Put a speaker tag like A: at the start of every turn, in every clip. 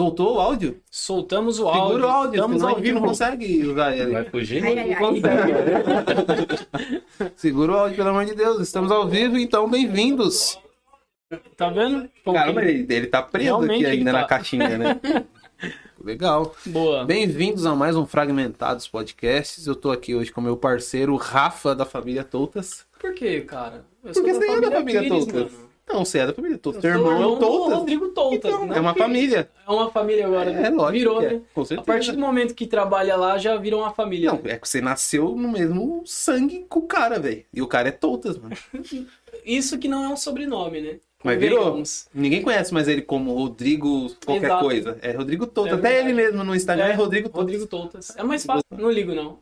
A: Soltou o áudio?
B: Soltamos o áudio.
A: Segura o áudio,
B: estamos
A: senão
B: ao
A: a gente não
B: vivo. né?
A: consegue usar ele.
B: Vai fugir?
C: Ai, ai, ai.
A: Segura o áudio, pelo amor de Deus. Estamos ao vivo, então bem-vindos.
B: Tá vendo? Como
A: Caramba,
B: que-
A: ele, ele tá preso
B: Realmente
A: aqui
B: ele
A: ainda
B: tá.
A: na caixinha, né? Legal.
B: Boa.
A: Bem-vindos a mais um Fragmentados Podcasts. Eu tô aqui hoje com meu parceiro Rafa, da família Toutas.
B: Por que, cara? Eu
A: Porque
B: da
A: você é da família
B: Pires,
A: Toutas.
B: mano.
A: Não, você é da família Toutas.
B: Eu
A: Teu
B: sou
A: irmão é o
B: do
A: Toutas.
B: Rodrigo Toutas.
A: Então,
B: não
A: é uma
B: Pires.
A: família.
B: É uma família agora.
A: É lógico.
B: Virou,
A: que é.
B: né?
A: Com
B: A partir
A: certeza.
B: do momento que trabalha lá, já virou uma família.
A: Não, é que você nasceu no mesmo sangue com o cara, velho. E o cara é Toutas, mano.
B: Isso que não é um sobrenome, né?
A: Mas virou.
B: Convenhamos.
A: Ninguém conhece mais ele como Rodrigo qualquer
B: Exato.
A: coisa. É Rodrigo Toto.
B: É
A: Até
B: verdade.
A: ele mesmo no Instagram é, Rodrigo Toto.
B: Rodrigo Toutas. É mais fácil, não ligo não.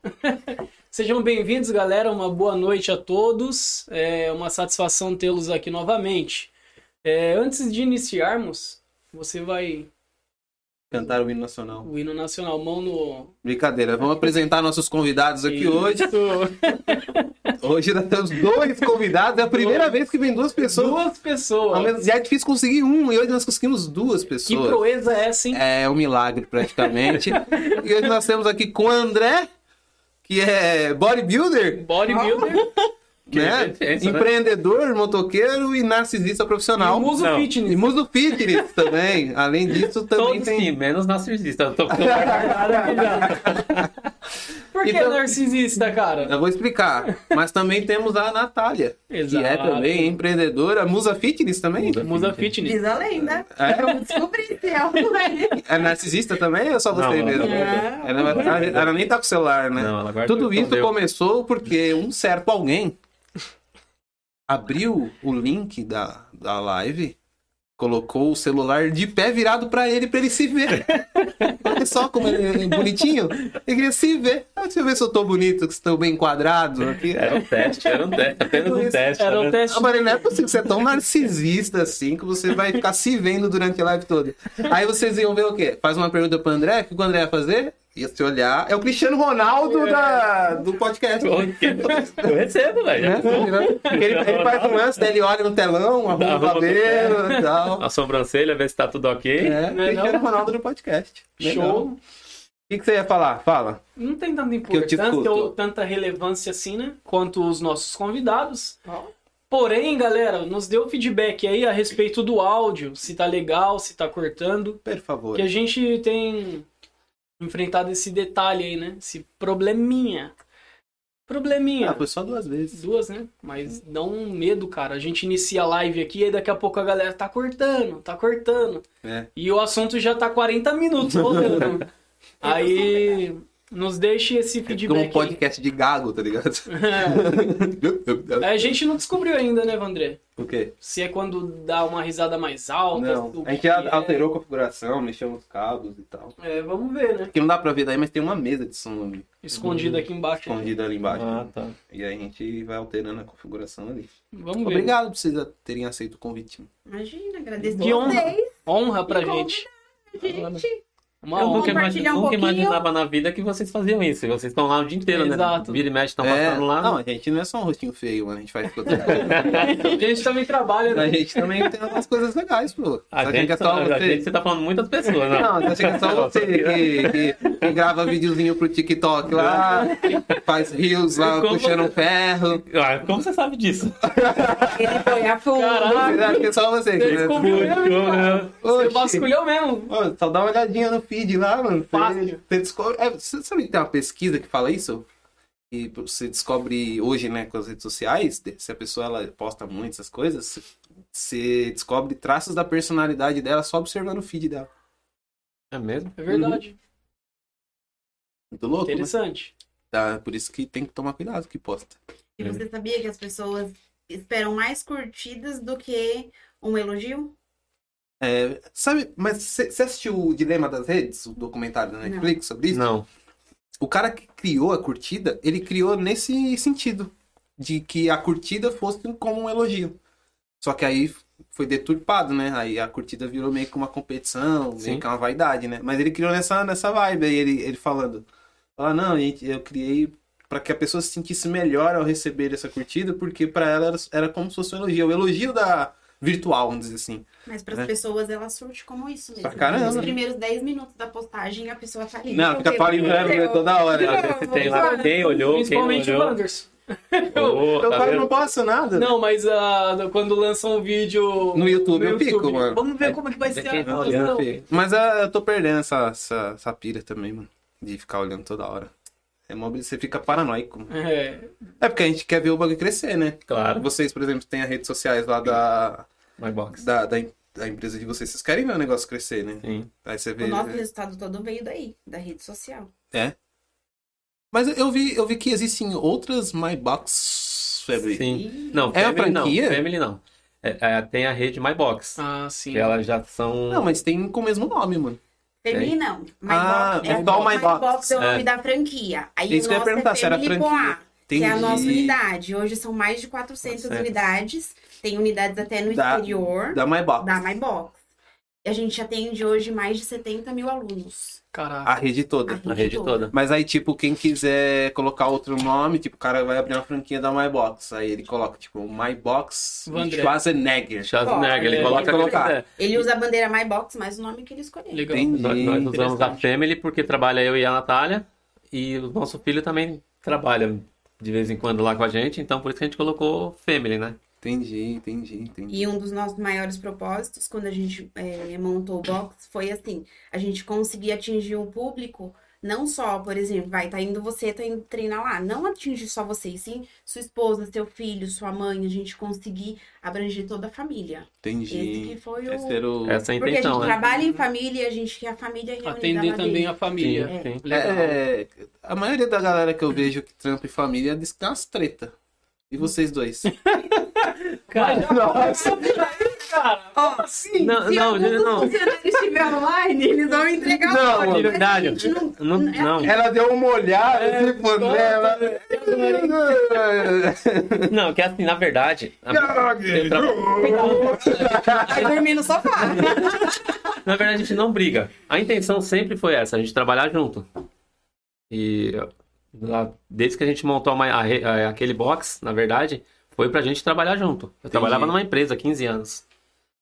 B: Sejam bem-vindos, galera. Uma boa noite a todos. É uma satisfação tê-los aqui novamente. É, antes de iniciarmos, você vai
A: Cantar o hino nacional.
B: o hino nacional, mão no.
A: Brincadeira. Vamos apresentar nossos convidados aqui hoje.
B: Isso.
A: Hoje nós temos dois convidados. É a primeira vez que vem duas pessoas.
B: Duas
A: Ao
B: pessoas.
A: menos já é difícil conseguir um. E hoje nós conseguimos duas
B: Que
A: pessoas.
B: proeza é essa, hein?
A: É um milagre, praticamente. e hoje nós temos aqui com o André, que é bodybuilder,
B: Bodybuilder
A: né?
D: referência, né?
A: Empreendedor, motoqueiro e narcisista profissional.
B: e muso
D: Não.
A: E
B: fitness.
A: Muso Fitness também. Além disso, também
D: Todos
A: tem.
D: sim, menos narcisista. Eu tô
B: Por que
A: Então-
B: narcisista, cara?
A: Eu vou explicar. Mas também temos a Natália, que é também empreendedora, Musa Fitness também.
D: Musa.
B: Musa fitness.
C: Diz a lenda.
A: É?
C: Eu descobri se é algo aí.
A: É narcisista também? Eu só gostei
D: Não,
A: mesmo.
D: não,
C: não.
A: Ela, ela- ela nem tá com o celular, né?
D: Não, ela guarda-
A: Tudo isso
D: escondeu.
A: começou porque um certo alguém abriu o link da, da live, colocou o celular de pé virado pra ele, pra ele se ver. Olha só como ele é bonitinho. Ele queria se ver. Ah, Deixa eu ver se eu tô bonito, que estou bem quadrado aqui.
D: Era um teste, era um teste, apenas
A: Tudo
D: um
A: isso
D: teste.
B: Era
D: né?
B: o teste.
A: Ah, Mas não é possível que você é tão narcisista assim que você vai ficar se vendo durante a live toda. Aí vocês iam ver o quê? Faz uma pergunta pro André, o que o André ia fazer? Ia se olhar. É o Cristiano Ronaldo da, do podcast.
D: um Eu- Eu recebo,
A: Né?
D: velho.
A: Ele, ele faz um lance, daí ele olha no telão, arruma o
D: Arruma
A: cabelo e tal.
D: A sobrancelha, ver se tá tudo ok.
A: É,
B: Não é
A: Cristiano
B: não?
A: Ronaldo do podcast. Legal.
B: Show.
A: O que, que você ia falar? Fala.
B: Não tem tanta
A: Que eu te
B: importância
A: escuto.
B: ou tanta relevância assim, né? Quanto os nossos convidados. Porém, galera, nos dê o feedback aí a respeito do áudio, se tá legal, se tá cortando.
A: Por favor.
B: Que a gente tem enfrentado esse detalhe aí, né? Esse probleminha. Probleminha.
A: Ah, foi só duas vezes.
B: Duas, né? Mas dá um medo, cara. A gente inicia a live aqui e daqui a pouco a galera tá cortando, tá cortando.
A: É.
B: E o assunto já tá 40 minutos rolando. aí nos deixe esse
A: Como um
B: feedback. aí.
A: podcast de gago, tá ligado?
B: É, a gente não descobriu ainda, né, Vandré?
A: o quê?
B: Se é quando dá uma risada mais alta.
A: Não,
B: o
A: a gente
B: que
A: al-
B: é.
A: alterou a configuração, mexeu nos cabos e tal.
B: É, vamos ver, né?
A: Porque não dá pra ver daí, mas tem uma mesa de som ali,
B: Escondido
A: Uhum.
B: aqui embaixo. né?
A: escondida ali embaixo.
D: Ah, tá.
A: E aí a gente vai alterando a configuração ali.
B: Vamos ver.
A: Obrigado por vocês terem aceito o convite.
C: Imagina, agradeço
B: Que honra.
C: vocês,
B: Honra pra
C: E
B: gente.
C: gente.
B: Uma
D: eu
B: honra.
D: nunca, imagi-
C: compartilhar um
D: nunca
C: pouquinho.
D: imaginava na vida que vocês faziam isso. Vocês estão lá o dia inteiro,
B: Exato.
D: né? Vira e mexe, estão
A: É,
D: passando lá.
A: Não, a gente não é só um rostinho feio, mano. A gente faz coisa legal.
B: A gente também trabalha,
A: A
B: né?
A: gente também tem umas coisas legais, pô.
D: A
A: só
D: gente,
A: que é só
D: a gente,
A: você.
D: você tá falando muitas pessoas, né?
A: Não, só que é só você que, que- que grava videozinho pro TikTok lá, faz rios lá,
D: Como
A: puxando um
D: você-
A: ferro.
D: Ah, Como você sabe disso?
C: Ele foi a fundo.
B: Caraca.
A: Acho que é só você.
B: Você
A: que-
B: descobriu mesmo, hein, cara? Você
A: Oxi.
B: basculhou mesmo.
A: Ô, só dá uma olhadinha no feed lá, mano. Você-
B: Fácil.
A: Você descobre. é, você sabe que tem uma pesquisa que fala isso? E você descobre hoje, né, com as redes sociais, de- se a pessoa ela posta muito essas coisas, você- você descobre traços da personalidade dela só observando o feed dela.
D: É mesmo?
B: É verdade.
A: Muito louco, né?
B: Interessante.
A: Tá, por isso que tem que tomar cuidado que posta.
C: E você sabia que as pessoas esperam mais curtidas do que um elogio?
A: É, sabe, mas você você assistiu o Dilema das Redes, o documentário da
C: Não.
A: Netflix sobre isso?
D: Não.
A: O cara que criou a curtida, ele criou nesse sentido. De que a curtida fosse como um elogio. Só que aí foi deturpado, né? Aí a curtida virou meio que uma competição, meio
D: Sim.
A: que uma vaidade, né? Mas ele criou nessa, nessa vibe aí, ele, ele falando. Ah, não, gente, eu criei para que a pessoa se sentisse melhor ao receber essa curtida, porque para ela era, era como se fosse um elogio. O elogio da, virtual, vamos dizer assim.
C: Mas para as
A: É.
C: pessoas, ela surge como isso mesmo.
A: Pra caramba.
C: Nos primeiros 10 minutos da postagem, a pessoa tá ali.
A: Não, fica parindo né? toda hora.
D: Às vezes você tem lá quem olhou, quem
B: Principalmente o
D: olhou.
B: Wanders.
D: Ô,
A: Eu
D: tá
A: cara,
D: vendo?
A: não posso nada.
B: Não, mas ah, quando lançam um vídeo
A: No YouTube eu fico, mano.
B: Vamos ver como é que vai ser
D: Quem
B: a
D: tá
A: Olha,
B: produção.
A: filho. Mas ah, eu tô perdendo essa, essa, essa pira também, mano. De ficar olhando toda hora. É mó- você fica paranoico. mano.
B: É,
A: É porque a gente quer ver o bagulho crescer, né?
D: Claro,
A: Vocês, por exemplo, têm as redes sociais lá da,
D: my box.
A: da, da, em- da empresa de vocês. Vocês querem ver o negócio crescer, né?
D: Sim.
A: Aí você
C: O
A: vê.
C: nosso resultado todo veio daí, da rede social.
A: Mas eu vi, eu vi que existem outras MyBox Family.
D: Sim.
C: E
D: Não,
A: É uma
D: Family não.
A: franquia?
D: Family não. É, é, tem a rede My Box.
B: ah, sim.
D: Que elas já são.
A: Não, mas tem com o mesmo nome, mano.
C: Family não. My
A: Ah,
C: Box-
A: é só o My Box.
C: é o
D: É.
C: nome da franquia. Aí
A: Isso
C: o
A: que eu ia
C: nosso
A: perguntar,
C: é
A: se era
C: Family com
A: franquia.
C: A, que é a nossa
A: Entendi.
C: unidade. Hoje são mais de 400
D: Certo.
C: unidades. Tem unidades até no
A: Da-
C: exterior
A: Da MyBox.
C: da My Box. E a gente atende hoje mais de 70 mil alunos.
A: A
B: Caraca.
A: rede
C: Ah,
A: toda.
D: A rede toda.
A: Mas aí, tipo, quem quiser colocar outro nome, tipo, o cara vai abrir uma franquia da MyBox. Aí ele coloca, tipo, MyBox
B: Vandré.
A: Schwarzenegger.
D: Schwarzenegger, ele
B: Pode,
D: coloca
A: pode
D: o que
A: colocar.
D: quiser.
C: Ele usa a bandeira My Box, mas o nome que ele escolheu.
B: Legal.
A: Entendi.
D: Nós, nós usamos a
B: Interessante.
D: Family porque trabalha eu e a Natália. E o nosso filho também trabalha de vez em quando lá com a gente. Então por isso que a gente colocou Family, né?
A: Entendi, entendi, entendi.
C: E um dos nossos maiores propósitos, quando a gente eh, montou o box, foi assim: a gente conseguir atingir um público, não só, por exemplo, vai, tá indo você, tá indo treinar lá. Não atingir só você, e sim sua esposa, seu filho, sua mãe, a gente conseguir abranger toda a família. Esse
A: Entendi.
C: que foi o.
A: Esse era o...
D: Essa é a
C: Porque a gente
D: intenção, né?
C: trabalha em família e a gente quer a família reunida
B: Atender
C: lá
B: também
C: dentro.
B: a família.
D: Sim, sim.
B: Legal.
A: É, a maioria da galera que eu vejo que trampa em família diz que tem umas treta. E vocês dois?
B: Cara,
A: Nossa.
B: cara,
C: Ó,
B: assim.
D: Não,
C: se
D: não,
C: algum dos
D: não.
C: funcionários estiver online, eles vão
A: Não,
C: entregar o código, mas a
D: verdade.
C: gente não- né?
D: Não, não,
A: Ela deu uma olhada,
B: É,
A: tipo, ela...
D: não, que assim, na verdade. é a- eu traba-
C: Vai dormir no sofá.
D: Na verdade, a gente não briga. A intenção sempre foi essa, a gente trabalhar junto. E lá- desde que a gente montou a ma- a re- a- aquele box, na verdade, foi pra gente trabalhar junto. Eu trabalhava numa empresa há 15 anos.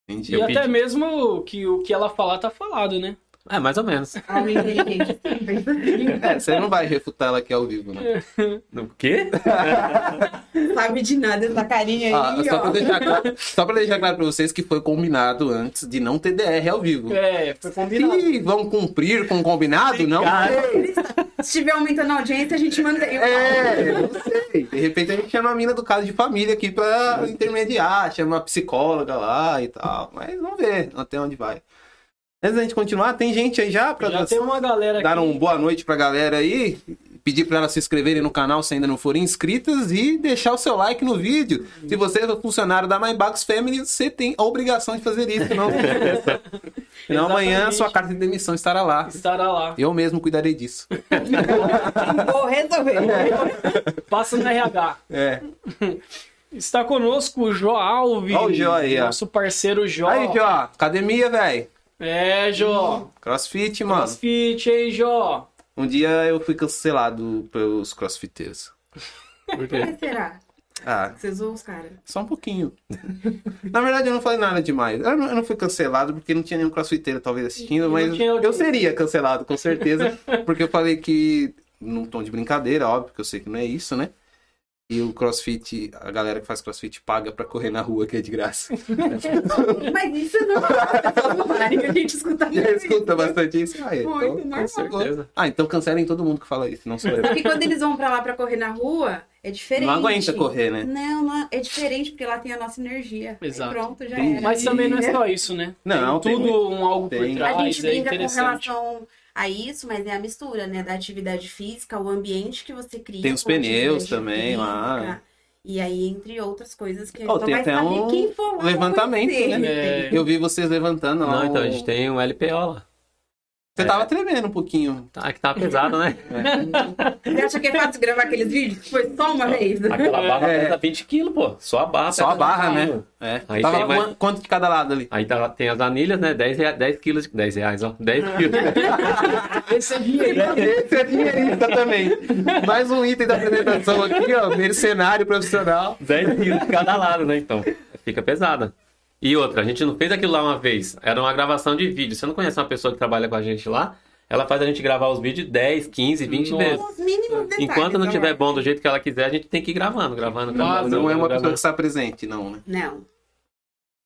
A: Entendi.
B: E
D: Eu
B: até
D: pedi.
B: mesmo que o que ela falar tá falado, né?
D: É, mais ou menos.
C: Alguém inteligente sempre.
A: É, você não vai refutar ela aqui ao vivo, né?
D: O quê?
C: Sabe de nada essa carinha aí,
A: Ah, só,
C: ó.
A: pra deixar claro, só pra deixar claro pra vocês que foi combinado antes de não ter DR ao vivo.
B: É, foi combinado.
A: Se vão cumprir com o combinado, não
D: Cara.
A: sei.
C: Se tiver aumentando a audiência, a gente mantém. o
A: É, não sei. De repente a gente chama a mina do caso de família aqui pra intermediar, chama a psicóloga lá e tal. Mas vamos ver até onde vai. Antes da gente continuar, tem gente aí já pra
B: Já tem uma galera
A: dar
B: aqui.
A: um boa noite pra galera aí. Pedir pra elas se inscreverem no canal se ainda não forem inscritas e deixar o seu like no vídeo. Se você é funcionário da MyBox Family, você tem a obrigação de fazer isso. Senão, senão amanhã
B: Exatamente.
A: sua carta de demissão estará lá.
B: Estará lá.
A: Eu mesmo cuidarei disso.
C: papo. Vou resolver.
B: Passa no RH.
A: É.
B: Está conosco o Jó Alves.
A: Ó o Jó aí, ó.
B: Nosso parceiro Jó.
A: É. Aí, Jó, academia, velho.
B: É, Jó.
A: Crossfit, mano.
B: Crossfit, hein, Jó?
A: Um dia eu fui cancelado pelos crossfiteiros.
D: Por
C: Por
D: quê?
C: que será?
A: Ah,
C: Vocês zoam os caras.
A: só um pouquinho. Na verdade, eu não falei nada demais. Eu não, eu não fui cancelado porque não tinha nenhum crossfiteiro talvez assistindo,
B: Não
A: mas
B: tinha
A: eu
B: audiência.
A: seria cancelado, com certeza. Porque eu falei que, num tom de brincadeira, óbvio, que eu sei que não é isso, né? E o crossfit, a galera que faz crossfit paga pra correr na rua, que é de graça.
C: Mas isso não é que a gente escuta
A: E aí,
C: muito.
A: escuta bastante isso. Ah, então,
C: Muito normal.
A: com certeza.
D: certeza.
A: Ah, então cancelem todo mundo que fala isso, não sou eu.
C: Porque quando eles vão pra lá pra correr na rua, é diferente.
A: Não aguenta correr, né?
C: Não, não, é diferente, porque lá tem a nossa energia. Aí
B: Exato.
C: pronto, já
A: Entendi.
C: era.
B: Mas também não é só isso, né?
A: Não,
B: tem
A: tem
B: tudo um algo
A: tem.
B: por
A: A
B: trás.
C: A gente
B: é
C: brinca com
B: interessante.
C: relação a isso, mas é a mistura, né? Da atividade física, o ambiente que você cria.
A: Tem os
C: com a atividade
A: pneus também lá.
C: física. E aí, entre outras coisas que
A: Ó,
C: só
A: tem
C: vai
A: até
C: saber
A: um
C: quem for lá
A: levantamento,
C: conhecer.
B: né?
A: Eu vi vocês levantando lá.
D: Não, então,
A: o-
D: a gente tem um LPO lá.
A: Você tava tremendo um pouquinho.
D: Tá, que tá pesado, né?
C: Você acha que é fácil gravar aqueles vídeos? Foi só uma vez.
D: Aquela barra
A: É.
D: pesa 20 quilos, pô. Só a barra.
A: Só a
D: pesa
A: barra,
D: 20
A: né?
D: quilos.
A: É.
D: Aí
A: Tava
D: tem mais-
A: quan- quanto de cada lado ali?
D: Aí tá, tem as anilhas, né? 10, rea- 10 quilos. de- 10 reais, ó. 10 quilos.
B: Esse é dinheiro.
A: Esse é dinheirista também. Mais um item da apresentação aqui, ó. Mercenário profissional.
D: 10 quilos de cada lado, né? Então, fica pesada. E outra, a gente não fez aquilo lá uma vez. Era uma gravação de vídeo. Você não conhece uma pessoa que trabalha com a gente lá? Ela faz a gente gravar os vídeos 10, 15, 20
A: é
B: Nossa.
D: vezes.
C: Os mínimos detalhes.
D: Enquanto não
C: amor.
D: tiver bom do jeito que ela quiser, a gente tem que ir gravando, gravando,
A: Não,
D: gravando.
A: então é. não é uma pessoa que
D: gravando.
A: está presente, não, né?
C: Não.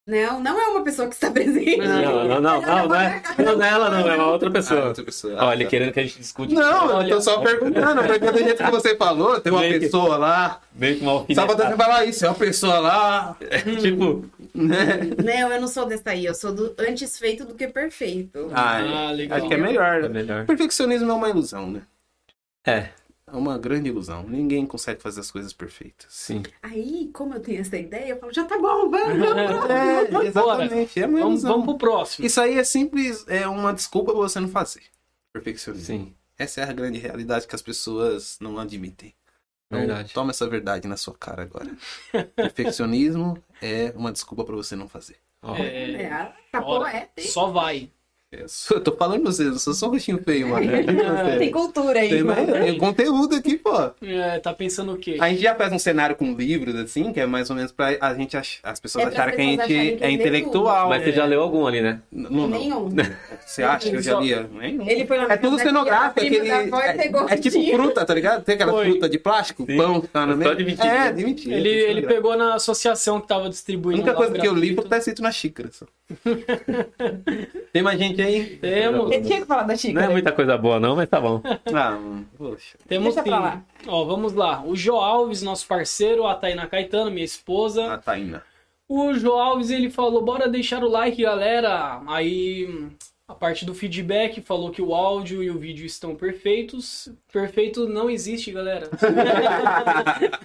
C: Não, não é uma pessoa que está presente.
D: Não, não, não, não, não é, não, não é ela, não, é uma outra
A: Ah,
D: pessoa.
A: outra pessoa. Ah,
D: Olha, ele
A: tá.
D: querendo que a gente discute.
A: Não, eu
B: Olha.
A: tô só perguntando, porque do jeito que você falou, tem uma
D: Gente.
A: pessoa lá.
D: Meio que uma
A: Sábado
D: alfinetada.
A: você vai lá, isso, é uma pessoa lá.
D: Tipo,
A: Né?
C: Não, eu não sou dessa aí. Eu sou do antes feito do que perfeito.
A: Ah,
B: Ah, legal.
A: acho que é melhor.
D: é
A: né?
D: melhor.
A: Perfeccionismo é uma ilusão, né?
D: É,
A: É uma grande ilusão. Ninguém consegue fazer as coisas perfeitas.
D: sim.
C: Aí, como eu tenho essa ideia, eu falo, já tá bom, vamos, vamos.
A: É, exatamente. É uma
B: Vamos,
A: ilusão.
B: vamos pro próximo.
A: Isso aí é simples, é uma desculpa pra você não fazer. Perfeccionismo.
D: Sim,
A: Essa é a grande realidade que as pessoas não admitem. Então,
D: verdade.
A: Toma essa verdade na sua cara agora. Perfeccionismo é uma desculpa pra você não fazer.
D: Ó,
B: É,
C: É, tá
B: Ora,
C: poeta, hein?
B: só vai.
A: Eu, sou- eu tô falando pra vocês, eu sou só um rostinho feio, mano. Eu digo pra vocês.
C: Tem cultura aí. né?
A: Tem, mais-
C: mano.
A: tem conteúdo aqui, pô.
B: É, tá pensando o quê?
A: A gente já faz um cenário com livros, assim, que é mais ou menos pra a gente ach- as pessoas
C: É pras
A: acharem que a gente
C: pessoas acharem que
A: é
C: lê
A: intelectual.
D: Mas você já leu algum ali, né?
A: N- Não, não.
C: Nenhum.
A: Você acha que eu já lia? Nenhum.
C: Ele foi na
A: É tudo
C: biblioteca,
A: cenográfico,
C: Né? a prima
A: aquele.
C: da avó e pegou
A: É, é tipo
C: tudinho.
A: fruta, tá ligado? Tem aquela
B: Foi.
A: fruta de plástico,
D: Sim.
A: pão, que tá no
D: Só
A: meio.
D: de mentira.
A: É, de mentira.
B: Ele,
A: tudo
B: ele
A: cenográfico.
B: pegou na associação que tava
A: A
B: distribuindo.
A: única
B: lá,
A: coisa que eu li
B: gratuito.
A: foi que tá escrito na xícara. Só. Tem mais gente aí?
B: Temos,
A: né?
C: Eu tinha que falar da
D: Não
C: xícara. né?
D: é muita coisa boa, não, mas tá bom.
A: Ah, hum, poxa.
B: temos
C: Deixa
B: sim.
C: pra lá.
B: Ó, vamos lá. O João Alves, nosso parceiro, a Tainá Caetano, minha esposa.
A: A Taína.
B: O João Alves, ele falou, bora deixar o like, galera. Aí, a parte do feedback, falou que o áudio e o vídeo estão perfeitos. Perfeito não existe, galera.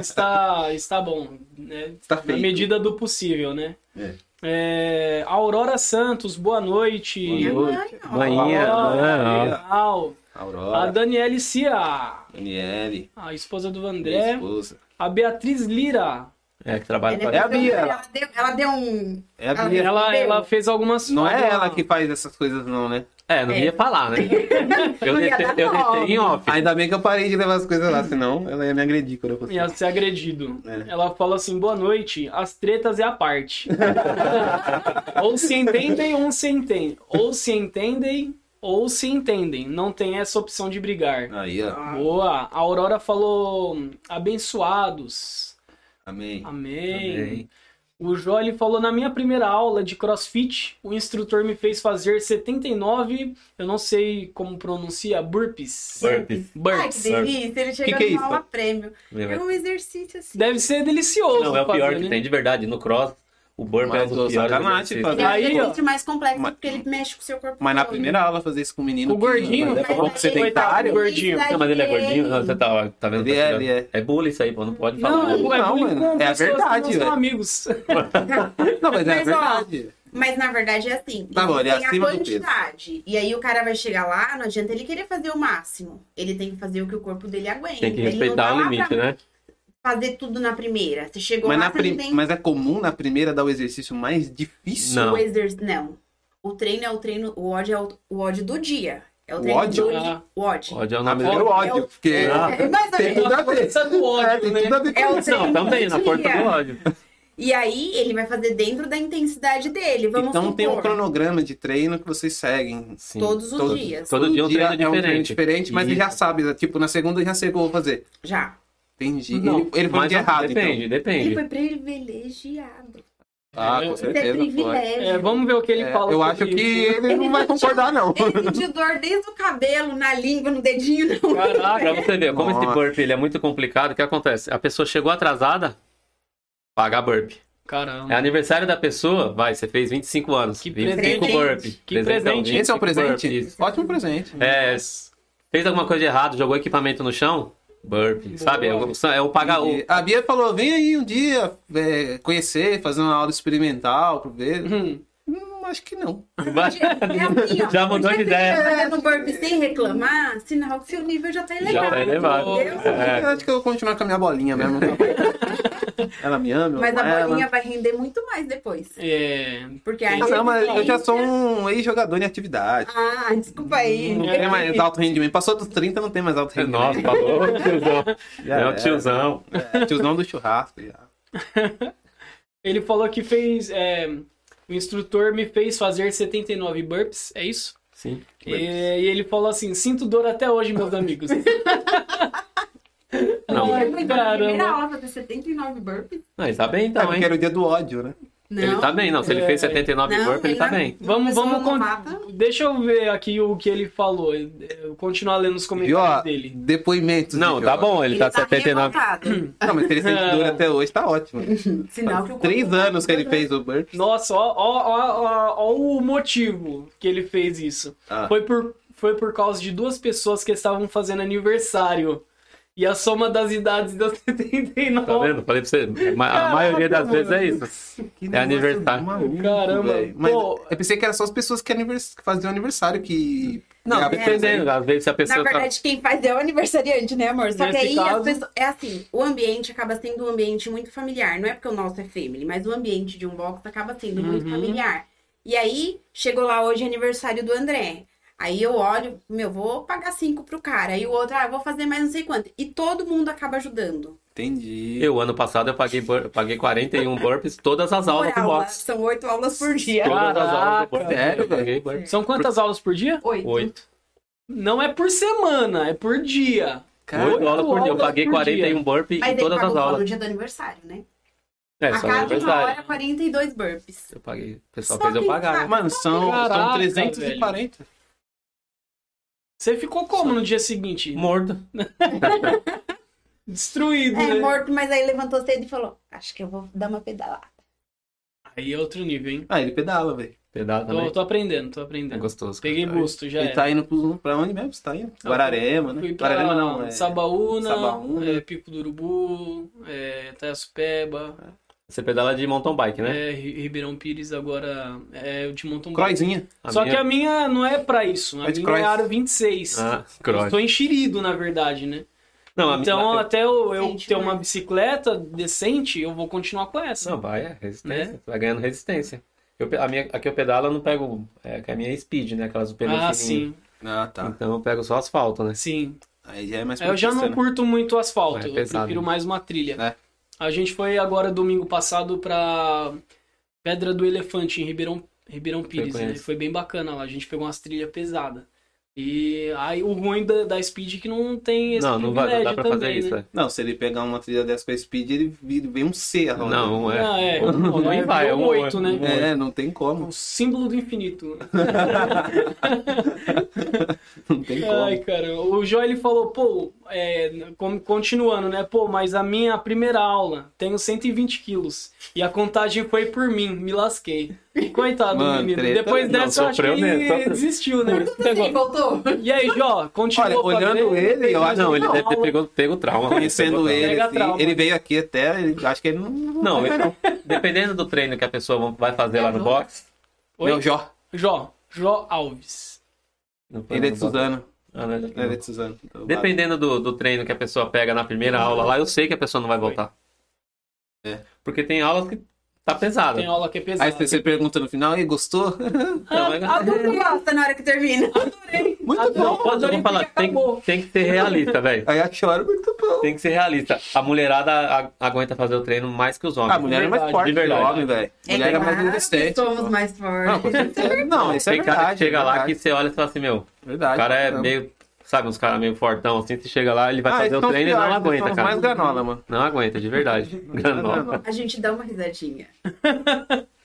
B: está, está bom, né?
A: Tá
B: Na
A: feio.
B: medida do possível, né?
A: É.
B: É, Aurora Santos, boa noite.
A: Boa noite.
D: Manhinha,
B: Ó,
D: né? ó.
B: legal. A
A: Aurora,
B: Daniele Cia,
A: Daniele,
B: a esposa do
A: minha
B: Ah, André.
A: esposa.
B: A Beatriz Lira.
D: É, que trabalha
C: Ela
A: É a
D: pra...
C: deu-
A: Bia.
C: um Ela deu, ela deu um.
A: É a
C: Ah,
A: Bia.
B: Ela, ela fez algumas.
A: Não é
B: alguma-
A: ela que faz essas coisas, não, né?
D: É, não ia falar, né? Eu
C: Não ia
D: deixei,
C: dar
D: eu
C: nome.
D: deixei em off.
A: Ainda bem que eu parei de levar as coisas lá, senão ela ia me agredir quando eu fosse.
B: ia ser agredido.
A: É.
B: Ela falou assim: boa noite, as tretas é a parte. ou se entendem, ou se entendem. Ou se entendem, ou se entendem. Não tem essa opção de brigar.
A: Aí, ó.
D: Ah.
B: Ah. Boa! A Aurora falou: abençoados.
A: Amém.
B: Amém.
D: Amém.
B: O Jolie falou: na minha primeira aula de crossfit, o instrutor me fez fazer 79, eu não sei como pronuncia, burpees.
D: Burpees.
C: Ai, que
B: Burpees.
C: delícia. Ele chegou
A: Que que é
C: numa
A: isso?
C: aula prêmio. É um exercício assim.
B: Deve ser delicioso.
D: Não, é o
B: fazer,
D: pior que
B: né?
D: tem, de verdade. No cross, o burpee é um
A: Mas, ô,
D: dos piores.
A: sacanagem,
D: exercícios.
A: fazer.
C: Ele é um
B: Aí, ó.
C: exercício mais complexo
A: Mas-
C: porque ele mexe com o seu corpo.
A: Mas na
C: todo.
A: primeira aula fazer isso com o menino.
B: O gordinho,
A: Que...
B: né?
A: É bom que você tem
B: Coitado do gordinho.
D: Não, mas ele é gordinho. Não, você tá, tá vendo?
A: Ele é, ele é.
D: É bullying isso aí, pô. Não pode falar.
B: Não, é
A: Não,
B: bullying
A: mano,
B: com
A: é a
B: pessoas que
A: verdade,
B: não são
A: velho.
B: amigos.
A: Não, mas é
C: Mas, ó,
A: verdade.
C: Mas na verdade é assim.
A: Tá bom, ele é
C: tem
A: acima
C: a
A: do peso.
C: quantidade. E aí o cara vai chegar lá, não adianta ele querer fazer o máximo. Ele tem que fazer o que o corpo dele aguenta.
D: Tem que
C: Ele não
D: respeitar
C: tá
D: o
C: lá
D: limite,
C: pra
D: né?
C: Fazer tudo na primeira. Você chegou
A: Mas,
C: lá,
A: na
C: você
A: prim...
C: não tem
A: mas é comum na primeira dar o exercício mais difícil.
D: Não.
C: o exercício. Não. O treino é o treino. O ódio é o, o ódio do dia. É o
A: O
C: treino
A: ódio?
C: do dia.
B: Ah.
C: O ódio.
D: Ódio é o
A: Na
D: nome
A: primeira o
D: dele.
A: ódio, porque
D: Ah.
C: É, mais ou
A: tem
C: menos.
A: tudo a ver.
B: Essa do ódio,
A: É, tem
B: né?
A: tudo a ver
C: É o
A: com isso.
C: treino
D: Não, também, na
C: do
D: porta
C: dia.
D: do ódio.
C: E aí ele vai fazer dentro da intensidade dele. Vamos
A: Então tem um
C: supor,
A: cronograma de treino que vocês seguem.
D: Sim.
C: todos os
A: todos-
C: dias.
D: Todo dia é um treino
A: é um treino
D: diferente.
A: diferente, mas ele já
D: Isso.
A: sabe. Tipo, na segunda eu já sei o que eu vou fazer.
C: Já.
A: Entendi.
B: Não,
A: Ele, ele foi
D: Mas
A: de errado,
D: depende,
C: Ele
D: depende.
C: foi privilegiado.
A: então. Ah,
B: É,
A: com
C: Isso é
A: certeza. foi.
C: privilégio.
B: É, vamos ver o que ele
A: É,
B: fala.
A: eu
B: sobre
A: acho que
B: isso.
A: ele não vai concordar, não.
C: Ele sentiu dor desde o cabelo, na língua, no dedinho, não.
D: Pra
B: Caraca,
D: você ver, como esse
A: Nossa.
D: burpee ele é muito complicado, o que acontece? A pessoa chegou atrasada, paga burpee. É
B: caramba.
D: aniversário da pessoa, vai, você fez 25 anos.
B: Que
D: 25
B: presente.
D: burpee.
B: Que
D: Presentão,
B: presente.
D: 25
A: Esse é o presente?
D: burpee, isso.
A: Ótimo presente.
D: É, s- fez alguma coisa de errado, jogou equipamento no chão, burpee. Sabe? É o, é o pagar o.
A: E A Bia falou: vem aí um dia é, conhecer, fazer uma aula experimental pra ver.
B: Hum,
A: Hum, acho que não.
C: É assim, ó.
D: Já mudou
C: Porque
D: de
C: se
D: ideia.
C: você tá fazendo burpee sem reclamar, sinal que seu nível já tá elevado.
D: Já tá elevado.
C: entendeu?
D: É.
A: Eu acho que eu vou continuar com a minha bolinha mesmo. ela me ama, eu
C: Mas
A: amo
D: É,
C: a
A: ela.
D: né?
C: bolinha vai render muito mais depois.
B: é,
C: Porque a
A: Ah, não, mas eu já
C: resistência-
A: sou um ex-jogador em atividade.
C: Ah, desculpa aí.
D: Hum,
A: Não
D: é,
A: tem mais alto rendimento. Passou dos 30, não tem mais alto rendimento.
D: Nossa, falou, tiozão.
A: Já
D: É o
A: era.
D: tiozão.
A: É, tiozão do churrasco. Já.
B: Ele falou que fez. é, o instrutor me fez fazer 79 burps, é isso?
D: Sim.
B: E, e ele falou assim: sinto dor até hoje, meus amigos.
D: Não.
B: Ai,
C: Foi na primeira
B: caramba.
C: aula fazer 79 burpees.
D: Não, ele tá bem então,
A: É, porque
D: hein?
A: era o dia do ódio, né?
C: Não.
D: Ele tá bem, não. Se ele fez
B: É.
D: 79 burpees, ele tá
C: não-
D: bem.
C: não
B: Vamos,
C: começou
B: vamos.
C: no
B: con-
C: mapa.
B: Deixa eu ver aqui o que ele falou. Eu continuar lendo os
A: Viu, ó,
B: comentários dele.
A: depoimentos.
D: Não,
A: de
D: tá
A: Jó.
D: bom, ele, tá, 79.
C: revoltado.
A: Não, mas se ele sente dor
B: Não.
A: até hoje, tá ótimo.
C: Sinal que o corpo
A: Três
C: tá
A: anos que ele fez o burp.
B: Nossa, ó, ó, ó, ó, ó o motivo que ele fez isso.
A: Ah.
B: Foi, por, foi por causa de duas pessoas que estavam fazendo aniversário. E a soma das idades deu 79.
D: Tá vendo? Falei pra você. ma- A
B: Caraca,
D: maioria das
B: mano.
D: vezes é isso.
A: Que negócio
D: aniversário.
A: maluco,
B: Caramba,
A: velho. Mas
B: pô.
A: eu pensei que era só as pessoas que, anivers... que faziam aniversário que.
D: Não,
A: pegava presente.
D: dependendo. Às vezes se a
C: Na
D: pessoa tá.
C: verdade, quem faz é o aniversariante, né, amor? Só que
B: Nesse
C: aí
B: caso-
C: as pessoas. É assim, o ambiente acaba sendo um ambiente muito familiar. Não é porque o nosso é family, mas o ambiente de um box acaba sendo muito
B: Uhum.
C: familiar. E aí, chegou lá hoje é aniversário do André. Aí eu olho, meu, vou pagar cinco pro cara. Aí o outro, ah, vou fazer mais não sei quanto. E todo mundo acaba ajudando.
A: Entendi.
D: Eu, ano passado, eu paguei, bur- eu paguei 41 burpees todas as
C: Por
D: aulas do
C: aula,
D: box.
C: são oito aulas por dia.
D: Todas as aulas do
B: Caraca,
D: burpees.
A: velho.
D: eu paguei burpees.
B: São quantas aulas por dia?
C: Oito.
D: Oito.
B: Não é por semana, é por dia.
A: Cara,
D: Oito aulas por dia. Eu
B: aulas
D: paguei
B: por
D: 41 burpees
C: Mas
D: em
C: ele
D: todas
C: pagou
D: as
C: só no
D: aulas.
C: dia do aniversário, né?
D: É,
C: a
D: só
C: cada uma
D: aniversário.
C: hora, 42 burpees.
D: Eu paguei. O pessoal
C: Só
D: fez eu
C: quem
D: pagar.
C: paga.
A: Mano, são, são
B: Caraca,
A: 340.
B: Você ficou como no dia seguinte?
D: Morto.
B: Destruído,
C: É,
B: né?
C: morto, mas aí levantou cedo e falou: Acho que eu vou dar uma pedalada.
B: Aí é outro nível, hein?
A: Ah, ele pedala, velho.
D: Pedaço também.
B: Tô, tô aprendendo, tô
D: É
B: aprendendo.
D: gostoso.
B: Peguei
D: cara.
B: busto, já
A: Ele
B: é.
A: tá indo pro, pra onde mesmo? Você tá indo? Guararema, né?
B: Fui pra
A: Guararema não, é.
B: Sabaúna,
A: Sabaúna.
B: é, Pico do Urubu, é, Itaiaçupeba,
D: Você pedala de mountain bike, né?
B: é, Ri- Ribeirão Pires agora é de mountain bike.
A: Croizinha.
B: Só
D: minha-
B: que a minha não é pra isso, a
A: É de
B: minha é
A: cross.
B: aro 26.
D: Ah,
B: eu
D: cross.
B: tô enxerido, na verdade, né?
D: Não, a
B: então,
D: minha... é
B: até eu, eu
C: Gente,
B: ter
C: né?
B: uma bicicleta decente, eu vou continuar com essa.
D: Não, vai, é resistência.
B: Né?
D: Você Vai ganhando resistência. Eu, pe- a minha, a que eu pedalo, eu não pego... É, que a minha é speed, né? Aquelas do pneu
B: ah,
D: fininho.
B: sim,
A: Ah, tá.
D: Então eu pego só asfalto, né?
B: sim.
A: Aí já é mais
B: É, Eu já não
A: propício, né?
B: curto muito asfalto,
D: É
B: eu
D: pesado.
B: prefiro mais uma trilha.
A: É.
B: A gente foi agora domingo passado pra Pedra do Elefante em Ribeirão, Ribeirão Pires, né?
D: conheço.
B: Foi bem bacana lá, a gente pegou umas trilhas pesadas. E aí o ruim da, da Speed é que não tem esse
D: Não, não vai, não
B: privilégio
D: dá pra
B: também,
D: fazer isso.
B: né?
D: é.
A: Não, se ele pegar uma trilha dessa com a speed, ele vira- vem um C a roda.
D: Não, é.
B: Ah, é.
D: Não
B: Não, é
D: vai, é um
B: oito,
D: oito.
B: né?
A: É, não tem como.
B: O símbolo do infinito.
A: Não tem
B: Ai,
A: como.
B: cara, o Joel ele falou, pô, é, com- continuando, né? Pô, mas a minha primeira aula, tenho 120 quilos. E a contagem foi por mim, me lasquei. Coitado do
A: Mano,
B: menino.
A: treta.
B: Depois
D: Não,
B: dessa, eu acho que
D: sofreu
B: ele
D: mesmo, sofreu.
B: desistiu, né?
C: Ele voltou.
B: E aí, Jó, continua
A: Olha, olhando
B: fazendo,
A: Ah, ele,
B: pegando
A: eu acho-
D: Não, ele
B: aula.
D: deve ter pego, pego trauma.
A: Conhecendo
D: Pegou
A: ele,
B: Pega
A: assim,
B: trauma. né?
A: ele veio aqui até, ele- acho que ele não...
D: trauma. Não, ele- dependendo do treino que a pessoa vai fazer lá no box...
B: Oi?
A: Não, Jó.
B: Jó, Jó Alves.
D: não foi
A: Ele é
D: no
A: de
D: box.
A: Suzano.
D: Ah, não, ele é de
A: Ele é de Suzano.
D: Dependendo do, do treino que a pessoa pega na primeira aula lá, eu sei que a pessoa não vai voltar.
A: Uhum. É.
D: Porque tem aulas que tá pesada.
B: Tem aula que é pesada.
A: Aí você pergunta no final, e gostou?
D: Então,
A: Ah,
D: é-
C: Adorei. Gosta na hora que termina.
B: Ah,
A: Muito
D: Não,
A: bom.
D: posso eu
B: adorei
D: vou falar,
B: porque
D: tem,
B: acabou.
D: tem que ser realista, velho.
A: Aí eu choro, muito bom.
D: Tem que ser realista. A mulherada a- aguenta fazer o treino mais que os homens.
A: Ah, a mulher é mais
B: verdade,
A: forte
D: de
A: que o
D: verdade.
A: homem, velho. Mulher é mais
C: claro que
A: resistente.
C: Somos mais
A: Não, com
C: fortes.
A: certeza. Não, isso é
D: tem cara
A: verdade.
D: que chega
A: é
D: lá
A: verdade.
D: que você olha e fala assim, meu, o
A: Verdade.
D: cara é
A: Não.
D: meio, sabe, uns caras meio fortão assim, você chega lá, ele vai
A: Ah,
D: fazer
A: esses
D: o
A: são os
D: treino e
A: piores,
D: não
A: esses são
D: aguenta,
A: os
D: cara.
A: mais granola, mano.
D: Não aguenta, de verdade. Granola.
A: Granola.
C: A gente dá uma risadinha.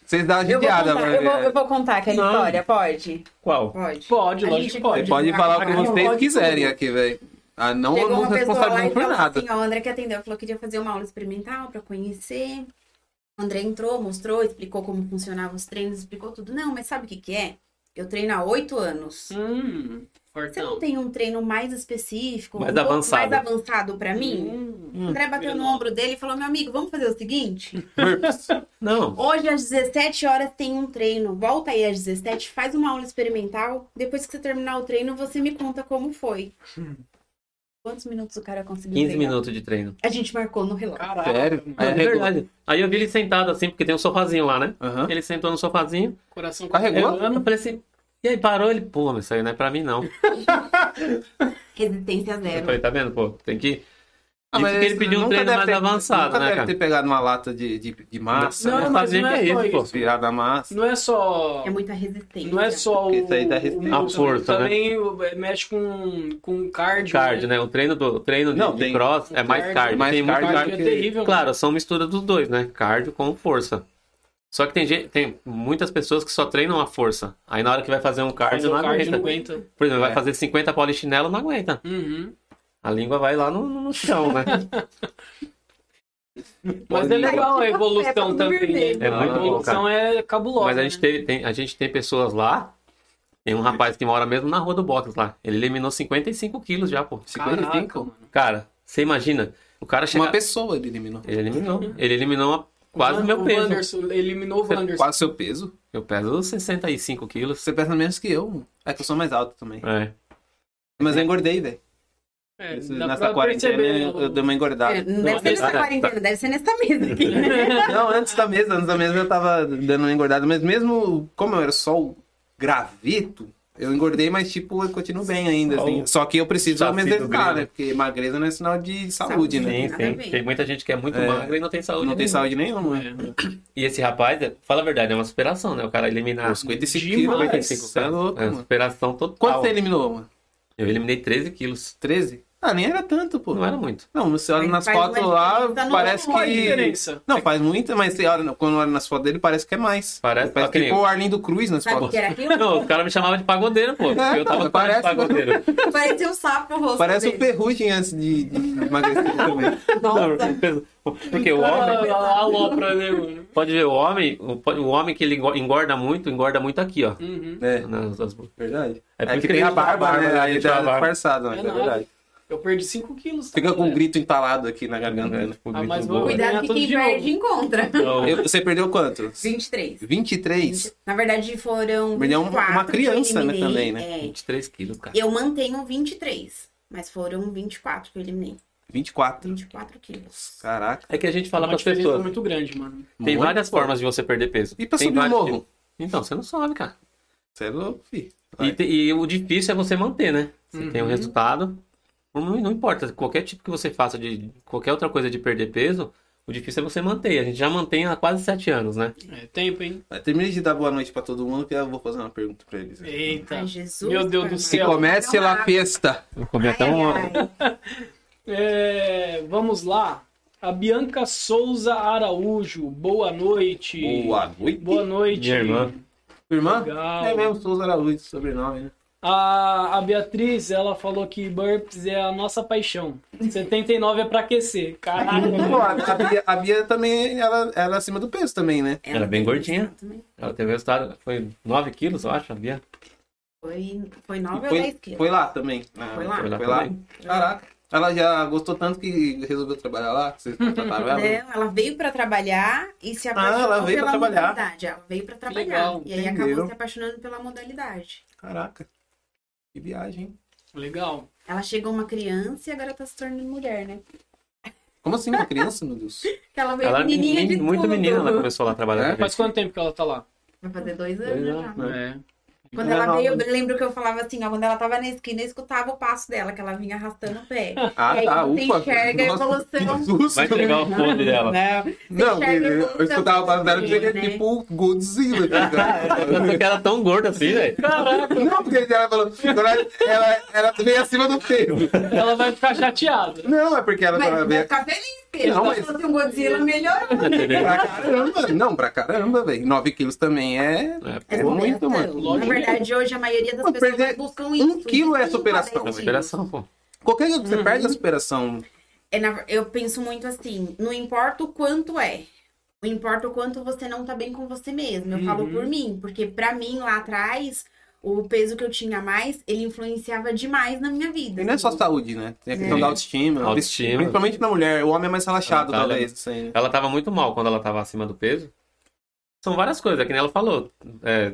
A: Vocês dão uma
C: Eu vou,
A: judiada pra
C: contar, eu, vou, eu
A: ver.
C: vou contar aquela
D: Não.
C: história, pode?
D: Qual?
C: Pode.
B: Pode, lógico
C: A
B: que
C: gente
B: pode.
C: pode-
A: Pode falar o que
C: Não,
A: vocês
C: pode
A: quiserem
C: tudo.
A: aqui, velho. Ah, não
C: Chegou
A: não
C: uma pessoa lá
A: responsabilizo
C: e
A: por
C: falou
A: nada.
C: assim, ó, o André que atendeu, falou que queria fazer uma aula experimental pra conhecer. O André entrou, mostrou, explicou como funcionavam os treinos, explicou tudo. Não, mas sabe o que que é? Eu treino há oito anos.
B: Hum,
C: Você não
B: fortão.
C: tem um treino mais específico,
D: Mais
C: um pouco
D: avançado.
C: mais avançado pra mim?
B: Hum.
C: O André bateu no ombro dele e falou: Meu amigo, vamos fazer o seguinte?
A: Burps.
D: Não.
C: Hoje às 17 horas tem um treino. Volta aí às 17, faz uma aula experimental. Depois que você terminar o treino, você me conta como foi. Quantos minutos o cara conseguiu?
D: 15
C: treinar?
D: minutos de treino.
C: A gente marcou no relógio.
B: Caraca,
A: Sério?
B: mano.
A: Aí
D: É
A: arregou.
D: verdade. Aí eu vi ele sentado assim, porque tem um sofazinho lá, né?
A: Aham.
D: Ele sentou no sofazinho.
B: Coração
A: Carregou?
D: Eu
B: correndo.
D: falei assim. E aí parou ele, pô, mas isso aí não é pra mim, não. Eu
C: Resistência zero.
D: falei, tá vendo, pô? Tem que. Ah, mas ele pediu um
A: É. nunca
D: treino
A: deve
D: mais
A: ter-
D: avançado,
A: nunca
D: né,
A: deve
D: cara?
A: ter pegado uma lata de, de, de massa,
B: Não,
A: né?
B: mas
D: fazia
B: não é
D: que é
B: só
D: isso, pô.
B: isso.
A: Virar da massa.
B: Não é só.
C: É muita resistência.
B: Não é só o.
A: Porque isso aí dá respeito.
B: o-
D: A força, né?
B: Também o- mexe com, com cardio.
A: um
D: Cardio, né? O treino do o treino de-
A: Não,
D: de
A: tem-
D: cross é
B: Com
D: mais cardio.
A: mais
D: tem muito
A: cardio.
D: cardio.
B: Cardio é
A: que-
B: terrível.
D: né? Claro, são mistura dos dois, né? Cardio com força. Só que tem, gente, tem muitas pessoas que só treinam a força. Aí na hora que vai fazer um cardio,
B: Fazer o
D: não,
B: cardio
D: aguenta.
B: não aguenta.
D: Por exemplo,
A: É.
D: vai fazer 50 polichinelo, não aguenta.
B: Uhum.
D: A língua vai lá no, no chão, né?
B: Mas
A: Pode-
B: é legal a
C: É pra
B: evolução
C: não
B: também. Né?
C: perder.
D: É muito
B: a
D: bom,
B: evolução é cabulosa.
D: Mas a gente,
B: né?
D: teve, tem, a gente tem pessoas lá. Tem um rapaz que mora mesmo na rua do box lá. Ele eliminou 55 quilos já, pô.
A: 55?
B: Caraca, mano.
D: Cara, você imagina? O cara chega...
A: Uma pessoa ele eliminou.
D: Ele eliminou. Ele eliminou uma- quase o
B: Van-
D: meu peso.
B: Wanderson, eliminou o Wanderson.
A: Quase seu peso.
D: Eu peso 65 quilos.
A: Você pesa menos que eu. É que eu sou mais alto também.
D: É.
A: Mas eu engordei, velho.
B: É,
A: Isso,
B: dá
A: Nessa
B: pra
A: quarentena
B: perceber,
A: eu,
B: né,
A: eu dei uma engordada.
C: É, não
B: Não,
C: deve ser nessa
D: tá, tá.
C: quarentena, deve ser nessa mesa aqui, né?
A: Não, antes da mesa, antes da mesa eu tava dando uma engordada, mas mesmo como eu era só o graveto, eu engordei, mas tipo, eu continuo bem ainda,
D: Só
A: assim.
D: o
A: Só que eu preciso
D: saci
A: me
D: do
A: exercitar,
D: grilo.
A: né? Porque magreza não é sinal de saúde, né?
D: Sim,
C: Nada a
D: sim.
C: ver.
D: Tem muita gente que é muito
A: É.
D: magra e não tem saúde.
A: Não tem
D: nenhuma.
A: saúde nenhuma. né?
D: E esse rapaz, é- fala a verdade, é uma superação, né? O cara eliminar
A: Pô, 55
B: demais.
A: quilos,
D: 55
A: Você é louco,
D: é uma
A: mano.
D: superação total.
A: Quanto você eliminou, mano?
D: Eu eliminei 13 quilos.
A: 13? Ah, nem era tanto, pô.
D: Não era muito.
A: Não, você olha
C: Mas
A: nas
C: faz uma
A: fotos lá,
C: diferença tá no né?
A: parece
C: tamanho.
B: Qual a
A: que...
B: diferença?
A: Não, faz muito, mas você olha, quando olha nas fotos dele, parece que é mais.
D: Parece-
A: parece
D: ó, que nem
A: tipo
D: eu.
A: o Arlindo Cruz nas
C: Sabe o
A: fotos.
B: é
C: que era aquilo?
D: Não, o cara me chamava de pagodeiro, pô. porque eu tava
A: não,
D: quase
A: parece,
D: de
A: né? não.
D: pagodeiro.
C: Parecia um sapo o rosto
A: Parece o
C: dele.
A: Ferrugem antes de, de emagrecer também.
D: Não, porque o homem,
B: Ela alopra, né, mano?
D: pode ver, o homem, o, pode- o homem que ele engo- engorda muito, engorda muito aqui, ó.
B: Uhum.
A: É.
D: Nas- nas-
A: Verdade.
D: É
A: É,
D: por isso
A: que
D: que
A: tem a
D: ele
A: barba,
D: barba,
A: né?
D: né?
A: Aí
D: Ele tem
A: dá
D: a barba.
A: disfarçado,
B: É
A: mas é
B: nada.
A: verdade.
B: Eu perdi 5 quilos.
A: Fica com um
B: né?
A: grito entalado aqui na garganta.
D: né,
A: né?
D: tipo,
B: Ah, mas
D: muito
B: vou-
D: boa.
B: Ganhar
C: Cuidado que
B: tudo
C: quem
B: de novo.
C: perde encontra.
D: Então,
A: Eu- você perdeu quanto?
C: 23.
A: 23?
C: Na verdade, foram.
A: Mas é uma-
C: 24
A: uma criança,
C: que eu
A: né, também,
C: eliminei.
A: né?
C: É.
D: 23 quilos, cara.
C: Eu mantenho 23, mas foram 24 que eu eliminei.
A: 24.
C: 24 quilos.
A: Caraca.
D: É que a gente
B: É
D: fala
B: uma
D: pras
B: diferença
D: pessoas.
B: muito grande, mano.
D: Tem
A: Muito
D: várias
A: forte.
D: formas de você perder peso.
A: E pra
D: Tem
A: subir o
D: vários
A: morro?
D: tipos. Então, você não sobe, cara.
A: Você é louco, filho.
D: E,
A: Vai.
D: te- e o difícil é você manter, né? Você
B: Uhum.
D: tem um resultado. Não, não importa, qualquer tipo que você faça de qualquer outra coisa de perder peso, o difícil é você manter. A gente já mantém há quase sete anos, né?
B: É tempo, hein?
A: Vai, Termina de dar boa noite pra todo mundo que eu vou fazer uma pergunta pra eles.
B: Eita.
C: Ai, Jesus.
B: Tá. Meu Deus do
C: amado.
A: Que
B: céu.
A: comece
C: Então,
A: lá
C: a-
A: festa.
D: Eu
C: Ai,
D: comi
C: ai, ai.
B: É, vamos lá. A Bianca Souza Araújo. Boa noite.
A: Boa noite.
B: Boa noite.
D: Minha irmã.
A: Irmã?
B: Legal.
A: É mesmo, Souza Araújo, sobrenome, né?
B: A, a Beatriz, ela falou que burpees é a nossa paixão. 79 é pra aquecer. Caraca.
A: Pô, a, a Bia, a Bia também, ela, ela é acima do peso também, né?
C: É
D: Era bem gordinha.
C: um Também.
D: Ela teve um resultado, foi 9 quilos, eu acho, a Bia.
C: Foi, foi
A: E
C: 9 ou 10
A: Foi,
C: quilos.
A: foi lá também. na-
C: Foi lá.
D: Foi lá
A: Ah, Foi lá.
D: também.
A: Caraca. Ela já gostou tanto que resolveu trabalhar lá. Vocês contrataram ela? né?
C: Não, Né? ela veio pra trabalhar e se apaixonou
A: Ah, ela veio pra
C: pela
A: trabalhar.
C: modalidade. Ela veio pra trabalhar.
B: legal,
C: e aí
A: entendeu?
C: acabou se apaixonando pela modalidade.
A: Caraca. Que viagem, hein?
B: Legal.
C: Ela chegou uma criança e agora tá se tornando mulher, né?
A: Como assim uma criança, meu Deus?
C: Porque ela veio
D: Ela era
C: menininha de
D: menina, muito
C: tudo.
D: menina, ela começou lá a trabalhar.
A: É?
D: com a
B: Faz
D: gente.
B: quanto tempo que ela tá lá?
C: Vai fazer dois anos
D: Dois
C: já.
D: anos, né?
B: É.
C: Quando
A: Não é
C: ela
A: nova,
C: veio,
A: né?
C: eu lembro que eu falava assim, ó, quando ela tava na esquina, eu escutava o passo dela, que ela vinha arrastando o pé.
A: Ah,
C: E aí
A: tá,
C: É, você
A: ufa.
C: enxerga a
A: Nossa, que
C: evolução. né?
A: susto.
D: Vai entregar o podre dela.
C: Não,
A: Não,
C: Você enxerga a
A: eu, eu
C: evolução
A: escutava o passo dela e
C: também,
A: cheguei
C: né?
A: tipo o Godzilla. tá ligado?
D: Tanto que ela é tão gorda assim, velho.
A: Não, porque ela falou. quando Ela, ela, ela veio acima do peso.
B: Ela vai ficar chateada.
A: Não, é porque ela,
C: mas
A: ela
C: vai
A: veio.
C: ficar feliz, porque
A: Não,
C: não,
A: mas- é
C: se um Godzilla melhorou.
A: Pra caramba. Não, pra caramba, velho. 9 quilos também é.
D: É,
C: É
A: É muito,
C: superação.
A: mano.
C: Na verdade, hoje a maioria das
A: Pô,
C: pessoas
A: perder
C: buscam
A: um
C: isso. um
A: quilo é
C: cinco a
A: superação.
C: dez quilos.
D: superação, pô.
A: Qualquer coisa que você perde a superação.
C: É na- eu penso muito assim, não importa o quanto é, não importa o quanto você não tá bem com você mesmo. Eu falo
B: Uhum.
C: por mim, porque pra mim lá atrás, o peso que eu tinha a mais, ele influenciava demais na minha vida.
A: E não é só
C: assim.
A: saúde, né? Tem a questão
D: É.
A: da autoestima.
D: Autoestima.
A: Principalmente na mulher. O homem é mais relaxado,
D: Ah, tá,
A: talvez. Assim.
D: Ela tava muito mal quando ela tava acima do peso. São várias coisas, é que nem ela falou. É,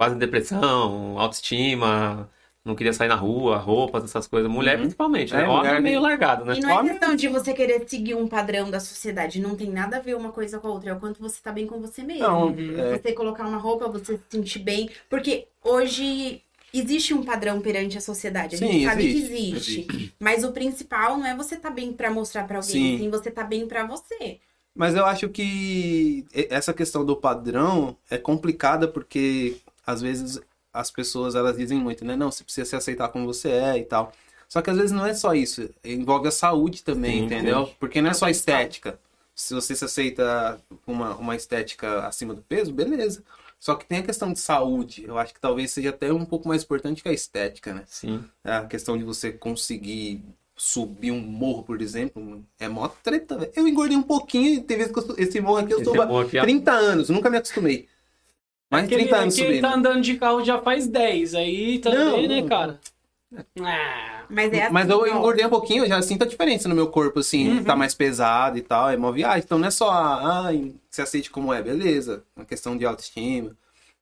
D: quase depressão, autoestima, não queria sair na rua, roupas, essas coisas. Mulher
A: Uhum.
D: principalmente,
A: É,
D: né? Homem
A: mulher-
D: é meio largado, né?
C: E não é
A: Homem-
C: questão de você querer seguir um padrão da sociedade, não tem nada a ver uma coisa com a outra, é o quanto você tá bem com você mesmo.
A: Não,
B: Uhum.
A: Então, é,
C: Você colocar uma roupa, você se sentir bem, porque hoje Existe um padrão perante a sociedade, a
A: Sim,
C: gente sabe que
A: existe,
C: existe, Mas o principal não é você tá bem pra mostrar pra
A: Sim.
C: alguém, sim você tá bem pra você.
A: Mas eu acho que e- essa questão do padrão é complicada porque às vezes as pessoas elas dizem muito, né? Não, você precisa se aceitar como você é e tal. Só que às vezes não é só isso, envolve a saúde também,
D: Sim,
A: entendeu? Porque não é
C: A
A: só
C: saúde.
A: estética. Se você se aceita com uma, uma estética acima do peso, beleza. Só que tem a questão de saúde. Eu acho que talvez seja até um pouco mais importante que a estética, né?
D: Sim.
A: A questão de você conseguir subir um morro, por exemplo, é mó treta, velho. Eu engordei um pouquinho e teve vezes que eu, su- esse morro aqui eu
D: Esse é
A: subo há
D: amor aqui, ó.
A: 30 anos, nunca me acostumei. Mais de
B: Aquele,
A: 30 É anos
B: aquele
A: subindo.
B: tá andando de carro já faz 10, aí também,
A: Não,
B: né,
A: não.
B: cara? Ah,
C: Mas é assim,
A: Mas eu
C: ó,
A: engordei um pouquinho, eu já sinto a diferença no meu corpo, assim, tá mais pesado e tal, é mó viagem. Então não é só, ah, ai, se aceite como é, beleza. Uma questão de autoestima,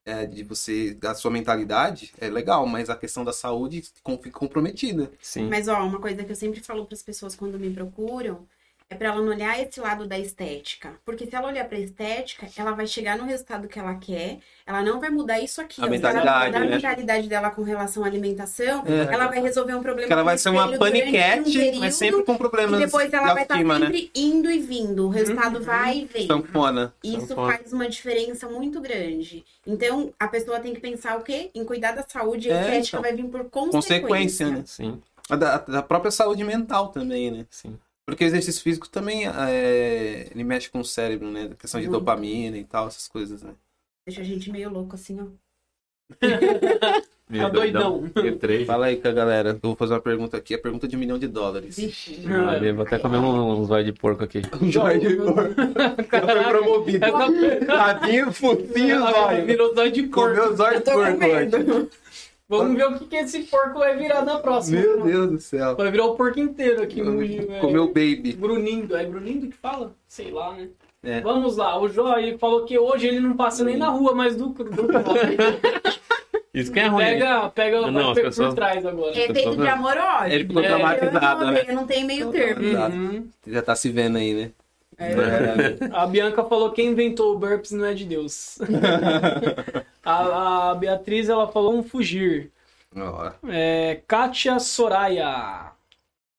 A: é, de você, da sua mentalidade, é legal, mas a questão da saúde com- fica comprometida.
D: Sim.
C: Mas, ó, uma coisa que eu sempre falo pras pessoas quando me procuram é pra ela não olhar esse lado da estética. Porque se ela olhar pra estética, ela vai chegar no resultado que ela quer, ela não vai mudar isso aqui.
A: A
C: ó. Se ela
A: mentalidade,
C: mudar
A: né?
C: a mentalidade dela com relação à alimentação,
A: É.
C: ela vai resolver um problema.
A: Porque ela
C: com
A: vai
C: o
A: ser uma
C: espelho durante um
A: paniquete,
C: período,
A: mas sempre com problemas
C: E depois ela
A: de
C: vai estar
A: autoestima, né? Uhum. Então,
C: sempre indo e vindo. O resultado vai e vem.
A: Sanfona.
C: Isso
D: Concordo.
C: faz uma diferença muito grande. Então, a pessoa tem que pensar o quê? Em cuidar da saúde, e
A: É,
C: a estética
A: então.
C: vai vir por
A: Consequência, né?
D: Sim,
A: A Da, da própria saúde mental também, né?
D: sim.
A: Porque o exercício físico também é, ele mexe com o cérebro, né? A questão de
C: Muito.
A: dopamina e tal, essas coisas, né?
C: Deixa a gente meio louco assim, ó.
D: Meio
B: doidão.
D: Meio três.
A: Fala aí, galera. Eu vou fazer uma pergunta aqui. A pergunta de um milhão de dólares.
C: Vixe.
B: Não,
D: Ah, Vou até
C: é
D: comer um- uns olhos de porco aqui.
B: Caraca.
A: promovido.
B: Essa-
A: Tadinho, focinho,
B: Agora virou dói de corpo.
A: Comeu os olhos
C: Eu tô com medo.
B: Vamos ver o que, que esse porco vai virar na próxima.
A: Meu Deus do céu.
B: Vai virar o porco inteiro aqui no velho.
A: Comeu o baby.
B: Brunindo. É Brunindo que fala? Sei lá, né?
A: É. Hum.
B: Vamos lá. O Jó, ele falou que hoje ele não passa nem na rua mais do grupo.
D: Isso que é ruim. né?
B: Pega, pega
D: Não,
B: vai
D: as
B: pe-
D: pessoas-
B: por trás agora.
C: É feito de amor ou ódio.
A: Ele ficou
C: É,
A: traumatizado,
C: eu não-
A: né?
C: Eu não tenho meio termo. É.
B: Uhum.
A: Já tá se vendo aí, né?
D: É.
B: A Bianca falou que quem inventou o burps não é de Deus. a, a Beatriz, ela falou um fugir.
A: Ó,
B: É, Kátia Soraya.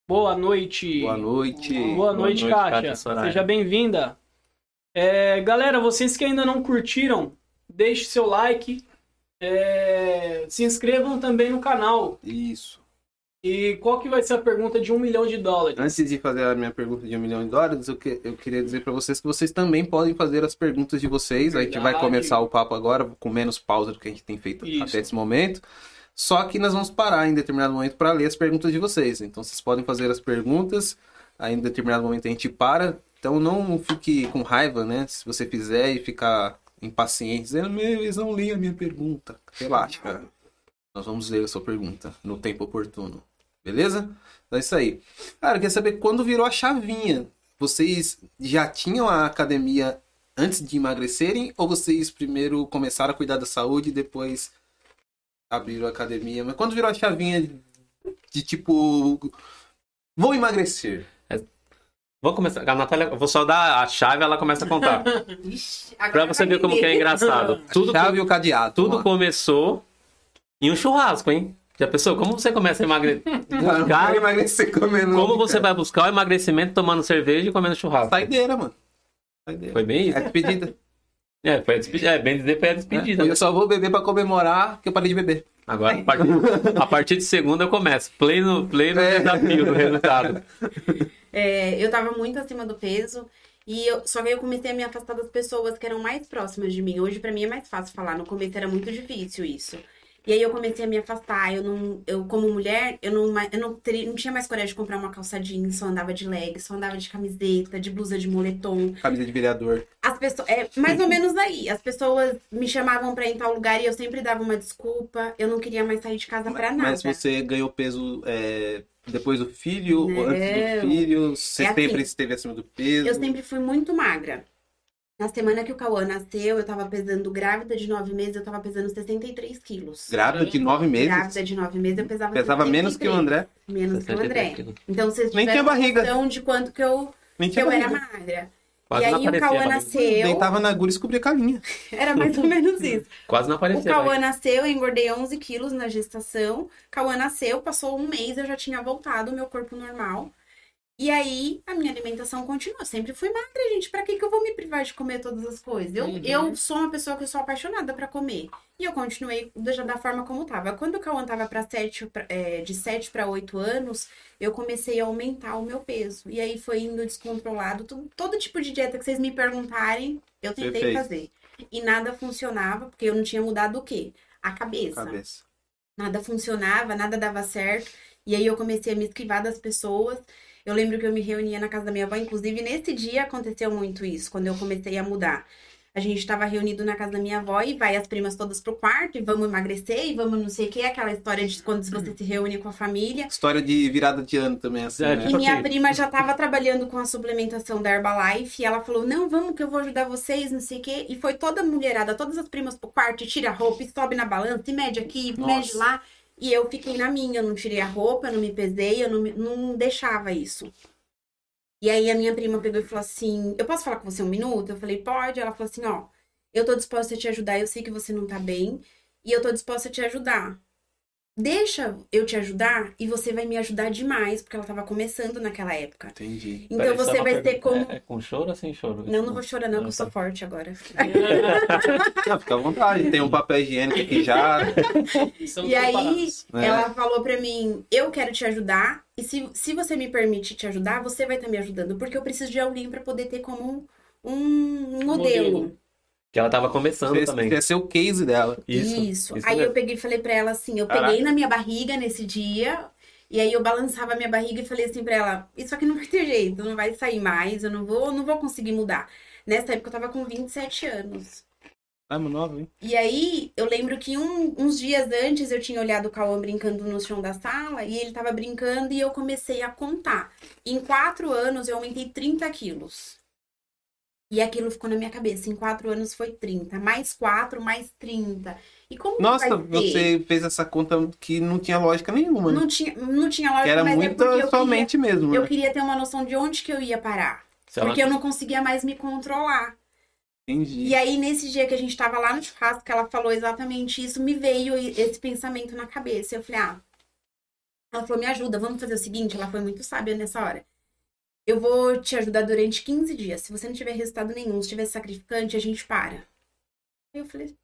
B: Boa noite.
A: boa noite.
B: Boa noite,
D: noite,
B: Kátia.
D: Kátia Soraya.
B: Seja bem-vinda. É, galera, vocês que ainda não curtiram, deixe seu like. é, se inscrevam também no canal.
A: Isso.
B: E qual que vai ser a pergunta de um milhão de dólares?
A: Antes de fazer a minha pergunta de um milhão de dólares, eu, que- eu queria dizer pra vocês que vocês também podem fazer as perguntas de vocês. A gente vai
B: Verdade.
A: começar o papo agora com menos pausa do que a gente tem feito
B: Isso.
A: até esse momento. Só que nós vamos parar em determinado momento para ler as perguntas de vocês. Então vocês podem fazer as perguntas, aí em determinado momento a gente para. Então não fique com raiva, né? Se você fizer e ficar impaciente, dizendo, meu, eles não leem a minha pergunta. Relaxa, cara. Nós vamos ler a sua pergunta no tempo oportuno. Beleza? Então é isso aí. Cara, eu queria saber quando virou a chavinha. Vocês já tinham a academia antes de emagrecerem? Ou vocês primeiro começaram a cuidar da saúde e depois abriram a academia? Mas quando virou a chavinha de tipo. Vou emagrecer.
D: Vou começar. A Natália, eu vou só dar a chave ela começa a contar.
C: É. Ixi, agora
D: pra você
C: vai
D: ver como que é engraçado. Tudo,
A: Chave e o cadeado.
D: tudo
A: com...
D: começou em um churrasco, hein? Já pensou? Como você começa a emagrecer?
A: Não, não
D: Cara,
A: quero emagrecer comendo.
D: Como você vai buscar o emagrecimento tomando cerveja e comendo churrasco?
A: tá? Saideira, mano. Saideira.
D: Foi bem isso?
A: É despedida.
D: É, foi a despedida. É, bem dizer, foi a despedida.
A: Eu só vou beber pra comemorar que eu parei de beber.
D: Agora, a partir, a partir de segunda eu começo. Play no, play no
A: É.
D: desafio do resultado.
C: É, eu tava muito acima do peso. E eu, só que aí eu comecei a me afastar das pessoas que eram mais próximas de mim. Hoje, pra mim, é mais fácil falar. No começo era muito difícil isso. E aí eu comecei a me afastar. Eu não, eu, como mulher, eu não, ma- eu não, teria, não tinha mais coragem de comprar uma calça jeans, só andava de leggings, só andava de camiseta, de blusa de moletom.
A: Camisa de vereador.
C: As pessoas, é mais ou menos aí. As pessoas me chamavam pra ir em tal lugar e eu sempre dava uma desculpa. Eu não queria mais sair de casa pra nada.
A: Mas você ganhou peso é, depois do filho, ou antes do
C: Não.
A: filho? Você
C: É assim.
A: sempre esteve acima do peso?
C: Eu sempre fui muito magra. Na semana que o Cauã nasceu, eu tava pesando grávida de 9 meses, eu tava pesando 63 quilos.
A: Grávida de nove meses?
C: Grávida de 9 meses, eu pesava
A: Pesava menos que o
C: 63,
A: André.
C: Menos que o André.
D: 63 quilos.
C: Então vocês
A: Nem tinha
C: tiveram
A: barriga.
C: noção de quanto que eu,
A: Nem
C: que
A: tinha
C: eu era
A: barriga.
C: magra.
D: Quase
C: e aí
D: não
C: o
D: aparecia.
C: Cauã
D: ela.
C: nasceu.
A: Deitava na agulha e descobria com a linha.
C: Era mais ou menos isso.
D: Quase
C: O
D: não aparecia.
C: Cauã nasceu, eu engordei 11 quilos na gestação. Cauã nasceu, passou um mês, eu já tinha voltado ao meu corpo normal. E aí, a minha alimentação continua. Eu sempre fui magra, gente. Pra que, que eu vou me privar de comer todas as coisas? Eu,
B: Uhum.
C: eu sou uma pessoa que eu sou apaixonada pra comer. E eu continuei da, da forma como tava. Quando o Cauã tava pra sete, pra- é, de 7 para 8 anos, eu comecei a aumentar o meu peso. E aí foi indo descontrolado. Tu- Todo tipo de dieta que vocês me perguntarem, eu tentei
A: Perfeito.
C: fazer. E nada funcionava, porque eu não tinha mudado o quê? A cabeça.
A: Cabeça.
C: Nada funcionava, nada dava certo. E aí eu comecei a me esquivar das pessoas. Eu lembro que eu me reunia na casa da minha avó, inclusive nesse dia aconteceu muito isso, quando eu comecei a mudar. A gente estava reunido na casa da minha avó e vai as primas todas pro quarto e vamos emagrecer e vamos não sei o que, aquela história de quando você se reúne com a família.
A: História de virada de ano também, assim,
D: É,
A: né?
C: E
D: Tipo
C: minha
D: assim.
C: prima já tava trabalhando com a suplementação da Herbalife e ela falou: Não, vamos que eu vou ajudar vocês, não sei o quê. E foi toda a mulherada, todas as primas pro quarto, e tira a roupa, e sobe na balança, e mede aqui, e
A: Nossa.
C: mede lá. E eu fiquei na minha, eu não tirei a roupa, eu não me pesei, eu não, me- não deixava isso. E aí a minha prima pegou e falou assim: Eu posso falar com você um minuto? Eu falei: Pode. Ela falou assim: Ó, eu tô disposta a te ajudar, eu sei que você não tá bem, e eu tô disposta a te ajudar. Deixa eu te ajudar e você vai me ajudar demais, porque ela tava começando naquela época.
A: Entendi.
C: Então
D: Peraí, só
C: você
D: uma
C: vai ser
D: pergunta.
C: como.
D: É, é com choro ou sem choro?
C: Não, não vou chorar, não, que eu sou
D: tá.
C: forte agora.
A: Ah, fica à vontade. Tem um papel higiênico aqui já.
B: Estamos
C: E aí,
B: preparados.
D: É.
A: né?
C: Ela falou pra mim: eu quero te ajudar, e se, se você me permite te ajudar, você vai estar me ajudando, porque eu preciso de alguém pra poder ter como um, um modelo.
B: Modelo.
D: Que ela tava começando
A: Esse-
D: também.
A: Esse é o case dela.
D: Isso.
C: Aí
D: mesmo.
C: eu peguei e falei pra ela assim, eu
A: Caraca.
C: peguei na minha barriga nesse dia, e aí eu balançava a minha barriga e falei assim pra ela, isso aqui não vai ter jeito, não vai sair mais, eu não vou, eu não vou conseguir mudar. Nessa época eu tava com 27 anos.
A: Ah, meu nove, hein?
C: E aí, eu lembro que um- uns dias antes eu tinha olhado o Cauã brincando no chão da sala e ele tava brincando e eu comecei a contar. Em quatro anos eu aumentei 30 quilos. E aquilo ficou na minha cabeça. Em quatro anos foi 30. Mais quatro, mais 30. E como que
A: Nossa,
C: vai ter?
A: você fez essa conta que não tinha lógica nenhuma, né?
C: Não tinha, não tinha lógica,
A: Que era
C: mas é
A: muito
C: porque eu
A: somente mesmo.
C: queria, eu
A: né?
C: queria ter uma noção de onde que eu ia parar.
D: Se ela-
C: Porque eu não conseguia mais me controlar.
A: Entendi.
C: E aí, nesse dia que a gente tava lá no churrasco, que ela falou exatamente isso, me veio esse pensamento na cabeça. Eu falei, ah. Ela falou, me ajuda, vamos fazer o seguinte. Ela foi muito sábia nessa hora. Eu vou te ajudar durante 15 dias. Se você não tiver resultado nenhum, se tiver sacrificante, a gente para. Aí eu falei,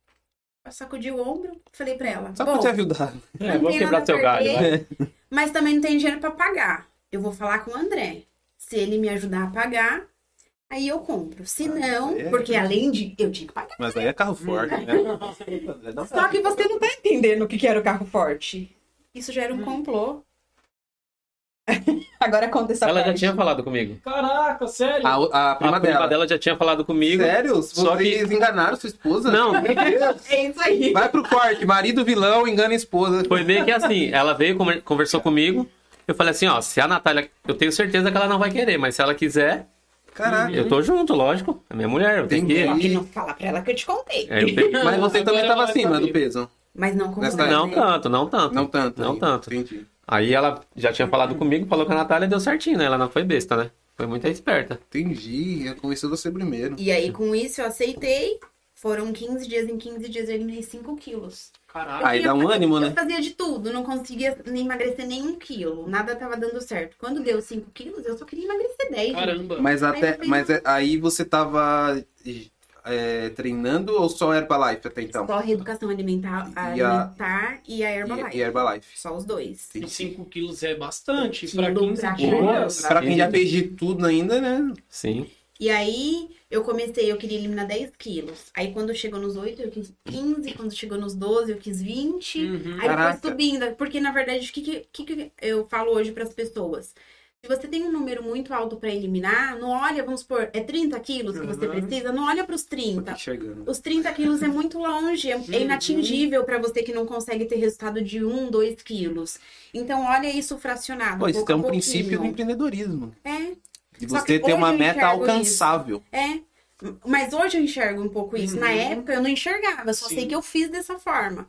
C: eu sacudi o ombro, falei pra ela.
A: Só
C: bom,
A: pra te ajudar.
D: É,
C: não
D: vou
C: tem
D: quebrar
C: nada
D: seu
C: a
D: galho. né?"
C: perder.
D: vai.
C: Mas também não tem dinheiro pra pagar. Eu vou falar com o André. Se ele me ajudar a pagar, aí eu compro.
D: Ah,
C: Se não,
A: é-
C: porque além de eu tinha que pagar.
A: Mas aí é carro forte, né?
C: Só que você não tá entendendo o que que era o carro forte. Isso já era um complô. Agora conta essa
D: Ela já
C: parte.
D: tinha falado comigo.
B: Caraca, sério?
A: A, a prima
D: a prima
A: dela.
D: já tinha falado comigo.
A: Sério?
D: Só
A: Vocês enganaram sua esposa?
D: Não.
A: Meu Deus.
C: É isso aí.
A: Vai pro corte. Marido vilão engana a esposa.
D: Foi meio que assim. Ela veio, conver- conversou comigo. Eu falei assim, ó, se a Natália... Eu tenho certeza que ela não vai querer, mas se ela quiser,
A: Caraca.
D: eu tô junto, lógico. É minha mulher, eu tenho que É. ir.
C: Só que não fala pra ela que eu te contei.
D: Aí eu peguei-
A: Mas você
B: Agora
A: também
B: ela
A: tava
D: é
B: vai
A: acima
B: saber.
A: do peso.
C: Mas não como
A: Nessa
C: ela,
D: Não
C: né?
D: tanto, não tanto.
A: Não tanto.
D: Não
A: hein?
D: tanto.
A: Entendi.
D: Aí ela já tinha falado comigo, falou que a Natália deu certinho, né? Ela não foi besta, né? Foi muito esperta.
A: Entendi. Eu convenceu você primeiro.
C: E aí, com isso, eu aceitei. Foram 15 dias. Em 15 dias, eu eliminei 5 quilos.
B: Caraca.
A: Aí dá um ânimo, né?
C: Eu fazia de tudo. Não conseguia nem emagrecer nem um quilo. Nada tava dando certo. Quando deu 5 quilos, eu só queria emagrecer 10. gente.
B: Caramba.
A: Mas
C: eu
A: até.
C: fiz
A: Mas é- aí você tava é, treinando ou só Herbalife até então?
C: Só reeducação alimentar,
A: E a-
C: alimentar e a Herbalife.
A: E, e Herbalife.
C: Só os dois.
A: Sim.
B: 5 quilos é bastante. Pra
C: Quilo
B: 15
C: pra
B: quilos.
C: caramba.
A: Pra quem já fez de tudo ainda, né?
D: Sim.
C: E aí, eu comecei, eu queria eliminar 10 quilos. Aí, quando chegou nos 8, eu quis 15. Quando chegou nos 12, eu quis 20.
B: Uhum.
C: Aí foi
A: Hum, Caraca.
C: subindo. Porque, na verdade, o que, que- que, que eu falo hoje para as pessoas? Se você tem um número muito alto para eliminar, não olha, vamos supor, é 30 quilos que você
B: Uhum.
C: precisa, não olha para os
A: Tô
C: 30.
A: aqui Tá enxergando.
C: Os 30 quilos é muito longe,
A: Uhum.
C: é é inatingível para você que não consegue ter resultado de 1, 2 quilos. Então, olha isso fracionado.
A: Pô, isso
C: pouco
A: é
C: a
A: um
C: pouquinho.
A: princípio do empreendedorismo.
C: É,
A: De
C: Só
A: você
C: que
A: ter uma
C: hoje eu
A: meta
C: enxergo
A: alcançável.
C: É. Mas hoje eu enxergo um pouco isso. Na época eu não enxergava, só sei
B: Uhum. Sim.
C: que eu fiz dessa forma.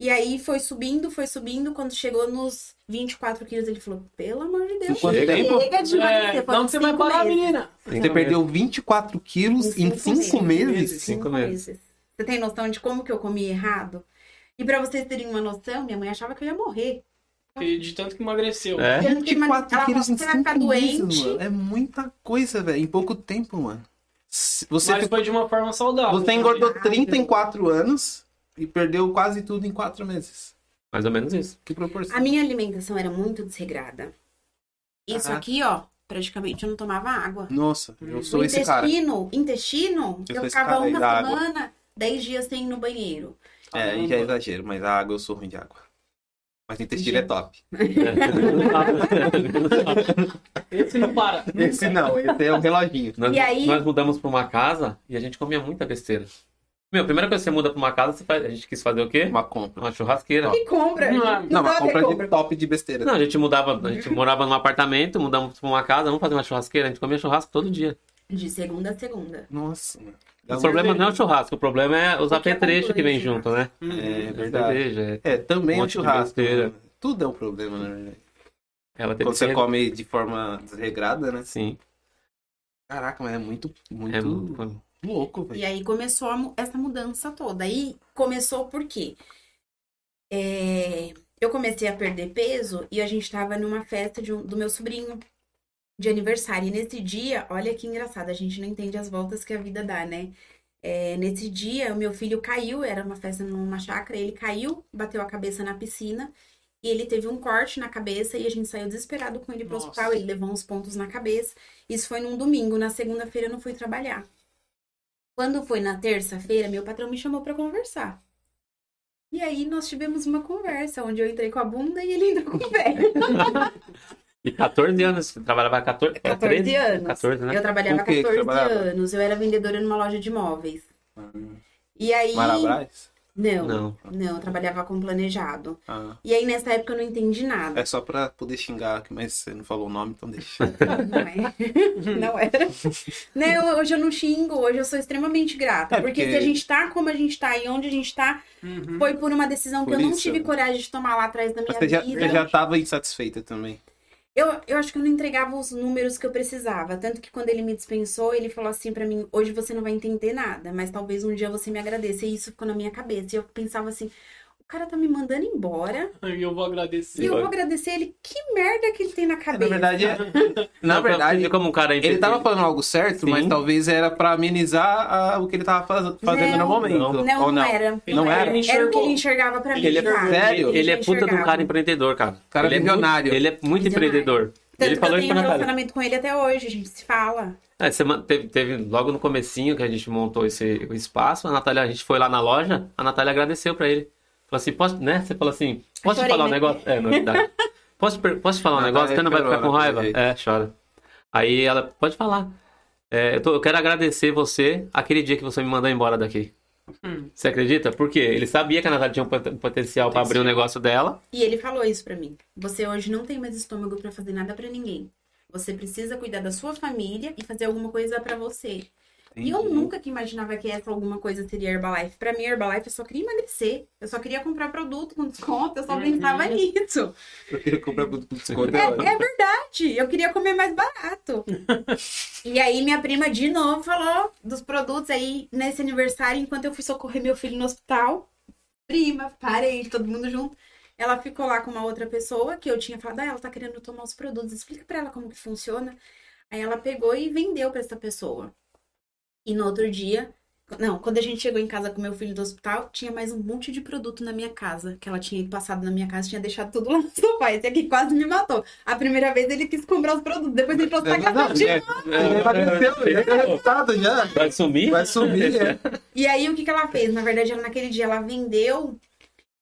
C: E aí foi subindo, foi subindo. Quando chegou nos 24 quilos, ele falou: pelo amor de Deus,
D: quanto tempo?
C: chega de
B: É,
C: emagrecer.
B: então
C: Foram
B: você vai
C: cinco
B: parar,
C: meses.
B: menina.
A: Você perdeu 24 quilos em 5 meses?
B: Cinco
C: Cinco
D: meses.
C: meses. Você tem noção de como que eu comi errado? E pra vocês terem uma noção, minha mãe achava que eu ia morrer.
B: E De tanto que emagreceu.
D: É.
C: Eu não tenho mais-
A: 24
C: ela
A: quilos em
C: falou, "Você vai
A: 5
C: ficar
A: meses,
C: doente."
A: mano. É muita coisa, velho. Em pouco tempo, mano. Se- Você,
B: Mas
A: ficou-
B: foi de uma forma saudável.
A: você engordou
C: errado.
A: 30 em 4 anos e perdeu quase tudo em 4 meses.
D: Mais ou menos isso.
A: Que proporção.
C: A minha alimentação era muito desregrada. Isso
A: Ah.
C: aqui, ó, praticamente eu não tomava água.
A: Nossa, eu sou
C: o
A: esse cara.
C: intestino, intestino,
A: Eu
C: eu,
A: sou esse
C: ficava
A: cara aí
C: uma
A: da água.
C: semana, dez dias sem ir no banheiro.
A: É, aí já é exagero, mas a água eu sou ruim de água. Mas intestino é top.
B: Esse não para.
A: Esse não, esse é um reloginho.
D: Nós,
C: E aí-
D: nós mudamos pra uma casa e a gente comia muita besteira. Meu, a primeira coisa que você muda pra uma casa, você faz- a gente quis fazer o quê?
A: Uma compra.
D: Uma churrasqueira.
C: E compra.
B: Não,
C: gente. é
A: Não, uma
C: Sabe,
A: compra de top de besteira.
D: Não, a gente mudava, a gente morava num apartamento, mudamos pra uma casa, vamos fazer uma churrasqueira, a gente comia churrasco todo dia.
C: De segunda a segunda.
A: Nossa, mano.
D: O problema não é o churrasco, o problema é os
C: O que
D: apetrechos que vem
C: acompanha o
D: junto, né?
B: Hum.
A: É
D: É
A: verdade.
D: cerveja, é-
A: É, também é
D: Um
A: o
D: monte de
A: churrasco.
D: besteira.
A: né? Tudo é um problema, na verdade.
D: Ela teve
A: Quando você
D: que-
A: come de forma desregrada, né?
D: Sim,
A: Caraca, mas é muito, muito
D: é muito...
A: louco, velho.
C: E aí começou a mu- essa mudança toda. Aí começou por quê? É, eu comecei a perder peso e a gente tava numa festa de um- do meu sobrinho de aniversário. E nesse dia, olha que engraçado, a gente não entende as voltas que a vida dá, né? É, nesse dia, o meu filho caiu, era uma festa numa chácara, ele caiu, bateu a cabeça na piscina e ele teve um corte na cabeça e a gente saiu desesperado com ele pro
B: Nossa.
C: hospital, ele levou uns pontos na cabeça. Isso foi num domingo, na segunda-feira eu não fui trabalhar. Quando foi na terça-feira, meu patrão me chamou pra conversar. E aí nós tivemos uma conversa, onde eu entrei com a bunda e ele entrou com o pé.
D: E 14 anos, você trabalhava 14,
C: 14
D: 13?
C: anos.
D: 14, É né?
C: Eu trabalhava
A: Com o que que
C: 14
A: trabalhava? Ah.
C: anos. Eu era vendedora numa loja de imóveis. E aí.
A: Marabras?
C: Não, não,
D: Não.
C: eu trabalhava com planejado.
A: Ah.
C: E aí nessa época eu não entendi nada.
A: É só pra poder xingar, aqui, mas você não falou o nome, então deixa.
C: Não é. Não era. Não, hoje eu não xingo, hoje eu sou extremamente grata.
A: É,
C: porque...
A: porque- Hum.
C: se a gente tá como a gente tá e onde a gente tá,
B: Uhum.
C: foi por uma decisão
A: Por
C: que eu não
A: isso.
C: tive coragem de tomar lá atrás da
A: Mas
C: minha
A: você já,
C: vida.
A: você já tava insatisfeita também.
C: Eu, eu acho que eu não entregava os números que eu precisava. Tanto que quando ele me dispensou, ele falou assim pra mim: hoje você não vai entender nada, mas talvez um dia você me agradeça. E isso ficou na minha cabeça. E eu pensava assim: o cara tá me mandando embora
B: E eu vou
C: e
B: agradecer.
C: eu
D: vai.
C: vou agradecer ele. Que merda que ele tem na
A: É,
C: cabeça.
A: na verdade, é- na
D: Não, pra
A: verdade
D: ver como um cara
A: ele tava falando algo certo,
D: Sim.
A: mas talvez era pra amenizar ah, o que ele tava faz- fazendo
C: Não.
A: no momento.
D: Não.
C: Não,
A: ou
C: não, é.
A: não?
C: era.
A: Não era?
B: Ele
C: Era o que
B: enxergou.
C: ele enxergava pra mim.
A: Ele é
C: cara.
A: sério?
D: Ele é puta de um
C: enxergava.
D: cara empreendedor, cara.
A: Cara
D: ele
A: visionário.
D: É muito, ele é muito
C: Visionário.
D: empreendedor.
C: Tanto
D: ele
C: que
D: falou
C: eu
D: isso pra
C: tenho um
D: Natália.
C: relacionamento com ele até hoje, a gente se fala.
D: É, semana- teve, teve logo no comecinho que a gente montou esse o espaço, a Natália, a gente foi lá na loja, a Natália agradeceu pra ele. Falou assim, posso, né? Você falou assim, posso te
C: Chorei,
D: falar um
C: né?
D: negócio? É, novidade. posso, te per- posso te falar um
A: Natália
D: negócio? Você não vai ficar com
A: chorou, né,
D: raiva?
A: pelo jeito.
D: É, chora. Aí ela, pode falar. É, eu, tô- eu quero agradecer você aquele dia que você me mandou embora daqui.
B: Hum.
D: Você acredita? Por quê? Ele sabia que a Natália tinha um pot- potencial pra abrir o negócio dela.
C: E ele falou isso pra mim. Você hoje não tem mais estômago pra fazer nada pra ninguém. Você precisa cuidar da sua família e fazer alguma coisa pra você. E eu nunca que imaginava que essa alguma coisa seria Herbalife. Pra mim, Herbalife, eu só queria emagrecer. Eu só queria comprar produto com desconto. Eu só
B: Uhum.
C: pensava nisso.
A: Eu queria comprar com desconto.
C: É, é verdade. Eu queria comer mais barato. e aí, minha prima, de novo, falou dos produtos. Aí, nesse aniversário, enquanto eu fui socorrer meu filho no hospital, prima, parente, todo mundo junto. Ela ficou lá com uma outra pessoa que eu tinha falado, ah, ela tá querendo tomar os produtos, explica pra ela como que funciona. Aí ela pegou e vendeu pra essa pessoa. E no outro dia, não, quando a gente chegou em casa com meu filho do hospital, tinha mais um monte de produto na minha casa, que ela tinha passado na minha casa, tinha deixado tudo lá no sofá. Esse aqui quase me matou. A primeira vez ele quis comprar os produtos, depois ele tá trouxe pra casa.
A: Não, é. já- já emagreceu, já deu resultado já.
D: Vai sumir?
A: Vai subir, é.
C: E aí, o que que ela fez? Na verdade, ela, naquele dia ela vendeu.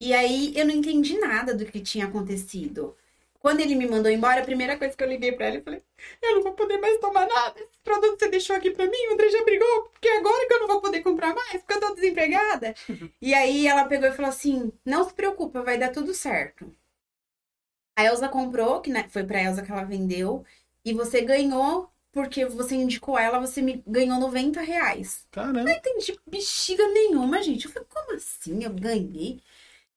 C: E aí, eu não entendi nada do que tinha acontecido. Quando ele me mandou embora, a primeira coisa que eu liguei pra ela, eu falei: Eu não vou poder mais tomar nada. Esse produto que você deixou aqui pra mim, o André já brigou, porque é agora que eu não vou poder comprar mais, porque eu tô desempregada. e aí, ela pegou e falou assim: Não se preocupa, vai dar tudo certo. A Elza comprou, que né, foi pra Elza que ela vendeu, e você ganhou, porque você indicou ela, você me ganhou 90 reais
A: Caramba.
C: entendi bexiga nenhuma, gente. Eu falei, como assim? Eu ganhei.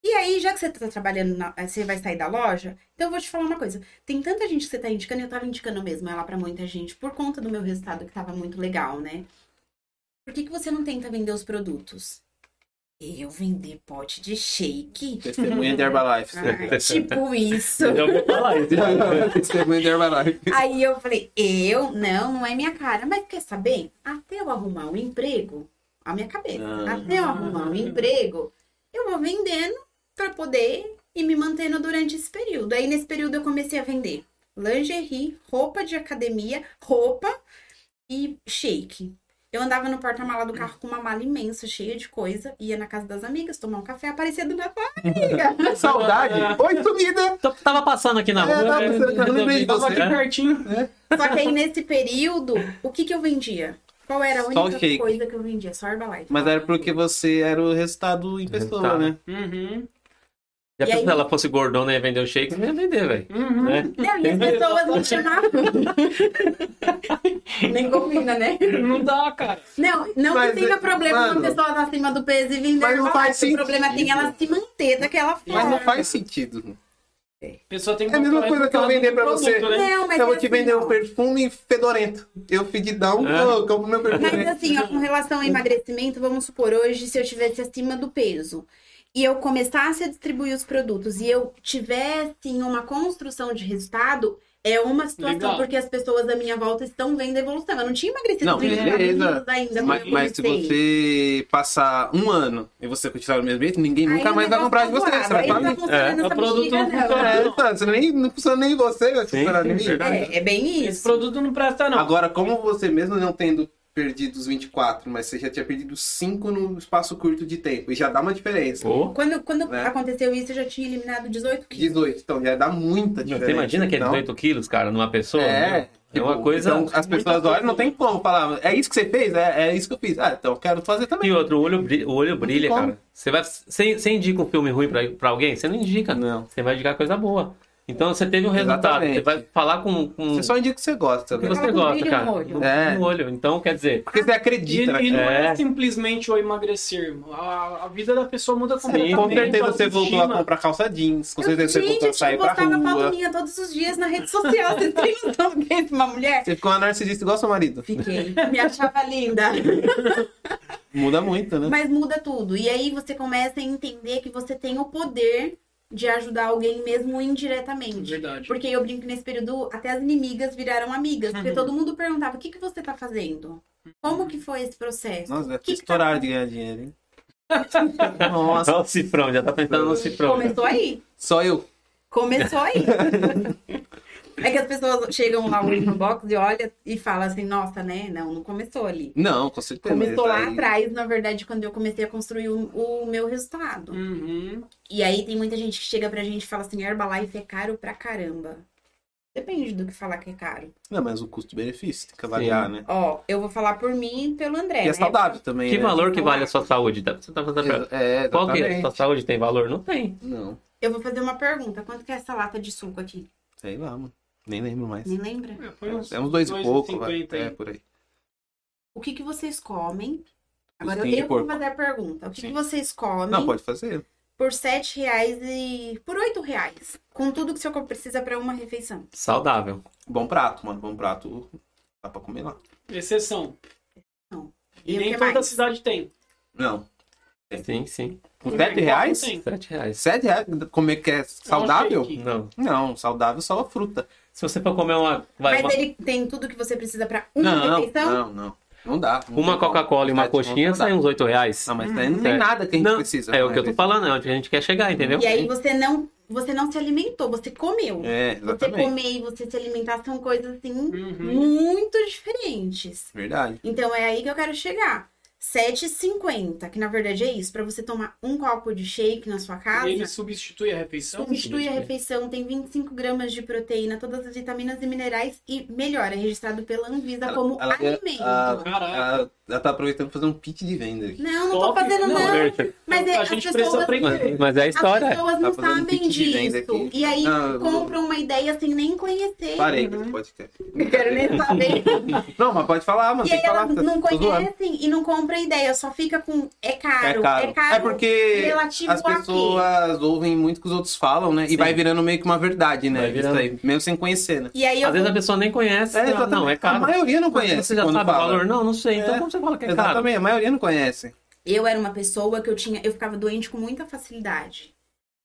C: E aí, já que você tá trabalhando, na- você vai sair da loja, então eu vou te falar uma coisa. Tem tanta gente que você tá indicando, e eu tava indicando mesmo ela pra muita gente, por conta do meu resultado que tava muito legal, né? Por que que você não tenta vender os produtos? Eu vender pote de shake?
A: Testemunha de Herbalife.
C: Ah, tipo isso.
D: Eu vou falar isso.
A: Testemunha de Herbalife.
C: Aí eu falei, eu? Não, não é minha cara. Mas quer saber? Até eu arrumar um emprego, a minha cabeça,
A: Ah.
C: até eu arrumar um emprego, eu vou vendendo pra poder ir me mantendo durante esse período. Aí nesse período eu comecei a vender lingerie, roupa de academia, roupa e shake. Eu andava no porta-mala do carro com uma mala imensa, cheia de coisa, ia na casa das amigas tomar um café, aparecia do meu pai, amiga.
A: Saudade. Oi, sumida.
D: Tô- Tava passando aqui na
A: É,
D: rua.
A: tava
D: né?
A: passando- eu lembrei de
B: Tava aqui
A: você.
B: pertinho.
C: Só que aí nesse período, o que que eu vendia? Qual era a
A: Só
C: única
A: shake.
C: coisa que eu vendia? Só Herbalife.
A: Mas era porque você era o resultado em pessoa,
D: Resultado.
A: né?
B: Uhum.
D: Já
C: E aí-
D: pensou se ela fosse gordona e ia vender o shake? Não ia vender, velho.
B: Uhum.
D: Né?
C: Não, e as pessoas não chamavam. Nem combina, né?
B: Não dá, cara.
C: Não, não
A: Mas,
C: que tenha
A: eh,
C: problema
A: mano,
C: uma pessoa tá acima do peso e vender
A: mas não faz
C: Herbalife. O
A: sentido.
C: problema é tem ela se manter daquela forma.
A: Mas não faz sentido.
B: A pessoa tem
A: É a mesma coisa
B: comprar
A: que eu
B: resultado
A: vender
B: do
A: pra
B: produto,
A: você.
B: Né?
C: Não, mas
A: eu vou
C: é
A: te
C: assim,
A: vender
C: ó.
A: um perfume fedorento. Eu fedidão,
D: É.
A: eu compro meu
C: Mas
A: perfume.
C: assim, ó, com relação ao emagrecimento, vamos supor, hoje, se eu tivesse acima do peso e eu começasse a distribuir os produtos e eu tivesse uma construção de resultado, é uma situação,
B: Legal.
C: porque as pessoas da minha volta estão vendo a evolução. Eu não tinha emagrecido
A: Não,
C: 30
A: beleza.
C: quilos ainda quando
A: Mas,
C: eu
A: mas se
C: comecei.
A: você passar um ano e você continuar no mesmo jeito, ninguém
C: Aí
A: nunca
C: o
A: mais vai
C: negócio
A: comprar de
C: tá
A: você.
C: zoado,
A: Você vai
C: aí não
A: falar,
C: tá
A: "Ih,
C: funcionando
B: É,
C: essa
B: o produto
C: bexiga,
B: não
C: não.
B: funciona.
A: é, tá, você nem, não funciona nem você, vai
D: Sim,
A: funcionar em mim.
D: verdade.
C: É, é bem
B: Esse
C: isso.
B: produto não presta, não.
A: Agora, como você mesmo não tendo perdido os 24, mas você já tinha perdido 5 num espaço curto de tempo, e já dá uma diferença.
D: Pô.
C: Quando, quando
A: Né?
C: aconteceu isso, eu já tinha eliminado 18 quilos.
A: 18, então já dá muita
D: Meu,
A: diferença.
D: Você imagina aquele
A: então,
D: 18 quilos, cara, numa pessoa?
A: É.
D: né? É uma
A: tipo,
D: coisa.
A: Então, as pessoas olham, não tem como falar, é isso que você fez? É, é isso que eu fiz. Ah, então eu quero fazer também.
D: E outro, o olho, bri- o olho brilha,
A: como.
D: cara. Você, vai... você, você indica um filme ruim pra, pra alguém? Você não indica.
A: Não.
D: Você vai indicar coisa boa. Então você teve um resultado.
A: Exatamente.
D: Você vai falar com, com
A: Você só indica o que você gosta,
D: o que
A: né?
C: Fala
D: você
C: com
D: gosta,
C: brilho
D: cara.
C: no olho.
A: É.
D: No olho. Então, quer dizer,
A: Porque você
B: E,
A: acredita, né?
B: e não é.
D: É.
B: simplesmente o emagrecer. irmão. A, a vida da pessoa muda completamente.
A: com certeza
B: a
A: você voltou a
B: autoestima.
A: comprar calça jeans, com
C: Eu-
A: certeza você
C: gente,
A: voltou a
C: eu
A: sair pra
C: postava foto
A: rua.
C: minha todos os dias na rede social. Vocês têm noção do que é uma mulher?
A: Você ficou uma narcisista igual seu marido.
C: Fiquei. Me achava linda.
A: Muda muito, né?
C: Mas muda tudo. E aí você começa a entender que você tem o poder de ajudar alguém mesmo indiretamente.
B: Verdade.
C: Porque eu brinco que nesse período, até as inimigas viraram amigas.
A: Uhum.
C: Porque todo mundo perguntava: o que, que você tá fazendo? Como que foi esse processo?
A: Nossa, deve
C: Que
A: ter
C: que tá
A: estourado de ganhar dinheiro, hein? Nossa,
D: Olha o cifrão, já tá pensando no cifrão.
C: Começou aí.
A: só eu.
C: Começou aí. é que as pessoas chegam lá no inbox e olham e falam assim: nossa, né? Não, não começou ali.
A: Não, com certeza.
C: Começou lá
A: Aí-
C: atrás, na verdade, quando eu comecei a construir o, o meu resultado.
B: Uhum.
C: E aí tem muita gente que chega pra gente e fala assim, Herbalife é caro pra caramba. Depende do que falar que é caro.
A: Não, mas o custo-benefício tem que avaliar, né?
C: Ó, eu vou falar por mim e pelo André,
A: E é
C: né?
A: saudável também,
D: Que
A: né?
D: valor que vale a sua saúde? Dá- Você tá fazendo pra-
A: Exa- É,
D: Qual que é?
A: exatamente.
D: Sua saúde tem valor? Não tem.
A: Não,
C: Eu vou fazer uma pergunta. Quanto que é essa lata de suco aqui?
A: sei lá, mano. Nem lembro mais.
C: Nem lembra?
B: Foi um uns
A: É uns dois e pouco, vai.
B: 2,50 aí.
A: É, por aí.
C: O que que vocês comem? Agora eu,
A: Focinho de
C: eu vou
A: porco.
C: fazer a pergunta. O que,
A: Sim.
C: que vocês comem
A: Não, pode fazer.
C: por R$ 7 reais e... por R$ 8 reais? Com tudo que seu corpo precisa pra uma refeição.
D: Saudável.
A: Bom prato, mano. Bom prato dá pra comer lá.
B: Exceção. E,
C: o
B: nem
C: que
B: toda
C: mais?
B: cidade tem.
A: Não.
D: Sim, sim.
A: Com
B: Em
A: 7
B: Porto
A: reais?
B: tem. um
D: 7 reais.
A: 7 reais? Comer que é saudável?
B: shake.
D: Não.
A: Não, saudável só a fruta.
D: Se você for comer uma, vai, uma,
C: Mas ele tem tudo que você precisa pra uma
A: Não,
C: refeição?
A: não, não. Não dá. não
D: uma
A: tem como.
D: Coca-Cola e uma
A: Sete pontos
D: coxinha
A: não dá.
D: sai uns 8 reais.
A: Não, mas daí
B: Uhum.
A: não tem
D: Certo.
A: nada que a gente
D: Não,
A: precisa.
D: É o
A: né?
D: que eu tô falando, é onde a gente quer chegar, entendeu?
C: E aí você não, você não se alimentou, você comeu.
A: É,
C: Você
A: exatamente.
C: comer e você se alimentar são coisas assim
B: Uhum.
C: muito diferentes.
A: Verdade.
C: Então é aí que eu quero chegar. 7,50, que na verdade é isso, Pra você tomar um copo de shake na sua casa,
B: Ele substitui a refeição?
C: substitui a
D: substitui.
C: refeição, tem 25 gramas de proteína, todas as vitaminas e minerais e melhor, é registrado pela Anvisa
A: Ela-
C: como
A: ela-
C: alimento.
A: a-
C: Ah,
B: Caraca.
A: Ela, ela tá aproveitando pra fazer um pitch de venda aqui.
C: Não, não tô
B: top.
C: fazendo
B: Não,
C: nada. Mas é,
B: a
C: as
B: gente
C: pessoas-
B: precisa aprender.
D: Mas, mas é a história.
C: As pessoas não
A: Tá fazendo
C: sabem
A: pitch de venda
C: disso.
A: aqui.
C: E aí
A: Não, eu-
C: compram uma ideia sem nem conhecer.
A: Parei com esse podcast.
C: Uhum. Não quero nem saber.
A: Não, mas pode falar, mano.
C: E
A: tem
C: aí
A: que falar.
C: elas não
A: tá- tô zoando.
C: conhecem e não compram compra a ideia, só fica com. É caro.
A: É caro. É porque
C: relativo
A: as
C: a quê?
A: pessoas ouvem muito o que os outros falam, né? E
D: Sim.
A: vai virando meio que uma verdade, né?
D: Vai virando.
A: Isso aí, mesmo sem conhecer, né?
C: E aí eu
D: Às vezes
C: vou-
D: a pessoa nem conhece. fala,
A: exatamente.
D: não, é
A: A
D: caro.
A: maioria não
D: Mas
A: conhece.
D: Você já
A: quando
D: sabe o
A: fala.
D: valor? Não, não sei. Então
A: É.
D: como você fala que é caro?
A: Exatamente, a maioria não conhece.
C: Eu era uma pessoa que eu tinha, eu ficava doente com muita facilidade.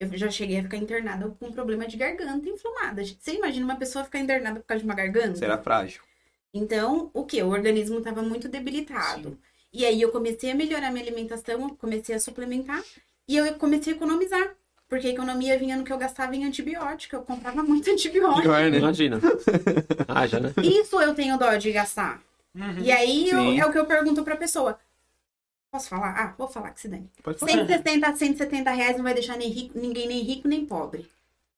C: Eu já cheguei a ficar internada com um problema de garganta inflamada. Você imagina uma pessoa ficar internada por causa de uma garganta?
A: Será frágil.
C: Então, o que? O organismo estava muito debilitado. E aí eu comecei a melhorar minha alimentação, eu comecei a suplementar e eu comecei a economizar. Porque a economia vinha no que eu gastava em antibiótico. Eu comprava muito antibiótico.
D: é
A: Pior, né?
D: Imagina. Ah, já, né?
C: Isso eu tenho dó de gastar.
B: Uhum.
C: E aí eu-
A: Uhum. Sim.
C: é o que eu pergunto pra pessoa. Posso falar? Ah, vou falar que se dane.
A: Pode falar.
C: 170 a 170 reais não vai deixar nem rico- ninguém nem rico nem pobre.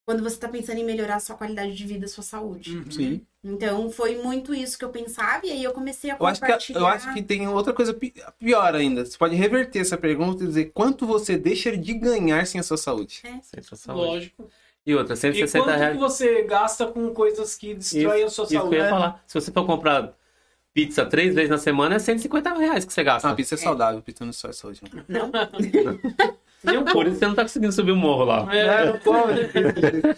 C: Quando você tá pensando em melhorar a sua qualidade de vida, a sua
A: Hum.
C: saúde.
B: Uhum.
A: Sim.
C: Então, foi muito isso que eu pensava. E aí eu comecei a
A: Eu acho, que,
C: compartilhar.
A: eu acho que tem outra coisa pi- pior ainda. Você pode reverter essa pergunta e dizer quanto você deixa de ganhar sem a sua saúde.
D: Sensacional.
B: Lógico.
D: E outra,
B: E
D: 160
B: quanto
D: reais.
B: que você gasta com coisas que destroem a sua
D: Isso que
B: saúde?
D: eu ia
B: né?
D: falar. Se você for comprar pizza três vezes na semana, é 150 reais que você gasta.
A: Ah, pizza é saudável, pizza não é só é saúde. Não.
C: Não,
A: é
B: Nem um
D: Por isso você não tá conseguindo subir o morro lá.
B: É,
A: não
D: né?
A: come.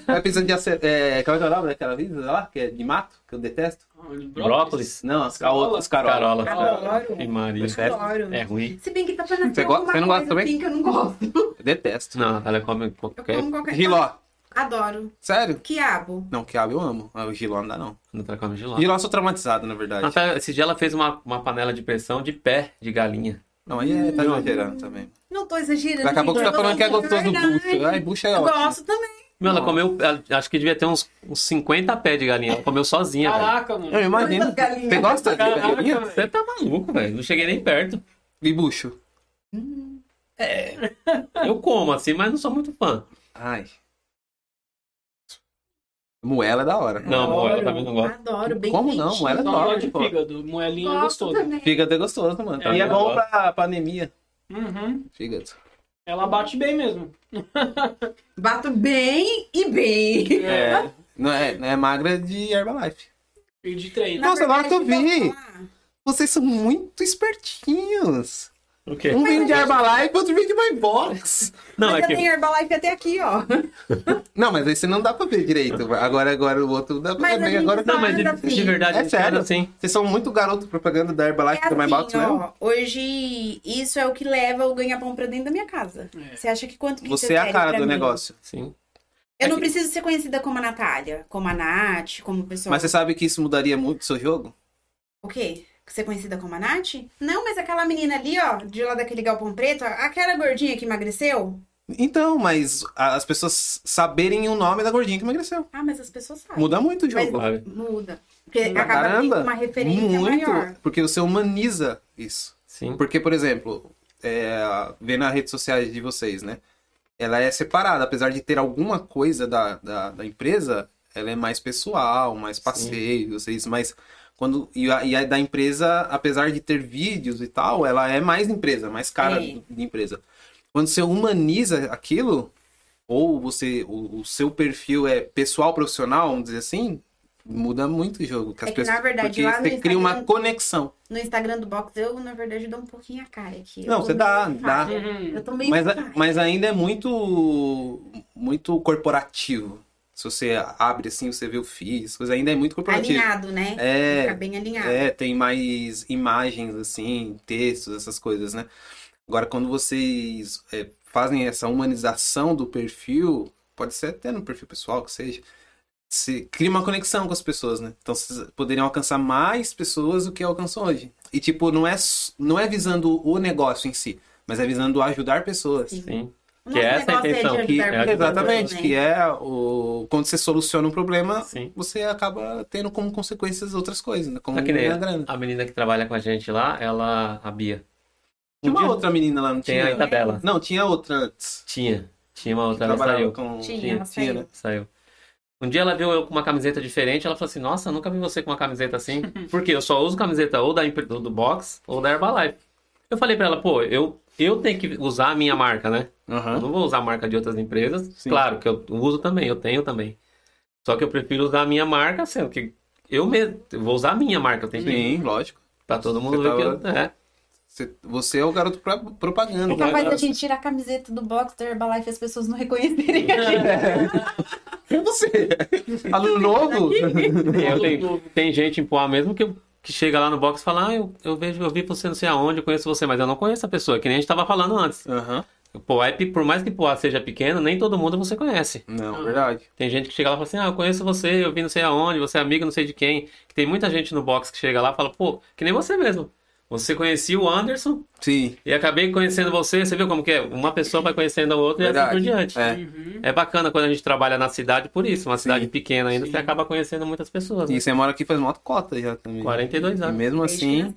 A: Vai pensando de acer... é, Qual é o nome daquela vida lá? Que é de mato, que eu detesto?
D: Brócolis.
A: Não, as carolas. As carolas.
D: Carola.
C: Adoro.
D: E Maria.
C: adoro.
D: É ruim.
C: Se bem que tá fazendo
A: Você go-
C: alguma
A: você não gosta
C: coisa
A: também?
C: assim que eu não gosto.
A: Eu detesto.
D: Não, ela come
C: Eu
D: qualquer.
C: como qualquer
A: Giló.
C: Adoro.
A: Sério?
C: Quiabo.
A: Não, quiabo eu amo. Ah, O giló não dá não.
D: Natália come gelado.
A: Giló eu sou traumatizado, na verdade.
D: Natália, esse dia ela fez uma, uma panela de pressão de pé de galinha.
A: Não, aí é, tá exagerando também.
C: Não tô exagerando.
A: Daqui a
C: gente,
A: pouco você
C: eu
A: tá
C: tô
A: falando que é gostoso
C: Hum. verdade.
A: bucho. Ai, bucho é
C: Eu
A: ótimo.
C: gosto também.
D: Meu, ela
A: Nossa.
D: comeu. ela- acho que devia ter uns, uns 50 pés de galinha. Ela comeu sozinha, velho.
B: Caraca, mano.
A: Eu imagino.
C: Coisas galinhas.
A: Você gosta de
B: Caraca,
A: galinha?
B: velho.
D: Você tá maluco, velho. Não cheguei nem perto.
A: E bucho?
D: Eu como assim, mas não sou muito fã.
A: Ai. Moela é da hora.
D: Não, amor, ela também não gosta.
C: Adoro. Bem
A: Como não?
C: quentinho.
A: Ela é
B: Dá um nó
A: enorme,
B: de
A: pô.
B: fígado. Moelinha é
C: Gosto
B: gostoso.
C: também.
A: Fígado é gostoso, mano.
B: É,
A: e é
D: eu
A: bom
D: gosto.
A: pra, pra anemia.
B: Uhum.
A: Fígado.
B: Ela bate bem mesmo.
C: Bato bem e bem.
A: É. Não é, não é magra de Herbalife.
B: E de treino.
C: Na
A: Nossa, agora
C: verdade,
A: que eu vi.
C: vou falar.
A: Vocês são muito espertinhos.
D: O quê?
A: Um vem de Herbalife, outro vem de My Box.
D: Não,
C: Mas
D: é
C: eu
D: que.
C: tenho Herbalife até aqui, ó.
A: Não, mas esse não dá pra ver direito. Agora, agora o outro dá pra ver.
C: Mas a
A: bem.
C: gente
A: Agora
C: tá-
D: Não, mas de, de verdade,
A: É
D: é
A: sério?
D: sério, assim.
A: Vocês são muito garoto propaganda da Herbalife
C: É
A: do My Box né?
C: assim,
A: mesmo?
C: ó, Hoje, isso é o que leva o ganha-pão pra dentro da minha casa.
B: É.
C: Você acha que quanto que
A: Você
C: você
A: é a
C: quer
A: cara
C: pra
A: do
C: mim?
A: negócio.
D: Sim.
A: É
C: Eu não preciso ser conhecida como a Natália, como a Nath, como pessoa.
A: Mas você sabe que isso mudaria muito o seu jogo?
C: O quê? Ser conhecida como a Nath? Não, mas aquela menina ali, ó, de lá daquele galpão preto, aquela gordinha que emagreceu.
A: Então, mas a- as pessoas saberem o nome da gordinha que emagreceu.
C: Ah, mas as pessoas sabem.
A: Muda muito o
C: Mas-
A: jogo.
D: Sabe?
C: Muda. Porque
A: Pra
C: acaba tendo uma referência
A: muito.
C: maior.
A: Porque você humaniza isso.
D: Sim.
A: Porque, por exemplo, é, vendo as redes sociais de vocês, né? Ela é separada, apesar de ter alguma coisa da, da, da empresa, ela é mais pessoal, mais passeio, vocês, mas quando e a, e a da empresa, apesar de ter vídeos e tal, ela é mais empresa, mais cara
C: É.
A: de empresa. Quando você humaniza aquilo, ou você o, o seu perfil é pessoal profissional, vamos dizer assim, muda muito o jogo.
C: É que, na verdade,
A: porque
C: lá
A: você
C: no
A: cria
C: Instagram-
A: uma conexão.
C: No Instagram do box, eu, na verdade, dou um pouquinho a cara aqui.
A: Não,
C: Eu
A: você
C: tô
A: dá-
C: meio
A: dá.
C: falha.
B: Uhum.
C: Eu tô meio
A: Mas,
C: falha.
A: mas ainda é muito muito corporativo. Se você abre assim, você vê o feed, as coisas ainda é muito corporativo.
C: alinhado, né? Fica
A: É,
C: bem alinhado.
A: é, tem mais imagens assim, textos, essas coisas, né? Agora, quando vocês é, fazem essa humanização do perfil, pode ser até no perfil pessoal, que seja, se cria uma conexão com as pessoas, né? Então vocês poderiam alcançar mais pessoas do que alcançam hoje. E tipo, não é, s- não é visando o negócio em si, mas é visando ajudar pessoas.
C: Sim.
D: Sim.
C: assim. O
D: Que
C: nosso
D: essa é a
C: negócio de
D: intenção,
A: Que-
C: ajudar
D: é-
C: pessoas,
A: exatamente,
C: né?
A: que é o quando você soluciona um problema,
D: Sim.
A: você acaba tendo como consequências outras coisas, né? como
D: Só É que nem
A: ganhar grana.
D: a menina que trabalha com a gente lá, ela, a Bia. Um
A: Tinha uma
D: dia-
A: outra né? menina lá, não
D: Tem
A: tinha?
D: a Isabela.
A: Não, tinha outra antes.
D: Tinha. Tinha uma outra, ela
A: Trabalhava
D: saiu.
A: com...
C: Tinha,
D: Tinha,
C: ela saiu.
A: né?
D: Saiu. Um dia ela viu eu com uma camiseta diferente, ela falou assim, nossa, nunca vi você com uma camiseta assim. Porque eu só uso camiseta ou da empre- ou do Box ou da Herbalife. Eu falei pra ela, pô, eu, eu tenho que usar a minha marca, né? Eu
A: Aham.
D: não vou usar a marca de outras empresas.
A: Sim.
D: Claro que eu uso também, eu tenho também. Só que eu prefiro usar a minha marca, sendo que eu mesmo eu vou usar a minha marca, eu tenho que
A: Sim, lógico.
D: pra todo
A: Você tá
D: mundo ver que
A: tava-
D: eu, é.
A: Você, você é o garoto pra- propaganda. né?
D: É
E: Capaz da gente tirar a camiseta do box da Herbalife e as pessoas não reconhecerem a gente.
A: É você. Aluno novo?
D: Eu tenho-
B: Uhum.
D: tem gente em Poá mesmo que, que chega lá no box e fala: ah, eu, eu vejo, eu vi você não sei aonde, eu conheço você, mas eu não conheço a pessoa, que nem a gente tava falando antes.
A: Aham.
D: Poá, é pe- por mais que Poá seja pequeno, nem todo mundo você conhece.
A: Não, verdade.
D: Tem gente que chega lá e fala assim: ah, eu conheço você, eu vi não sei aonde, você é amigo não sei de quem. Que tem muita gente no box que chega lá e fala: pô, que nem você mesmo. Você conhecia o Anderson
A: Sim,
D: e acabei conhecendo você, você viu como que é? Uma pessoa vai conhecendo a outra e assim
A: verdade.
D: por diante.
A: É.
B: Uhum.
D: É bacana quando a gente trabalha na cidade por isso, uma cidade pequena ainda,
B: Sim.
D: você acaba conhecendo muitas pessoas. né?
A: E você mora aqui faz uma cota já também.
D: 42
A: E
D: anos.
A: mesmo assim.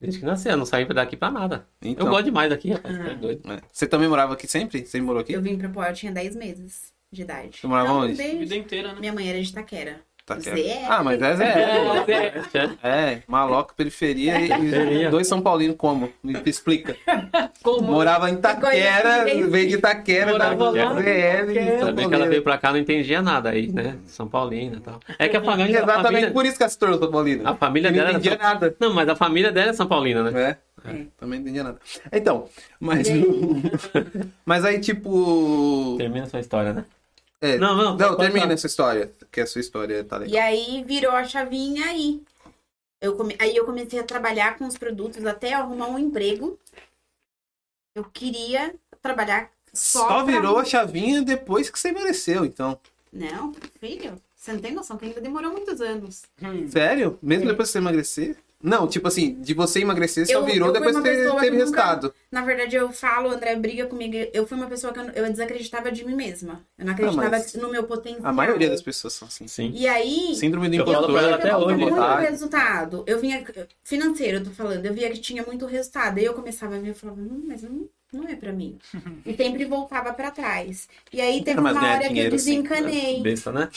D: Desde que nasceu, eu não saí daqui pra nada.
A: Então,
D: Eu gosto demais daqui, rapaz. tá doido.
A: é. Você também morava aqui sempre? Sempre morou aqui?
C: Eu vim pra Poá, eu tinha 10 meses de idade.
A: Você morava
C: Então,
A: onde?
C: desde-
B: Vida inteira, né?
C: Minha mãe era de Itaquera.
A: Tá
C: Você
A: certo.
C: é.
A: Ah, mas essa é.
B: É,
A: É, maloca, periferia e- e
D: Periferia.
A: dois São Paulinos como? Me explica.
B: como
A: Morava em Itaquera,
C: Conhece-
A: veio de Itaquera, da
B: Morava lá,
A: ZL,
B: Itaquera.
A: São
D: Sabia que ela
A: Paulino.
D: veio pra cá, não entendia nada aí, né? São Paulina e tal. É que a família. A
A: Exatamente
D: família,
A: por isso que ela se tornou São Paulina.
D: a família
A: Eu
D: dela
A: não
D: era.
A: entendia
D: São-
A: nada.
D: Não, mas a família dela é São Paulina, né?
A: É. Também não entendia nada. Então, mas. mas aí, tipo.
D: Termina sua história, né?
A: é,
D: Não, não.
A: Não,
D: pode
A: termina
D: falar.
A: essa história, que a sua história tá legal.
C: E aí virou a chavinha aí. Eu come- Aí eu comecei a trabalhar com os produtos até arrumar um emprego. Eu queria trabalhar é só.
A: Só
C: pra-
A: virou a chavinha depois que você mereceu, então.
C: Não, filho, você não tem noção que ainda demorou muitos anos.
B: Hum.
A: Sério? Mesmo
C: É.
A: depois que você emagrecer? Não, tipo assim, de você emagrecer só
C: Eu-
A: virou
C: eu fui
A: depois que
C: uma
A: você
C: pessoa
A: teve
C: que nunca-
A: resultado.
C: Na verdade, eu falo, André briga comigo. Eu fui uma pessoa que eu, não- eu desacreditava de mim mesma. Eu não acreditava
A: Ah, mas
C: no meu potencial.
A: A maioria das pessoas são assim.
D: Sim.
C: E aí.
A: Síndrome do
D: Eu falo
A: impostor.
D: pra ela até
C: eu via
D: hoje,
C: muito
A: vontade.
C: resultado. Eu vinha. Financeiro, eu tô falando. Eu via que tinha muito resultado. Aí eu começava a ver, eu falava, hum, mas não, não é pra mim. E sempre voltava pra trás. E aí teve
A: Mas
C: uma
A: ganhar
C: hora que eu
A: dinheiro, sim,
C: desencanei.
D: Besta, né?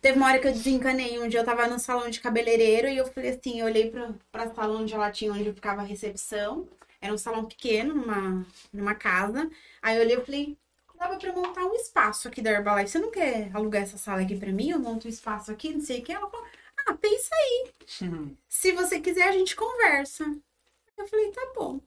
C: Teve uma hora que eu desencanei. Um dia eu tava no salão de cabeleireiro e eu falei assim, eu olhei pra, pra salão onde ela tinha, onde ficava a recepção. Era um salão pequeno, numa, numa casa. Aí eu olhei e falei, dava pra montar um espaço aqui da Herbalife. Você não quer alugar essa sala aqui pra mim? Eu monto um espaço aqui, não sei o que. Ela falou, ah, pensa aí. Se você quiser, a gente conversa. Eu falei, tá bom.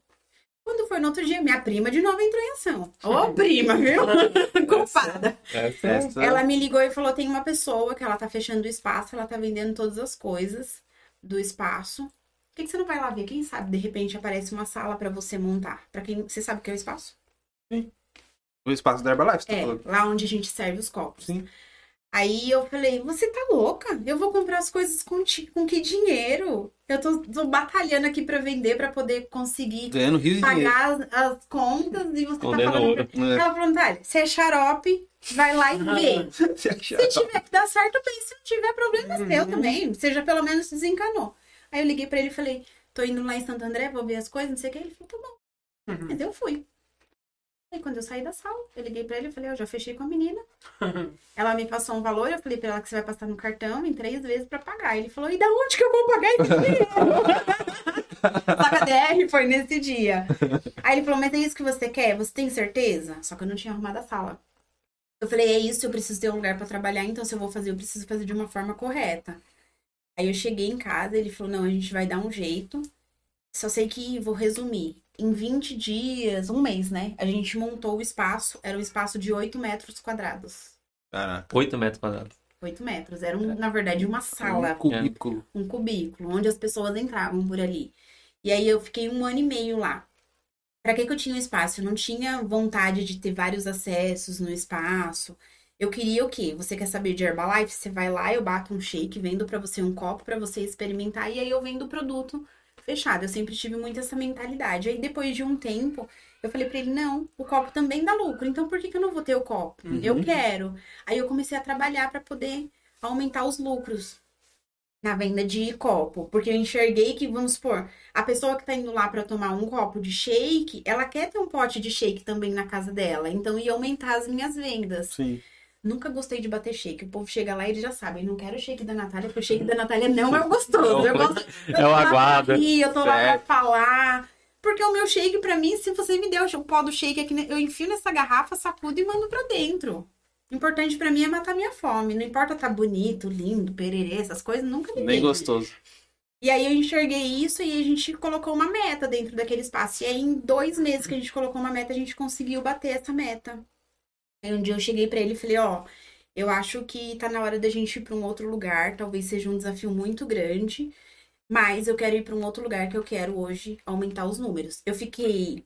C: Quando foi no outro dia, minha prima de novo entrou em ação. Ô, prima, viu? Culpada.
D: Essa é.
A: Essa-
C: Então, Ela me ligou e falou: tem uma pessoa que ela tá fechando o espaço, ela tá vendendo todas as coisas do espaço. Por que, que você não vai lá ver? Quem sabe, de repente, aparece uma sala pra você montar. Pra quem. Você sabe o que é o espaço?
A: O espaço da Herbalife, você tá
C: É,
A: falando.
C: lá onde a gente serve os copos.
A: Sim.
C: Aí eu falei, você tá louca? Eu vou comprar as coisas com, ti- com que dinheiro? Eu tô, tô batalhando aqui pra vender, pra poder conseguir
A: Ganhando rios de dinheiro.
C: pagar as, as contas e você
D: Escondendo
C: tá falando.
D: ouro.
A: É.
C: Ela falou, Natália, você é xarope, vai lá e vê. Se tiver que dar certo, bem. Se não tiver problema seu também. Você já pelo menos desencanou. Aí eu liguei pra ele e falei, tô indo lá em Santo André, vou ver as coisas, não sei o que. Ele falou, tá bom.
B: Uhum.
C: Mas eu fui. Aí quando eu saí da sala, eu liguei pra ele e falei, ó, já fechei com a menina. Ela me passou um valor, eu falei pra ela que você vai passar no cartão em três vezes pra pagar. Ele falou, e da onde que eu vou pagar esse dinheiro? Saca DR foi nesse dia. Aí ele falou, mas é isso que você quer? Você tem certeza? Só que eu não tinha arrumado a sala. Eu falei, é isso, eu preciso ter um lugar pra trabalhar, então se eu vou fazer, eu preciso fazer de uma forma correta. Aí eu cheguei em casa, ele falou, não, a gente vai dar um jeito. Só sei que vou resumir. Em 20 dias, um mês, né? A gente montou o espaço, era um espaço de 8 metros quadrados.
A: Caraca.
D: 8 metros quadrados.
C: 8 metros. Era, um, na verdade, uma
A: Um
C: sala,
A: cubículo.
C: um cubículo, onde as pessoas entravam por ali. E aí eu fiquei um ano e meio lá. Pra que, que eu tinha o espaço? Eu não tinha vontade de ter vários acessos no espaço. Eu queria o quê? Você quer saber de Herbalife? Você vai lá, eu bato um shake, vendo pra você um copo pra você experimentar e aí eu vendo o produto fechado. Eu sempre tive muito essa mentalidade. Aí depois de um tempo, eu falei pra ele: "Não, o copo também dá lucro. Então por que que eu não vou ter o copo? Eu quero". Aí eu comecei a trabalhar pra poder aumentar os lucros na venda de copo, porque eu enxerguei que, vamos supor, a pessoa que tá indo lá pra tomar um copo de shake, ela quer ter um pote de shake também na casa dela, então ia aumentar as minhas vendas.
A: Sim.
C: Nunca gostei de bater shake, o povo chega lá e eles já sabem, não quero o shake da Natália, porque o shake da Natália não é o gostoso, eu gosto eu
D: É
C: tô
D: o
C: lá pra
D: aguardo.
C: rir, Eu tô lá pra
A: Certo.
C: falar. Porque o meu shake, pra mim, se você me der o pó do shake aqui, né, eu enfio nessa garrafa, sacudo e mando pra dentro. O importante pra mim é matar minha fome. Não importa tá bonito, lindo, pererê, essas coisas, nunca me
A: Bem
C: liga.
A: gostoso.
C: E aí eu enxerguei isso e a gente colocou uma meta dentro daquele espaço. E aí em dois meses que a gente colocou uma meta, a gente conseguiu bater essa meta. Aí um dia eu cheguei pra ele e falei, ó, eu acho que tá na hora da gente ir pra um outro lugar, talvez seja um desafio muito grande, mas eu quero ir pra um outro lugar que eu quero hoje aumentar os números. Eu fiquei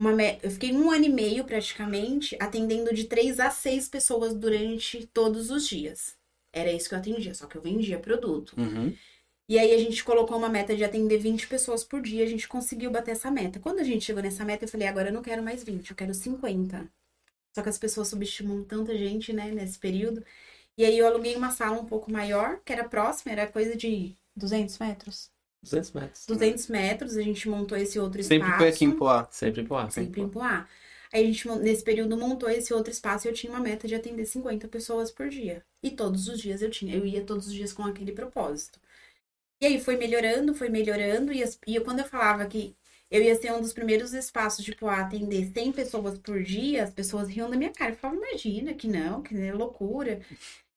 C: uma me- eu fiquei um ano e meio praticamente atendendo de três a seis pessoas durante todos os dias. Era isso que eu atendia, só que eu vendia produto.
A: Uhum.
C: E aí a gente colocou uma meta de atender 20 pessoas por dia, a gente conseguiu bater essa meta. Quando a gente chegou nessa meta, eu falei, agora eu não quero mais 20, eu quero 50. Só que as pessoas subestimam tanta gente, né, nesse período. E aí eu aluguei uma sala um pouco maior, que era próxima, era coisa de
E: 200 metros?
D: 200 metros.
C: 200 metros, a gente montou esse outro
A: Sempre
C: espaço.
A: foi aqui em Poá.
D: Sempre pro ar.
C: Sempre em Poá. ah, Aí a gente, mon- nesse período, montou esse outro espaço e eu tinha uma meta de atender 50 pessoas por dia. E todos os dias eu tinha, eu ia todos os dias com aquele propósito. E aí foi melhorando, foi melhorando, e, as- e eu- quando eu falava que eu ia ser um dos primeiros espaços de Poá a atender 100 pessoas por dia, as pessoas riam da minha cara. Eu falava, imagina, que não, que é loucura.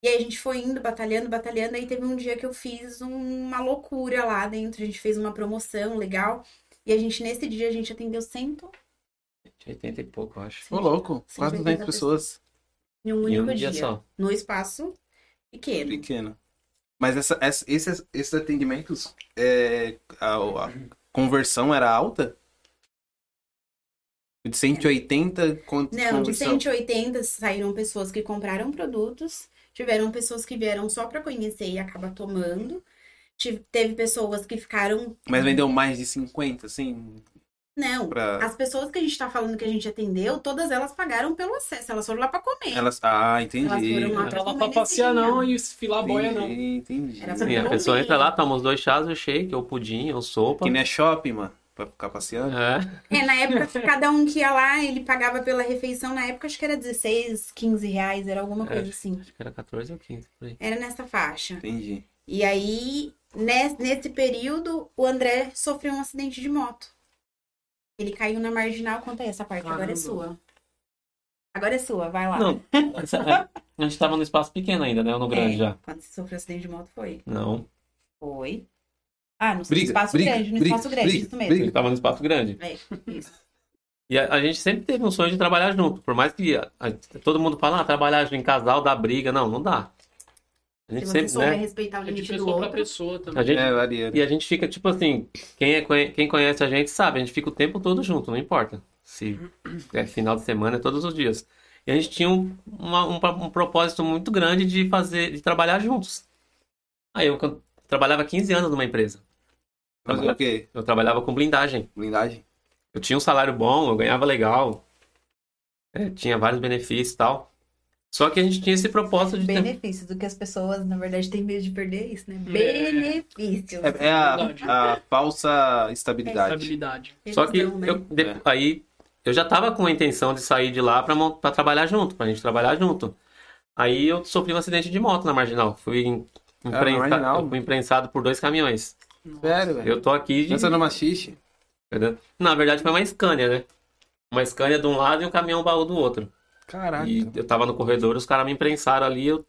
C: E aí a gente foi indo, batalhando, batalhando, aí teve um dia que eu fiz um- uma loucura lá dentro, a gente fez uma promoção legal, e a gente, nesse dia, a gente atendeu 100
D: 80 e pouco, eu acho.
A: Ô, louco.
C: Sim,
A: Quase 200
C: 200
A: pessoas.
C: Em um
D: Em
C: único
D: um
C: dia.
D: dia só.
C: No espaço pequeno.
A: Pequeno. Mas essa, essa- esses, esses atendimentos, é, a, a conversão era alta? De 180 con
C: Não, de
A: conversão.
C: 180 saíram pessoas que compraram produtos, tiveram pessoas que vieram só pra conhecer e acaba tomando. Tive- Teve pessoas que ficaram.
A: Mas vendeu mais de 50, assim,
C: Não.
A: pra...
C: As pessoas que a gente tá falando que a gente atendeu, todas elas pagaram pelo acesso. Elas foram lá pra comer.
A: Elas... Ah,
C: Elas
A: entendi.
C: foram
B: Não
C: lá
B: entra lá
C: comer
B: pra
C: nesse
B: passear
C: dia.
B: não e filar boia não.
A: Entendi, entendi.
C: Era
D: Sim, a
C: Não
D: pessoa
C: vi.
D: entra lá, toma os dois chás, o shake, ou pudim, ou sopa.
A: Que nem é shopping, mano. Pra ficar passeando.
D: É.
C: É, na época que cada um que ia lá, ele pagava pela refeição. Na época acho que era 16, 15 reais, era alguma
D: É.
C: coisa assim.
D: Acho que era 14 ou 15, por aí.
C: Era nessa faixa.
A: Entendi.
C: E aí, nes- nesse período, o André sofreu um acidente de moto. Ele caiu na marginal. Conta aí essa parte, agora é
D: Caramba.
C: sua. Agora é sua, vai lá.
D: Não, essa- é, a gente tava num espaço pequeno ainda, né? Ou no grande
C: É,
D: já.
C: Quando você sofreu acidente de moto, foi.
D: Não,
C: Foi. Ah, no
A: Briga,
C: espaço
A: briga,
C: grande, no
A: briga,
C: espaço grande,
A: briga,
C: É isso mesmo.
A: briga.
D: ele tava num espaço grande.
C: É, isso.
D: E a, a gente sempre teve um sonho de trabalhar junto. Por mais que a- a- todo mundo fala, ah, trabalhar em casal dá briga. Não, não dá. A
C: Se
D: gente
C: você
D: sempre,
C: souber
D: né?
C: respeitar o
B: É de
C: limite do
B: pessoa pra
C: outro.
B: pessoa também.
D: A gente,
A: É, varia.
D: E a gente fica, tipo assim, quem, é, conhe- quem conhece a gente sabe, a gente fica o tempo todo junto, não importa. Se é final de semana, é todos os dias. E a gente tinha um, uma- um, pra- um propósito muito grande de fazer, de trabalhar juntos. Aí eu can- trabalhava 15 anos numa empresa.
A: Fazer o quê?
D: Eu trabalhava com blindagem.
A: Blindagem?
D: Eu tinha um salário bom, eu ganhava legal. é, tinha vários benefícios e tal. Só que a gente tinha esse propósito
C: Um
D: de ter...
E: Benefícios do que as pessoas, na verdade, têm medo de perder é isso, né?
C: Benefícios.
A: É, é a, a falsa estabilidade.
B: Estabilidade.
D: Só que
C: Eles dão, né?
D: eu- de-
A: É.
D: aí eu já tava com a intenção de sair de lá pra mon- pra trabalhar junto, pra gente trabalhar junto. Aí eu sofri um acidente de moto na marginal. Fui, em-
A: Ah, na
D: imprensa-
A: Marginal?
D: eu fui imprensado por dois caminhões.
A: Sério, velho. Então
D: Eu tô aqui de.
A: Pensa numa xixi.
D: Na verdade foi uma Scania, né? Uma Scania de um lado e um caminhão baú do outro.
A: Caraca.
D: E eu tava no corredor, os caras me imprensaram ali, eu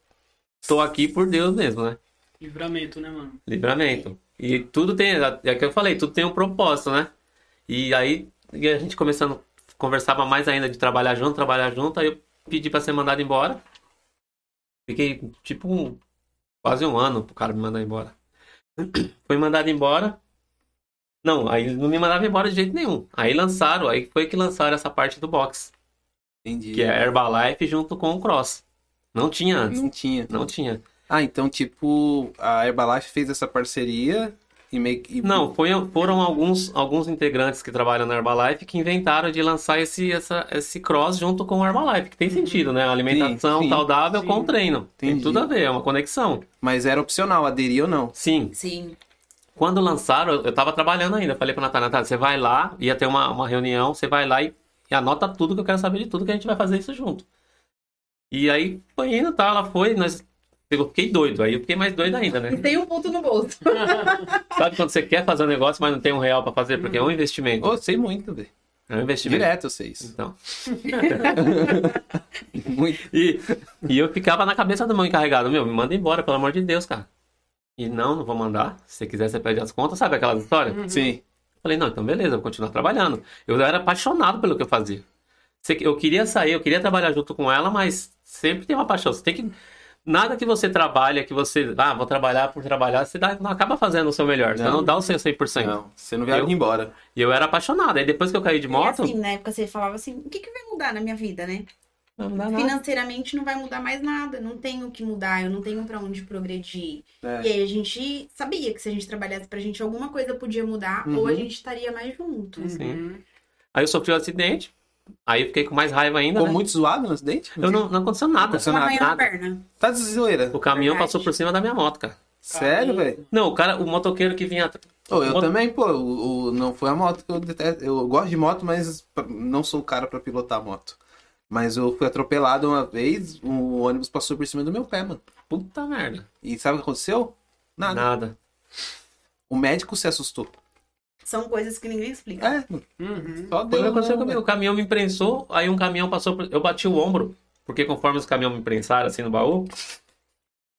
D: tô aqui por Deus mesmo, né?
B: Livramento, né, mano?
D: Livramento. E tudo tem, é o que eu falei, tudo tem um propósito, né? E aí e a gente começando, conversava mais ainda de trabalhar junto, trabalhar junto, aí eu pedi pra ser mandado embora. Fiquei tipo um- quase um ano pro cara me mandar embora. Fui mandado embora. Não, aí eles não me mandavam embora de jeito nenhum. Aí lançaram, aí foi que lançaram essa parte do box,
A: Entendi.
D: que é a Herbalife junto com o Cross. Não tinha antes,
A: Não tinha.
D: não tinha.
A: Ah, então, tipo, a Herbalife fez essa parceria e meio que. e-
D: Não, foi- foram alguns, alguns integrantes que trabalham na Herbalife que inventaram de lançar esse, essa- esse cross junto com a Herbalife, que tem sentido, né? Alimentação
A: Uhum. Sim, sim,
D: saudável
B: sim.
D: com o treino. Tem
A: Entendi.
D: tudo a ver, é uma conexão.
A: Mas era opcional, aderir ou não.
D: Sim.
C: Sim.
D: Quando lançaram, eu tava trabalhando ainda. Falei pra Natália, Natália, você vai lá, ia ter uma, uma reunião, você vai lá e, e anota tudo que eu quero saber de tudo, que a gente vai fazer isso junto. E aí foi indo, tá? Ela foi, nós. Eu fiquei doido, aí eu fiquei mais doido ainda, né?
C: E tem um ponto no bolso.
D: Sabe quando você quer fazer um negócio, mas não tem um real pra fazer, porque é um investimento.
A: Uhum. Ô, eu sei muito, velho.
D: É um investimento.
A: Direto eu sei isso.
D: Então.
A: Muito.
D: E, e eu ficava na cabeça do meu encarregado, meu, me manda embora, pelo amor de Deus, cara. E não, não vou mandar. Se você quiser, você pede as contas, sabe aquelas histórias?
A: Sim.
D: Falei, não, então beleza, vou continuar trabalhando. Eu era apaixonado pelo que eu fazia. Sei que- Eu queria sair, eu queria trabalhar junto com ela, mas sempre tem uma paixão. Você tem que. Nada que você trabalha, que você. Ah, vou trabalhar por trabalhar, você dá- não acaba fazendo o seu melhor. Você
A: Não.
D: não dá o seu 100%.
A: Não, você não viaja
D: Eu-
A: embora.
D: E eu era apaixonado. Aí depois que eu caí de
C: E
D: moto.
C: assim, na época você falava assim, o que, que vai mudar na minha vida, né?
D: Não dá nada.
C: Financeiramente não vai mudar mais nada, não tenho o que mudar, eu não tenho pra onde progredir.
A: É.
C: E aí a gente sabia que se a gente trabalhasse pra gente, alguma coisa podia mudar ou a
A: Uhum.
C: gente estaria mais junto.
D: Uhum.
B: Uhum.
D: Sim. Aí eu sofri um acidente. Aí eu fiquei com mais raiva ainda.
A: Ficou
D: né?
A: muito zoado no acidente?
D: Eu não, não aconteceu nada.
A: Aconteceu
C: Uma
A: nada,
C: manhã na perna.
A: Tá de zoeira.
D: O caminhão
C: Verdade.
D: passou por cima da minha moto, cara.
A: Sério, velho?
D: Não, o cara, o motoqueiro que vinha atrás.
A: Ô, eu
D: Moto-
A: também, pô, o, o- não foi a moto que eu detesto. Eu gosto de moto, mas pra- não sou o cara pra pilotar moto. Mas eu fui atropelado uma vez, o ônibus passou por cima do meu pé, mano.
D: Puta merda.
A: E sabe o que aconteceu? Nada.
D: Nada.
A: O médico se assustou.
C: São coisas que ninguém explica.
A: É, mano,
B: Uhum.
A: só
D: Foi o
A: deu.
D: que aconteceu
A: né,
D: comigo. O caminhão me imprensou, aí um caminhão passou por... Eu bati o ombro, porque conforme os caminhões me imprensaram assim no baú,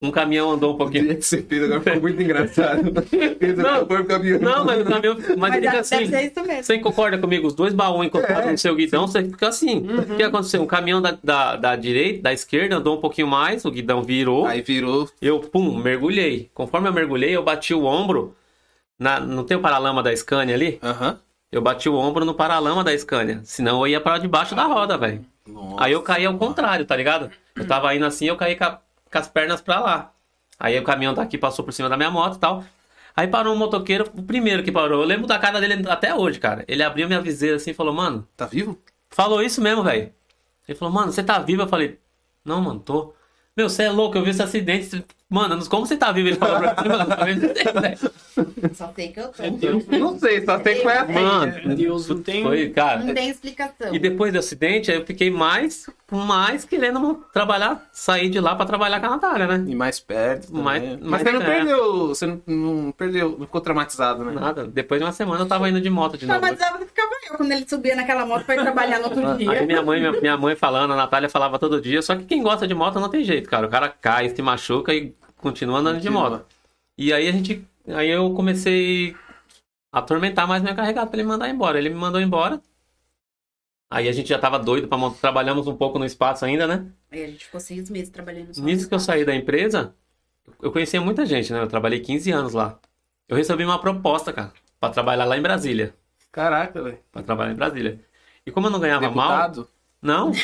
D: um caminhão andou um pouquinho.
A: velho? Você fez agora ficou muito engraçado. Fez
D: Não.
A: agora pro caminhão.
D: Não, mas o caminhão. Mas,
C: deve-
D: ele fica assim.
C: deve ser isso mesmo.
D: Você concorda comigo? Os dois baús encostados
A: É.
D: no seu guidão, você fica assim. O que aconteceu? O caminhão da, da, da direita, da esquerda, andou um pouquinho mais, o guidão virou.
A: Aí virou.
D: Eu, pum, mergulhei. Conforme eu mergulhei, eu bati o ombro. Na, não tem o paralama da Scania ali?
A: Aham.
D: Eu bati o ombro no paralama da Scania. Senão eu ia pra debaixo da roda, velho.
A: Nossa.
D: Aí eu caí ao contrário, tá ligado? Eu tava indo assim, eu caí ca- com, as pernas pra lá. Aí o caminhão daqui passou por cima da minha moto e tal. Aí parou um motoqueiro, o primeiro que parou. Eu lembro da cara dele até hoje, cara. Ele abriu minha viseira assim e falou, mano,
A: Tá vivo?
D: falou isso mesmo, velho. Ele falou, mano, você tá vivo? Eu falei, não, mano, tô. Meu, você é louco, eu vi esse acidente. Cê- Mano, como você tá vivo? Ele falou pra mim, mano, tá vendo esse acidente, velho?"
C: Só sei que eu
D: É
C: tô.
A: Não sei, só sei que foi assim.
D: Mano,
B: Meu É, Deus, não tem. um
D: foi, cara.
C: Não tem explicação.
D: E depois do acidente, aí eu fiquei mais, mais querendo mo- trabalhar, sair de lá pra trabalhar com a Natália, né?
A: E mais perto. também.
D: Mais-
A: mas
D: mais
A: você não
D: perto.
A: perdeu. Você não, não perdeu. Não ficou traumatizado, né?
D: Nada. Depois de uma semana eu tava indo de moto de novo. né? Ah,
C: Traumatizado ficava eu quando ele subia naquela moto pra ir trabalhar no outro
D: Aí
C: dia.
D: minha mãe, minha, minha mãe falando, a Natália falava todo dia, só que quem gosta de moto não tem jeito, cara. O cara cai, se machuca e continua andando de
A: Continua.
D: moto. E aí a gente. Aí eu comecei a atormentar mais meu carregado pra ele me mandar embora. Ele me mandou embora. Aí a gente já tava doido pra montar. Trabalhamos um pouco no espaço ainda, né?
C: Aí a gente ficou seis meses trabalhando só.
D: Nisso que eu saí da empresa, eu conhecia muita gente, né? Eu trabalhei 15 anos lá. Eu recebi uma proposta, cara, pra trabalhar lá em Brasília.
A: Caraca, velho.
D: Pra trabalhar em Brasília. E como eu não ganhava Tá mal.
A: Deputado.
D: Não? Pô,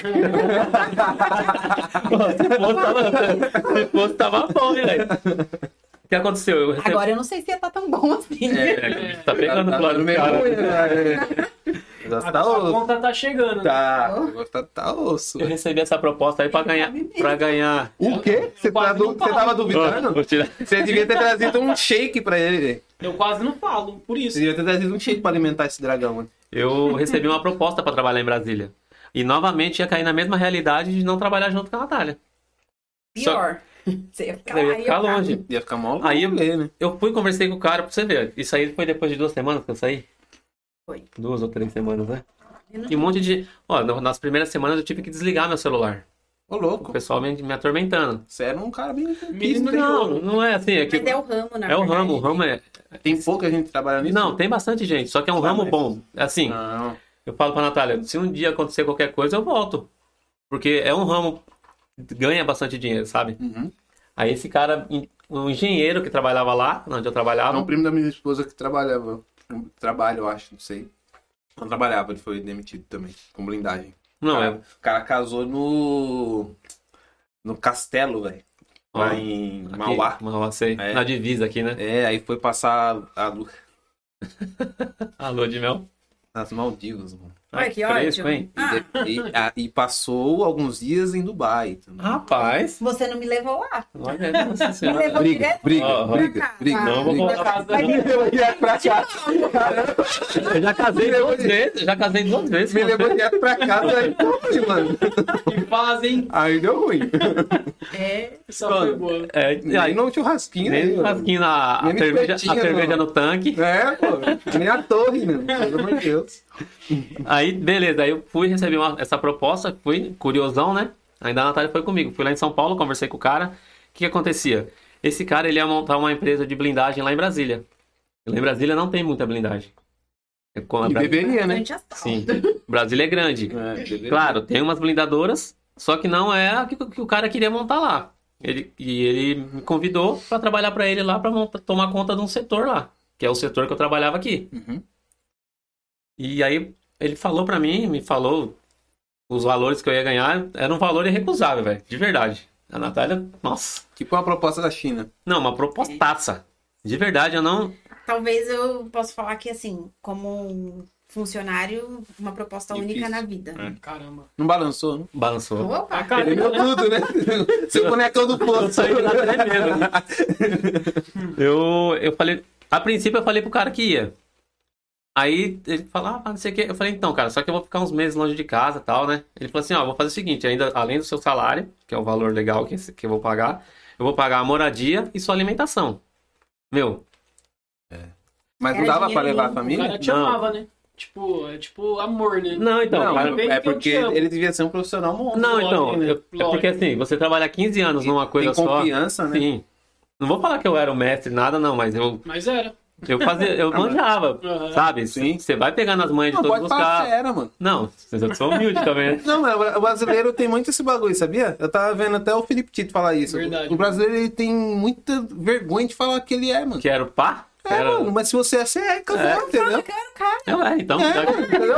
D: se fosse, tava, se fosse, tava bom, hein, velho. O que aconteceu? Eu recebi.
E: Agora eu não sei se ia tá tão bom assim.
D: É, o bicho tá pegando
A: Tá-
D: o lado
A: tá
D: do
A: meio
D: cara.
A: ruim, né? Já
B: A,
A: tá
B: a
A: osso.
B: conta tá chegando. né?
A: Tá. Agora tá, tá osso.
D: Eu recebi essa proposta aí pra ganhar. Pra ganhar.
A: O quê? Você tá du- você tava
D: Ó,
A: duvidando?
D: vou tirar.
A: Você devia ter trazido um shake pra ele, velho.
B: né? Eu quase não falo, por
A: Você
B: isso.
A: devia ter trazido um shake pra alimentar esse dragão, mano.
D: Eu recebi uma proposta pra trabalhar em Brasília. E novamente ia cair na mesma realidade de não trabalhar junto com a Natália.
E: Pior. Você ia ficar,
D: Eu ia
E: lá,
D: ficar
E: eu tava-
D: longe.
A: Ia ficar mal.
D: Aí eu-
A: ler, né?
D: Eu fui conversei com o cara pra você ver. Isso aí foi depois de duas semanas que eu saí?
C: Foi.
D: Duas ou três semanas, né?
C: Eu não-
D: E um monte de. Ó, no- nas primeiras semanas eu tive que desligar meu celular.
A: Ô,
D: O
A: louco.
D: pessoal me, me atormentando.
A: Você era um cara bem.
B: Menino de
D: Não,
B: ouro.
D: não é assim. É, que-
C: Mas é né? o ramo, na
D: é o
C: verdade.
D: ramo. O ramo é.
A: Tem pouca gente trabalhando nisso?
D: Não, tem bastante gente. Só que é um
A: Claro,
D: ramo
A: né?
D: bom. Assim,
A: Não.
D: eu falo pra Natália: se um dia acontecer qualquer coisa, eu volto. Porque é um ramo. que Ganha bastante dinheiro, sabe?
A: Uhum.
D: Aí esse cara, um engenheiro que trabalhava lá, onde eu trabalhava.
A: É um primo da minha esposa que trabalhava. Um Trabalho, eu acho, não sei. Não trabalhava, ele foi demitido também, com blindagem.
D: não,
A: cara,
D: é.
A: O cara casou no. No castelo, velho. Lá
D: Ó,
A: em
D: aqui,
A: Mauá.
D: Mauá, sei.
A: É.
D: Na divisa aqui, né?
A: É, aí foi passar a lua
D: A lua de mel.
A: nas Maldivas, mano.
C: Olha
D: Ah,
C: que
D: fresco,
C: ótimo.
D: hein?
A: E, de- e- a- e passou alguns dias em Dubai também.
D: Ah, Rapaz.
E: Você não me levou lá.
D: Olha, nossa
E: Me
D: senhora.
E: levou
A: briga,
E: direto.
A: briga,
D: Ó, ó.
A: briga, briga.
C: Não,
D: eu vou
A: briga.
D: voltar pra casa.
A: levou direto pra cá.
D: Eu já casei duas vezes. eu Já casei duas vezes.
A: Me
D: mano.
A: levou direto pra casa. Aí deu ruim, mano.
B: Que fazem.
A: Aí deu ruim.
C: É.
B: Essa
A: Mano,
B: foi boa.
D: É, e aí
A: Nem no churrasquinho.
D: nem
A: né, mano?
D: churrasquinho na a
A: Nem
D: cerveja, a
A: espetinho, não.
D: cerveja no tanque.
A: É, pô. Nem a torre, mano. Pelo amor de Deus.
D: Aí, beleza. Aí eu fui receber uma- essa proposta. Fui curiosão, né? Ainda a Natália foi comigo. Fui lá em São Paulo, conversei com o cara. O que, que acontecia? Esse cara, ele ia montar uma empresa de blindagem lá em Brasília. Lá em Brasília não tem muita blindagem. É com-
A: E
D: Bra-
A: deveria, né?
C: Bastante astral.
D: Sim. Brasília é grande. Claro, tem umas blindadoras, só que não é a que, que o cara queria montar lá. Ele, e ele me convidou pra trabalhar pra ele lá, pra monta- tomar conta de um setor lá, que é o setor que eu trabalhava aqui.
F: Uhum.
D: E aí ele falou pra mim, me falou os valores que eu ia ganhar, era um valor irrecusável, velho, de verdade. A Natália, nossa,
A: Tipo uma proposta da China.
D: não, uma propostaça. De verdade, eu não.
C: Talvez eu possa falar que, assim, como um funcionário, uma proposta única
F: Difícil.
C: na vida.
D: É.
B: Caramba.
A: Não balançou, não?
D: Balançou.
B: A
C: Opa!
B: cara,
A: Perdeu tudo, né? Seu bonecão do poço.
D: saindo lá tremendo, né? Eu, eu falei. A princípio eu falei pro cara que ia. Aí ele falou, ah, não sei o quê. Eu falei, então, cara, só que eu vou ficar uns meses longe de casa e tal, né? Ele falou assim, ó, eu vou fazer o seguinte, ainda, além do seu salário, que é o valor legal que, esse- que eu vou pagar, eu vou pagar a moradia e sua alimentação. Meu,
A: Mas não
C: Era
A: dava pra
C: dinheiro
A: levar a
C: do-
B: o
A: família?
B: cara te
D: Não.
B: amava, né? Tipo, é tipo amor, né?
D: não, então,
A: Não,
D: cara,
B: eu-
A: é
B: Bem que eu
A: porque
B: te amo.
A: ele devia ser um profissional monstro.
D: não,
B: lógico,
D: então,
B: né?
D: eu- é porque
B: Lógico.
D: assim, você trabalhar 15 anos numa coisa
A: Tem
D: só,
A: confiança, né?
D: sim. Não vou falar que eu era o mestre, nada não, mas eu,
B: Mas era.
D: eu fazia, eu
A: Ah, mas-
D: manjava,
B: Aham.
D: sabe?
A: Sim.
D: Você vai pegar nas mães de
A: Não,
D: todos
A: pode
D: os
A: falar
D: caras.
A: que era, mano.
D: Não, eu sou humilde também. né?
A: Não, mas o brasileiro tem muito esse bagulho, sabia? Eu tava vendo até o Felipe Tito falar isso.
B: Verdade.
A: O brasileiro ele tem muita vergonha de falar que ele é, mano.
D: Que era o pá?
A: É,
D: era...
A: mano, mas se você é, você é, campeão, entendeu?
D: É, ué, então.
A: É,
D: já-
A: mano, entendeu?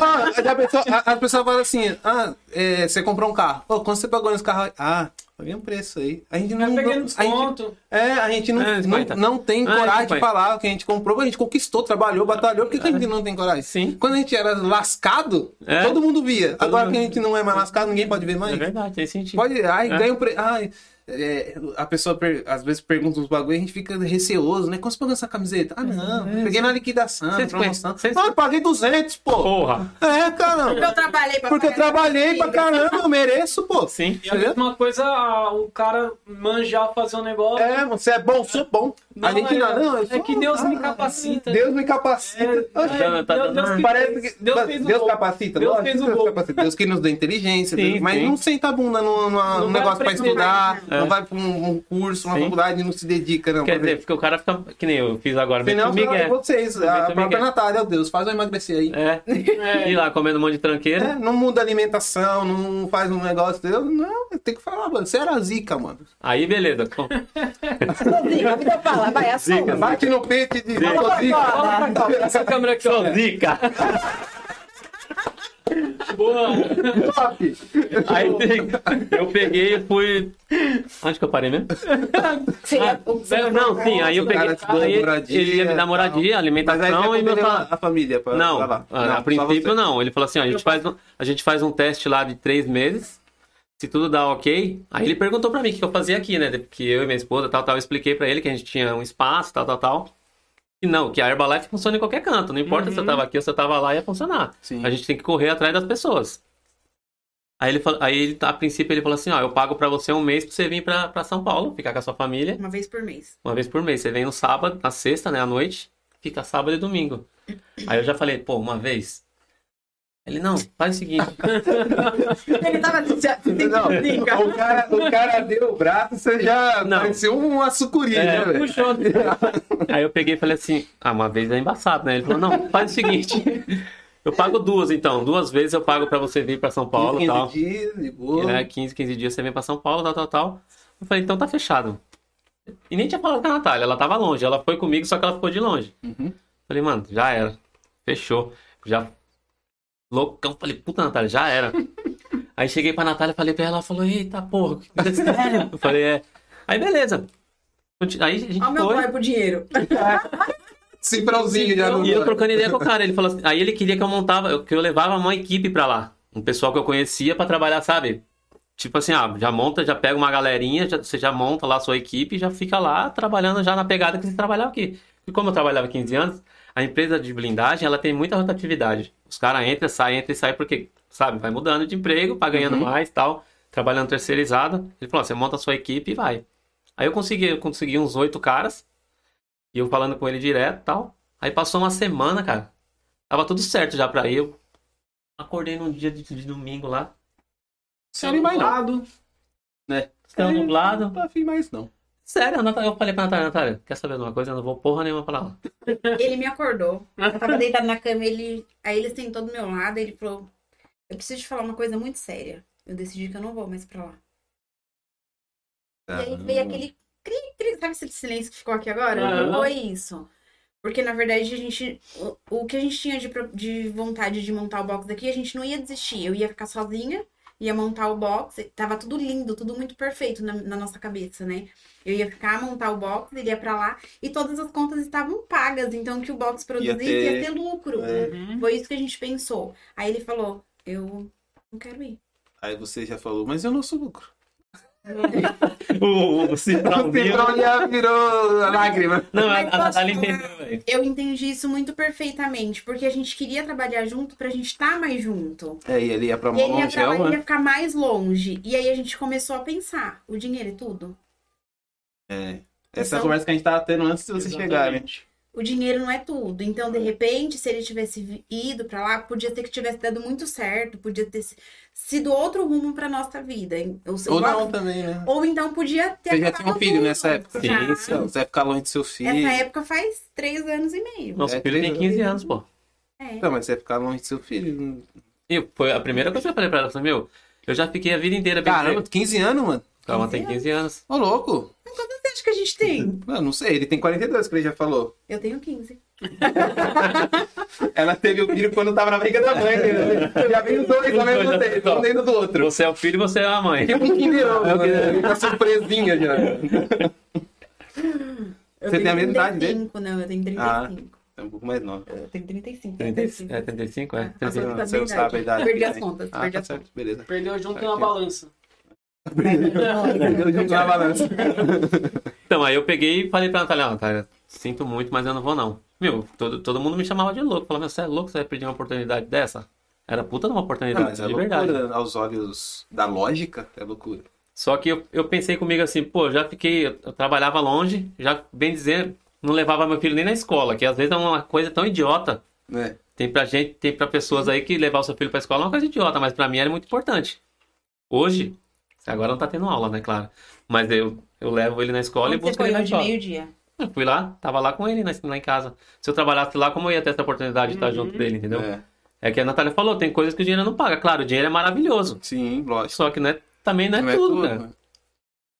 A: Ah, já pensou- a, a pessoa fala assim: ah, é, você comprou um carro. Pô, quanto você pagou nesse carro? Ah, paguei um preço aí. A gente não.
B: Vai
A: não-
B: pegando
A: a gente,
B: desconto.
A: é, a gente não,
D: É,
A: não,
D: 50.
A: não tem
D: É,
A: coragem de
D: 50.
A: falar que a gente comprou, a gente conquistou, trabalhou, batalhou. Por que, que a gente não tem coragem?
D: Sim.
A: Quando a gente era lascado,
D: É.
A: todo mundo via. Agora
D: mundo
A: que a gente não é mais lascado, ninguém pode ver mais.
D: É verdade, tem sentido.
A: Pode, ai,
D: É.
A: ganha um pre... ai, é, a pessoa per- às vezes pergunta uns bagulho e a gente fica receoso, né? Quanto você pagou essa camiseta? Ah,
B: É,
A: não, peguei na liquidação, na
D: 150,
A: promoção.
D: 150.
A: Ah, paguei 200, pô.
D: Porra.
A: É,
C: Porque eu
A: caramba.
C: trabalhei pra
A: Porque eu
C: pagar essa
A: trabalhei pra
C: dívida.
A: caramba, eu mereço, pô.
D: Sim.
B: E a mesma coisa, ah, o cara manjar fazer um negócio.
A: É, você é bom, sou bom. a
B: Não,
A: gente
B: é-
A: não, não, eu
B: é
A: sou-
B: que Deus me
A: ah,
B: capacita.
A: Deus me capacita.
B: É,
A: Oxe,
D: Tá- tá-
B: Deus- Deus
D: tá-
B: que
A: Parece
B: fez.
A: que
B: Deus
A: Deus,
B: fez o gol.
A: capacita,
B: Deus
A: lógico,
B: fez o
A: Deus
B: gol.
A: capacita. Deus que nos dá inteligência,
D: Sim,
A: Deus- mas
D: sim.
A: não senta a bunda num, numa-
B: Não
A: num
B: vai
A: negócio pra
B: aprender,
A: estudar,
D: não.
A: não
D: É.
A: vai pra um, um curso, uma
D: Sim.
A: faculdade, não se dedica, não.
D: Quer
A: pra
D: dizer,
A: ver.
D: porque o cara fica. Que nem eu fiz agora,
A: Senão
D: meti o
A: fala
D: Miguel.
A: vocês,
D: Mete o
A: a própria
D: Miguel.
A: Natália, oh, Deus, faz eu emagrecer aí.
D: É.
B: É.
D: E lá comendo um monte de tranqueira.
A: É, não muda a alimentação, não faz um negócio, entendeu? Não, tem que falar, mano, você era zica, mano.
D: Aí beleza. Com-
E: Zica, vida fala, vai,
C: é
E: a sua.
A: Bate no peito e diz,
D: Zica.
A: "Eu sou zica.
E: Fala,
B: Olha Essa câmera aqui, ó.
D: Sou zica.
B: Boa.
A: Top.
D: Aí eu peguei e fui. Onde que eu parei mesmo?
E: Você ia-
D: Não, não, sim, aí eu peguei.
A: Cara, te dou
D: Aí
A: moradia,
D: ele ia me dar moradia,
A: Mas aí
D: alimentação
A: não,
D: e meu salário.
A: a família pra
D: Não, ah,
A: pra lá.
D: a, a
A: só
D: princípio
A: você.
D: não. Ele falou assim, ó, a gente, faz um, a gente faz um teste lá de três meses, se tudo dá ok. Aí ele perguntou pra mim o que eu fazia aqui, né? Que eu e minha esposa, tal, tal, eu expliquei pra ele que a gente tinha um espaço, tal, tal, tal. E não, que a Herbalife funciona em qualquer canto. Não importa se eu tava aqui ou se eu tava lá, ia funcionar.
A: Sim.
D: A gente tem que correr atrás das pessoas. Aí ele falou, aí ele- a princípio ele falou assim, ó, eu pago pra você um mês pra você vir pra, pra São Paulo, ficar com a sua família.
C: Uma vez por mês.
D: Uma vez por mês. Você vem no sábado, na sexta, né? À noite. Fica sábado e domingo. Aí eu já falei, pô, uma vez. Ele, não, faz o seguinte.
E: Ele tava
A: Não, o, cara, o cara deu o braço, você já
D: Não.
A: pareceu uma sucuri,
D: É.
A: né, velho?
B: Puxou.
D: Aí eu peguei e falei assim, ah, uma vez é embaçado, né? Ele falou, não, faz o seguinte. Eu pago duas, então. Duas vezes eu pago pra você vir pra São Paulo
A: 15
D: e tal.
A: dias, de
D: E,
A: boa.
D: né, 15, 15 dias você vem pra São Paulo, tal, tal, tal. Eu falei, então tá fechado. E nem tinha falado com a Natália, ela tava longe. Ela foi comigo, só que ela ficou de longe.
E: Uhum.
D: Falei, mano, já era. Fechou. Já. Loucão. Falei, puta, Natália, já era. Aí cheguei pra Natália, falei pra ela, ela falou, eita porra, que coisa séria. Eu falei, é. Aí beleza. Conti- Aí a gente
E: Olha o Ah, meu
D: foi.
E: pai pro dinheiro.
A: Cifrãozinho já não
D: Então, E eu trocando ideia com o cara. Ele falou assim- aí ele queria que eu montava, eu- que eu levava uma equipe pra lá. Um pessoal que eu conhecia pra trabalhar, sabe? Tipo assim, ah, já monta, já pega uma galerinha, já- você já monta lá a sua equipe e já fica lá trabalhando já na pegada que você trabalhava aqui. E como eu trabalhava 15 anos, a empresa de blindagem, ela tem muita rotatividade. Os caras entram, saem, entram e saem porque, sabe, vai mudando de emprego, vai ganhando
A: Uhum.
D: mais tal, trabalhando terceirizado. Ele falou, ó, você monta a sua equipe e vai. Aí eu consegui, eu consegui uns oito caras, e eu falando com ele direto e tal. Aí passou uma semana, cara. Tava tudo certo já pra eu. Acordei num dia de, de domingo lá.
A: Não, Né? não vai não.
B: Lado.
D: Céu nublado.
A: Não tá afim mais não.
D: Sério, a Natália, eu falei pra Natália, Natália, quer saber de uma coisa? Eu não vou porra nenhuma pra lá.
C: Ele me acordou. Eu tava deitado na cama, ele. Aí ele sentou do meu lado, ele falou: Eu preciso te falar uma coisa muito séria. Eu decidi que eu não vou mais pra lá. E aí
A: Ah.
C: veio aquele. Cri, cri, sabe esse silêncio que ficou aqui agora?
B: Aham.
C: Foi isso. Porque, na verdade, a gente. O, o que a gente tinha de, pro- de vontade de montar o box aqui, a gente não ia desistir. Eu ia ficar sozinha, ia montar o box. Tava tudo lindo, tudo muito perfeito na, na nossa cabeça, né? Eu ia ficar, montar o box, ele ia pra lá. E todas as contas estavam pagas. Então, o que o box produzisse ia ter,
A: ter-
C: lucro.
A: É.
B: Uhum.
C: Foi isso que a gente pensou. Aí ele falou: Eu não quero ir.
A: Aí você já falou, mas eu não sou lucro.
D: O, o, o Citral
A: O Pedrão já virou a lágrima.
D: Não, a,
C: Mas
D: a
C: posso
D: Natália
C: falar?
D: entendeu, velho.
C: Eu entendi isso muito perfeitamente, porque a gente queria trabalhar junto pra gente estar mais junto.
A: É, e ele ia pra
C: E ele ia,
A: longe,
C: pra lá, ele
A: né?
C: ia ficar mais longe. E aí a gente começou a pensar: o dinheiro é tudo?
A: Essa é a conversa que a gente tava tendo antes de né? vocês chegarem.
B: Exatamente.
C: O dinheiro não é tudo. Então, de repente, se ele tivesse vi- ido pra lá, podia ter que tivesse dado muito certo, podia ter si- sido outro rumo pra nossa vida. Ou,
A: Ou
C: igual-
A: não também, né?
C: ou então podia ter.
A: Você já
C: acabado
A: tinha um filho
C: junto.
A: nessa época? então,
D: Sim,
C: Já.
D: sim.
A: Não, Você vai ficar longe do seu filho.
C: Essa época faz três anos e meio.
D: Nosso
A: É,
D: filho tem
A: três
D: 15 anos, pô.
C: É.
A: Não, mas você vai ficar longe do seu filho.
D: E foi a primeira coisa que eu falei pra ela, eu falei, meu, eu já fiquei a vida inteira bem
A: Caramba, 15 anos, mano.
D: Calma, tem 15 anos.
A: Ô, louco.
C: Quantos anos que a gente tem?
A: Eu não sei, ele tem 42, que ele já falou.
C: Eu tenho 15.
A: Ela teve o filho quando tava na barriga da mãe. né? Já veio dois ao mesmo tempo, um dentro do outro.
D: Você é o filho e você é a mãe.
A: Tem um quindirão, mano. Ele tá surpresinha já.
C: Eu
A: Você
C: tenho
A: tem a mesma idade Ah.
C: 35, não, eu tenho 35.
A: É um pouco mais novo.
C: Eu tenho 35.
D: É,
C: 35.
D: 35, é.
C: Ah,
A: Você
D: 35.
A: não- você não sabe a idade.
C: Perdi
A: que
C: as
A: tem.
C: contas,
A: Ah,
C: perdi
A: tá
C: as
A: certo, beleza.
B: Perdeu junto na balança.
A: Eu digo na balança.
D: Então, aí eu peguei e falei pra Natália, ó, Natália, sinto muito, mas eu não vou não. Meu, todo, todo mundo me chamava de louco. Falava, você é louco, você vai perder uma oportunidade dessa? Era puta de uma
A: Não,
D: oportunidade,
A: mas é
D: de verdade.
A: loucura. Aos olhos da lógica, é loucura.
D: Só que eu, eu pensei comigo assim, pô, já fiquei, eu, eu trabalhava longe, já bem dizer, não levava meu filho nem na escola, que às vezes é uma coisa tão idiota.
A: Né?
D: Tem pra gente, tem pra pessoas aí que levar o seu filho pra escola é uma coisa idiota, mas pra mim era muito importante. Hoje, agora não tá tendo aula, né, claro. Mas eu, eu levo ele na escola e
C: Quando você
D: busco ele
C: foi
D: na
C: hoje,
D: escola.
C: meio-dia.
D: Eu fui lá, tava lá com ele né, lá em casa. Se eu trabalhasse lá, como eu ia ter essa oportunidade de estar
B: Uhum.
D: junto dele, entendeu?
A: É.
D: É. que a Natália falou, tem coisas que o dinheiro não paga. Claro, o dinheiro é maravilhoso.
A: Sim, lógico.
D: Só que não é- também não é
A: Não é
D: tudo,
A: tudo,
D: cara.
A: né?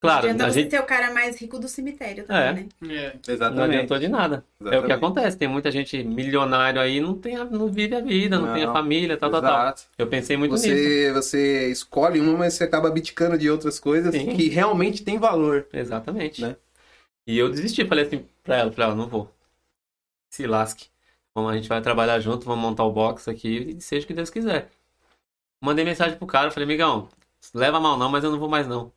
D: Claro,
C: Adianta
D: a
C: você
D: gente
C: ser o cara mais rico do cemitério também, né?
B: É.
D: não
A: Exatamente.
D: adiantou de nada. É o que
A: Exatamente.
D: acontece. Tem muita gente milionário aí, não, tem a- não vive a vida, não,
A: Não.
D: tem a família, tal, tal, tal.
A: Exato.
D: Eu pensei muito nisso.
A: Você, você escolhe uma, mas você acaba abdicando de outras coisas
D: Sim.
A: que realmente tem valor.
D: Exatamente.
A: Né?
D: E eu desisti, falei assim pra ela, falei, ó, não vou. Se lasque. Vamos, a gente vai trabalhar junto, vamos montar o box aqui e seja o que Deus quiser. Mandei mensagem pro cara, falei, amigão, leva mal não, mas eu não vou mais não.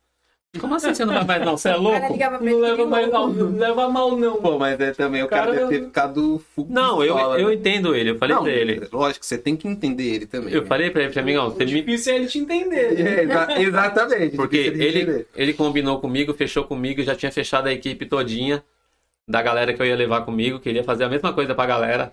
D: Como assim você não vai mais não? Você é
C: O cara
D: louco?
C: ligava pra
B: Não
C: ele,
B: leva
C: "Querido,
B: mais não,
C: louco".
B: não leva mal não.
A: Pô, mas é também o cara,
B: Cara,
A: deve
B: eu-
A: ter ficado full
D: Não, eu,
A: pistola,
D: eu
A: né?
D: entendo ele, eu falei
A: Não,
D: pra ele.
A: Lógico, você tem que entender ele também.
D: Eu
A: né?
D: falei pra ele, falei, amigão, você
B: O
D: me
B: difícil é ele te entender. né?
A: É, exa- exatamente.
D: Porque
A: difícil de
D: ele,
A: entender.
D: ele combinou comigo, fechou comigo, já tinha fechado a equipe todinha da galera que eu ia levar comigo, queria fazer a mesma coisa pra galera.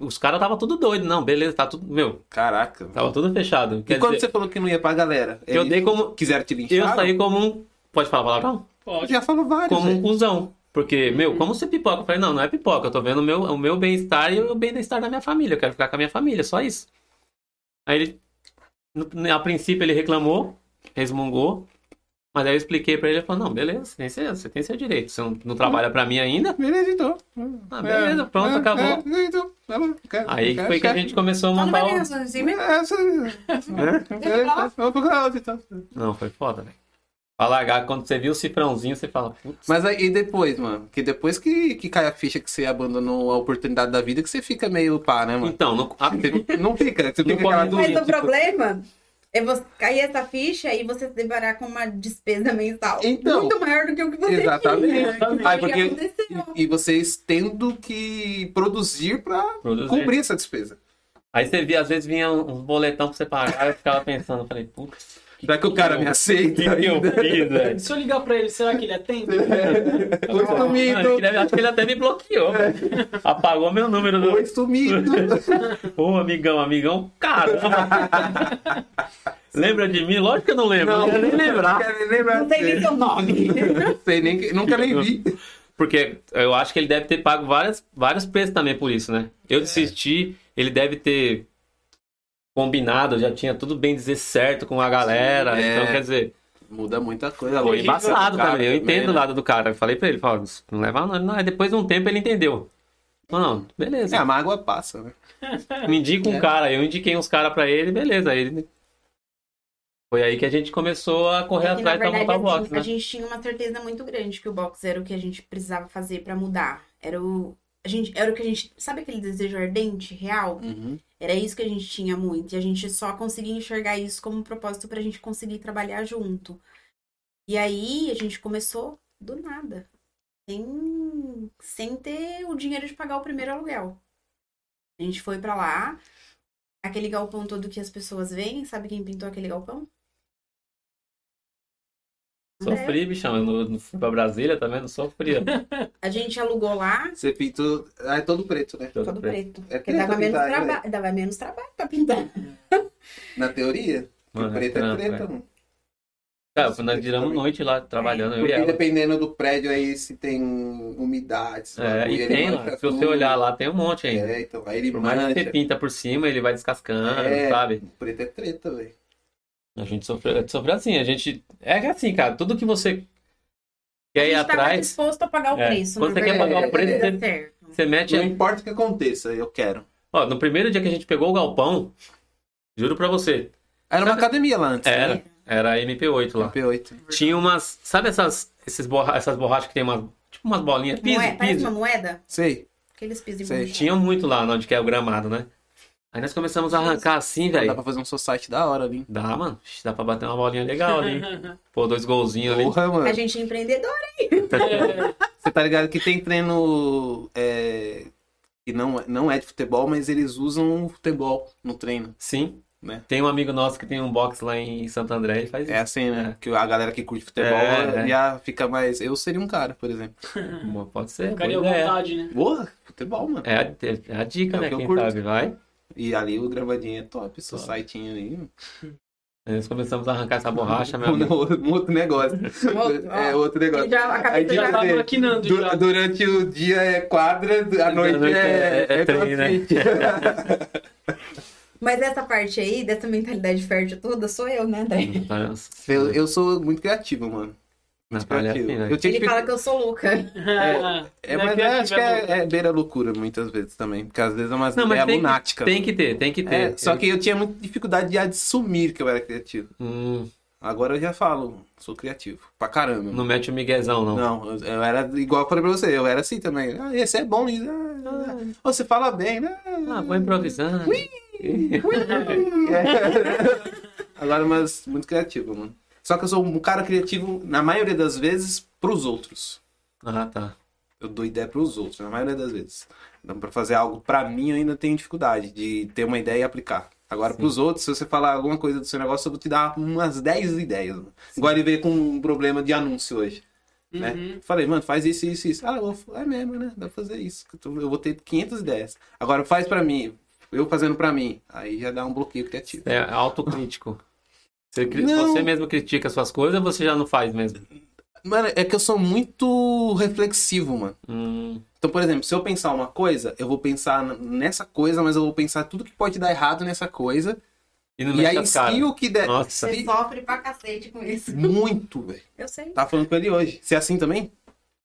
D: Os caras tava tudo doido, não, beleza, tá tudo. Meu,
A: Caraca.
D: tava tudo fechado.
A: E
D: Quer
A: quando
D: dizer,
A: você falou que não ia pra galera?
D: Eu
A: eles
D: dei como-
A: Quiseram te
D: eu
A: linchar?
D: saí como um. Pode falar palavrão?
B: Pode.
A: Já falou vários.
D: Como um
A: né?
D: cuzão. Porque, meu,
A: Uhum.
D: como você pipoca? Eu falei, não, não é pipoca, eu tô vendo o meu, o meu bem-estar e o bem-estar da minha família. Eu quero ficar com a minha família, só isso. Aí ele. no- né, A princípio ele reclamou, resmungou. Mas aí eu expliquei pra ele, ele falou, não, beleza, você tem seu, você tem seu direito. Você não, não trabalha pra mim ainda?
A: Beleza, então.
D: Ah, beleza, pronto,
A: É,
D: acabou.
A: é, então, tá bom, quero-
D: Aí
A: quero
D: foi que a
A: chefe. Tá
D: gente começou a
C: Então não
D: montar
C: vai nem
D: o...
C: razão assim, mas
A: É, é, é, é, Vamos procurar outro, então.
D: Não, foi foda, velho. Pra largar, quando você viu o cifrãozinho, você fala, putz,
A: Mas aí e depois, mano? Que depois que, que cai a ficha que você abandonou a oportunidade da vida, que você fica meio pá, né, mano?
D: então, não... ah, teve-
A: Não fica, você
D: Não
A: fica aquela
D: pode-
A: dúvida.
C: mas
A: tipo,
C: o problema é você cair essa ficha e você se deparar com uma despesa mensal
A: Então,
C: muito maior do que o que você
A: exatamente,
C: tinha.
B: exatamente.
C: Foi
A: Ah,
C: o
A: porque-
C: que aconteceu.
A: E, e vocês tendo que produzir pra
D: produzir.
A: cobrir essa despesa.
D: Aí você via, às vezes vinha uns boletão pra você pagar, eu ficava pensando, falei, putz,
A: Será que o cara me
D: o
A: aceita?
D: que que eu fiz, velho?
B: Se eu ligar pra ele, será que ele atende?
A: É.
D: um
A: Oi,
D: Não, acho, que
A: sumido!
D: ele, acho que ele até me bloqueou. É. Apagou meu número do.
A: Oi, sumido!
D: Ô, amigão, amigão, caramba! Lembra de mim? Lógico que eu não lembro. Não, quero nem lembrar.
A: Quero nem lembrar
E: Não tem
A: de
E: nem
A: você.
E: seu nome.
A: Não sei nem que- Nunca nem vi.
D: Porque eu acho que ele deve ter pago várias, vários preços também por isso, né? Eu desisti, ele deve ter combinado, já tinha tudo bem dizer certo com a galera.
A: Sim, é.
D: Então, quer dizer,
A: Muda muita coisa. é
D: foi
B: Foi
D: embaçado
A: cara
D: também. Eu entendo
A: né?
D: o lado do cara. Eu falei pra ele, falou, não leva não. não. Aí depois de um tempo ele entendeu. Falou, não, beleza.
A: É, a mágoa passa, né?
D: Me indica um
A: É.
D: cara, eu indiquei uns caras pra ele, beleza. Aí ele... Foi aí que a gente começou a correr
C: É que, na
D: atrás pra
C: verdade,
D: montar o
C: assim,
D: box, né?
C: a gente tinha uma certeza muito grande que o box era o que a gente precisava fazer pra mudar. Era o. A gente, era o que a gente. Sabe aquele desejo ardente, real?
A: Uhum.
C: Era isso que a gente tinha muito. E a gente só conseguia enxergar isso como um propósito pra gente conseguir trabalhar junto. E aí a gente começou do nada. Sem, sem ter o dinheiro de pagar o primeiro aluguel. A gente foi pra lá. Aquele galpão todo que as pessoas veem, sabe quem pintou aquele galpão? É,
D: Sofri, bichão. Eu não, não fui pra Brasília também, não sofri.
C: A gente alugou lá,
A: Você pintou. Ah, é todo preto, né?
C: todo preto.
A: É
C: Porque tá dava menos,
A: pintar, né?
C: traba... dava menos trabalho pra pintar.
A: Na teoria,
D: Mano,
A: preto é,
D: trampo,
A: preto.
D: é.
A: mano.
D: Cara, foi- nós viramos noite lá, trabalhando, eu e
A: É.
D: é
A: Porque
D: ela.
A: dependendo do prédio aí, se tem umidade, se
D: É, e tem, lá, se você olhar lá, tem um monte ainda.
A: É, então, aí ele
D: Por mais que você
A: mancha.
D: pinta por cima, ele vai descascando,
A: É.
D: sabe?
A: Preto é treta, velho.
D: A gente sofreu, a gente sofreu assim, a gente... É que assim, cara, tudo que você
C: a
D: quer ir
C: gente tá tava
D: atrás,
C: disposto a pagar o
D: É,
C: preço. na
D: quando você quer
C: verdade.
A: pagar o preço,
C: Tá certo.
D: você mete...
A: Não importa o que aconteça, eu quero.
D: Ó, no primeiro dia que a gente pegou o galpão, juro pra você,
A: Era uma academia lá antes. né?
D: era, era a MP8 lá.
A: P8.
D: Tinha umas... Sabe essas, esses borra, essas borrachas que tem uma, tipo umas bolinhas? Piso,
C: Moe- é? Parece
D: piso.
C: uma moeda?
A: Sei.
C: Aqueles pisos
A: Sei.
C: embaixo.
D: Tinha muito lá onde que é o gramado, né? Aí nós começamos a arrancar assim,
A: Dá
D: velho.
A: pra fazer um society da hora ali.
D: Dá, mano. Ixi, Dá pra bater uma bolinha legal ali. hein? Pô, dois golzinhos ali.
A: Porra, mano.
C: A gente é empreendedor.
B: É,
A: Você tá ligado que tem treino é, que não, é- não é de futebol, mas eles usam o futebol no treino.
D: Sim.
A: Né?
D: Tem um amigo nosso que tem um box lá em Santo André e faz
A: É
D: isso.
A: assim, né? Que a galera que curte futebol
D: É, é.
A: já fica mais. Eu seria um cara, por exemplo.
D: Uma- Pode ser.
B: ficaria à
A: é.
D: boa ideia.
B: vontade, né?
A: Porra, futebol, mano.
D: É a, é a dica,
A: É o
D: né?
A: que eu
D: Quem
A: curto.
D: sabe, vai.
A: E ali o gravadinho é top, seu sitinho aí.
D: Aí Nós começamos a arrancar essa borracha, meu
A: Não,
D: amigo.
A: um outro negócio.
C: Outro, ó.
A: é outro negócio.
C: Já, a cabeça
A: Aí
B: Já
A: Quer
D: tá-
B: tava
A: dizer,
B: maquinando
A: Du-
B: já.
A: durante o dia é quadra, du- à noite,
D: noite
A: é,
D: é- é
A: é
D: treino, né?
A: crossfit.
E: Mas essa parte aí, dessa mentalidade fértil toda, sou eu, né, André?
D: Tá. Nossa,
A: eu, eu sou muito criativo, mano.
D: Natália, assim, né?
A: Eu tinha
E: Ele
A: que
E: fala que eu sou louca.
A: É, mas eu acho que é, é beira loucura muitas vezes também, porque às vezes é umas
D: Não, mas
A: ideias
D: tem que-
A: lunáticas.
D: Tem que ter, tem que ter.
A: É, só que eu tinha muita dificuldade de assumir que eu era criativo.
D: Hum,
A: Agora eu já falo, sou criativo. Pra caramba.
D: não mete o miguezão, não.
A: Não, eu, eu era igual eu falei pra você, eu era assim também. Ah, esse é bom nisso. Ah, ah, você fala bem, né?
D: Ah, vou improvisando.
A: É. Agora, mas muito criativo, mano. Só que eu sou um cara criativo, na maioria das vezes, pros outros.
D: Ah, tá.
A: eu dou ideia para os outros, na maioria das vezes. Então, para fazer algo para mim, eu ainda tenho dificuldade de ter uma ideia e aplicar. Agora, para os outros, se você falar alguma coisa do seu negócio, eu vou te dar umas 10 ideias. mano. Igual ele veio com um problema de anúncio hoje. Né?
B: Uhum.
A: Falei, mano, faz isso, isso, isso. Ah, eu vou, é mesmo, né? Dá pra fazer isso. que eu tô- Eu vou ter 500 ideias. Agora, faz para mim. Eu fazendo para mim. Aí já dá um bloqueio criativo.
D: É autocrítico. Você, cri-
A: Não.
D: você mesmo critica suas coisas, você já não faz mesmo.
A: Mano, é que eu sou muito reflexivo, mano.
D: Hum,
A: Então, por exemplo, se eu pensar uma coisa, eu vou pensar n- nessa coisa, mas eu vou pensar tudo que pode dar errado nessa coisa.
D: e não
A: e
D: mexe
A: aí,
D: as caras.
A: se o que der.
D: Nossa.
A: se-
E: Você sofre pra cacete com isso.
A: Muito, velho.
E: Eu sei.
A: Tava Tá falando com ele hoje. Você é assim também?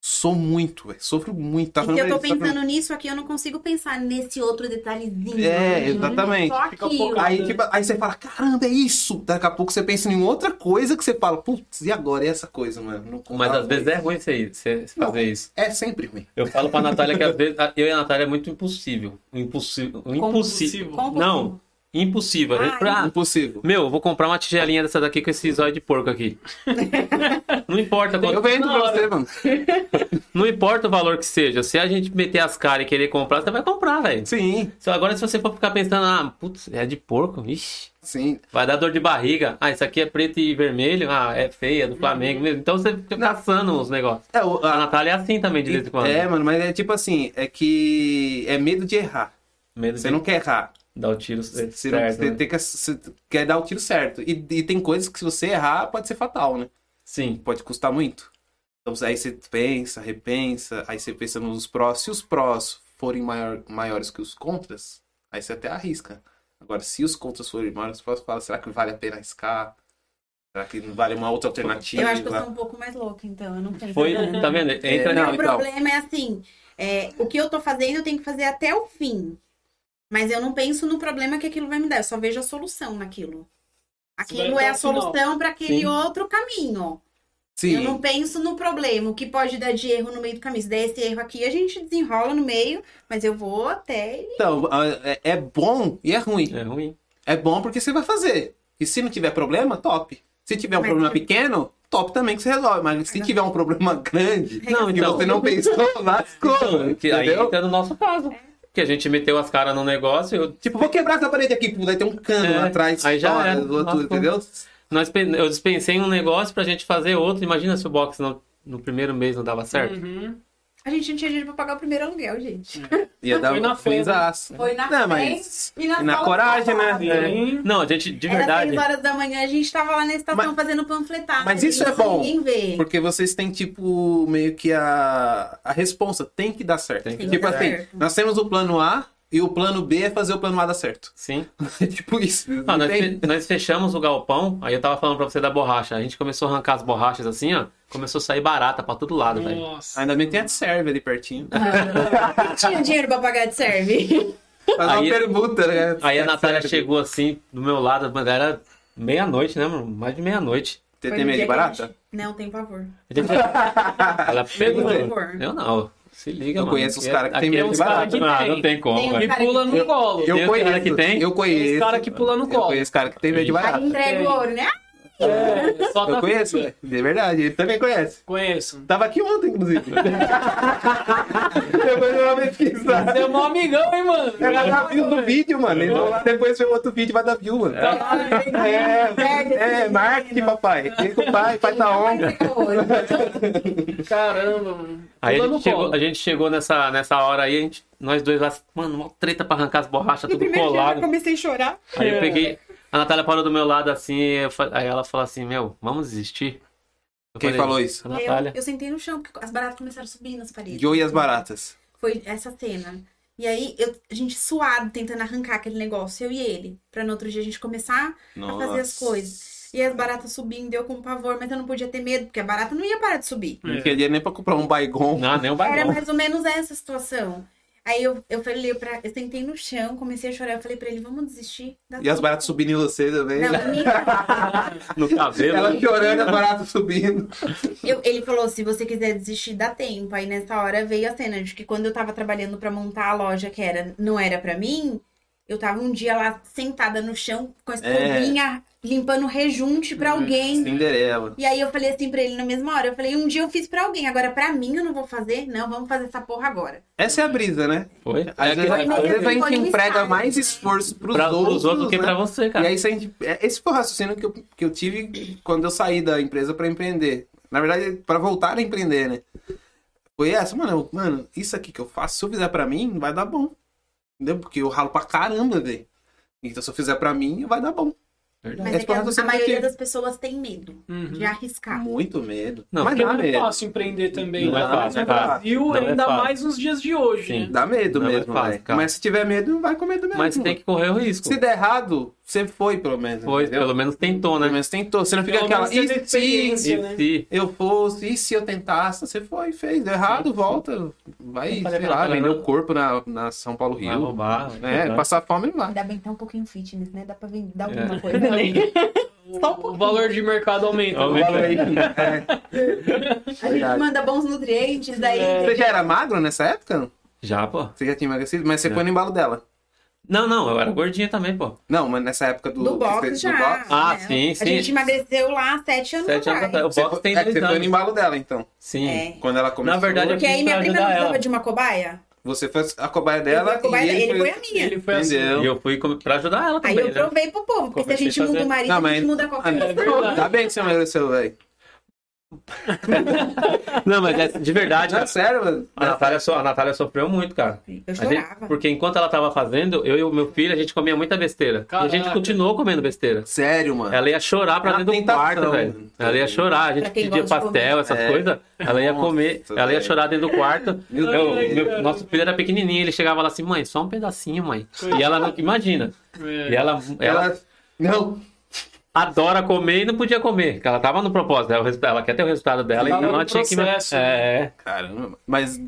A: Sou muito, velho. Sofro muito. Tá
C: E
A: falando
C: se eu tô
A: pra ele, tá falando-
C: pensando nisso aqui, eu não consigo pensar nesse outro detalhezinho.
A: É, exatamente.
C: Só
D: um
B: Fica
C: aquilo.
B: focado.
A: Aí, tipo, aí você fala, caramba, é isso. Daqui a pouco você pensa em outra coisa que você fala, putz, e agora é essa coisa, mano? Não
D: Mas
A: contava
D: às vezes é ruim isso aí, você você
A: Não.
D: fazer isso.
A: É sempre ruim.
D: Eu falo pra Natália que às vezes a- eu e a Natália é muito impulsível. Impulsível. Impulsível.
B: Compulsivo.
C: Compulsivo.
D: Não, impossível. A gente
C: Ah,
D: pra-
A: Impossível.
D: Meu, eu vou comprar uma tigelinha dessa daqui com esse zóio de porco aqui. Não importa quanto-
A: Eu vendo
B: Na
A: pra
B: hora.
A: você, mano.
D: não importa o valor que seja. Se a gente meter as caras e querer comprar, você vai comprar, velho.
A: Sim,
D: Só Agora, se você for ficar pensando, ah, putz, é de porco, ixi,
A: sim.
D: vai dar dor de barriga. Ah, isso aqui é preto e vermelho, ah, é feia, é do Flamengo mesmo. Então você fica caçando os negócios.
A: É, o-
D: A
A: a-
D: Natália é assim também, de vez em quando.
A: É, mano, mas é tipo assim, é que é medo de errar.
D: Medo
A: Você
D: de-
A: não quer errar.
D: Dá o tiro
A: Você,
D: certo.
A: você não- você
D: né?
A: tem que, você quer dar o tiro certo. E, e tem coisas que se você errar, pode ser fatal, né?
D: Sim.
A: Pode custar muito. Então aí você pensa, repensa, aí você pensa nos prós. Se os prós forem maior- maiores que os contras, aí você até arrisca. Agora, se os contras forem maiores que os prós, você fala, será que vale a pena arriscar? Será que não vale uma outra alternativa?
C: Eu acho que eu sou um pouco mais louca, então eu não
B: É
C: penso.
D: tá Foi,
C: tanto.
D: tá vendo? Entra
A: É,
C: Meu
D: não, então.
C: problema é assim, é, o que eu tô fazendo eu tenho que fazer até o fim. Mas eu não penso no problema que aquilo vai me dar, eu só vejo a solução naquilo. Aquilo
B: vai até
C: é a
B: o final.
C: solução para aquele
D: Sim.
C: outro caminho.
A: Sim.
C: Eu não penso no problema, o que pode dar de erro no meio do caminho. Se der esse erro aqui, a gente desenrola no meio, mas eu vou até. ele.
A: Então, a- é- é bom e é ruim.
D: É ruim.
A: É bom porque você vai fazer. E se não tiver problema, top. Se tiver um
C: Mas-
A: problema pequeno, top também que você resolve. Mas se tiver um problema grande,
D: Não,
A: É que
D: então.
A: você não pensou, lascou.
D: Então, que aí
A: entendeu?
D: entra no nosso caso.
B: É.
D: Que a gente meteu as caras no negócio, eu
A: Tipo, vou quebrar essa parede aqui, pô, daí tem um cano
D: É,
A: lá atrás.
D: aí já
A: fora,
D: era.
A: do outro,
D: Lascou.
A: entendeu?
D: Nós, pe- eu dispensei um negócio pra gente fazer outro. Imagina se o box não- no primeiro mês não dava certo.
B: Uhum.
C: A gente não tinha dinheiro pra pagar o primeiro aluguel, gente.
A: Ia dar
B: Foi na
A: um
B: fé, né?
A: frisaço.
E: Foi na
A: Não,
E: frente
A: mas...
E: e na,
A: e na
E: sala
A: coragem,
B: Tá
A: né?
E: falava.
A: É.
B: Sim.
D: Não, a gente, de
C: Era
D: verdade.
C: 6 horas da manhã, a gente tava lá na estação fazendo panfletagem.
A: mas isso é bom,
C: Ninguém vê.
A: Porque vocês têm, tipo, meio que a, a responsa. Tem que dar certo.
D: Tem que
A: tipo
C: dar
A: assim,
C: certo.
A: nós temos o plano A e o plano B é fazer o plano A dar certo.
D: Sim.
A: É tipo isso.
D: Ah,
A: não
D: nós,
A: tem-
D: fe- nós fechamos o galpão. Aí eu tava falando pra você da borracha. A gente começou a arrancar as borrachas assim, ó. Começou a sair barata pra todo lado, velho.
B: Nossa.
A: Ainda bem que tem a serve ali pertinho.
C: Não tinha dinheiro pra pagar de serve.
A: Faz uma
D: Aí-
A: pergunta, né?
D: Aí a
A: Se
D: Natália
A: serve.
D: chegou assim, do meu lado. mano, Era meia-noite, né, mano? Mais de meia-noite.
A: Você
C: Foi
A: tem medo
C: no
A: de
C: dia que a
A: barata?
C: gente- Não, tem pavor.
D: A gente- Ela pegou.
A: Por
C: favor.
D: Eu não. Se liga,
A: Eu
D: mano.
A: conheço os caras que tem
D: Aqui é
A: medo de
D: uns caras
B: barata.
D: que- Ah, não tem como,
C: Tem um
D: velho.
B: Que pula no
C: Eu-
B: colo.
A: Eu
D: Tem os cara
A: conheço.
D: que tem?
A: Eu conheço.
B: Tem cara que pula no
A: Eu
B: colo.
A: conheço cara que tem medo de
D: Aí
C: Aí
A: barata.
C: entrega o ouro, né?
B: É, só tá
A: Eu conheço,
B: assim.
A: é verdade. Ele também conhece.
B: Conheço.
A: Tava aqui ontem, inclusive. depois eu vou pesquisar. É
B: Você é mó amigão, hein, mano?
A: Vai dar view do vídeo, mano. Eles vão lá depois ver outro vídeo e vai dar view, mano.
D: Tá
A: É,
C: Perde
A: é
C: esse
A: marketing, papai. Fica com o pai, pai tá on.
C: Vai entregar o ouro. Então,
B: Caramba, mano.
D: Aí a
B: Pula no
D: gente, chegou,
B: colo.
D: a gente chegou nessa, nessa hora aí, a gente, nós dois lá, mano, uma treta pra arrancar as borrachas,
C: No
D: tudo
C: primeiro dia eu já
D: colado.
C: comecei a chorar.
D: Aí eu peguei, a Natália parou do meu lado assim, eu fa- aí ela falou assim, meu, vamos desistir. Eu
A: Quem
D: falei,
A: falou isso?
D: A
C: Eu,
D: Natália.
C: eu sentei no chão, porque as baratas começaram a subir nas paredes.
A: Joe e as baratas.
C: Foi essa cena. E aí, eu- a gente suado, tentando arrancar aquele negócio, eu e ele. Pra no outro dia a gente começar a fazer as coisas.
D: É.
C: E as baratas subindo, eu com pavor, mas eu não podia ter medo, porque a barata não ia parar de subir.
A: Não queria nem pra comprar um baigon.
D: Não, nem
C: Era
D: o bagulho.
C: mais ou menos essa situação. Aí eu, eu falei pra. Eu sentei no chão, comecei a chorar. Eu falei pra ele, vamos desistir. Dá
A: E as
C: tudo
A: baratas
C: certo."
A: subindo em você também.
C: Não, a minha-
D: No cabelo.
A: Ela chorando, as baratas subindo.
C: eu- ele falou: se você quiser desistir, dá tempo. Aí nessa hora veio a cena de que quando eu tava trabalhando pra montar a loja, que era, não era pra mim, eu tava um dia lá sentada no chão com a
A: É.
C: escovinha, limpando rejunte
A: Uhum.
C: pra alguém.
A: Cinderela.
C: E aí eu falei assim pra ele na mesma hora: eu falei, um dia eu fiz pra alguém, agora pra mim eu não vou fazer? Não, vamos fazer essa porra agora.
A: Essa é a brisa, né?
D: Foi?
A: Às
D: É que-
A: vezes, às vezes a
C: Foi
A: gente
C: um
A: emprega
C: estágio,
A: mais
C: né?
A: esforço pros
D: pra,
A: outros,
D: pros outros do que
A: né?
D: pra você,
A: E
D: cara.
A: aí, se a gente, é- esse foi o raciocínio que eu, que eu tive quando eu saí da empresa pra empreender. Na verdade, pra voltar a empreender, né? Foi essa, mano, eu- mano, isso aqui que eu faço, se eu fizer pra mim, vai dar bom. Entendeu? Porque eu ralo pra caramba, velho. Então, se eu fizer pra mim, vai dar bom.
D: Verdade.
C: Mas
A: Essa
C: é que
A: porra
C: a,
A: eu
C: a
A: sempre
C: maioria
A: tive.
C: das pessoas tem medo
B: Uhum.
C: de arriscar.
A: Muito medo.
D: Ah. Não,
A: Mas
B: Porque
A: dá
B: não é
A: medo.
B: fácil empreender também.
D: Não é
B: né?
D: fácil,
B: no
D: não é fácil.
B: Brasil,
D: Não é
B: ainda
D: fácil.
B: mais nos dias de hoje,
D: Sim.
B: né?
A: Dá medo
D: Não é
A: mesmo,
D: fácil,
A: velho.
D: cara.
A: Mas se tiver medo, vai com medo mesmo.
D: Mas você tem que correr o risco.
A: Se der errado, você foi, pelo menos.
D: Foi,
A: entendeu?
D: pelo menos tentou, né?
A: Pelo menos tentou. Você não fica
B: Pelo
A: aquela. "E
B: menos teve
A: se-
B: experiência."
D: E
B: né?
D: se-
A: eu fosse, e se eu tentasse? Você foi, fez, deu errado, volta, vai, sei
D: Eu falei pra
A: lá, né?
D: ela,
A: vender
D: não.
A: o corpo na, na São Paulo
D: vai
A: Rio,
D: roubar.
A: né?
D: vai-
A: Passar fome não vai.
E: Ainda bem que tá um pouquinho fitness, né? Dá pra vender dar
D: É.
E: alguma coisa. né?
B: O,
A: um
B: o valor de mercado aumenta.
D: Aumenta.
A: Fala
B: né?
A: aí. É.
C: A gente
A: Verdade.
C: manda bons nutrientes, daí.
D: É.
A: Você já era magro nessa época?
D: Já, pô.
A: Você já tinha emagrecido, mas você
D: É.
A: foi no embalo dela.
D: Não, não, eu era gordinha também, pô.
A: Não, mas nessa época do,
C: Do box
A: que você-
C: já.
A: box,
D: Ah,
C: né?
D: sim,
C: A
D: sim.
C: gente emagreceu lá há sete anos
D: Sete anos atrás.
C: atrás.
D: O
A: Você
D: box
A: foi,
D: tem
A: é, você
D: dois
A: foi no
D: anos.
A: embalo dela, então.
D: Sim.
C: É.
A: Quando ela começou.
D: verdade,
C: Porque aí
D: Pra
C: minha prima não
D: ajudar
C: precisava
D: ela.
C: de uma cobaia.
A: Você foi a cobaia
C: Eu fui
A: dela.
C: a cobaia
A: e
C: dela,
A: ele,
C: ele foi a minha.
B: Ele foi assim.
A: Entendeu?
D: E eu fui com- pra ajudar ela
C: Aí
D: também,
C: eu
D: né?
C: provei pro povo, porque se a
D: Comecei
C: gente
D: a fazer-
C: muda o marido,
A: Não,
C: a
A: mas-
C: gente muda
A: Ah,
C: qualquer
A: não.
C: coisa.
B: É verdade.
A: Ainda bem que você emagreceu, velho.
D: Não, mas é de verdade,
A: Não, Tá
D: cara. Ah.
A: sério, mano.
D: A Natália, so- a Natália sofreu muito, cara.
C: Eu
D: A gente-
C: chorava.
D: porque enquanto ela tava fazendo, eu e o meu filho, a gente comia muita besteira. E a gente
B: Caraca.
D: continuou comendo besteira.
A: Sério, mano.
D: Ela ia chorar pra
A: Era
D: dentro do
A: tentação,
D: quarto,
A: mano.
D: velho. Ela ia chorar, a gente
C: Pra quem
D: pedia
C: gosta de
D: pastel,
C: comer.
D: essas
A: É.
D: coisas. Ela ia
A: Nossa,
D: comer, ela ia
A: velho.
D: chorar dentro do quarto.
A: Meu
D: Eu-
A: Deus.
D: meu- nosso filho era pequenininho, ele chegava lá assim, mãe, só um pedacinho, mãe. E ela não imagina.
B: É.
D: E ela, ela
A: Ela- Não.
D: adora comer e não podia comer. porque Ela tava no propósito, ela, ela quer ter o resultado dela,
B: Tava
D: então
B: no
D: ela tinha que.
B: processo,
D: É, é.
A: Caramba. mano. Mas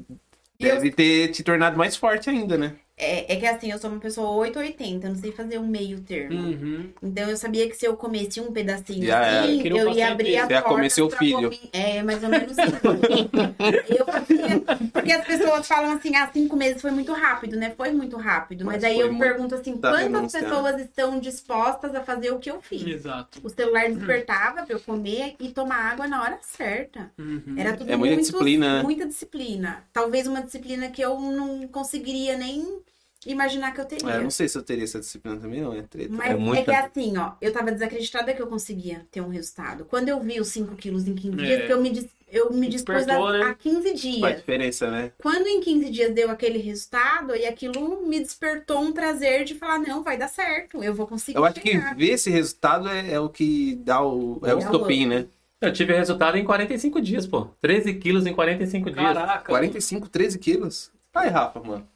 A: deve ter te tornado mais forte ainda, né?
C: É, é que assim, eu sou uma pessoa 880, eu não sei fazer um meio termo.
B: Uhum.
C: Então eu sabia que se eu comesse um pedacinho
A: Já era.
C: assim,
B: Queria um
C: eu ia
B: pastel
C: abrir
B: inteiro.
C: a
A: Você ia
C: porta
A: comer seu
C: pra
A: filho.
C: comer- É, mais ou menos isso. eu fazia... Porque as pessoas falam assim, ah, cinco meses foi muito rápido, né? Foi muito rápido. Mas,
A: Mas
C: aí
A: foi
C: eu
A: muito.
C: pergunto assim,
A: Tá
C: quantas
A: denunciando.
C: pessoas estão dispostas a fazer o que eu fiz?
B: Exato.
C: O celular despertava pra eu comer e tomar água na hora certa.
B: Uhum.
C: Era tudo
A: É muita
C: muito,
A: disciplina, né?
C: Muita disciplina. Talvez uma disciplina que eu não conseguiria nem imaginar que eu teria.
A: É, não sei se eu teria essa disciplina também, não. É treta.
C: Mas
D: É
C: é,
D: muita-
C: que assim, ó, eu tava desacreditada que eu conseguia ter um resultado. Quando eu vi os 5 quilos em 15
B: É.
C: dias, que eu me, dis- eu me dispus
B: Despertou,
C: a,
B: né?
C: a 15
A: Faz
C: dias.
A: diferença, né?
C: Quando em 15 dias deu aquele resultado, e aquilo me despertou um prazer de falar, não, vai dar certo, eu vou conseguir
A: Eu acho que
C: chegar.
A: ver esse resultado é, é o que dá o. É o
C: É o-
A: estopim, né?
D: Eu tive resultado em 45 dias, pô. 13 quilos em 45 dias.
B: Caraca.
A: 45, 13 quilos? Aí, Rafa, mano.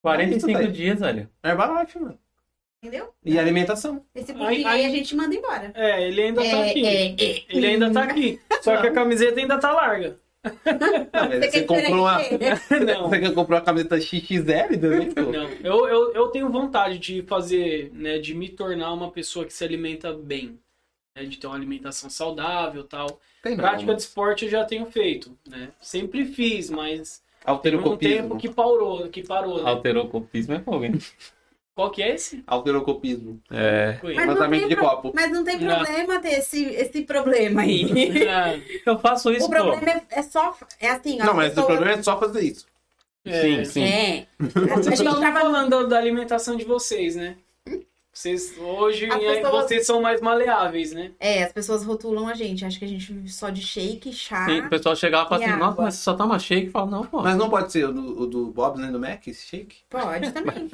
D: 45
A: isso, velho.
D: dias, olha.
A: Herbalife, mano.
C: Entendeu?
A: E alimentação.
C: Esse
B: Ai,
C: pouquinho
B: ai.
C: aí a gente manda embora.
B: É, ele ainda tá
C: É,
B: aqui.
C: é, é.
B: Ele ainda tá aqui. Só que a camiseta ainda tá larga.
A: Não, mas
C: Você
A: você
C: quer dizer
A: comprou uma.
C: que- é.
B: Não.
A: Você comprou uma camiseta XXL também, pô?
B: Não, eu, eu, eu tenho vontade de fazer, né, de me tornar uma pessoa que se alimenta bem, né, de ter uma alimentação saudável tal.
A: Tem não.
B: Prática
A: mano.
B: de esporte eu já tenho feito, né? Sempre fiz, mas teve um
A: Alterocopismo.
B: tempo que parou, que parou. Né?
D: Alterocopismo é fogo, hein?
B: Qual que é esse?
A: Alterocopismo.
D: É.
B: Cunha?
C: Mas não
A: Levantamento
C: tem
A: de
C: pro-
A: copo.
C: Mas não tem
B: Não.
C: problema ter esse, esse problema aí.
D: Eu faço isso,
C: O problema é, é só. É assim, ó.
A: Não,
C: as
A: mas o
C: pessoas-
A: problema é só fazer isso.
B: É.
D: Sim, sim.
C: É. A gente
B: Vocês estavam
C: tava
B: falando da, da alimentação de vocês, né? Vocês hoje
C: As
B: é,
C: pessoas-
B: vocês são mais maleáveis, né?
C: É, as pessoas rotulam a gente, acha que a gente vive só de shake, chá.
D: Sim, o pessoal chegava e falava
C: E
D: assim, nossa,
C: água?
D: mas você só toma shake. Eu falo, não, pô.
A: Mas não pode ser o do, o do Bob, né? Do Mac, esse shake?
C: Pode também.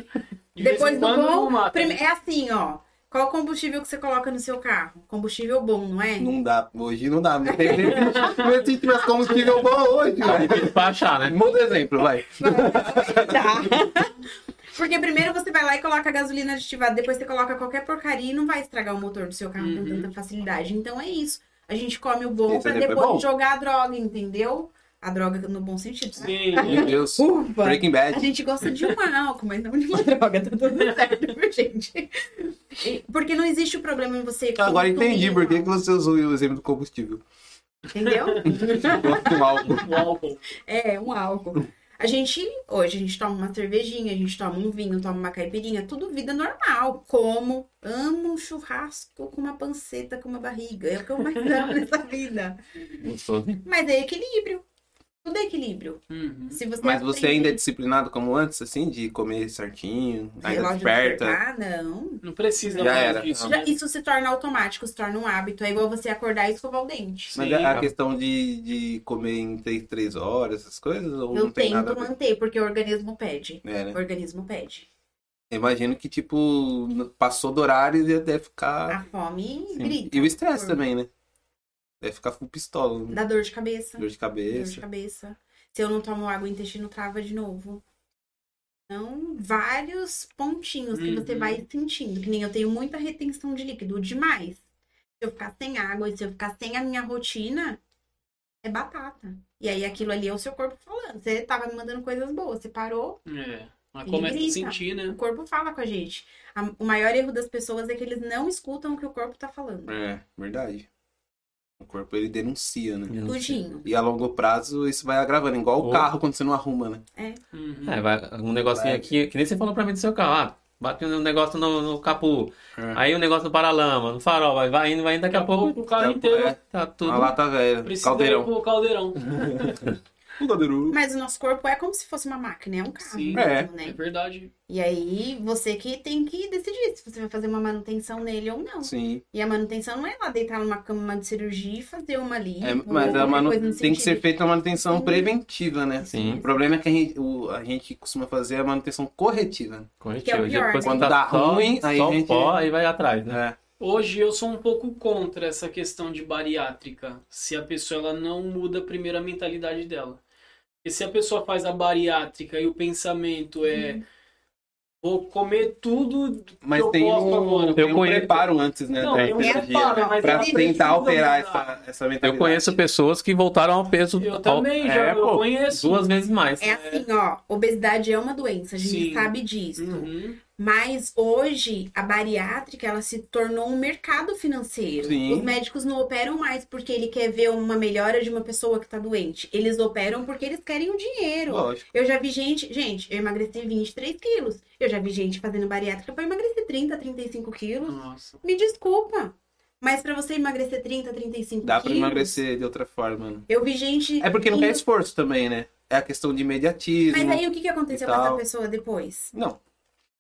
B: De
C: Depois
B: vez em
C: do
B: quando,
C: bom,
B: não mata.
C: prime- é assim, ó. Qual combustível que você coloca no seu carro? Combustível bom, não é?
A: Não dá. Hoje não dá. Não tem nem se tivesse combustível bom hoje, velho.
D: Difícil pra achar, né?
A: Muda o exemplo, vai.
C: Tá. Porque primeiro você vai lá e coloca a gasolina aditivada, depois você coloca qualquer porcaria e não vai estragar o motor do seu carro com
B: Uhum.
C: tanta facilidade. Então é isso. A gente come o bom
A: Isso
C: pra
A: aí
B: é
A: foi
C: depois
A: bom.
C: jogar a droga, entendeu? A droga no bom sentido, né?
B: Sim,
A: Meu Deus.
C: Ufa!
A: Breaking
C: A
A: Bad.
C: gente gosta de um álcool, mas não de uma droga, tá tudo certo, viu, gente? E- Porque não existe o problema em você.
A: Tá, Agora
C: consumir um
A: entendi por que que
C: álcool,
A: você usou o exemplo do combustível.
C: Entendeu?
A: Gosto do álcool.
B: o álcool.
C: É, um álcool. A gente, hoje, a gente toma uma cervejinha, a gente toma um vinho, toma uma caipirinha, tudo vida normal. Como, amo um churrasco com uma panceta, com uma barriga. É o que eu mais amo nessa vida.
D: Gostoso. hein?
C: Mas é equilíbrio. Tudo é equilíbrio.
B: Uhum.
C: Se você
A: Mas você
C: aprende
A: ainda é é disciplinado como antes, assim, de comer certinho, ainda
C: relógio
A: desperta.
C: despertar, não.
B: Não precisa
A: Já
B: mais
A: era.
B: disso.
C: Já-
B: né?
C: isso se torna automático, se torna um hábito. É igual você acordar e escovar o dente.
A: Mas é
B: Sim,
A: a- a
D: cara.
A: questão de, de comer em 3, três horas, essas coisas, ou
C: eu
A: não tem nada a
C: tento
A: ver?
C: manter, porque o organismo pede.
A: É, né?
C: O organismo pede.
A: Imagino que, tipo, n- passou do horário e deve ficar.
C: A fome
D: Sim.
C: grita.
A: Ah, E o estresse
C: Por-
A: também, né? Deve ficar com pistola, né?
C: Dá dor de cabeça.
A: dor de
C: Dor de
A: cabeça.
C: cabeça. Se eu não tomo água, o intestino trava de novo. Então, vários pontinhos que você
B: Uhum.
C: vai sentindo. Que nem eu tenho muita retenção de líquido, demais. Se eu ficar sem água e se eu ficar sem a minha rotina, é batata. E aí aquilo ali é o seu corpo falando. Você tava me mandando coisas boas, você parou,
B: É. Mas
C: Ele
B: começa a
C: grita.
B: sentir,
C: o
B: né?
C: corpo fala com a gente. A- o maior erro das pessoas é que eles não escutam o que o corpo tá falando.
A: É, verdade. O corpo ele denuncia, né?
C: Tudinho.
A: E a longo prazo isso vai agravando, igual o
D: Ou-
A: carro quando você não arruma, né?
B: Uhum.
D: É, vai, um negocinho
A: Vai.
D: aqui, que nem você falou pra mim do seu carro. Ah, bateu um negócio no, no capu,
A: É.
D: aí um negócio no paralama, no farol, vai, vai indo, vai indo, daqui a pouco
B: o carro inteiro
A: É,
D: tá tudo.
A: uma lata velha,
B: precisa ir
A: caldeirão.
B: pro caldeirão.
A: O Gabiru.
C: Mas o nosso corpo é como se fosse uma máquina, é um carro
B: Sim.
C: mesmo,
B: É
C: né?
B: verdade.
C: E aí, você que tem que decidir se você vai fazer uma manutenção nele ou não.
A: Sim.
C: E a manutenção não é lá deitar numa cama de cirurgia e fazer uma ali.
A: É,
C: ou
A: mas a
C: alguma
A: manu...
C: coisa nesse
A: tem que ser
C: sentido.
A: feita uma manutenção preventiva, né?
D: Sim.
A: O problema é que a gente, o- a gente costuma fazer a manutenção corretiva.
D: Corretiva.
C: pior,
D: Depois
C: né?
D: quando dá ruim, aí só
A: a gente-
D: o pó, aí vai atrás, né?
A: né?
B: Hoje eu sou um pouco contra essa questão de bariátrica, se a pessoa ela não muda primeiro a mentalidade dela. E se a pessoa faz a bariátrica e o pensamento é
C: Uhum.
B: vou comer tudo,
A: Mas
B: Eu
A: tem
B: posso
A: um,
B: agora.
A: tem
D: Eu
A: um
D: conheço-
A: preparo antes, né?
B: Não,
A: da
B: eu
A: cirurgia,
B: preparo,
A: né?
B: mas
A: pra
B: eu
A: tentar
B: preciso
A: alterar
B: mudar.
A: essa, essa mentalidade.
D: Eu conheço pessoas que voltaram ao peso
B: eu
D: ao-
B: também já
D: É,
B: eu
D: pô,
B: conheço.
D: duas vezes mais.
C: É assim, ó, obesidade é uma doença, a gente
B: Sim.
C: sabe disso.
B: Uhum.
C: Mas hoje a bariátrica ela se tornou um mercado financeiro.
A: Sim.
C: Os médicos não operam mais porque ele quer ver uma melhora de uma pessoa que tá doente. Eles operam porque eles querem o dinheiro.
A: Lógico.
C: Eu já vi gente, gente, eu emagreci 23 quilos. Eu já vi gente fazendo bariátrica para emagrecer 30, 35 quilos.
B: Nossa.
C: Me desculpa. Mas para você emagrecer 30, 35
A: Dá pra
C: quilos.
A: emagrecer de outra forma. né?
C: Eu vi gente.
A: É porque não
C: indo-
A: quer esforço também, né? É a questão de imediatismo.
C: Mas aí o que, que aconteceu
A: e
C: com essa
A: tal.
C: pessoa depois?
A: Não.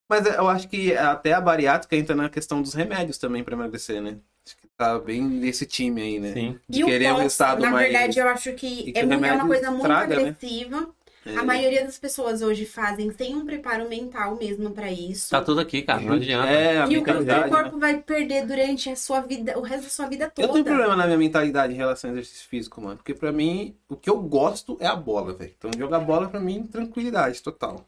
A: Mas eu acho que até a bariátrica entra na questão dos remédios também pra emagrecer, né? Acho que tá bem nesse time aí, né?
D: Sim.
A: De
C: E o
A: querer um
C: pós,
A: resultado
C: na
A: mais.
C: verdade, eu acho
A: e
C: que,
A: que
C: é,
A: o
C: mu- é uma
A: remédio
C: coisa muito
A: estraga, né?
C: agressiva.
A: É.
C: A maioria das pessoas hoje fazem sem um preparo mental mesmo pra isso.
D: Tá tudo aqui, cara. Não adianta.
A: É, a
C: e o que o seu
A: mentalidade. né?
C: corpo vai perder durante a sua vida, o resto da sua vida toda.
A: Eu tenho problema na minha mentalidade em relação ao exercício físico, mano. Porque pra mim, o que eu gosto é a bola, velho. Então jogar bola pra mim, tranquilidade total.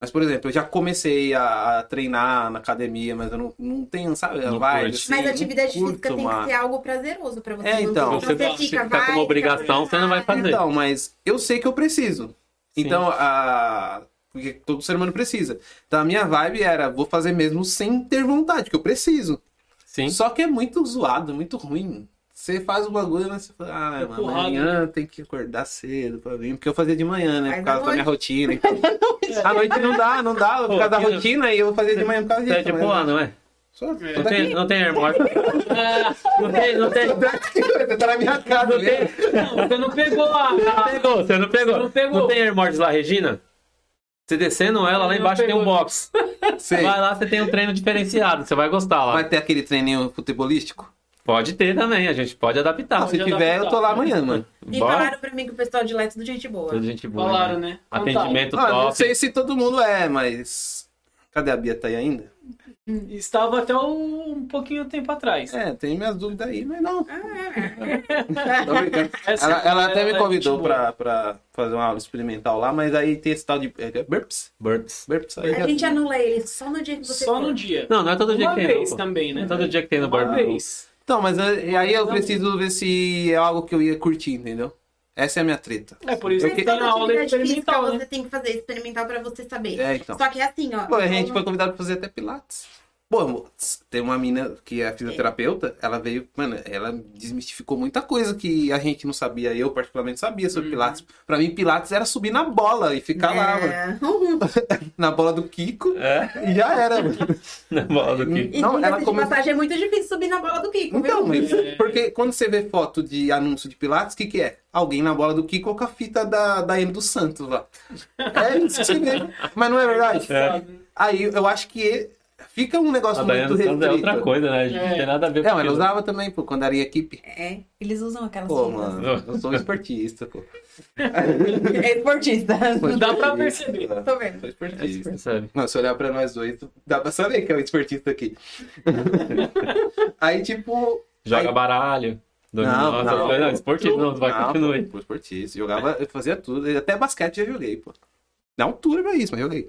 A: Mas, por exemplo, eu já comecei a, a treinar na academia, mas eu não, não tenho, sabe, a
D: Não
A: vibe.
D: curte.
A: assim,
C: Mas
A: eu
C: a
A: não
C: atividade
A: curto,
C: física tem
A: mano.
C: que ser algo prazeroso pra você.
A: É,
C: não-
A: então.
C: não
D: Se você ficar como
C: vai,
D: obrigação,
C: por
D: você não vai
C: lá.
D: fazer.
A: Então, mas eu sei que eu preciso. Então, a... porque todo ser humano precisa. Então, a minha vibe era, vou fazer mesmo sem ter vontade, que eu preciso.
D: Sim.
A: Só que é muito zoado, muito ruim. Você faz o bagulho, mas você fala, ah,
B: É
A: mano,
B: porrada,
D: né?"
A: amanhã tem que acordar cedo pra vir. Porque eu fazia de manhã, né?
C: Mas
A: Por
C: à
A: causa da minha rotina. Então, à noite não dá, não dá. Por
D: Pô,
A: causa da
D: aqui-
A: rotina, e eu fazia de manhã por causa
D: Você
A: disso.
D: é de
A: mas-
D: boa, não é?
A: né? Só-
D: Não
A: Tá
D: tem,
A: aqui?
D: não tem airmorte. Não tem, não tem.
A: Você tá na minha casa,
D: Não
A: né?
D: tem.
B: Não, você não pegou a. a-
D: Pegou, você não pegou.
B: Você não pegou.
D: tem Airmortes lá, Regina? Você descendo ela, lá
B: Não
D: embaixo tem um
B: pegou.
D: box.
A: Sei.
D: Vai lá, você tem um treino diferenciado, você vai gostar lá.
A: Vai ter aquele treininho futebolístico?
D: Pode ter também, a gente pode adaptar.
B: Não,
A: Se
B: já
A: tiver,
B: dá pra
A: eu tô lá
B: dar.
A: amanhã, mano.
C: E
D: Bora.
C: falaram pra mim que o pessoal de lá é tudo gente boa.
D: Tudo gente boa,
B: Falaram,
D: né?
B: né? Então tá.
D: Atendimento
A: Ah,
D: top.
A: não sei se todo mundo é, mas. Cadê a Bia? Tá aí ainda?
B: Estava até um, um pouquinho tempo atrás.
A: É, tem minhas dúvidas aí, mas não.
C: Ah, é.
A: Tô brincando.
B: É. Essa-
A: ela, ela até me
B: ela é
A: convidou
B: gente
A: pra, pra fazer uma aula experimental lá, mas aí tem esse tal de. é, Burps?
D: Burps.
A: Burps aí.
C: A gente anula ele só no dia que você
B: Só
C: for.
B: no dia.
D: Não, não é todo dia
B: Uma
D: que tem.
B: vez
D: Não, pô.
B: também, né?
D: Não é todo dia que tem no
B: Uma
D: Burps.
B: vez.
A: Então, mas aí aí eu preciso ver se é algo que eu ia curtir, entendeu? Essa é a minha treta.
B: É por isso
A: Eu
B: que
A: que-
B: tá na aula
C: Atividade física
B: experimental, né?
C: Você tem que fazer experimental pra você saber.
A: É, então.
C: Só que é assim, ó.
A: Pô, a
C: eu
A: gente
C: não-
A: foi convidado pra fazer até Pilates. Pô, amor, tss, tem uma mina que é fisioterapeuta, ela veio, mano, ela desmistificou muita coisa que a gente não sabia, eu particularmente sabia sobre
B: Uhum.
A: Pilates. Pra mim, Pilates era subir na bola e ficar lá, mano.
C: É.
A: na bola do Kiko
D: É,
A: e já era, mano.
D: na bola do Kiko.
C: E
A: Não,
C: não,
A: ela
C: ela de
A: come-
C: passagem é muito difícil subir na bola do Kiko,
A: Então,
C: viu?
A: mas, porque quando você vê foto de anúncio de Pilates, o que, que é? Alguém na bola do Kiko com a fita da, da M do Santos lá. É isso que você vê. Mas não é verdade?
B: É.
A: Aí eu acho que fica um negócio
D: A Daiane
A: muito
D: dos Santos é
A: restrito.
D: outra coisa, né? A gente
B: É.
D: Não tem nada a ver
A: Não, ela
D: aquilo.
A: usava também, pô, quando era em equipe.
C: É.
E: Eles usam aquelas
C: Assim,
A: Pô,
E: fitas.
A: mano, eu sou um esportista, pô.
E: É esportista.
A: Sou
B: Dá pra
A: esportista,
B: perceber.
A: né?
E: Tô vendo.
A: Sou
D: Você
A: esportista.
D: percebe?
A: Não, se olhar pra nós dois, dá pra saber que é o esportista aqui. Aí, tipo,
D: Joga baralho. Domina,
A: Não,
D: não,
A: não.
D: não, esportivo, não, vai
A: Não,
D: continue.
A: Ah, Pô, esportista. Jogava, eu fazia tudo. Até basquete já joguei, pô. Na altura pra isso, mas joguei.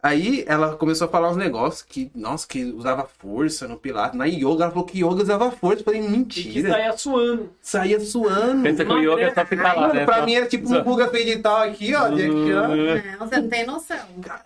A: Aí ela começou a falar uns negócios que, nossa, que usava força no pilates. Na yoga, ela falou que yoga usava força. Eu falei,
B: E que tá
A: mentira.
B: saia suando.
A: Saía suando.
D: Pensa que o yoga é só ficar lá,
A: Mano,
D: né?
A: pra
D: Só-
A: mim era tipo um
D: só-
A: buga fedital aqui, ó. de aqui, ó.
C: Não, Ah, você não tem noção.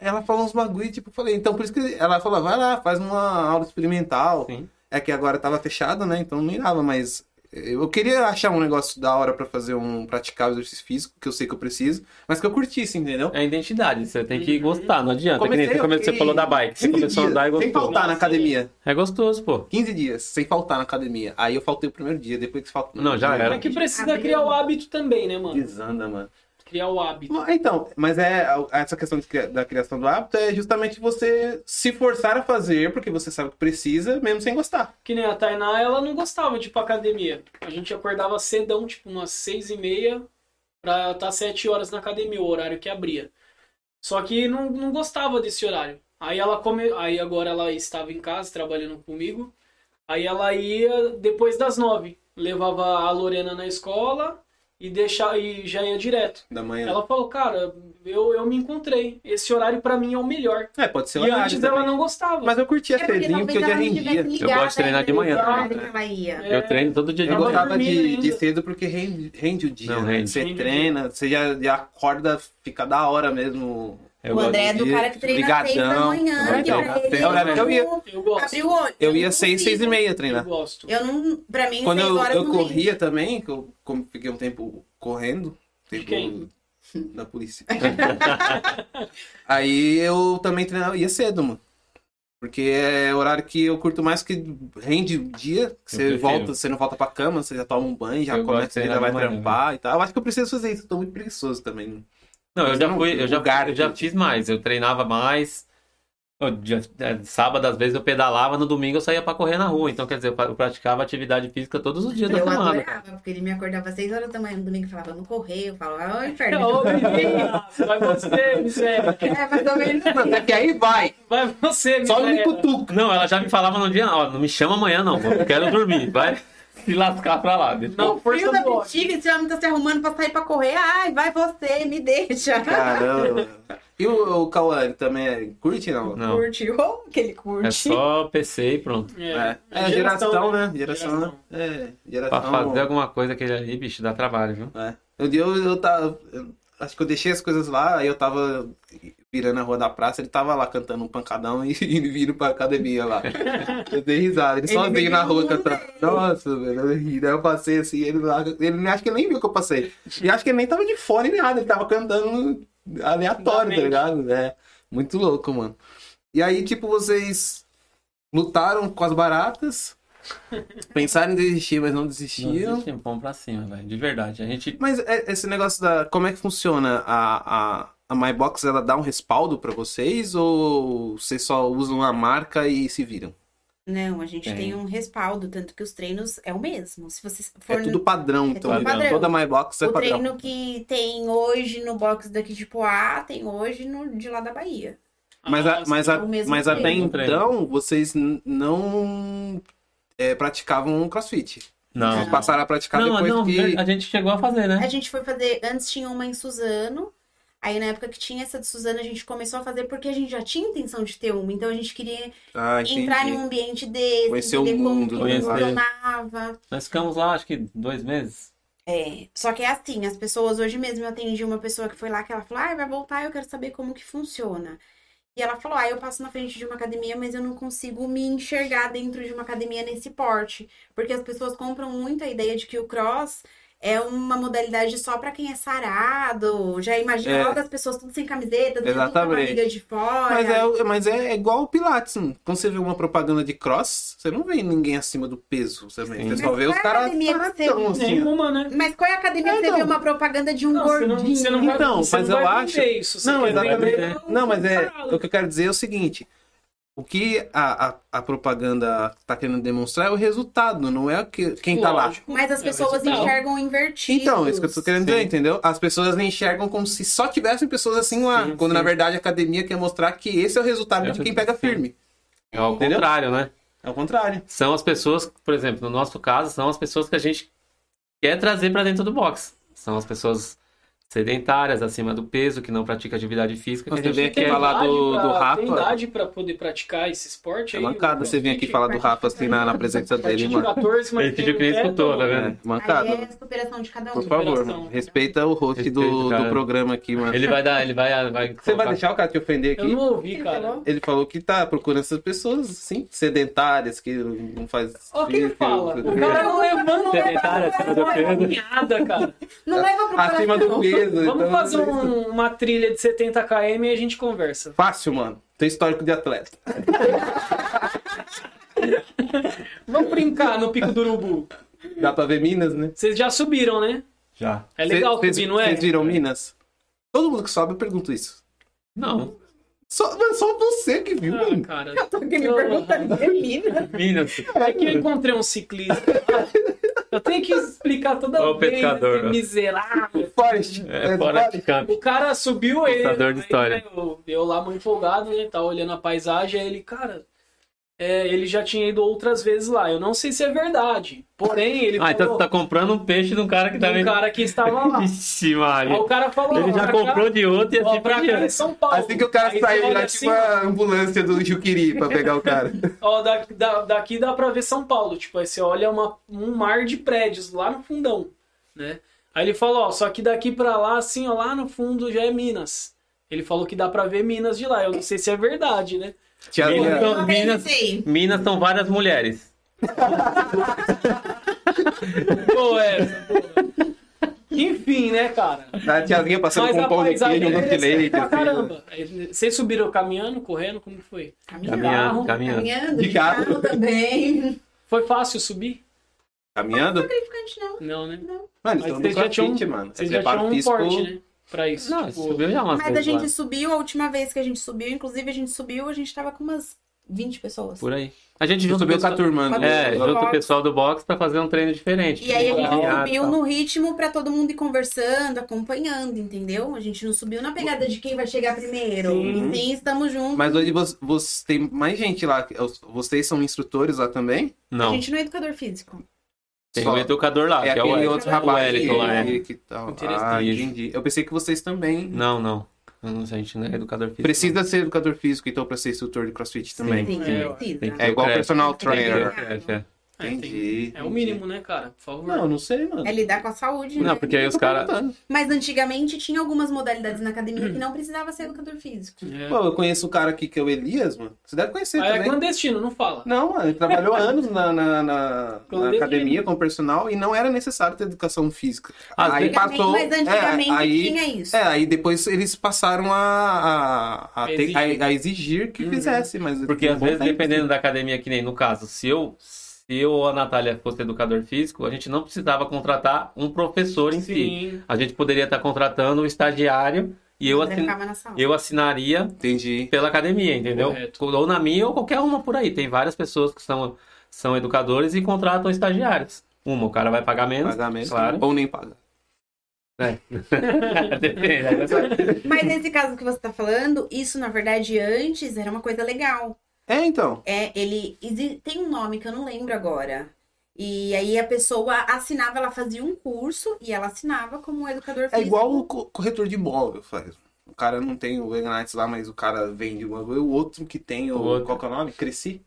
A: Ela falou uns bagulho, tipo, eu falei, então por isso que ela falou, vai lá, faz uma aula experimental.
D: Sim.
A: É que agora tava fechado, né? Então não irava, mas eu queria achar um negócio da hora pra fazer um praticar o exercício físico, que eu sei que eu preciso, mas que eu curtisse, entendeu?
D: É a identidade, você tem que gostar, não adianta.
A: Uhum. Comecei,
D: que nem você, come-
A: eu fiquei
D: você falou da bike, É você
A: 15
D: começou a
A: dias
D: andar e
A: Sem
D: gostou.
A: faltar na academia.
D: É gostoso, pô.
A: 15 dias, sem faltar na academia. Aí eu faltei o primeiro dia, depois que faltou.
D: Não, já era.
B: É que precisa criar o hábito também, né, mano?
A: Desanda, mano.
B: criar o hábito.
A: Bom, Então, mas é essa questão de cria- da criação do hábito é justamente você se forçar a fazer porque você sabe que precisa, mesmo sem gostar.
B: Que nem a Tainá, ela não gostava de ir pra academia. A gente acordava cedão, tipo umas seis e meia, pra estar sete horas na academia, o horário que abria. Só que não, não gostava desse horário. Aí ela come... aí agora ela estava em casa trabalhando comigo. Aí ela ia depois das nove, levava a Lorena na escola e deixa... e já ia direto.
A: Da manhã.
B: Ela falou, cara, eu, eu me encontrei. Esse horário pra mim é o melhor.
A: É, pode ser
B: e
A: horário
B: antes
A: também.
B: ela não gostava.
A: Mas eu curtia
C: É porque
A: cedinho porque eu
C: talvez
A: já
C: ela não tivesse
A: rendia.
C: ligada
D: gosto de treinar de
C: ainda
D: manhã
C: no
A: tá?
B: também,
C: horário
D: né?
C: que ela ia.
B: É.
D: Eu treino todo dia de
A: Eu
B: Tava
D: manhã.
A: gostava de,
B: dormindo
A: de
B: ainda.
A: cedo porque rende, rende o dia.
D: Não,
A: né?
D: rende.
A: Você
B: Rende o
A: treina, você já, já acorda, fica da hora mesmo.
C: o
D: Eu gosto
C: André é
A: de
C: do
A: dia,
C: cara que treina às
A: brigadão.
C: seis da manhã,
A: É,
C: que
A: então,
C: pra ele
A: é o horário que eu ia.
B: Eu gosto.
C: Abriu o olho.
A: Eu ia
C: não
A: seis, seis e
C: consigo.
A: meia
B: Eu
A: treinar.
B: gosto.
C: Eu não, pra mim,
A: Quando
C: seis
A: eu,
C: horas
A: eu
C: não
A: corria também, que eu como fiquei um tempo correndo, tempo
B: quem?
A: da polícia. Aí eu também treinava, ia cedo, mano. Porque é o horário que eu curto mais, que rende o dia, que você
D: prefiro.
A: volta, você não volta pra cama, você já toma um banho, já
D: Eu gosto de
A: começa, você já
D: treinar
A: vai
D: de manhã,
A: trampar e tal. Eu acho que eu preciso fazer isso, eu tô muito preguiçoso também. né?
D: Não, eu
A: Mas
D: já
A: não,
D: fui, eu já,
A: é um lugar
D: eu já
A: que-
D: fiz mais, eu treinava mais. Eu já- é, sábado, às vezes, eu pedalava, no domingo eu saía pra correr na rua. Então, quer dizer, eu pra- eu praticava atividade física todos os dias da
C: Eu
D: semana.
C: adorava, porque ele me acordava às seis horas da manhã no domingo e falava, vamos correr. Eu falava, ô inferno.
A: É,
B: Ô, menina, vai você, miséria.
C: É, mais ou menos.
A: Até que aí vai,
B: Vai você, miséria.
A: só me cutuca.
D: Não, ela já me falava no dia, ó, não me chama amanhã não, eu quero dormir, vai se lascar pra lá. Deixa eu-
B: Não, força
C: Filho da
B: do ódio.
C: bexiga, esse homem tá se arrumando pra sair pra correr. Ai, vai você, me deixa.
A: Caramba. E o, o Cauane também é- curte, não?
D: Não,
C: Curtiu? que ele curte.
D: é só PC e pronto.
A: É, é geração, né? Geração, né? É,
D: Pra
A: geração.
D: fazer alguma coisa que ali, bicho, dá trabalho, viu?
A: É. Um dia eu, eu tava. eu- acho que eu deixei as coisas lá, aí eu tava virando a rua da praça, ele tava lá cantando um pancadão e, e vindo pra academia lá. Eu dei risada, ele,
C: Ele
A: sozinho
C: veio
A: na rua
C: junto,
A: cantando. Nossa, velho, eu ri. Daí eu passei assim, ele lá. Ele nem- acho que ele nem viu que eu passei. E acho que ele nem tava de fone nem nada, ele tava cantando aleatório, tá
B: Mente.
A: ligado? É. Muito louco, mano. E aí, tipo, vocês lutaram com as baratas, pensaram em desistir, mas não
D: Não
A: desistiram.
D: existe empom pra cima, velho, de verdade. A gente
A: Mas é- esse negócio da. Como é que funciona? A, a, a MyBox ela dá um respaldo pra vocês ou vocês só usam a marca e se viram?
C: Não, a gente
D: Tem.
C: tem. um respaldo, tanto que os treinos é o mesmo. Se você
A: É
C: for
A: tudo padrão,
C: é
A: então.
C: tudo padrão.
A: Toda MyBox é
C: o
A: padrão.
C: treino que tem hoje no box daqui de Poá, tem hoje no de lá da Bahia.
A: Mas, a- mas, a-
C: é o mesmo
A: mas até
D: treino.
A: então, vocês n- não é, praticavam crossfit.
D: não.
A: Vocês passaram a praticar
D: Ah. Não,
A: depois
D: não,
A: que.
D: a gente chegou a fazer,
A: É.
D: né?
C: A gente foi fazer, antes tinha uma em Suzano. Aí na época que tinha essa de Suzano, a gente começou a fazer porque a gente já tinha intenção de ter uma, então a gente queria
A: Ah, entendi.
C: entrar em um ambiente desse,
A: Conhecer o
C: entender como
A: mundo,
C: que
D: né?
C: funcionava.
D: Nós ficamos lá, acho que dois meses.
C: É, só que é assim, as pessoas hoje mesmo eu atendi uma pessoa que foi lá que ela falou: "Ah, vai voltar, eu quero saber como que funciona". E ela falou: "Ah, eu passo na frente de uma academia, mas eu não consigo me enxergar dentro de uma academia nesse porte, porque as pessoas compram muito a ideia de que o cross é uma modalidade só pra quem é sarado, já imagina
A: É.
C: logo as pessoas tudo sem camiseta, tudo com a
A: Exatamente.
C: barriga de fora.
A: Mas, é, mas é igual o Pilates. mano. Quando você vê uma propaganda de cross, você não vê ninguém acima do peso. Você,
D: Sim.
A: você só
C: Mas
A: vê os
C: qual é a
A: caras
C: academia que você
A: paradão, assim, ó.
B: Nenhuma, né?
C: Mas qual é a academia
A: É,
C: que você vê
A: não.
C: uma propaganda de um
B: Não, você não-
C: gordinho?
B: você não vai-
A: Então,
B: você
A: mas
B: não
A: eu
B: vai
A: acho-
B: vender Isso, você
A: Não,
B: quer vender
A: exatamente.
B: um-
A: Não, mas é.
B: Caralho.
A: O que eu quero dizer é o seguinte: o que a, a, a propaganda tá querendo demonstrar é o resultado, não é o que, quem tá lá.
B: Lógico.
C: Mas as
B: É,
C: pessoas
B: não.
C: enxergam invertidos.
A: Então, isso que eu tô querendo dizer,
D: Sim.
A: entendeu? As pessoas enxergam como se só tivessem pessoas assim lá,
D: Sim,
A: quando
D: sim.
A: na verdade a academia quer mostrar que esse é o resultado
D: É
A: de
D: o
A: quem
D: resultado,
A: pega firme.
D: É ao
A: Entendeu?
D: contrário, né?
A: É o contrário.
D: São as pessoas, por exemplo, no nosso caso, são as pessoas que a gente quer trazer pra dentro do box. São as pessoas sedentárias, acima do peso, que não pratica atividade física. Que a
A: Você
D: gente
A: vê aqui
D: quer.
B: Tem
A: falar do,
B: idade
A: do
B: pra- Tem
A: Rafa.
B: idade pra poder praticar esse esporte
A: É
B: aí?
A: mancada você vir aqui falar do Rafa assim na, na presença
D: é
B: A partir
A: dele,
B: de
A: mano.
B: 14, mas
D: Ele
B: tem um
D: pediu que nem
B: teto,
D: escutou, tá
A: É,
D: vendo?
C: Aí é
A: mancada.
C: a superação de cada
A: Por
C: um.
A: favor,
B: superação.
A: mano. Respeita o host
D: Respeito,
A: do, do
D: cara.
A: programa aqui, mano.
D: Ele vai dar, ele vai. vai
A: Você vai
D: colocar-
A: deixar o cara te ofender aqui?
B: Eu não ouvi,
C: Quem
B: cara.
C: falou?
A: Ele falou que tá procurando essas pessoas, sim, sedentárias, que não faz.
B: Ó, quem
A: filho,
B: fala?
A: que-
B: O cara não levanta
D: Sedentária, acima
B: tá
D: do peso.
B: nada, cara.
C: Não leva pro
A: Acima do peso.
B: Vamos
A: então,
B: fazer
A: não sei se-
B: um- uma trilha de 70 km e a gente conversa.
A: Fácil, mano. Tem histórico de atleta.
B: Vamos brincar no Pico do Urubu.
A: Dá pra ver Minas, né?
B: Vocês já subiram, né?
D: Já.
B: É legal
A: Cês-
B: subir, não é?
A: Vocês viram Minas? Todo mundo que sobe eu pergunto isso.
D: Não.
A: Só, mas só você que viu.
B: Ah,
A: mano.
B: cara.
C: Eu tô aqui me
B: Não,
C: perguntando, Emina.
D: Milho.
B: É que eu encontrei um ciclista. Ah, Eu tenho que explicar toda
D: Ó o
B: vez
D: pescador,
B: esse
D: ó.
B: miserável.
A: Forest.
D: É fora de campo.
B: O cara subiu ele.
D: Contador de
B: aí,
D: história.
B: né, Eu, eu lá, muito empolgado, né? Tá olhando a paisagem. Aí ele, cara. é, ele já tinha ido outras vezes lá. Eu não sei se é verdade. Porém, ele
D: Ah, então
B: falou
D: tu tá comprando um peixe de um cara que tá
B: de um
D: vendo.
B: cara que estava lá.
D: Vixe,
B: Aí o
D: Maria.
B: cara falou.
D: Ele
B: ó,
D: já
B: pra
D: comprou de outro e
B: cá, ó,
D: assim
B: pra
D: por
B: cá em
D: diante.
B: São Paulo.
A: Assim que o cara
B: Aí tu
A: saiu,
B: olha
A: era
B: assim,
A: tipo a ambulância do Juquiri pra pegar o cara.
B: Ó, da, da- daqui dá pra ver São Paulo. Tipo, aí você olha uma- um mar de prédios lá no fundão, né? Aí ele falou, ó, só que daqui pra lá, assim, ó, lá no fundo já é Minas. Ele falou que dá pra ver Minas de lá. Eu não sei se é verdade, né?
A: Tinha
D: Ele
A: Luna.
D: Então,
C: Eu
D: Minas-
C: acreditei.
D: Minas são várias mulheres.
B: Pô, é. essa, porra. Enfim, né, cara?
A: A tiazinha passando
B: Mas
A: com
B: a
A: um pão de
B: paisagem
A: queijo, um doce de
B: interessante
A: leite.
B: pra
A: assim,
B: caramba. Vocês subiram caminhando, correndo, como que foi?
D: Caminhando,
B: Carro.
D: caminhando.
E: Caminhando,
A: De
E: de
A: carro.
E: carro, também.
B: Foi fácil subir?
A: Caminhando?
C: Sacrificante, não.
B: Não, né?
A: Mano,
B: Mas
A: então
B: vocês já tinham-
A: crossfit, mano. é
B: Vocês
A: Vocês
B: já
A: preparam
B: tinham um
A: físico.
B: porte, né? Pra isso.
D: Não,
B: tipo,
D: subiu já umas
C: Mas a
D: vezes
C: gente
D: lá.
C: subiu, a última vez que a gente subiu, inclusive a gente subiu, a gente tava com umas 20 pessoas.
D: Por aí. A gente
A: Tu
D: junto
A: subiu
D: o
A: com a
D: pessoal...
A: turma.
C: Quatro
D: É,
A: né?
C: pessoas.
D: junto o pessoal do box pra fazer um treino diferente. Ah, tá.
C: E aí a gente
D: Caminhada,
C: subiu
D: tal.
C: no ritmo pra todo mundo ir conversando, acompanhando, entendeu? A gente não subiu na pegada de quem vai chegar primeiro.
A: Sim.
C: Sim, estamos juntos.
A: Mas hoje vo- vocês tem mais gente lá. Vocês são instrutores lá também?
C: A
D: Não,
C: gente não é educador físico.
D: tem
A: Só-
D: um educador lá,
A: É
D: que é o
A: aquele
D: Wellington.
A: outro rapaz
D: o Wellington lá, é.
A: que, que tá. Ah,
B: Interessante.
A: entendi. Eu pensei que vocês também.
D: Não, não. Eu não sei, a gente não é educador físico.
A: Precisa ser educador físico, então, pra ser instrutor de crossfit também.
C: Sim,
B: É,
C: precisa.
D: tem que-
A: É igual
D: Tem que-
A: personal
D: não. Tem que-
A: trainer.
D: é, é.
B: é, tem-
A: Entendi.
B: É o mínimo, né, cara? Por favor.
A: Não, não sei, mano.
C: É lidar com a saúde,
D: Não,
C: né?
D: porque aí os caras.
C: Mas antigamente tinha algumas modalidades na academia que não precisava ser educador físico.
B: É.
A: Pô, eu conheço um cara aqui que é o Elias, mano. Você deve conhecer
B: Ah, é
A: também.
B: clandestino, não fala.
A: Não, mano, ele trabalhou anos na, na, na- na
B: Clandestino.
A: academia como personal e não era necessário ter educação física.
D: Às
A: aí
D: vezes-
A: passou.
C: Mas antigamente
A: é, aí,
C: tinha isso.
A: é, aí depois eles passaram a, a, a,
B: A
A: ter-
B: exigir.
A: a- a exigir que
B: Uhum.
A: fizesse, mas.
D: Porque
A: um
D: às
A: bom
D: vezes,
A: tempo,
D: dependendo da academia, que nem no caso, se eu, se eu ou a Natália fosse educador físico, a gente não precisava contratar um professor em si.
B: Sim.
D: A gente poderia estar contratando um estagiário e eu,
A: assim,
C: Ainda
D: assin-
C: ficava na sala.
D: eu assinaria
A: Entendi.
D: pela academia, entendeu?
B: Correto.
D: Ou na minha ou qualquer uma por aí. Tem várias pessoas que são, são educadores e contratam estagiários. Uma, o cara vai pagar menos.
A: Pagamento.
D: claro.
A: Ou nem paga.
D: Depende, aí vai ser-
C: Mas nesse caso que você tá falando, isso na verdade antes era uma coisa legal.
A: É, então.
C: É, ele exi- tem um nome que eu não lembro agora. E aí a pessoa assinava, ela fazia um curso e ela assinava como educador
A: É
C: físico.
A: igual o co- corretor de imóvel faz. O cara não tem o Ignite lá, mas o cara vende uma coisa. O outro que tem, o,
D: O outro.
A: qual que é o nome? Cresci?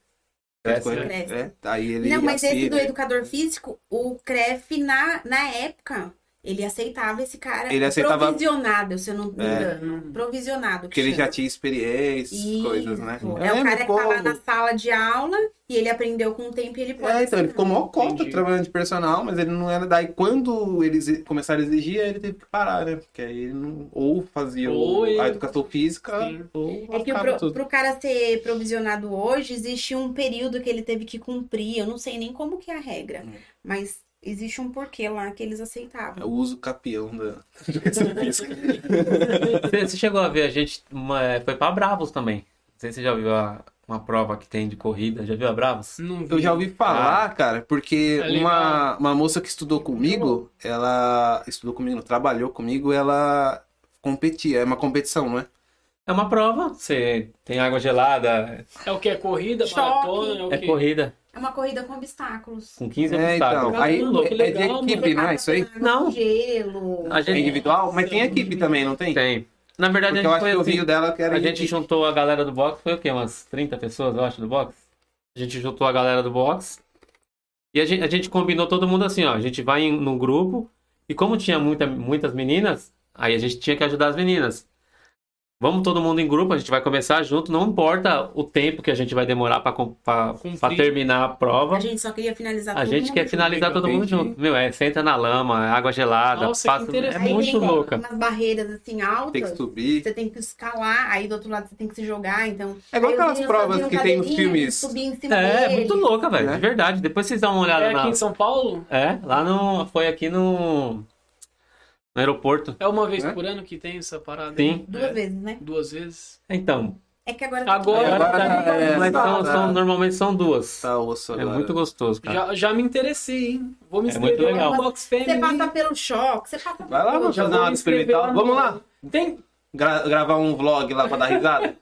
D: Cresce,
A: Coisa-
C: Cresce.
A: é, Aí ele
C: Não, mas esse do
A: assina. né?
C: educador físico, o CREF na, na época, ele aceitava esse cara
A: Ele aceitava-
C: provisionado, se eu não me
A: É.
C: engano. Provisionado.
A: Porque ele já
C: chama.
A: tinha experiência, essas
C: Isso.
A: coisas, né?
C: É o cara que tá lá
A: como-
C: na sala de aula e ele aprendeu com o tempo e ele pode.
A: É, então, ele
C: ensinar.
A: ficou mó cota
B: Entendi.
A: trabalhando de personal, mas ele não era. Daí, quando eles começaram a exigir, aí ele teve que parar, né? Porque aí ele não... ou fazia o-
B: Ou ele-
A: a educação física,
B: Sim.
A: ou
C: É que
A: lascava
C: pro,
A: tudo.
C: pro cara ser provisionado hoje, existe um período que ele teve que cumprir. Eu não sei nem como que é a regra,
A: Hum.
C: mas existe um porquê lá que eles aceitavam.
A: É o uso capião da.
D: Você você chegou a ver, a gente uma- é, foi pra Bravos também. Não sei se você já viu a- uma prova que tem de corrida. Já viu a Bravos?
B: Não vi.
A: Eu já ouvi falar, cara, porque
B: É
A: uma,
B: legal.
A: uma moça que estudou comigo, ela estudou comigo, não, trabalhou comigo, ela competia. É uma competição, não é?
D: É uma prova. Você tem água gelada,
B: É o que? É corrida,
C: Choque.
B: maratona? É o
D: é
B: que?
D: corrida
C: É uma corrida com obstáculos.
D: com 15
A: É, então.
D: obstáculos.
A: Aí,
B: Caramba, que
A: é de
B: legal,
A: equipe,
C: Você
A: não é
C: passa
A: isso aí?
C: água
D: Não.
C: com Gelo.
D: A
A: É
D: gente
A: individual? Mas tem equipe também, não tem?
D: tem. Na verdade,
A: Porque eu
D: a
A: acho
D: gente foi
A: que o
D: assim,
A: Rio dela que era
D: A gente juntou a galera do box, foi o quê? Umas 30 pessoas, eu acho, do box? A gente juntou a galera do box. E a gente, a gente combinou todo mundo assim, ó. A gente vai em, num grupo. E como tinha muita, muitas meninas, aí a gente tinha que ajudar as meninas. Vamos todo mundo em grupo, a gente vai começar junto. Não importa o tempo que a gente vai demorar pra, com- pra,
B: Cumprir.
D: pra terminar a prova.
C: A gente só queria finalizar
D: A
C: todo
D: gente
C: mundo
D: quer
C: junto.
D: finalizar todo mundo
A: Entendi.
D: junto. Meu, é, senta na lama, água gelada,
B: Nossa, que
D: passa. É
B: interessante.
C: Aí
D: muito
C: tem
D: louca.
C: umas barreiras assim
A: tem que
C: altas.
A: subir.
C: Você tem que escalar, aí do outro lado você tem que se jogar, então.
A: É igual
C: Aí eu
A: aquelas
C: vi uns
A: provas
C: fazendo
A: que tem nos
C: cadeirinha,
A: filmes.
C: Subir em cima
D: É,
C: dele.
D: muito louca, velho.
A: É.
D: De verdade. Depois vocês dão uma olhada
B: É
D: na.
B: aqui em São Paulo?
D: É, lá no. Foi aqui no. no aeroporto.
B: É uma vez
A: Né?
B: por ano que tem essa parada?
D: Sim.
A: É.
E: Duas vezes, né?
B: Duas vezes.
D: Então,
E: É que agora.
B: Agora-
A: É,
D: mas
A: tá,
D: são-
A: tá.
D: são- normalmente são duas.
A: Tá osso
D: É
A: agora.
D: muito gostoso, cara.
B: Já, já me interessei, hein? Vou me
D: É muito
B: inscrever no
D: legal.
B: Box
C: Você
B: Family.
C: passa pelo choque, você passa
A: Vai lá,
B: Eu
A: vamos
B: já
A: fazer
B: vou
A: uma
B: me
A: experimental.
B: inscrever
A: Vamos
B: no-
A: lá.
B: Tem.
A: Gra- gravar um vlog lá pra dar risada.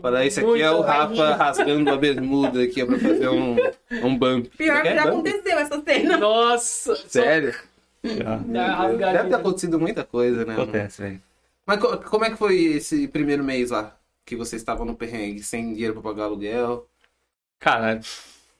A: Para esse aqui
B: Muito
A: é o
B: barriga.
A: Rafa rasgando a bermuda aqui pra fazer um, um bump.
C: Pior que
A: Quer
C: já
A: bump?
C: aconteceu essa cena.
B: Nossa! só-
A: Sério?
B: Dá
D: Já.
B: uma
A: Deve ter
B: rasgadinha.
A: acontecido muita coisa, né? mano?
D: Acontece, velho.
A: Mas co- como é que foi esse primeiro mês lá? Que vocês estavam no perrengue, sem dinheiro pra pagar aluguel.
D: Cara,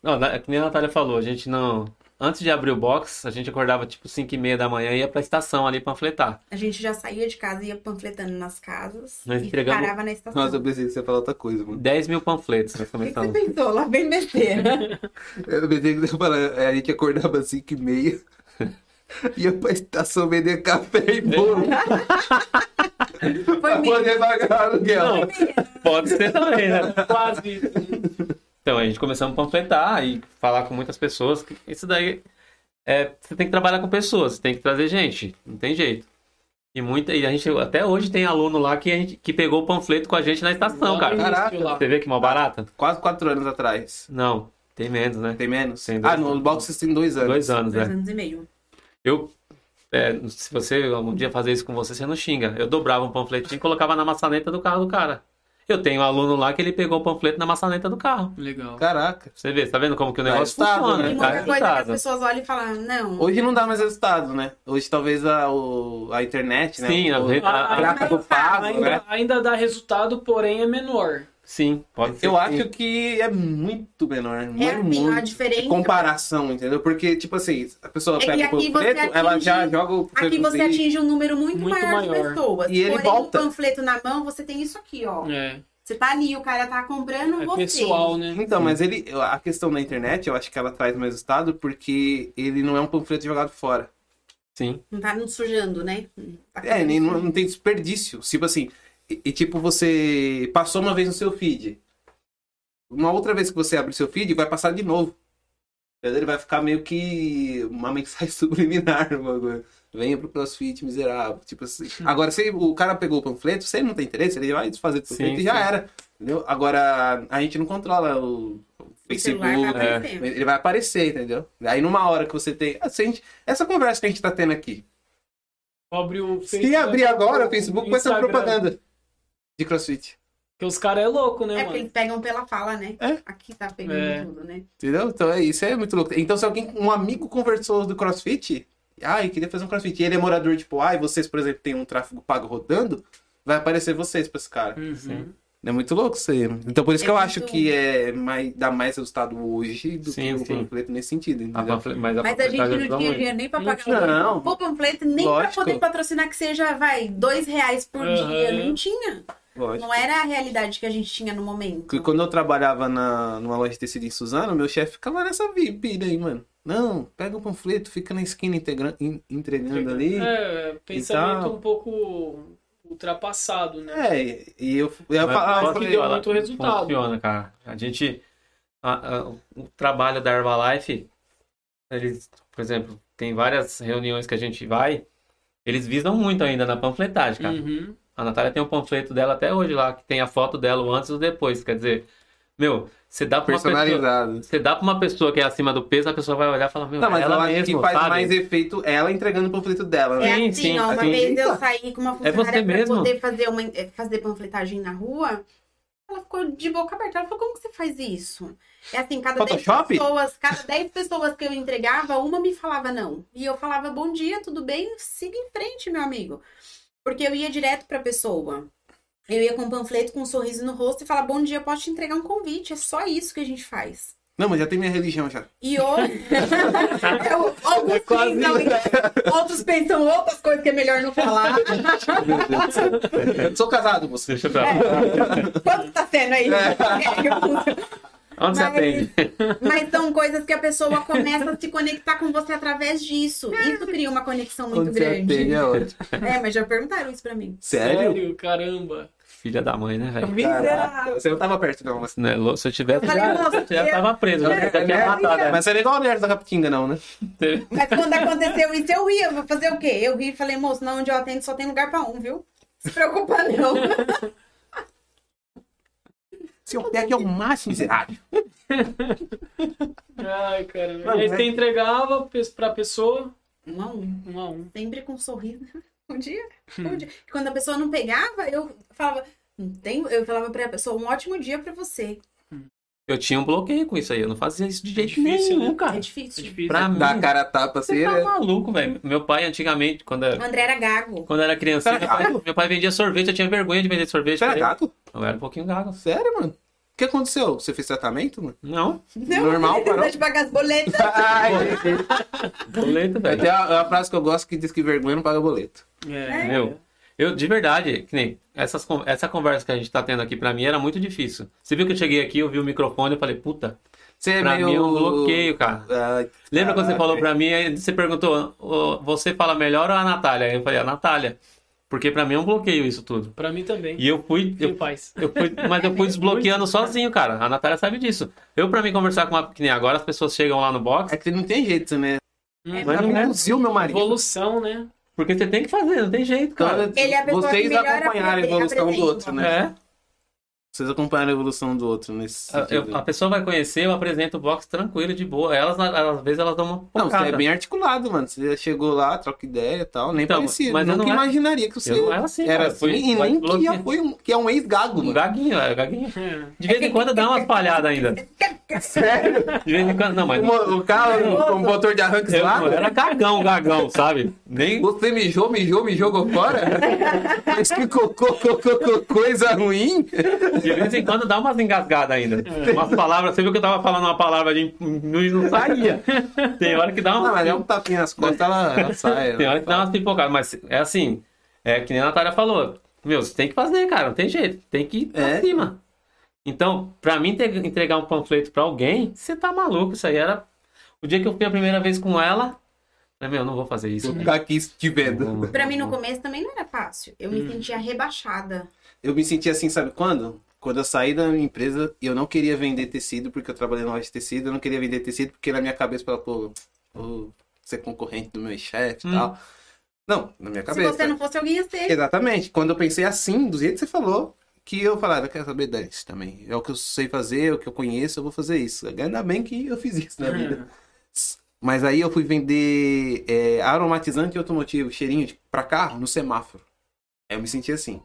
D: não, na- que nem a Natália falou, a gente não. Antes de abrir o box, a gente acordava tipo 5 e meia da manhã e ia pra estação ali panfletar.
C: A gente já saía de casa, ia panfletando nas casas
D: Nós
C: e
D: entregamos-
C: parava na estação.
A: Nossa, eu pensei que você ia falar outra coisa, mano.
D: 10 mil panfletos então. nós
C: O que, que você
D: começamos.
C: pensou? Lá vem besteira.
A: Eu pensei que você ia falar, é, a gente acordava às 5 e meia. Ia pra estação vender café e bolo.
C: Foi
A: pra poder pagar aluguel.
D: Não, pode ser também, né?
B: Quase isso.
D: Então, a gente começamos a panfletar e falar com muitas pessoas. Isso daí é, você tem que trabalhar com pessoas, você tem que trazer gente, não tem jeito. E muita, e a gente até hoje tem aluno lá que a gente- que pegou o panfleto com a gente na
B: Lá
D: estação,
B: no
D: cara.
B: início
A: Caraca.
B: lá.
D: Você vê que mal barata?
A: Quase 4 anos atrás.
D: Não, tem menos, né?
A: Tem menos?
D: Tem dois
A: ah, no
D: anos.
A: box vocês têm 2 anos.
D: Dois anos,
C: Dois
D: né?
C: anos e meio.
D: Eu, é, se você algum dia fazer isso com você, você não xinga. Eu dobrava um panfletinho e colocava na maçaneta do carro do cara. Eu tenho um aluno lá que ele pegou o panfleto na maçaneta do carro.
B: Legal.
A: Caraca.
D: Você vê, tá vendo como que o
A: Tá
D: negócio
A: ajustado,
D: funciona,
A: né?
C: E
D: né?
A: Tem
C: muita
D: Tá
C: coisa que as
D: ajustado.
C: pessoas olham e falam, não.
A: Hoje não dá mais resultado, né? Hoje talvez a, o- a internet, né?
D: Sim,
A: o,
D: a rede- a-
A: o gráfico pago, né?
B: Ainda, ainda dá resultado, porém é menor.
D: Sim, pode ser.
A: Eu
D: que
A: acho que é muito menor.
C: É
A: muito,
C: assim, ó, a
A: muito.
C: diferença.
A: Em comparação, entendeu? Porque, tipo assim, a pessoa
C: É que
A: pega o
C: aqui você
A: panfleto, ela
C: atinge-
A: já joga o
C: Aqui você
A: panfleto
C: atinge um número muito,
B: Muito
C: maior, de
B: maior.
C: pessoas.
A: E ele
C: Porém,
A: volta.
C: o panfleto na mão, você tem isso aqui, ó.
B: É,
C: Você tá ali, o cara tá comprando
B: é
C: você.
B: pessoal, né?
A: Então, mas ele, a questão da internet, eu acho que ela traz mais resultado porque ele não é um panfleto jogado fora.
D: Sim.
C: Não tá nos sujando, né? Tá
A: É, nem, não, não tem desperdício. Tipo assim, e, e tipo, você passou uma vez no seu feed. Uma outra vez que você abre seu feed, vai passar de novo. Entendeu? Ele vai ficar meio que uma mensagem subliminar, o bagulho. Venha pro crossfit miserável. Tipo assim. Agora, se o cara pegou o panfleto, se ele não tem interesse, ele vai desfazer do panfleto
D: Sim,
A: e já
D: sim.
A: era. Entendeu? Agora, a gente não controla o
C: O celular
A: Facebook,
C: tá aparecendo.
A: ele vai aparecer, entendeu? Aí numa hora que você tem. assim, a gente- essa conversa que a gente tá tendo aqui.
B: Abre o
A: Se abrir agora o Facebook, vai ser uma
B: Instagram.
A: propaganda de crossfit.
B: Porque os caras é louco, né,
C: É porque
B: mano?
C: eles pegam pela fala, né?
A: É.
C: Aqui tá pegando
B: É.
C: tudo, né?
A: Entendeu? Então é isso, é muito louco. Então, se alguém, um amigo conversou do crossfit, ai, queria fazer um crossfit, e ele é morador tipo, ai, vocês, por exemplo, tem um tráfego pago rodando, vai aparecer vocês pra esse cara.
D: Hum.
B: Uhum.
D: Sim.
A: É muito louco isso aí. né? Então, por isso
C: É
A: que eu
C: muito
A: acho que é mais, dá mais resultado hoje do que
D: Sim,
A: o
D: sim. Tá
A: panfleto nesse sentido.
D: A
A: Entendeu?
D: panfle- Mas a
C: Mas a gente
A: é
D: panfletagem ajuda
C: não tinha
A: um
D: muito.
C: dinheiro nem pra
B: Não
C: pagar
B: tinha,
A: não.
C: o panfleto, nem
A: Lógico.
C: pra poder patrocinar que seja, vai, dois reais por
B: Aham.
C: dia. Não tinha.
A: Lógico.
C: Não é era a realidade que a gente tinha no momento.
A: Porque quando eu trabalhava na, numa loja de tecido em Suzano, meu chefe ficava nessa vi- pilha aí, mano. Não, pega o panfleto, fica na esquina integra- en- entregando ali.
B: É, é, pensamento
A: Então-
B: um pouco ultrapassado, né?
A: É, e- e eu, eu, ia
D: Mas
A: falar- eu
D: pode
A: falei,
B: deu
D: falar,
B: muito resultado.
D: Funciona, cara. A gente. a- a- o trabalho da Herbalife, eles, por exemplo, tem várias reuniões que a gente vai, eles visam muito ainda na panfletagem, cara.
B: Uhum.
D: A Natália tem um panfleto dela até hoje lá, que tem a foto dela o antes e o depois. Quer dizer, meu, você dá pra uma pessoa.
A: personalizado.
D: Você dá pra uma pessoa que é acima do peso, a pessoa vai olhar e falar, meu,
A: Não, mas
D: é
A: eu
D: ela
A: acho
D: mesmo,
A: que faz
D: sabe?
A: mais efeito ela entregando o panfleto dela, né?
C: É
D: Sim,
C: assim,
D: sim,
C: ó, uma
D: assim.
C: vez eu
A: Eita.
C: saí com uma funcionária
D: você
C: pra
D: mesmo?
C: poder fazer, uma, eh, fazer panfletagem na rua. Ela ficou de boca aberta. Ela falou, como que você faz isso? É assim, cada 10
A: Photoshop?
C: pessoas, cada 10 pessoas que eu entregava, uma me falava não. E eu falava, bom dia, tudo bem? Siga em frente, meu amigo. Porque eu ia direto pra pessoa. Eu ia com um panfleto, com um sorriso no rosto e falava, bom dia, posso te entregar um convite. É só isso que a gente faz.
A: Não, mas já tem minha religião já.
C: E hoje. É o- alguns
A: quase-
C: pensam- outros pensam outras coisas que é melhor não falar.
A: Meu Deus do céu.
D: Tá.
A: Eu sou casado, você.
C: É,
D: Deixa pra lá.
C: Quanto tá sendo aí? É, eu-
D: Onde você
C: Mas-
D: atende?
C: Mas são coisas que a pessoa começa a se conectar com você através disso. Isso cria uma conexão muito
A: Onde você atende
C: grande.
A: é ótimo.
C: É, mas já perguntaram isso pra mim.
A: Sério?
B: Caramba.
D: Filha da mãe, né, velho?
A: Caraca, você não tava perto, não. Mas,
D: Não é louco? Se eu
C: Eu
D: tivesse,
C: falei,
D: já,
C: moça,
D: já tá-
C: eu-
D: tava preso. Já tinha matado, né?
A: mas você não é igual a mulher da Capitinga, não, né?
C: Mas quando aconteceu isso, eu ia. Vou fazer o quê? Eu ri e falei, moço, não, onde eu atendo só tem lugar pra um, viu? Se preocupa, não.
A: Se eu der aqui é o máximo miserável.
B: Ai, caramba.
A: Não,
B: e aí
A: mas-
B: você entregava pes- pra pessoa
C: Um a um.
B: um a um.
C: Sempre com um sorriso. Bom dia. Bom dia. Quando a pessoa não pegava, eu falava, não tem. Eu falava pra pessoa, um ótimo dia pra você.
D: Eu tinha um bloqueio com isso aí. Eu não fazia isso de jeito
B: Difícil,
D: nenhum,
B: né?
D: cara.
C: É
B: É
C: difícil.
B: difícil.
D: Pra mim,
A: Dá a cara a tapa assim,
D: você tá
A: né?
D: maluco, velho. Meu pai, antigamente, quando,
C: O André era gago.
D: quando era criança, meu pai, meu pai vendia sorvete. Eu tinha vergonha de vender sorvete.
A: Você
D: pra
A: era
D: ele.
A: gato?
D: Eu era um pouquinho gago.
A: Sério, mano? O que aconteceu? Você fez tratamento, mano?
D: Não,
A: Normal,
C: não.
A: parou.
C: precisa de pagar as boletas.
A: Ai,
D: boleto, velho.
A: Até a, a frase que eu gosto que diz que vergonha não paga boleto.
B: É.
D: Meu, eu de verdade, que nem essas, con- essa conversa que a gente tá tendo aqui pra mim era muito difícil. Você viu que eu cheguei aqui, eu vi o microfone, eu falei, puta,
A: Você é
D: pra
A: meio.
D: mim é um bloqueio, cara.
A: Ah,
D: Lembra quando você
A: caraca.
D: falou pra mim, aí você perguntou, "Ô, você fala melhor ou a Natália? Eu falei, a Natália. Porque pra mim é um bloqueio isso tudo.
B: Pra mim também.
D: E eu fui,
B: Meu
D: eu,
B: pai.
D: eu fui mas eu fui desbloqueando sozinho, cara. A Natália sabe disso. Eu, pra mim, conversar com uma, que nem agora, as pessoas chegam lá no box,
A: É que não tem jeito, né?
B: Hum,
D: Mas
A: Ela
D: não é.
A: conduziu meu marido.
B: Evolução, né?
D: porque você tem que fazer, não tem jeito, cara.
A: Então,
C: Ele é a pessoa
A: vocês
C: que melhor
A: acompanharam a
C: aprende-
A: evolução do
C: apresenta.
A: outro, né?
D: É.
A: Vocês acompanharam a evolução do outro nesse
D: A, eu-
A: sentido.
D: a pessoa vai conhecer, eu apresento o box tranquilo, de boa. Elas, na- às vezes, elas dão uma
A: Não, você
D: focada.
A: é bem articulado, mano. Você chegou lá, troca ideia e tal. Nem
D: Então,
A: parecia.
D: mas eu
A: Nunca
D: não era-
A: imaginaria que você
D: Eu não era assim,
A: era
D: cara.
A: assim.
D: Fui-
A: e
D: fui
A: nem que,
D: bloqueado.
A: já foi um, que é um ex-gago,
D: Um
A: mano.
D: gaguinho, é, gaguinho.
B: É.
D: De vez em quando dá umas palhadas ainda.
A: Sério?
D: De vez em quando, não, mas...
A: O, o carro com o motor de arranque
D: Eu
A: lá.
D: não, era gagão, gagão, sabe? Nem...
A: Você mijou, mijou, me jogou fora? Mas que cocô, cocô, cocô, coisa ruim?
D: De vez em quando dá umas engasgadas ainda. Umas palavras... Você viu que eu tava falando uma palavra de... e Não saía. Tem hora que dá uma...
A: Não, mas é um tapinha nas costas, ela, ela sai.
D: Tem hora que dá umas pipocadas, mas é assim... É que nem a Natália falou. Meu, você tem que fazer, cara. Não tem jeito. Tem que ir pra
A: É.
D: cima. Então, pra mim, ter- entregar um panfleto pra alguém... Você tá maluco. Isso aí era... O dia que eu fui a primeira vez com ela... Falei, meu, eu não vou fazer isso.
A: Vou ficar aqui te vendo.
C: Pra mim, no começo, também não era fácil. Eu me sentia rebaixada.
A: Eu me senti assim, sabe quando? Quando eu saí da minha empresa e eu não queria vender tecido, porque eu trabalhei na loja de tecido, eu não queria vender tecido, porque na minha cabeça falava, pô, vou ser concorrente do meu chefe e
D: Hum.
A: tal. Não, na minha
C: Se
A: cabeça.
C: você não fosse, alguém ia ser.
A: Exatamente. Quando eu pensei assim, do jeito que você falou, que eu falava, quero saber dance também. É o que eu sei fazer, é o que eu conheço, eu vou fazer isso. Ainda bem que eu fiz
B: É.
A: isso na vida.
B: Uhum.
A: Mas aí eu fui vender é, aromatizante automotivo, cheirinho de- pra carro, no semáforo. Aí eu me senti assim.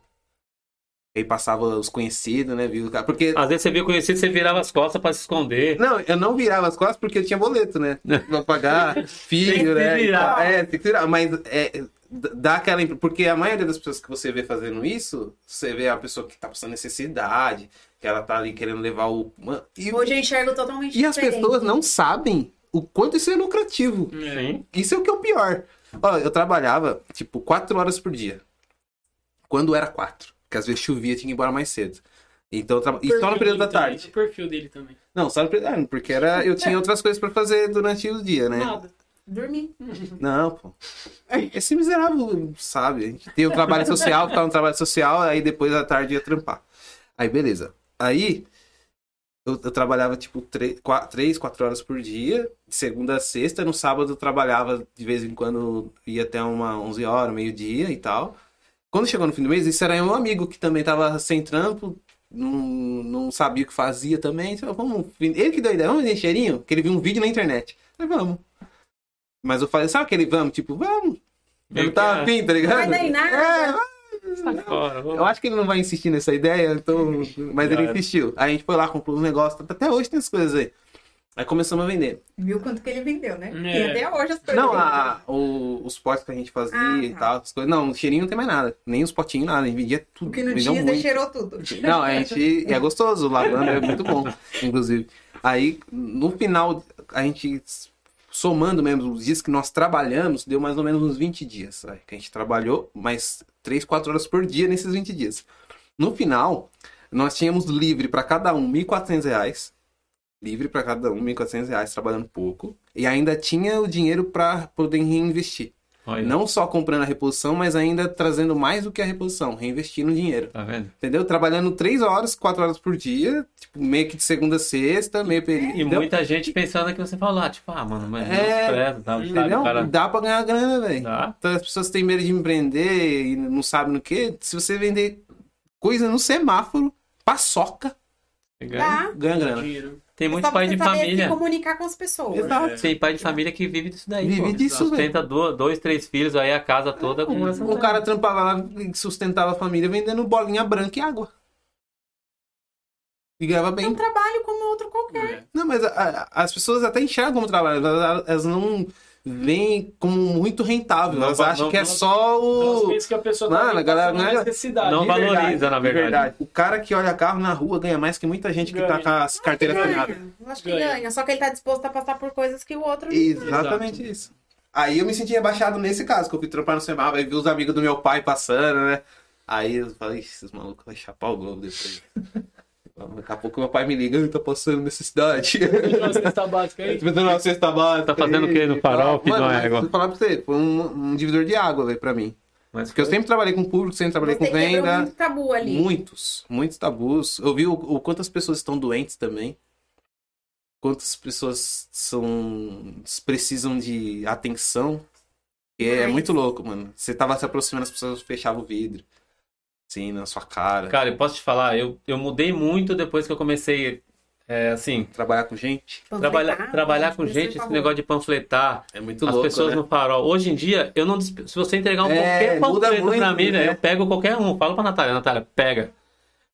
A: Aí passava os conhecidos, né? Viu, o cara? Porque.
D: Às vezes você via conhecido, você virava as costas pra se esconder.
A: Não, eu não virava as costas porque eu tinha boleto, né? Pra pagar,
D: Tem que
A: filho, né? e
D: virar.
A: tal. É, tem que virar. Mas é, d- dá aquela. impre- Porque a maioria das pessoas que você vê fazendo isso, você vê a pessoa que tá passando necessidade, que ela tá ali querendo levar o. Mano, E,
C: Hoje eu enxergo totalmente
A: e as
C: diferente.
A: pessoas não sabem o quanto isso é lucrativo.
D: Sim.
A: Isso é o que é o pior. Ó, eu trabalhava, tipo, quatro horas por dia. Quando era quatro. Porque às vezes chovia, tinha que ir embora mais cedo. Então, eu traba- e só no período da tarde.
B: O perfil dele também.
A: Não, só no período da tarde, porque era... eu tinha outras coisas pra fazer durante o dia, né?
B: Nada.
C: Dormir.
A: Não, pô. Esse miserável, sabe? A gente Tem o trabalho social, tá no trabalho social, aí depois à tarde ia trampar. Aí, beleza. Aí, eu, eu trabalhava, tipo, tre- qua- três, quatro horas por dia, de segunda a sexta. No sábado, eu trabalhava de vez em quando, ia até uma 11 horas, meio-dia e tal. Quando chegou no fim do mês, isso era um amigo que também tava sem trampo, não, não sabia o que fazia também. Então, vamos, ele que deu a ideia, vamos fazer cheirinho? Que ele viu um vídeo na internet. Aí, vamos. Mas eu falei, sabe aquele vamos? Tipo, vamos. Eu
D: Meio
A: não
D: que,
A: tava
D: ah,
A: afim, tá ligado?
C: Vai dar em nada.
A: É, vai.
D: sai fora, vamos.
A: eu acho que ele não vai insistir nessa ideia, então. Mas
D: Já
A: ele
D: era.
A: insistiu. Aí a gente foi lá, comprou uns negócios. tá, Até hoje tem as coisas aí. Aí começamos a vender.
C: Viu quanto que ele vendeu, né?
B: É.
C: Tem até hoje as coisas.
A: Não,
C: que ele vendeu.
A: a, o- os potes que a gente fazia
C: Ah,
A: e
C: tá.
A: tal, as coisas. Não, o cheirinho não tem mais nada. Nem os potinhos, nada. A gente vendia tudo.
C: O que não
A: Vendeu
C: tinha,
A: muito.
C: você cheirou tudo.
A: Não, a gente. É gostoso, o lavanda é muito bom, inclusive. Aí, no final, a gente, somando mesmo os dias que nós trabalhamos, deu mais ou menos uns 20 dias. sabe? Que a gente trabalhou mais 3, 4 horas por dia nesses 20 dias. No final, nós tínhamos livre para cada um R$ 1.400. livre para cada um, 1.400 reais, trabalhando pouco. E ainda tinha o dinheiro para poder reinvestir.
D: Olha,
A: Não só comprando a reposição, mas ainda trazendo mais do que a reposição, reinvestindo o dinheiro.
D: Tá vendo?
A: Entendeu? Trabalhando 3 horas, 4 horas por dia, tipo, meio que de segunda a sexta, meio período.
D: E muita gente pensando que você fala, ah, tipo, ah, mano,
A: É,
D: mas despreza, tá? sabe?
A: Entendeu?
D: O cara Tá
A: Dá pra ganhar grana, velho.
D: dá.
A: Então, as pessoas têm medo de empreender e não sabem no que. Se você vender coisa no semáforo, paçoca,
C: Tá?
A: ganha grana.
B: Dinheiro.
D: É. Ah, Tem
C: É
D: muito
C: só
D: pai
C: você
D: de
C: saber
D: família.
C: se comunicar com as pessoas.
A: Exato.
D: Tem pai de família que vive disso daí.
A: Vive
D: pô.
A: disso,
D: Sustenta do- dois, três filhos, aí a casa toda com essa.
A: O cara trampava lá e sustentava a família vendendo bolinha branca e água. E ganhava
C: É um
A: bem.
C: trabalho como outro qualquer.
B: É.
A: Não, mas a- a- as pessoas até enxergam como trabalho, elas, elas não veem como muito rentável.
D: Não,
A: elas
D: não,
A: acham que é
D: não-
A: só
B: Então, às
A: o.
B: vezes que a pessoa
A: Mano,
B: tá
A: a galera
B: passando
A: não é-
B: necessidade.
D: Não
A: De
D: valoriza, na
A: de
D: verdade.
A: O cara que olha carro na rua ganha mais que muita gente que tá
B: Ganha.
A: com as carteiras
C: Ganha.
A: ferradas.
C: Eu acho que
B: Ganha.
C: ganha. Só que ele tá disposto a passar por coisas que o outro.
A: Exatamente isso. Aí eu me senti rebaixado nesse caso, que eu fui trampar no semáforo, aí vi os amigos do meu pai passando, né? Aí eu falei, "Ixi, esses malucos vão chapar o globo depois. Daqui a pouco meu pai me liga, "Ai, tá passando necessidade.
B: Uma cesta tá básica é aí.
A: Tô fazendo uma cesta básica.
D: Tá fazendo o quê no farol, filho
A: Mano,
D: da
A: mas
D: égua?
A: Vou falar pra você, foi um, um divisor de água, velho, pra mim.
D: Mas
A: Porque eu sempre trabalhei com público, sempre trabalhei
C: Você
A: com
C: quebrou um
A: venda.
C: muito tabu ali.
A: Muitos, muitos tabus. Eu vi o, o quantas pessoas estão doentes também. Quantas pessoas são precisam de atenção. E é
C: Ai.
A: muito louco, mano. Você tava se aproximando, as pessoas fechavam o vidro. Assim, na sua cara.
D: Cara, eu posso te falar, eu, eu mudei muito depois que eu comecei, é, assim,
A: Trabalhar com gente
C: Então, tá
D: trabalhar, trabalhar com gente, esse negócio de panfletar,
A: é muito
D: as
A: louco,
D: pessoas
A: né?
D: no farol. Hoje em dia, eu não disp- se você entregar um
A: É,
D: qualquer
A: muda
D: panfleto
A: muito,
D: pra mim,
A: né?
D: velho, eu pego qualquer um. Falo pra Natália, Natália, pega.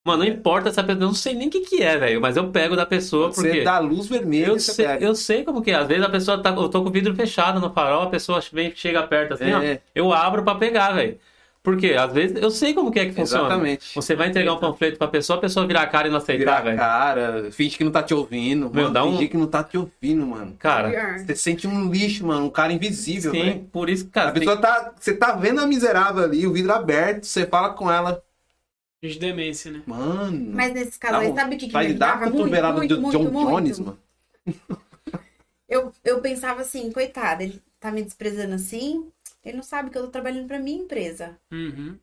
D: Mano,
A: É.
D: não importa essa pessoa, eu não sei nem o que que é, velho, mas eu pego da pessoa porque...
A: Você dá luz vermelha
D: Eu
A: você
D: sei,
A: pega.
D: eu sei como que é. Às vezes a pessoa tá. Eu tô com o vidro fechado no farol, a pessoa vem, chega perto assim, ó.
A: É.
D: Eu abro pra pegar, velho. Por quê? Às vezes eu sei como que é que funciona.
A: Exatamente.
D: Você vai entregar um panfleto pra pessoa, a pessoa virar a cara e não
A: Virar
D: aceitar,
A: a
D: velho.
A: cara, finge que não tá te ouvindo.
D: Meu,
A: mano,
D: dá um-
A: Fingir que não tá te ouvindo, mano.
D: Cara,
A: Você sente um lixo, mano. Um cara invisível, velho.
D: sim, por isso que, cara,
A: né? A pessoa tá. Você tá vendo a miserável ali, o vidro aberto, você fala com ela,
B: De demência, né?
A: mano.
C: Mas nesses
A: dá
C: casos aí,
A: um-
C: sabe o que, que
A: vai
C: me
A: dar
C: irritava
A: a
C: muito,
A: cotovelada do
C: muito, muito,
A: John
C: muito?
A: Jones, mano.
C: Eu, eu pensava assim, coitado, ele tá me desprezando assim, ele não sabe que eu tô trabalhando pra minha empresa.
B: Uhum.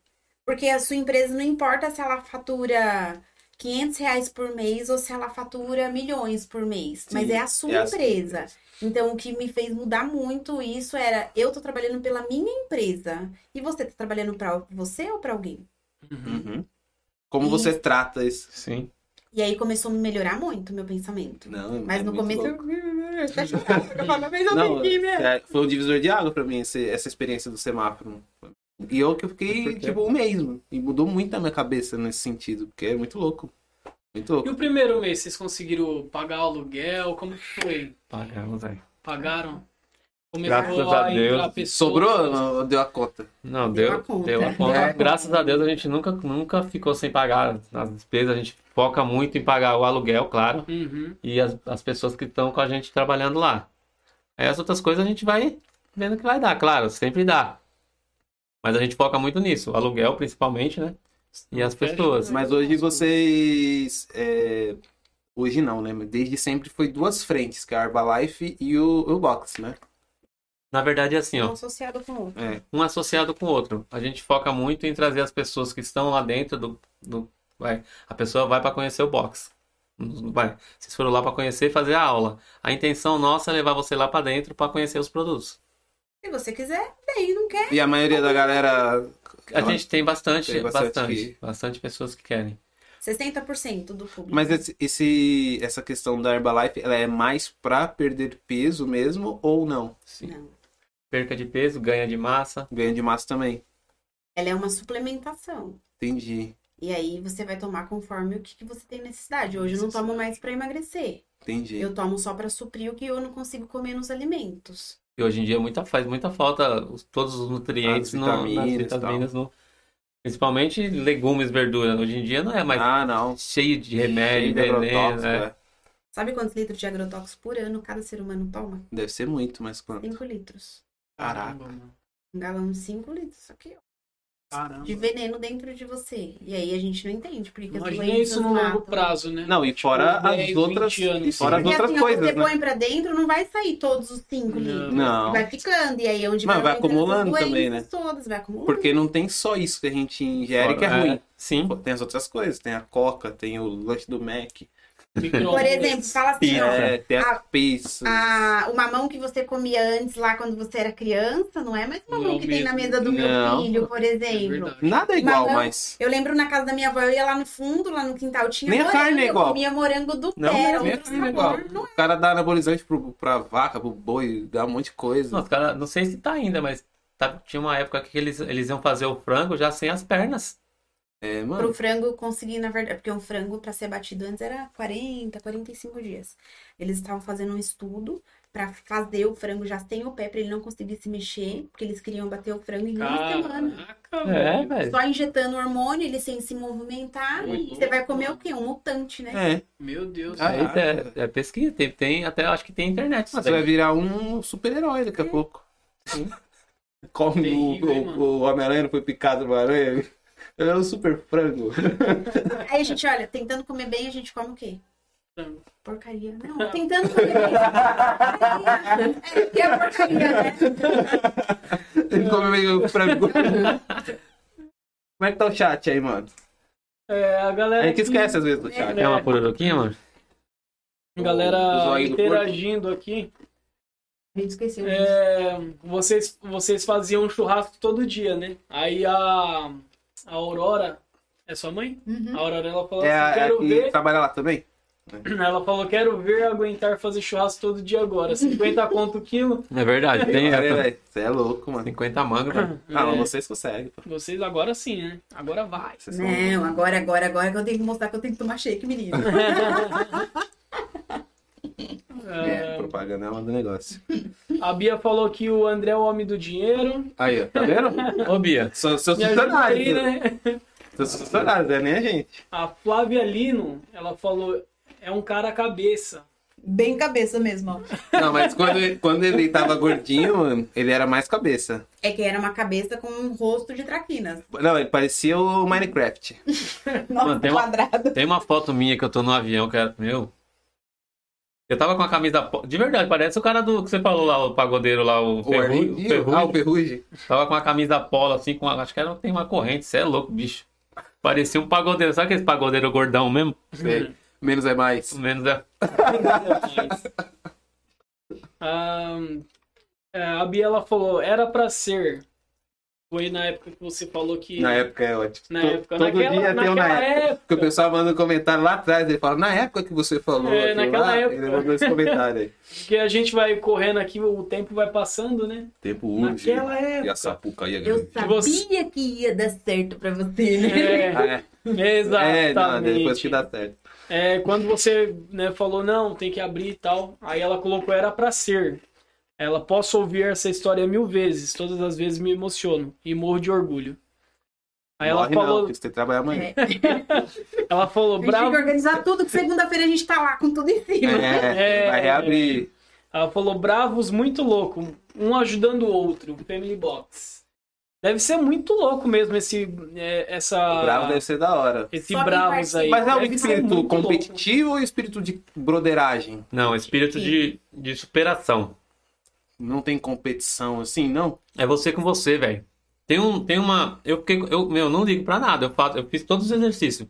C: Porque a sua empresa não importa se ela fatura 500 reais por mês ou se ela fatura milhões por mês, mas
A: Sim,
C: é a sua
A: é a sua
C: empresa. Então, o que me fez mudar muito isso era, eu tô trabalhando pela minha empresa e você tá trabalhando pra você ou pra alguém?
B: Uhum.
A: Uhum. Como você trata isso?
D: Sim.
C: E aí começou a me melhorar muito o meu pensamento.
A: Não,
C: Mas
A: é
C: no
A: muito
C: começo
A: louco.
C: eu até chorava, porque eu falava, "Mas eu
A: Não,
C: perdi, né?"
A: é, foi um divisor de água pra mim, esse- essa experiência do semáforo. E eu que eu
D: Por
A: fiquei,
D: quê?
A: tipo, um mês, mano. E mudou muito a minha cabeça nesse sentido, porque é muito louco. Muito
B: E
A: louco.
B: o primeiro mês, vocês conseguiram pagar o aluguel? Como que foi?
D: Pagamos, velho.
B: Pagaram? é
D: Graças a Deus.
B: entrar pessoas?
A: Sobrou, não, deu a conta.
D: Não,
C: Deu
D: deu,
C: a conta.
D: deu a conta.
A: É.
D: Graças a Deus a gente nunca, nunca ficou sem pagar as despesas. A gente foca muito em pagar o aluguel, claro.
B: Uhum.
D: e as, as pessoas que estão com a gente trabalhando lá. Aí as outras coisas a gente vai vendo que vai dar, claro, sempre dá. Mas a gente foca muito nisso, o aluguel principalmente, né? E as
B: Fecha.
D: pessoas.
A: Mas hoje vocês. é, Hoje não, né? Mas Desde sempre foi duas frentes, que é a Herbalife e o, o Box, né?
D: Na verdade é assim,
C: Um
D: ó,
C: associado com o outro.
D: um associado com o outro. A gente foca muito em trazer as pessoas que estão lá dentro do. do vai, a pessoa vai para conhecer o box. Vai. Vocês foram lá para conhecer e fazer a aula. A intenção nossa é levar você lá para dentro para conhecer os produtos.
C: Se você quiser, bem, não quer?
A: E a maioria da galera.
D: A gente tem bastante,
A: Tem bastante
D: bastante,
A: que-
D: bastante, pessoas que querem.
C: 60% do público.
A: Mas é esse, esse- essa questão da Herbalife, ela é mais pra perder peso mesmo ou não?
D: Sim.
C: Não.
D: perca de peso, ganha de massa.
A: Ganho de massa também.
C: Ela é uma suplementação.
A: Entendi,
C: E aí você vai tomar conforme o que, que você tem necessidade. Hoje eu não tomo mais pra emagrecer.
A: entendi.
C: Eu tomo só pra suprir o que eu não consigo comer nos alimentos.
D: E hoje em dia é muita, faz muita falta os- todos os nutrientes,
A: As
D: no- nas
A: vitaminas e
D: vitaminas, no- principalmente legumes, verdura. Hoje em dia não é mais
A: Ah, não.
D: cheio de remédio,
A: Cheio de
D: veneno,
A: agrotóxico,
D: né?
A: é.
C: Sabe quantos litros de agrotóxico por ano cada ser humano toma?
A: Deve ser muito, mas quanto?
C: 5 litros.
A: Caraca.
B: Caramba, mano.
C: Um galão de 5 litros. Isso aqui, ó.
B: Caramba.
C: de veneno dentro de você. E aí a gente não entende porque que as
B: Imagina
C: doenças
B: isso no longo
C: matam.
B: prazo, né?
A: Não, e fora
B: Tipo,
A: as
B: 10,
A: outras.
B: 20 anos.
A: E fora as
C: Porque
A: outras
C: assim, quando
A: coisas,
C: você
A: né?
C: põe pra dentro, não vai sair todos os
B: Não.
C: cinco livros.
A: Não.
C: Vai ficando, e aí é onde
A: Mas vai
C: aumentando essas
A: acumulando também, né?
C: doenças Todas, vai acumulando.
A: Porque não tem só isso que a gente ingere que é ruim.
D: sim.
A: Pô, Tem as outras coisas, tem a coca, tem o lanche do Mac,
B: Micro-ondas.
C: Por exemplo, fala assim,
D: Pizza.
C: ó,
A: é, tem
C: Ah,
A: as pizzas.
C: a- o mamão que você comia antes lá quando você era criança, não é mais o mamão
B: Não
C: que tem
B: mesmo.
C: na mesa do meu
A: Não.
C: filho, por
B: É
C: exemplo.
B: verdade.
A: Nada é igual,
C: Mamão.
A: mas.
C: eu lembro na casa da minha avó, eu ia lá no fundo, lá no quintal, tinha
A: Nem a
C: morango,
A: carne é
C: eu
A: igual.
C: comia morango do
A: Não,
C: pé, era
A: nem a
C: outro
A: carne é
C: sabor.
A: igual. O cara dá anabolizante pro, pra vaca, pro boi, dá um monte de coisa.
D: Nossa, cara, não sei se tá ainda, mas tá- tinha uma época que eles, eles iam fazer o frango já sem as pernas.
A: É,
C: Pro
A: mano.
C: frango conseguir, na verdade, porque um frango para ser batido antes era 40, 45 dias. Eles estavam fazendo um estudo para fazer o frango já sem o pé, para ele não conseguir se mexer, porque eles queriam bater o frango em uma semana.
B: Caraca,
D: É,
B: velho.
D: velho.
C: Só injetando hormônio, ele sem se movimentar, e
B: Muito
C: você vai
B: louco.
C: comer o quê? Um mutante, né?
A: É.
B: Meu Deus.
A: Ah,
B: velho.
D: Aí é, é pesquisa, tem, tem- até acho que tem internet. né? isso
A: Você
D: daí.
A: vai virar um super-herói
C: É.
A: daqui a pouco. Como
B: Terrível, hein,
A: o,
B: mano?
A: o, o Homem-Aranha não foi picado por aranha. Ele era um super frango.
C: Aí a gente, olha, tentando comer bem, a gente come o quê?
B: Frango.
C: Porcaria. Não, tentando comer bem. Porcaria. É, que é porcaria, né?
A: Ele come meio frango. Como é que tá o chat aí, mano?
B: É, a
A: A
B: galera.
A: gente
B: que-
A: esquece às vezes do chat.
D: Tem uma pororoquinha, mano?
A: O
B: Galera
A: zóio do porco.
B: interagindo aqui.
C: A gente esqueceu disso.
B: É, vocês, vocês faziam um churrasco todo dia, né? Aí a, a Aurora. É sua mãe?
E: Uhum.
B: A Aurora ela falou
A: É
B: assim:
A: a, é a
B: quero
A: que
B: ver.
A: trabalha lá também?
B: Ela falou: quero ver aguentar fazer churrasco todo dia agora. 50 conto o quilo.
D: É verdade, tem
A: Olha,
D: essa.
A: velho, Você é louco, mano.
D: 50 mangos, velho.
A: Ah, mas
B: É,
A: vocês conseguem, pô.
B: Vocês agora sim, né? Agora vai.
A: Vocês são loucos.
C: Não, agora, agora, agora que eu tenho que mostrar que eu tenho que tomar shake, menino.
A: É, propaganda é uma do negócio.
B: A Bia falou que o André é o homem do dinheiro.
A: Aí, ó, tá vendo?
D: Ô, Bia,
A: São seus
B: Me ajuda aí,
A: funcionários.
B: né?
A: Seus funcionários, é nem a gente.
B: A Flávia Lino, ela falou, é um cara cabeça.
E: Bem cabeça mesmo, ó.
A: Não, mas quando, ele- quando ele tava gordinho, mano, ele era mais cabeça.
C: É que era uma cabeça com um rosto de traquinas.
A: Não, ele parecia o Minecraft.
E: Nossa,
D: Mano, tem uma-
E: quadrado.
D: tem uma foto minha que eu tô no avião, cara. Meu. Eu tava com a camisa. po- De verdade, parece o cara do que você falou lá, o pagodeiro lá, o,
A: O
D: Ferru-
A: Arlindo-
D: Ferrugem.
A: Ah, o Ferrugem.
D: Tava com a camisa polo, assim, com a- acho que era, tem uma corrente, você é louco, bicho. Parecia um pagodeiro, sabe aquele pagodeiro gordão mesmo?
A: Sei. Menos é mais.
D: Pelo menos é.
B: Ah, é, a Bia, ela falou, era pra ser. Foi na época que você falou que...
A: Na época é ótimo.
B: Na
A: To-
B: época.
A: Todo
B: naquela,
A: dia tem um na
B: naquela
A: época. Porque o
B: época.
A: pessoal manda um comentário lá atrás, ele fala, na época que você falou.
B: É,
A: aquilo
B: naquela
A: lá,
B: época.
A: Ele mandou esse comentário aí.
B: Porque a gente vai correndo aqui, o tempo vai passando, né?
A: Tempo urge.
B: Naquela
A: E a
B: época.
A: sapuca aí é
C: Eu
A: grande.
C: sabia
B: você-
C: que ia dar certo pra você, né?
B: É,
A: É,
B: exatamente.
A: é não, depois que dá certo.
B: É, quando você né, falou, não, tem que abrir e tal, aí ela colocou, era pra ser. Ela, posso ouvir essa história mil vezes, todas as vezes me emociono e morro de orgulho. Aí ela
A: Morre não,
B: falou,
A: porque você tem que trabalhar amanhã.
C: É. A gente
B: ela falou,
C: tem que
B: bravo,
C: organizar tudo, que segunda-feira a gente tá lá com tudo em cima.
A: É,
B: É.
A: vai reabrir.
B: ela falou, bravos, muito louco, um ajudando o outro, Family Box. Deve ser muito louco mesmo esse, é,
A: O
B: essa,
A: Bravo deve ser da hora.
B: esse
C: Só quem
B: bravos aí.
A: Mas é um
B: Deve ser muito
A: espírito
B: louco.
A: competitivo ou espírito de broderagem?
D: Não, é espírito de, de superação.
A: Não tem competição assim, não?
D: É você com você, velho. Tem, um, tem uma. Eu, fiquei, eu meu, não ligo pra nada. Eu, faço, eu fiz todos os exercícios.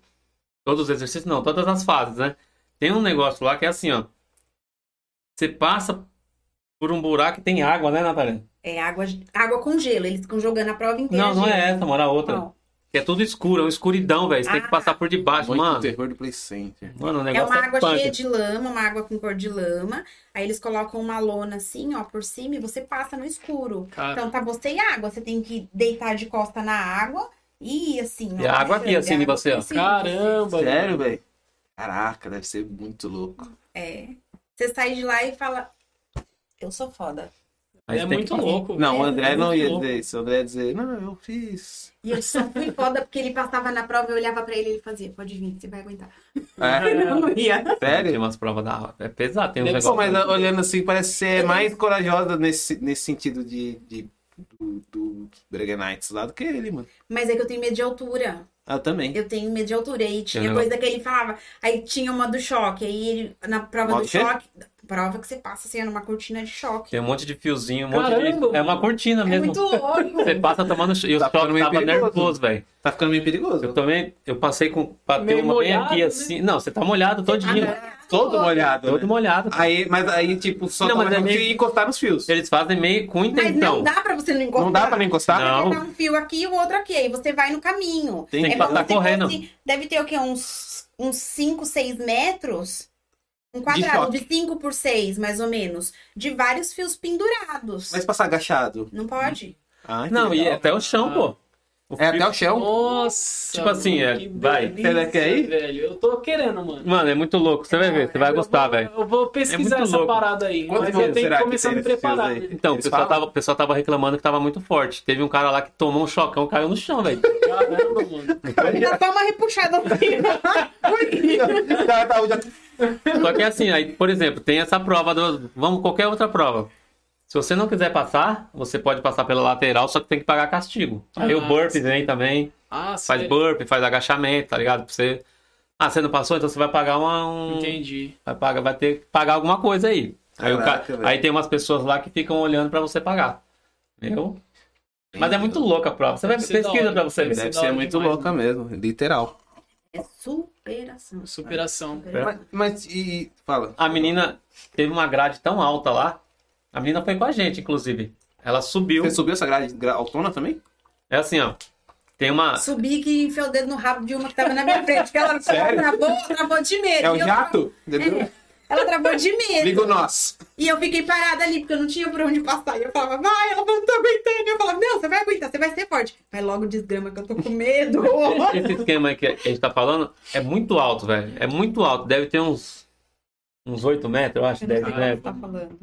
D: Todos os exercícios, não, todas as fases, né? Tem um negócio lá que é assim, ó. Você passa por um buraco e tem água, né, Natália?
C: É água, água com gelo, eles ficam jogando a prova inteira.
D: Não, não
C: gelo.
D: é essa, mora outra.
C: Não.
D: É tudo escuro, é uma escuridão, velho. Você tem que
C: Ah.
D: passar por debaixo,
A: Muito
D: mano.
A: terror do Play Center.
D: Mano, o
C: É
D: negócio
C: uma água
D: punk.
C: cheia de lama, uma água com cor de lama. Aí eles colocam uma lona assim, ó, por cima e você passa no escuro.
B: Cara,
C: Então tá você e a água. Você tem que deitar de costa na água e ir assim. ó,
D: E a água aqui,
C: baixando,
D: assim,
C: a
D: em
C: água
D: você,
C: por
D: ó.
C: cima de você.
B: caramba,
A: Sério, velho? Caraca, deve ser muito louco.
C: É. Você sai de lá e fala.
E: Eu sou foda.
D: Aí
B: é
D: você tem que
B: muito louco.
A: Não, o André
B: é
A: não
B: muito
A: ia
B: louco.
A: dizer isso. O André ia dizer, não, eu fiz.
C: E eu só fui foda porque ele passava na prova, eu olhava pra ele e ele fazia, pode vir, você vai aguentar.
A: É,
C: Eu não ia.
D: Tem
A: sério?
D: umas provas da hora. É pesado, tem uns
B: Deve
A: Pô, ah,
D: negócios.
A: mas olhando assim, parece ser mais corajosa nesse, nesse sentido de, de do, do Dragon Knights lá do que ele, mano.
C: Mas é que eu tenho medo de altura.
A: Ah, também.
C: Eu tenho medo de altura. E tinha
D: Entendeu?
C: coisa que ele falava. Aí tinha uma do choque. Aí ele, na prova
A: Modo
C: do
A: quê?
C: choque. Prova que você passa assim, numa cortina de choque.
D: Tem um monte de fiozinho, um monte
B: Caramba,
D: de. É
B: mano.
D: uma cortina
E: É
D: mesmo.
E: muito louco.
D: Você passa tomando. cho- E o
A: Tá ficando
D: choque
A: meio
D: tava
A: perigoso.
D: nervoso, velho.
A: Tá ficando meio perigoso.
D: Eu também. Eu passei com. Bateu
B: Meio
D: uma bem
B: molhado,
D: aqui
B: né?
D: assim. Não, você tá molhado todinho.
C: Ah,
A: todo Ah, né? molhado.
D: Todo
A: né?
D: molhado.
A: Aí, mas aí, tipo, só
D: Não,
A: não,
D: mas é meio-
A: que encostar nos fios.
D: Eles fazem meio com
C: Mas não
D: intenção.
C: dá pra você não encostar.
A: Não dá pra nem encostar?
D: Não.
C: Você dá um fio aqui e o outro aqui. Aí você vai no caminho.
A: Tem
D: que
C: é como
D: passar
C: se
D: correndo.
C: fosse- deve ter o quê? Uns 5, 6 metros? Um quadrado
A: choque.
C: de 5 por 6, mais ou menos. De vários fios pendurados.
A: Mas passar agachado.
C: Não pode.
A: Ah, que
D: Não, e é
A: legal.
D: até o chão, pô. O
A: É
D: fio-
A: até o chão.
B: Nossa.
D: Tipo assim,
B: mano,
D: é,
B: que
D: vai.
B: delícia,
A: Você quer ir?
B: Velho, eu tô querendo, mano.
D: Mano, é muito louco. Você vai ver, você vai
B: Eu
D: gostar,
B: vou-
D: velho.
B: Eu vou pesquisar
D: É muito
B: essa
D: louco.
B: parada aí.
A: Quantos
B: mas
A: quilos
B: eu tenho
A: será
B: que
A: que
B: começar a
A: tem
B: me
A: nesses fios
B: preparar.
A: aí?
B: né?
D: Então, o
A: Eles
D: pessoal
A: falam?
D: tava, o pessoal tava reclamando que tava muito forte. Teve um cara lá que tomou um chocão, caiu no chão, velho.
B: Caramba, mano.
C: Dá só uma repuxada aqui.
A: O cara tá- já-
D: Só que assim, aí, por exemplo, tem essa prova do. Vamos, qualquer outra prova. Se você não quiser passar, você pode passar pela lateral, só que tem que pagar castigo. Aí
B: Ah,
D: o burp
B: sim.
D: vem também.
B: Ah,
D: Faz
B: sério?
D: burp, faz agachamento, tá ligado? Pra você. Ah, você não passou, então você vai pagar uma, um.
B: Entendi.
D: Vai, pagar, vai ter que pagar alguma coisa aí. Aí, o ca-
A: Caraca, velho.
D: aí tem umas pessoas lá que ficam olhando pra você pagar. Entendeu? Mas é muito louca a prova. Você vai
B: Deve ser da
D: pesquisa
B: hora.
D: pra você
B: Deve
D: ver.
A: Deve
B: da
A: ser
B: hora
A: muito
B: demais,
D: né?
A: louca mesmo, literal.
C: É superação.
B: Superação.
D: É.
A: Mas, mas e. Fala.
D: A menina teve uma grade tão alta lá. A menina foi com a gente, inclusive. Ela subiu.
A: Você subiu essa grade gra- autona também?
D: É assim, ó. Tem uma.
C: Subi que enfiou o dedo no rabo de uma que tava na minha frente. Que ela ela travou, travou de medo.
A: É o
C: E eu-
A: jato? Entendeu?
C: É. Ela travou de medo.
A: Liga o nós.
C: E eu fiquei parada ali, porque eu não tinha por onde passar. E eu falava, vai, ela não tá aguentando. E eu falava, não, você vai aguentar, você vai ser forte. Vai logo desgrama que eu tô com medo.
D: Esse esquema aí que a gente tá falando é muito alto, velho. É muito alto. Deve ter uns. Uns 8 metros, eu acho.
C: Eu não sei o
D: Deve,
C: que
B: Uhum.
D: né?
C: você tá falando.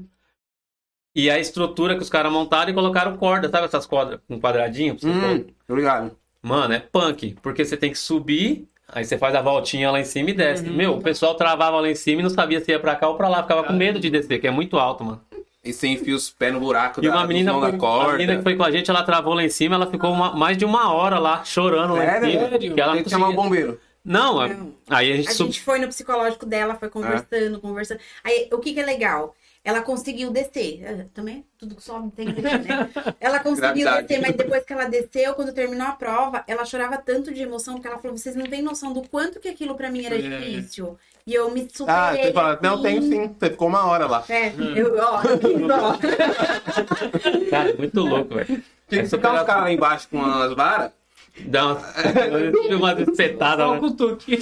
D: E a estrutura que os caras montaram e colocaram corda, sabe essas cordas com quadradinho? pra você colocar?
A: Hum, obrigado.
D: Mano, é punk. Porque você tem que subir, aí você faz a voltinha lá em cima e desce.
B: Uhum.
D: Meu, o pessoal travava lá em cima e não sabia se ia pra cá ou pra lá. Ficava com medo de descer, que é muito alto, mano.
A: E sem fios, pé no buraco
D: E
A: da,
D: uma
A: do
D: menina,
A: som da
D: foi-
A: corda.
D: a menina que foi com a gente, ela travou lá em cima, ela ficou uma- mais de uma hora lá, chorando lá em
A: Sério?
D: cima.
B: Sério?
D: Que ela
A: Tem
D: não
A: que chamar o
D: conseguia.
A: bombeiro.
D: Não,
C: Não.
D: aí a gente,
C: A
D: sub-
C: gente foi no psicológico dela, foi conversando, conversando. Aí, o que que é legal? Ela conseguiu descer. É, Também, tudo que sobe tem que descer, né? Ela conseguiu
A: Gravidade.
C: descer, mas depois que ela desceu, quando terminou a prova, ela chorava tanto de emoção, porque ela falou, vocês não têm noção do quanto que aquilo pra mim era
B: É.
C: difícil. E eu me superei.
A: Ah, você fala, não,
C: assim.
A: tenho sim. Você ficou uma hora lá.
C: É, eu, ó, eu quis, ó.
D: Cara, muito louco, velho.
A: Tinha
D: É
A: que
D: super-
A: ficar os caras lá embaixo com as varas.
D: Dá uma, deu uma espetada,
B: Só
D: né?
B: um cutuque.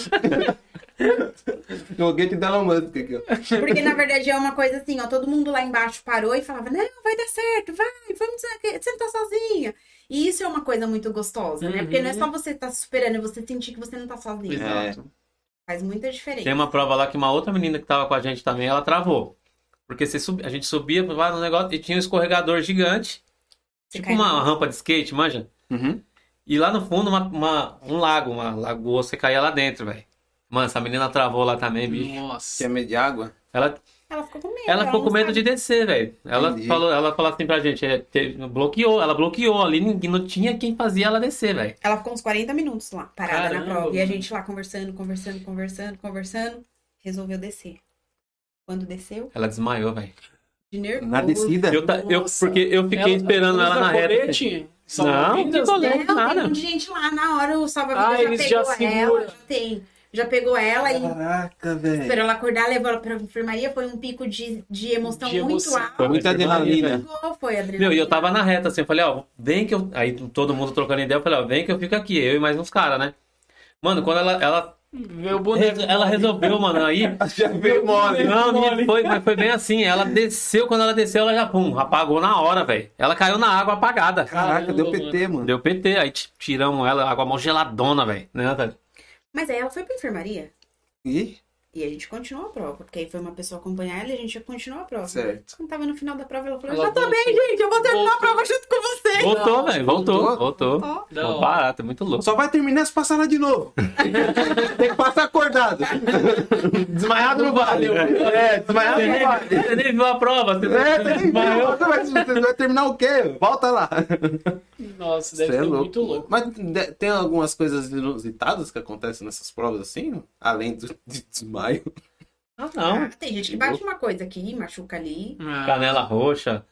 A: Joguei de Elon Musk é um aqui, ó.
C: Porque, na verdade, é uma coisa assim, ó, todo mundo lá embaixo parou e falava, não, vai dar certo, vai, vamos, aqui, você não tá sozinha. E isso é uma coisa muito gostosa, né? Porque não é só você estar tá se superando, é você sentir que você não tá sozinha.
B: Exato.
C: Faz muita diferença.
D: Tem uma prova lá que uma outra menina que tava com a gente também, ela travou. Porque você sub- a gente subia lá no negócio e tinha um escorregador gigante,
C: Você
D: tipo
C: cai
D: uma
C: na-
D: rampa de skate, manja.
A: Uhum.
D: E lá no fundo, uma, uma- um lago, uma lagoa, você caía lá dentro, velho. Mano, essa menina travou lá também, bicho.
A: Tinha
B: Nossa.
A: medo é de água.
D: Ela
C: É, Ela ficou com medo.
D: Ela ficou com
C: não
D: medo de
C: sabe.
D: descer, velho. Ela
A: Entendi.
D: falou, ela falou assim pra gente, é, teve- bloqueou, ela bloqueou ali, ninguém, não tinha quem fazia ela descer, velho.
C: Ela ficou uns 40 minutos lá, parada
B: Caramba,
C: na prova. E a
B: mano.
C: gente lá conversando, conversando, conversando, conversando. Resolveu descer. Quando desceu,
D: Ela desmaiou, velho.
C: de nervoso.
A: Na descida.
D: Eu, ta- eu-
B: Nossa.
D: porque eu fiquei esperando
B: tá
D: ela tá na reta. assim.
B: Colete?
D: Não, que
C: Não,
D: colete,
C: tem um
D: nada.
C: monte de gente lá na hora, o
B: Ah,
C: salva-vida
B: eles já
C: já pegou ela,
B: segura.
C: já tem. Já pegou ela e
A: Caraca, velho.
C: Esperou ela acordar, levou ela pra enfermaria, foi um pico de, de emoção
B: De
C: muito
B: emoção.
C: alto.
A: Foi muita adrenalina.
C: Pegou, Foi, Adriana.
D: Meu, e eu tava na reta, assim, eu falei, ó, vem que eu... Aí todo mundo trocando ideia, eu falei, ó, vem que eu fico aqui, eu e mais uns caras, né? Mano, quando ela, ela,
B: Meu boneco.
D: ela resolveu, mano, aí...
A: Já veio mole.
D: Não, menina,
B: mole.
D: foi, mas foi bem assim, ela desceu, quando ela desceu, ela já, pum, apagou na hora, velho. Ela caiu na água apagada.
A: Caraca, deu PT, mano.
D: Deu PT, aí t- tiramos ela, água mal geladona, velho. Né, Natália?
C: Mas aí ela foi pra enfermaria.
A: Ih,
C: E a gente continuou a prova, porque aí foi uma pessoa acompanhar ela e a gente continuou a prova.
A: Certo.
C: Quando tava no final da prova, ela falou:
B: Ela
C: Já tá bem,
B: voltou.
C: gente, eu vou terminar a
B: Voltou.
C: prova junto com você.
D: Voltou,
B: Não,
D: velho. Voltou,
A: voltou?
D: voltou.
C: Ó,
B: Da
D: Uma
B: hora.
D: barata, muito louco.
A: Só vai terminar se passar lá de novo. Tem que passar acordado. Desmaiado no vale. É, desmaiado
D: Você
A: no
D: nem,
A: vale.
D: você nem viu a prova. Você
A: É,
D: você
A: tem que
D: desmaiou.
A: vai, vai terminar o quê? Volta lá.
B: Nossa, deve
A: Cê
B: ser muito louco.
A: Mas de- tem algumas coisas inusitadas que acontecem nessas provas assim? Além do de desmaio.
D: Ah, não.
C: Ah, tem gente que bate uma coisa aqui, machuca ali,
D: Canela roxa.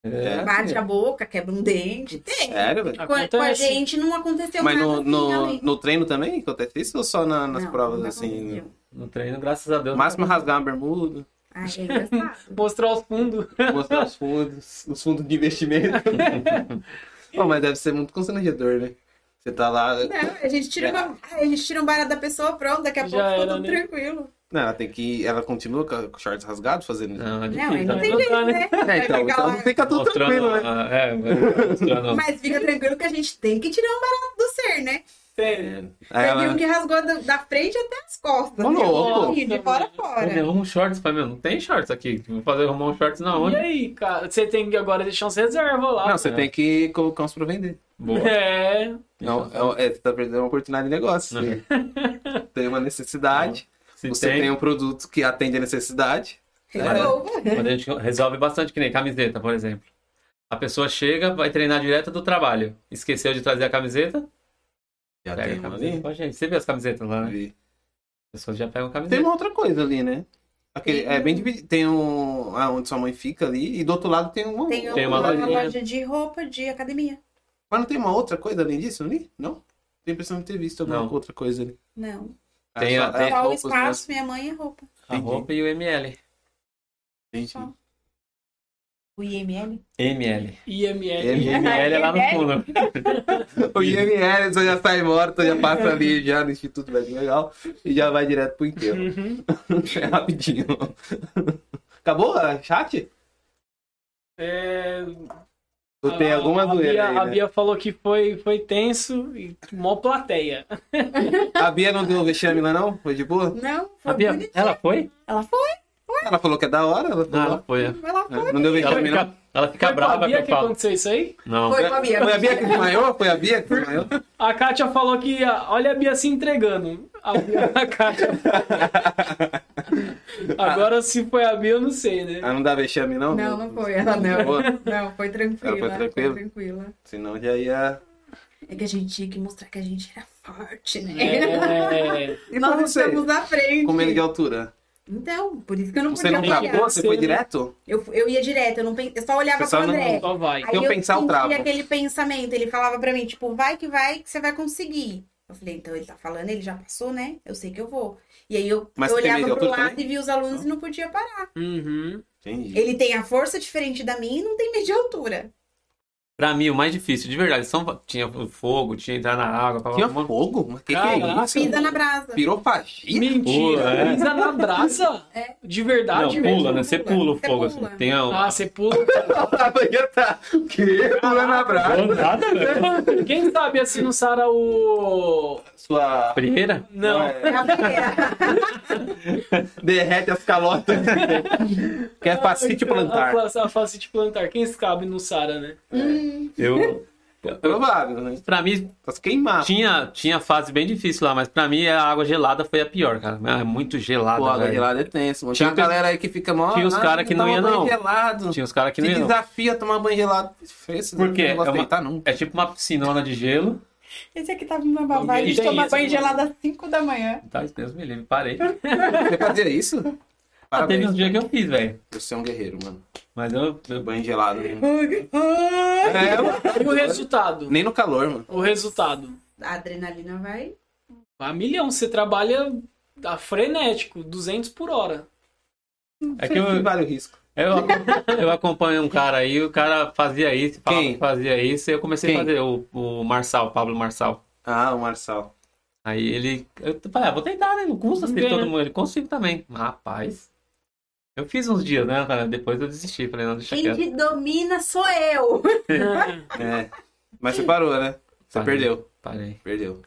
D: É.
C: bate a boca, quebra um dente. Tem.
A: Sério, velho.
C: Com, com a
B: Acontece.
C: gente não aconteceu
A: é, Mas
C: nada
A: no,
C: assim,
A: no,
C: além-
A: no treino também acontece isso ou só na- nas
C: Não,
A: provas
C: não
A: assim?
C: aconteceu.
D: No treino, graças a Deus.
A: No máximo rasgar uma bermuda,
C: Ai, é engraçado.
B: Mostrar os fundos.
A: mostrar os fundos, os fundos de investimento. Pô, mas deve ser muito constrangedor, né? Você tá lá.
C: Não, a gente tira uma- a gente tira um barato da pessoa, pronto, daqui a
B: Já
C: pouco ficou
B: era,
C: tudo
B: né?
C: tranquilo.
A: Não, ela tem que. Ela continua com a- com o shorts rasgado fazendo isso.
D: Não, é
C: Não, aí
D: difícil.
C: não
D: né?
C: tem
B: Não
C: jeito,
B: dá, né?
C: né?
A: É,
C: Vai
A: então,
C: ficar
A: então
C: lá.
A: fica tudo
D: Mostrando,
A: tranquilo, né?
D: ah, é, vai mostrando.
C: Mas fica tranquilo que a gente tem que tirar um barato do ser, né?
B: Tem.
A: Aí
C: Teve
A: ela-
C: um que rasgou da, da frente até as costas.
A: É, Ô,
C: né?
A: louco.
C: De fora a
D: Eu
C: fora.
D: derrumo um shorts pra mim. Não tem shorts aqui. Vou fazer arrumar um shorts na
B: E
D: onde?
B: aí, cara? Você tem que agora deixar uns reserva lá.
A: Não,
C: né?
A: você tá tem que colocar uns pra vender.
D: Boa.
B: É.
A: Não, é, é, você tá perdendo uma oportunidade de negócio.
D: Não.
A: Tem uma necessidade,
D: Se
A: você Uhum. tem... um produto que atende a necessidade. é.
C: Resolva.
D: Quando a gente resolve bastante, que nem camiseta, por exemplo. A pessoa chega, vai treinar direto do trabalho. Esqueceu de trazer a camiseta?
A: Já
D: Pega a
A: Ah, uma
D: camiseta
A: ali.
D: pra gente. Você viu as camisetas lá, né?
A: um E
D: As pessoas já pegam
A: Tem
D: camiseta.
A: uma outra coisa ali, né? Aquele, é bem dividido. Tem um. Ah, onde sua mãe fica ali, e do outro lado tem uma.
C: Tem,
D: Tem uma
C: uma,
D: lojinha.
C: loja de roupa de academia.
A: Mas não tem uma outra coisa além disso ali? Não? Tem a impressão de ter visto alguma
D: Não.
A: outra coisa ali.
C: Não.
D: Tem
A: É
D: a- tem-
A: é
C: Só o
A: roupas
C: espaço, minha mãe é roupa.
D: A roupa e o ML.
A: mesmo, gente.
E: O IML?
D: ML.
B: IML.
A: ML.
D: ML é lá no
E: ML?
D: fundo.
A: O IML você já sai morto, já passa ali já no Instituto Médico Legal e já vai direto pro enterro.
B: Uhum.
A: É rapidinho. Acabou a chat?
B: É,
A: Ou tem
B: a-
A: alguma
B: Ah, a
A: zoeira
B: Bia,
A: aí,
B: A
A: né?
B: Bia falou que foi, foi tenso e mó plateia.
A: A Bia não deu vexame lá não? Foi de boa?
C: Não, foi
D: A Bia,
C: bonito.
D: ela foi?
C: Ela foi,
A: Ela falou que é da hora, ela
D: Ah,
A: falou.
D: ela foi. é.
C: ela foi.
A: É, Não deu
D: Ela
A: vexame não?
D: fica, ela fica
B: Foi com a
D: brava que
B: Bia
D: eu
B: que
D: falo.
B: aconteceu isso aí?
D: Não.
C: Foi com a Bia.
A: Foi a Bia que desmaiou? Foi a Bia que desmaiou?
B: A Kátia falou que a- olha a Bia se entregando. A, Bia, a Kátia. Agora, se foi a Bia, eu não sei, né?
A: Ah, não dá vexame não?
C: Não, não foi ela, não.
A: Boa.
C: Não, foi tranquila.
A: Ela foi tranquila?
C: tranquila.
A: Senão já ia...
C: É que a gente tinha que mostrar que a gente era forte, né?
B: É,
A: E pra
C: Nós
A: você?
C: estamos à frente.
A: Com medo de altura.
C: Então, por isso que eu não
A: Você
C: podia
A: não travou?
C: brigar.
A: Você foi direto?
C: Eu, eu ia direto, eu, não, pen- eu só olhava
A: Você só
C: pro
A: não-
C: André.
B: só vai.
A: eu pensar, eu
C: senti
A: travo.
C: aquele pensamento, ele falava pra mim, tipo, vai que vai, que você vai conseguir. Eu falei, então ele tá falando, ele já passou, né? Eu sei que eu vou. E aí eu,
A: Mas
C: eu
A: você tem medo
C: olhava
A: de
C: pro
A: altura
C: lado
A: também?
C: e via os alunos e não podia parar.
B: Uhum.
A: Entendi.
C: Ele tem a força diferente da minha e não tem medo de altura.
D: Pra mim, o mais difícil, de verdade, são... tinha o fogo, tinha entrar na água. Pra...
A: Tinha fogo? Mas que que é
B: Caraca.
A: isso?
C: Pisa na brasa.
A: Pirofagia?
B: Mentira.
D: Pula, é.
B: Pisa na brasa?
C: É.
B: De verdade
D: Não,
B: mesmo?
D: pula, né? Você pula o
C: Você
D: fogo,
C: pula.
D: assim. Tem a...
B: Ah, você pula.
A: A Bia tá... O quê? Pulando na brasa.
D: nada, velho.
B: Quem sabe assim no Sara o.
A: Sua...
D: Primeira?
B: Não.
A: É,
C: É a primeira.
A: Derrete as calotas. que é facite plantar.
B: A, a facite plantar. Quem sabe no Sara, né?
D: Eu...
A: Provável, né?
D: Pra mim,
A: Pra se queimar.
D: tinha, tinha fase bem difícil lá, mas pra mim a água gelada foi a pior, cara. É muito gelada,
A: Pô, a água
D: velho.
A: gelada é tenso, mano.
D: né? Tinha
A: Tinha a galera aí que fica mó.
D: tinha os
A: "Ah,
D: cara que não
A: toma
D: ia,
A: banho
D: não."
A: gelado.
D: Tinha os caras que
A: Se
D: não iam.
A: desafia a tomar banho gelado. Esse
D: Por quê?
A: Não gosto
D: É uma-
A: de deitar, não.
D: É tipo uma piscinona de gelo.
E: Esse aqui
C: tá
E: tava numa babada
B: Ninguém
E: de
B: tem
E: tomar
B: isso,
E: banho
A: né?
B: mano.
E: gelado às 5 da manhã.
D: Tá, Deus me livre, parei.
A: Você fazia isso?
D: Ah, teve
A: Parabéns.
D: uns dias que eu É. fiz, velho.
A: Você é um guerreiro, mano.
D: Mas eu, eu-
A: Banho gelado. né?
C: Ah,
A: É, mano.
B: E o resultado?
A: Nem no calor, mano.
B: O resultado.
C: A adrenalina vai.
B: A milhão. Você trabalha a frenético, 200 por hora.
D: É que eu-
A: Sempre vale o risco.
D: eu, eu acompanhei um cara aí, o cara fazia isso, falava
A: Quem?
D: que fazia isso, e eu comecei
A: Quem?
D: a fazer o, o Marçal, Pablo Marçal.
A: Ah, o Marçal.
D: Aí ele. Eu falei, ah, vou tentar, né? Não custa
B: Não
D: se
B: ganha.
D: todo mundo. Ele consigo também. Rapaz. Eu fiz uns dias, né, cara? Depois eu desisti. Falei, não, deixa
C: Quem
D: quieto.
C: te domina sou eu.
A: É. Mas você parou, né? Você
D: Parei.
A: perdeu.
D: Parei.
A: Perdeu.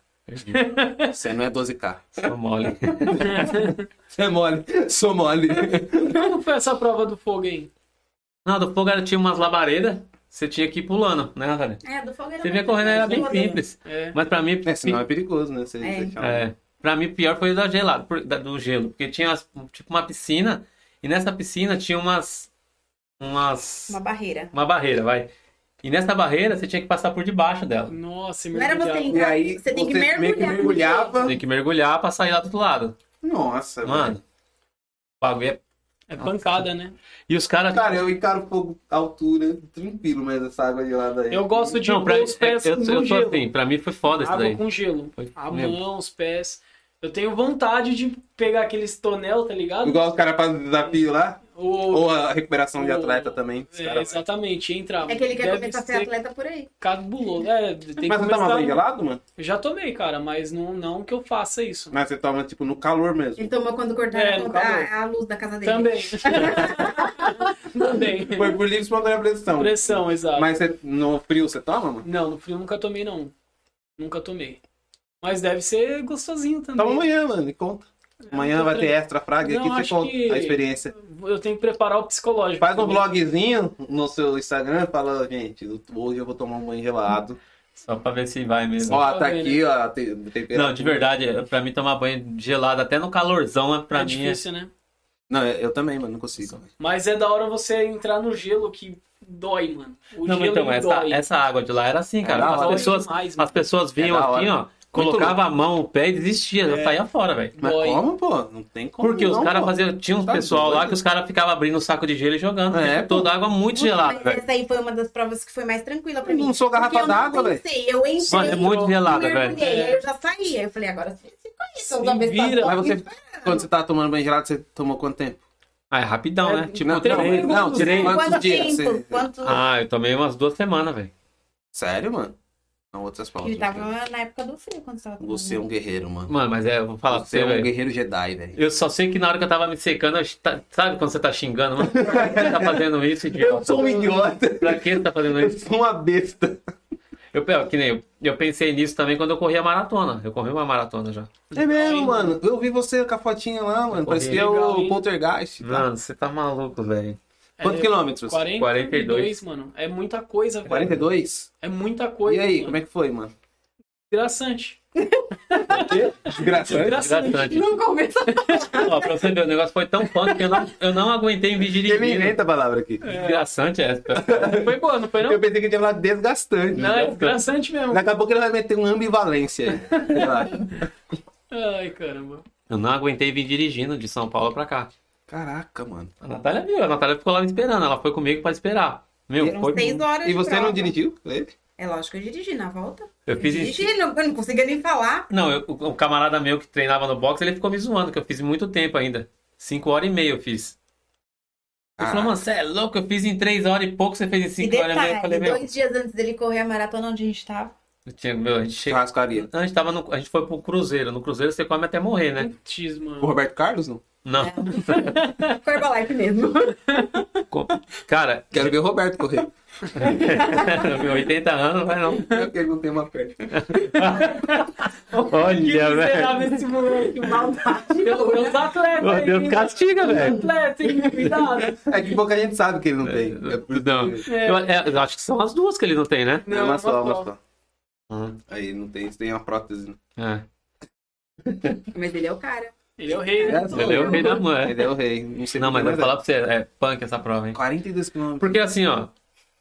A: Você não é 12K.
D: Sou mole.
A: Você é mole. Sou mole.
B: Como foi essa prova do fogo aí?
D: Não, do fogo era- tinha umas labaredas, você tinha que ir pulando, né, Natália?
C: É, do fogo era
D: Você
C: uma
D: vinha correndo, era bem
C: coisa, né?
D: simples.
B: É.
D: Mas pra mim,
A: É, senão é perigoso, né? Você,
C: É.
A: você-
D: É, pra mim, o pior foi o da gelada, por- da- do gelo, porque tinha as- tipo uma piscina, e nessa piscina tinha umas. umas
C: Uma barreira.
D: uma barreira, vai. E nessa barreira você tinha que passar por debaixo dela.
B: Nossa,
C: Não era você
B: mergulhava.
A: E
C: entrar,
A: aí
C: você tem que
A: meio
C: mergulhar. no
A: mergulhava.
D: Tem que mergulhar pra sair lá do outro lado.
A: Nossa,
D: Mano, o bagulho é-
B: É pancada, né?
D: E os caras.
A: Cara, eu encaro fogo à altura, tranquilo, mas essa água gelada aí.
B: Eu gosto de
D: Não, pra,
B: pôr os
D: é-
B: pés
D: eu,
B: no
D: eu tô
B: gelo.
D: assim, pra mim foi foda isso
B: água
D: daí.
B: com gelo.
D: Foi
B: A
D: mesmo.
B: mão, os pés. Eu tenho vontade de pegar aqueles tonel, tá ligado?
A: Igual os caras fazem desafio lá.
B: Ou,
A: Ou a recuperação de
B: Ou-
A: atleta também. os
B: é,
A: caras-
B: exatamente, entra.
C: É que ele quer
B: Deve
C: começar a ser
B: ser
C: atleta por aí.
B: cabuloso. É, tem
A: Mas
B: que
A: você toma
B: começar-
A: banho gelado, mano?
B: Eu já tomei, cara, mas não, não que eu faça isso.
A: Mas você toma, tipo, no calor mesmo.
C: Ele tomou quando cortaram
B: É,
C: a
B: no
C: conta-
B: calor.
C: a, a luz da casa dele.
B: Também. Também.
A: Foi por livre espontânea pressão.
B: Pressão, exato.
A: Mas você- no frio você toma, mano?
B: Não, no frio nunca tomei, não. Nunca tomei. Mas deve ser gostosinho também.
A: Toma amanhã, mano, me conta. Amanhã
B: tô
A: vai ter
B: É, tranquilo.
A: extra fraga
B: Não,
A: aqui, você
B: acho
A: conta
B: que-
A: a experiência.
B: Eu tenho que preparar o psicológico.
A: Faz um
B: também.
A: vlogzinho no seu Instagram e fala, gente, hoje eu vou tomar um banho gelado.
D: Só pra ver se vai mesmo.
A: Ó,
B: pra
A: tá
B: ver,
A: aqui, ó, a te- temperatura.
D: Não, de verdade, pra mim tomar banho gelado até no calorzão, é- pra
B: é
D: mim é
B: difícil, né?
A: Não, eu também, mano, não consigo.
B: Mas é da hora você entrar no gelo que dói, mano. O
D: Não, mas
B: gelo
D: então,
B: ele
D: essa,
B: dói.
D: essa água de lá era assim, cara.
A: É da
D: as,
A: hora.
D: pessoas,
B: Demais, mano.
D: as pessoas vinham
A: É da
D: assim, ó, colocava a mão, o pé e desistia, já saía fora, velho.
A: Mas
B: Dói.
A: como, pô? Não tem como.
D: Porque os
A: não,
D: caras
A: pô.
D: faziam. Tinha uns
A: Tá
D: pessoal lá
A: doido.
D: que os caras ficavam abrindo o saco de gelo e jogando.
A: É,
D: É,
A: pô.
D: toda água muito gelada,
C: Mas
D: velho.
C: essa aí foi uma das provas que foi mais tranquila pra
A: Eu
C: mim.
A: não sou garrafa
C: Porque eu não
A: d'água, velho.
C: pensei, Eu entrei.
D: Mano, é muito gelada,
C: eu
D: velho.
C: mergulhei, aí eu já saí. Aí eu falei, agora você se conhece. Eu
B: Se
C: já
B: vira.
A: Mas você, quando você tá tomando banho gelado, você tomou quanto tempo?
D: Ah, é rapidão,
B: É,
D: né? Tipo,
A: não,
D: três
A: não,
D: vezes.
A: não,
D: Quantos dias?
A: quantos
C: Quanto
A: dias
C: tempo?
A: você-
C: Quanto...
D: Ah, eu tomei umas duas semanas, velho.
A: Sério, mano? Não, outras palavras.
C: Ele tava na época do frio, quando você tava
A: Você é um guerreiro, mano.
D: Mano, mas é, eu vou falar pra
A: Você
D: você,
A: é um
D: velho.
A: guerreiro Jedi, velho.
D: Eu só sei que na hora que eu tava me secando, eu tá- sabe quando você tá xingando, mano? Pra que você tá fazendo isso, idiota?
A: um idiota.
D: Pra que você tá fazendo isso?
A: sou uma besta.
D: Eu, pe- que nem eu, eu pensei nisso também quando eu corri a maratona. Eu corri uma maratona já.
A: É mesmo, mano. Eu vi você com a fotinha lá, mano.
D: Corri.
A: Parecia
B: Legal,
A: o
B: hein?
A: Poltergeist. tá?
D: Mano, você tá maluco, velho.
A: Quantos
B: É,
A: quilômetros?
B: 42,
D: 42,
B: mano. É muita coisa, velho.
A: 42?
B: É muita coisa.
A: e aí,
B: mano.
A: como é que foi, mano?
B: Interessante.
A: Desgraçado.
D: Desgastante.
E: Não começa.
D: Ó, pra você ver, o negócio foi tão punk que eu não, eu não aguentei em vídeo de
A: Ele
D: ninguém.
A: inventa a palavra aqui.
D: Desgraçante essa.
B: Foi boa, não foi não?
A: Eu pensei que ele ia falar desgastante.
B: Não, é interessante mesmo.
A: Daqui a pouco ele vai meter uma ambivalência aí. Sei lá.
B: Ai, caramba.
D: Eu não aguentei vir dirigindo de São Paulo pra cá.
A: Caraca, mano.
D: A Natália viu, a Natália ficou lá me esperando. Ela foi comigo pra esperar. Meu,
C: Eram
D: foi.
C: seis horas
A: E
C: de
A: você não
C: prova.
A: dirigiu? Ele?
C: É lógico que eu dirigi na volta.
D: Eu fiz isso.
C: dirigi, não, eu não conseguia nem falar.
D: Não, eu- o camarada meu que treinava no boxe, ele ficou me zoando, que eu fiz muito tempo ainda. Cinco horas e meia eu fiz. Ele
A: Ah.
D: falou, mano, você é louco, eu fiz em três horas e pouco, você fez em
E: E
D: cinco horas e meia. Eu
E: detalhe,
D: falei, meu,
E: dois dias antes dele correr a maratona onde a gente tava.
D: eu tinha, meu a gente
A: Tá.
D: chegou.
A: Churrascaria.
D: A gente, tava no, a gente foi pro Cruzeiro. No Cruzeiro você come até morrer, né?
B: Putz,
A: O
B: mano.
A: Roberto Carlos, não?
D: Não.
C: Foi Herbalife mesmo.
D: Co- Cara,
A: Quero ver o Roberto correr.
D: meu, 80 anos, vai não.
A: É Porque ele não tem uma perna.
B: Que
D: Olha, velho.
B: miserável esse moleque, maldade. Os atletas
D: Meu
B: aí,
D: Deus,
B: hein?
D: castiga, velho.
B: Atleta, hein? Cuidado.
A: É que pouca gente sabe que ele não tem.
D: É, Não.
B: É.
D: Eu, é, eu acho que são as duas que ele não tem, né?
A: É uma só, uma só.
D: Hum,
A: Aí não tem, tem uma prótese. né?
D: É.
C: Mas ele é o cara.
B: Ele é o rei, né?
D: Ele é o rei da mulher.
A: Ele é o rei. Não sei
D: Não, mas
A: vai
D: vou falar pra você, é punk essa prova, hein?
A: 42 km.
D: Porque assim, ó,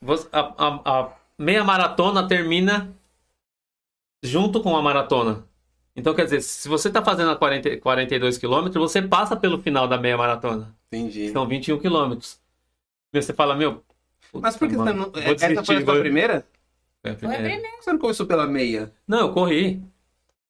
D: você- a, a- a meia maratona termina junto com a maratona. Então, quer dizer, se você tá fazendo a 40, 42 quilômetros, você passa pelo final da meia maratona. que
A: Entendi.
D: São 21 quilômetros. E você fala, meu... puta,
A: Mas por que você
D: mano,
A: não.
D: tá
A: é,
D: vou
A: Essa foi a
D: desistir,
A: sua
D: vou-
A: primeira?
D: Foi
C: Não
D: a
C: é
D: primeira.
A: Por que Você não começou pela meia?
D: Não, eu corri.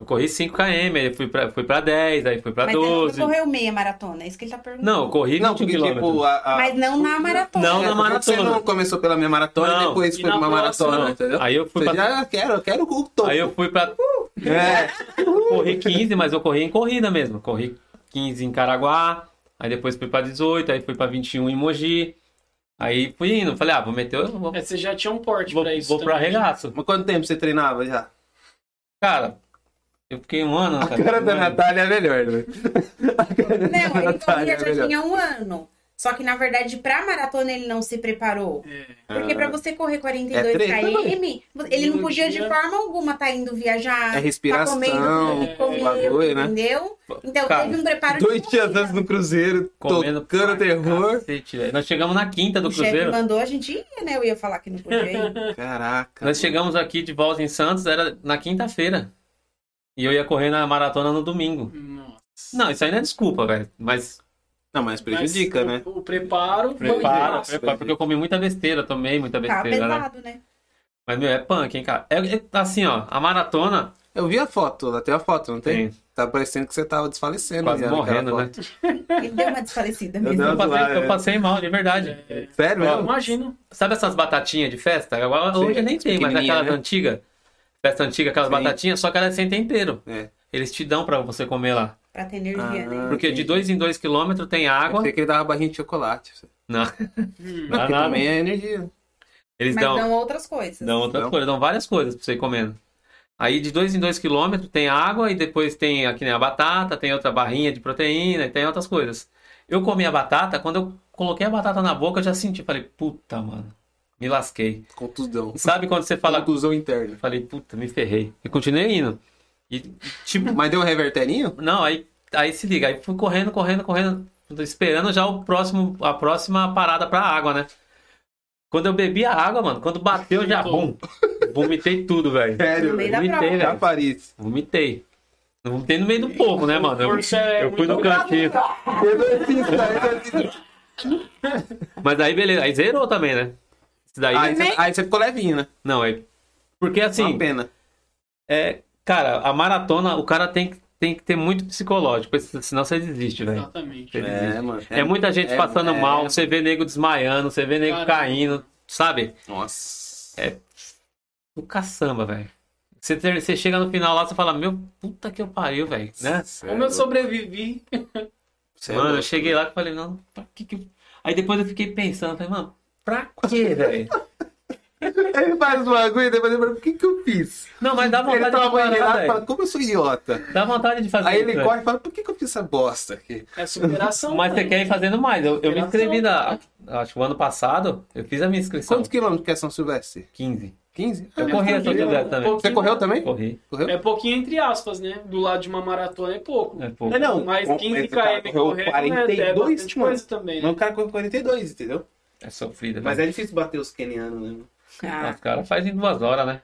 D: Eu corri 5 km, aí fui pra, fui pra 10, aí fui pra
C: Mas ele
D: 12.
C: não correu meia maratona, é isso que ele tá perguntando.
D: Não, eu corri
A: Tá Não,
D: 21
A: porque
D: quilômetros.
A: tipo. A, a...
C: Mas não na maratona.
D: Não,
A: É,
D: na
A: por que Você
D: maratona.
A: não começou pela minha maratona e
D: Não,
A: depois
B: e
A: foi
B: na
A: pra uma
B: próxima,
A: maratona,
B: né?
A: ah, entendeu?
D: Aí eu fui
A: Você
D: pra...
A: já quero, eu quero o topo.
D: Aí eu fui pra
A: É,
D: corri 15, mas eu corri em corrida mesmo. Corri 15 em Caraguá, aí depois fui pra 18, aí fui pra 21 em Mogi. Aí fui indo, falei, ah, vou meter, eu vou,
B: É, você já tinha um porte
D: vou,
B: pra isso
D: vou pro
B: também.
D: arregaço.
A: mas quanto tempo você treinava já?
D: Cara, Eu fiquei um ano.
A: A cara da Natália é melhor, né?
C: Não, ele
A: Natália,
C: corria
A: é
C: já
A: melhor.
C: tinha um ano. Só que, na verdade, pra maratona ele não se preparou.
B: É,
C: Porque pra você correr 42
A: É treta,
C: km, ele não
B: Um
C: podia de
B: dia-
C: forma alguma tá indo viajar.
A: É respiração, um
C: tá comendo o
B: é,
C: que comeu,
A: bagulho, né?
C: entendeu? Então
D: Cara,
C: teve um preparo
A: Dois
C: de
A: dias
C: corrida.
A: antes no Cruzeiro,
D: Comendo
A: tocando
D: pra
A: terror.
D: cacete, velho. Nós chegamos na quinta do
C: O chefe
D: Cruzeiro.
C: mandou, a gente ia, né? Eu ia falar que não podia ir.
A: Caraca.
D: Nós chegamos aqui de volta em Santos, era na quinta-feira. E eu ia correr na maratona no domingo.
B: Nossa.
D: Não, isso aí não é desculpa, velho. Mas
A: Não, mas prejudica,
B: Mas
A: né?
B: O, o preparo. foi
D: prepara,
B: massa.
D: prepara, porque eu comi muita besteira, tomei
C: Tá
D: muita besteira, né?
C: pesado, né?
D: Mas, meu, é punk, hein, cara. É, é assim, ó, a maratona
A: Eu vi a foto, até a foto, não tem?
D: tem
A: Tá parecendo que você tava desfalecendo.
D: quase
A: já naquela
D: morrendo, né?
A: foto.
C: Ele deu uma desfalecida
A: Eu
C: mesmo.
A: não-
D: Eu passei,
A: é.
D: eu passei mal, de verdade.
B: É,
A: Sério
B: eu
A: mesmo?
B: imagino.
D: Sabe essas batatinhas de festa? Agora,
A: Sim,
D: hoje eu nem tem, mas
A: pequenininha,
D: aquelas
A: né?
D: antigas. Festa antiga, aquelas
A: Sim.
D: batatinhas, só que elas sem tempero.
A: É.
D: Eles te dão pra você comer lá.
C: Pra ter energia, né?
A: Ah,
D: Porque de
A: entendi.
D: dois em dois quilômetros tem
A: Eu
D: água.
A: pensei Ah, que ele dava barrinha de chocolate.
D: Não,
B: Hum.
D: não,
A: Porque
D: não.
A: também é energia.
D: Eles
C: Mas
B: Então,
D: dão,
C: não outras coisas.
D: dão outras
A: Não.
D: coisas, dão várias coisas pra você ir comendo. Aí de dois em dois quilômetros tem água e depois tem aqui né, a batata, tem outra barrinha de proteína e tem outras coisas. Eu comi a batata, quando eu coloquei a batata na boca, eu já senti, falei, puta, mano, me lasquei.
A: Contusão.
D: Sabe quando você fala,
A: Contusão interna.
D: Eu Falei, puta, me ferrei. E continuei indo. E, tipo,
A: Mas deu um reverterinho?
D: não, aí, aí se liga. Aí fui correndo, correndo, correndo. Tô esperando já o próximo, a próxima parada pra água, né? Quando eu bebi a água, mano, quando bateu já, bum. Vomitei tudo, velho.
A: Sério,
C: No meio da
D: Vomitei,
C: prova.
A: Já
D: velho.
A: Paris.
D: Vomitei. Não vomitei no meio do povo, né, mano? Eu,
B: Força é
D: eu fui no
B: muito-
D: cantinho.
A: Exorcista, exorcista.
D: Mas aí, beleza. Aí zerou também, né? Isso daí.
A: Aí você- aí você ficou levinho, né?
D: Não, aí. Porque assim.
A: Uma pena.
D: É, cara, a maratona, o cara tem, que- tem que ter muito psicológico, senão você desiste, velho.
B: Exatamente.
D: Você desiste.
A: É, mano.
D: É, muita gente
A: é-
D: passando
A: é-
D: mal, você vê nego desmaiando, você vê nego
B: Caramba.
D: caindo, sabe?
A: Nossa.
D: É do caçamba, velho. Você, ter- você chega no final lá, você fala, meu puta que eu pariu, velho, né?
A: é
B: Como eu sobrevivi.
D: Mano, eu cheguei
A: né?
D: lá e falei, não, pra que que... eu-" Aí depois eu fiquei pensando, falei, mano, pra quê, velho?
A: Ele faz um bagulho e depois ele fala, por que que eu fiz?
D: Não, mas dá
A: Ele
D: vontade
A: tava
D: de parar,
A: banheirado e
D: velho.
A: fala, como eu sou idiota.
D: Dá vontade de fazer
A: Aí
D: isso, é.
A: ele
D: velho.
A: corre e fala, por que que eu fiz essa bosta aqui?
B: É superação.
D: Mas você
B: velho.
D: quer ir fazendo mais. Eu, eu me
B: Operação,
D: inscrevi na. Acho que o ano passado, eu fiz a minha inscrição.
A: Quantos quilômetros que é São Silvestre?
D: 15.
A: 15?
D: Eu
A: Ah,
B: É
D: corri essa
B: pouquinho,
D: atividade também.
B: pouquinho,
A: Você correu também?
D: Corri.
A: Correu?
B: É pouquinho entre aspas, né? Do lado de uma maratona é pouco.
D: É pouco.
A: É, não.
B: Mas
A: Com-
B: 15
A: esse cara
B: km
A: correu
B: correndo
A: 42,
B: é, é bastante
A: mano.
B: coisa também,
A: Mas
B: né?
A: o cara correu 42, entendeu?
D: É sofrida.
A: Mas
D: né?
A: é difícil bater os kenianos, né?
C: Ah,
D: Os caras fazem duas horas, né?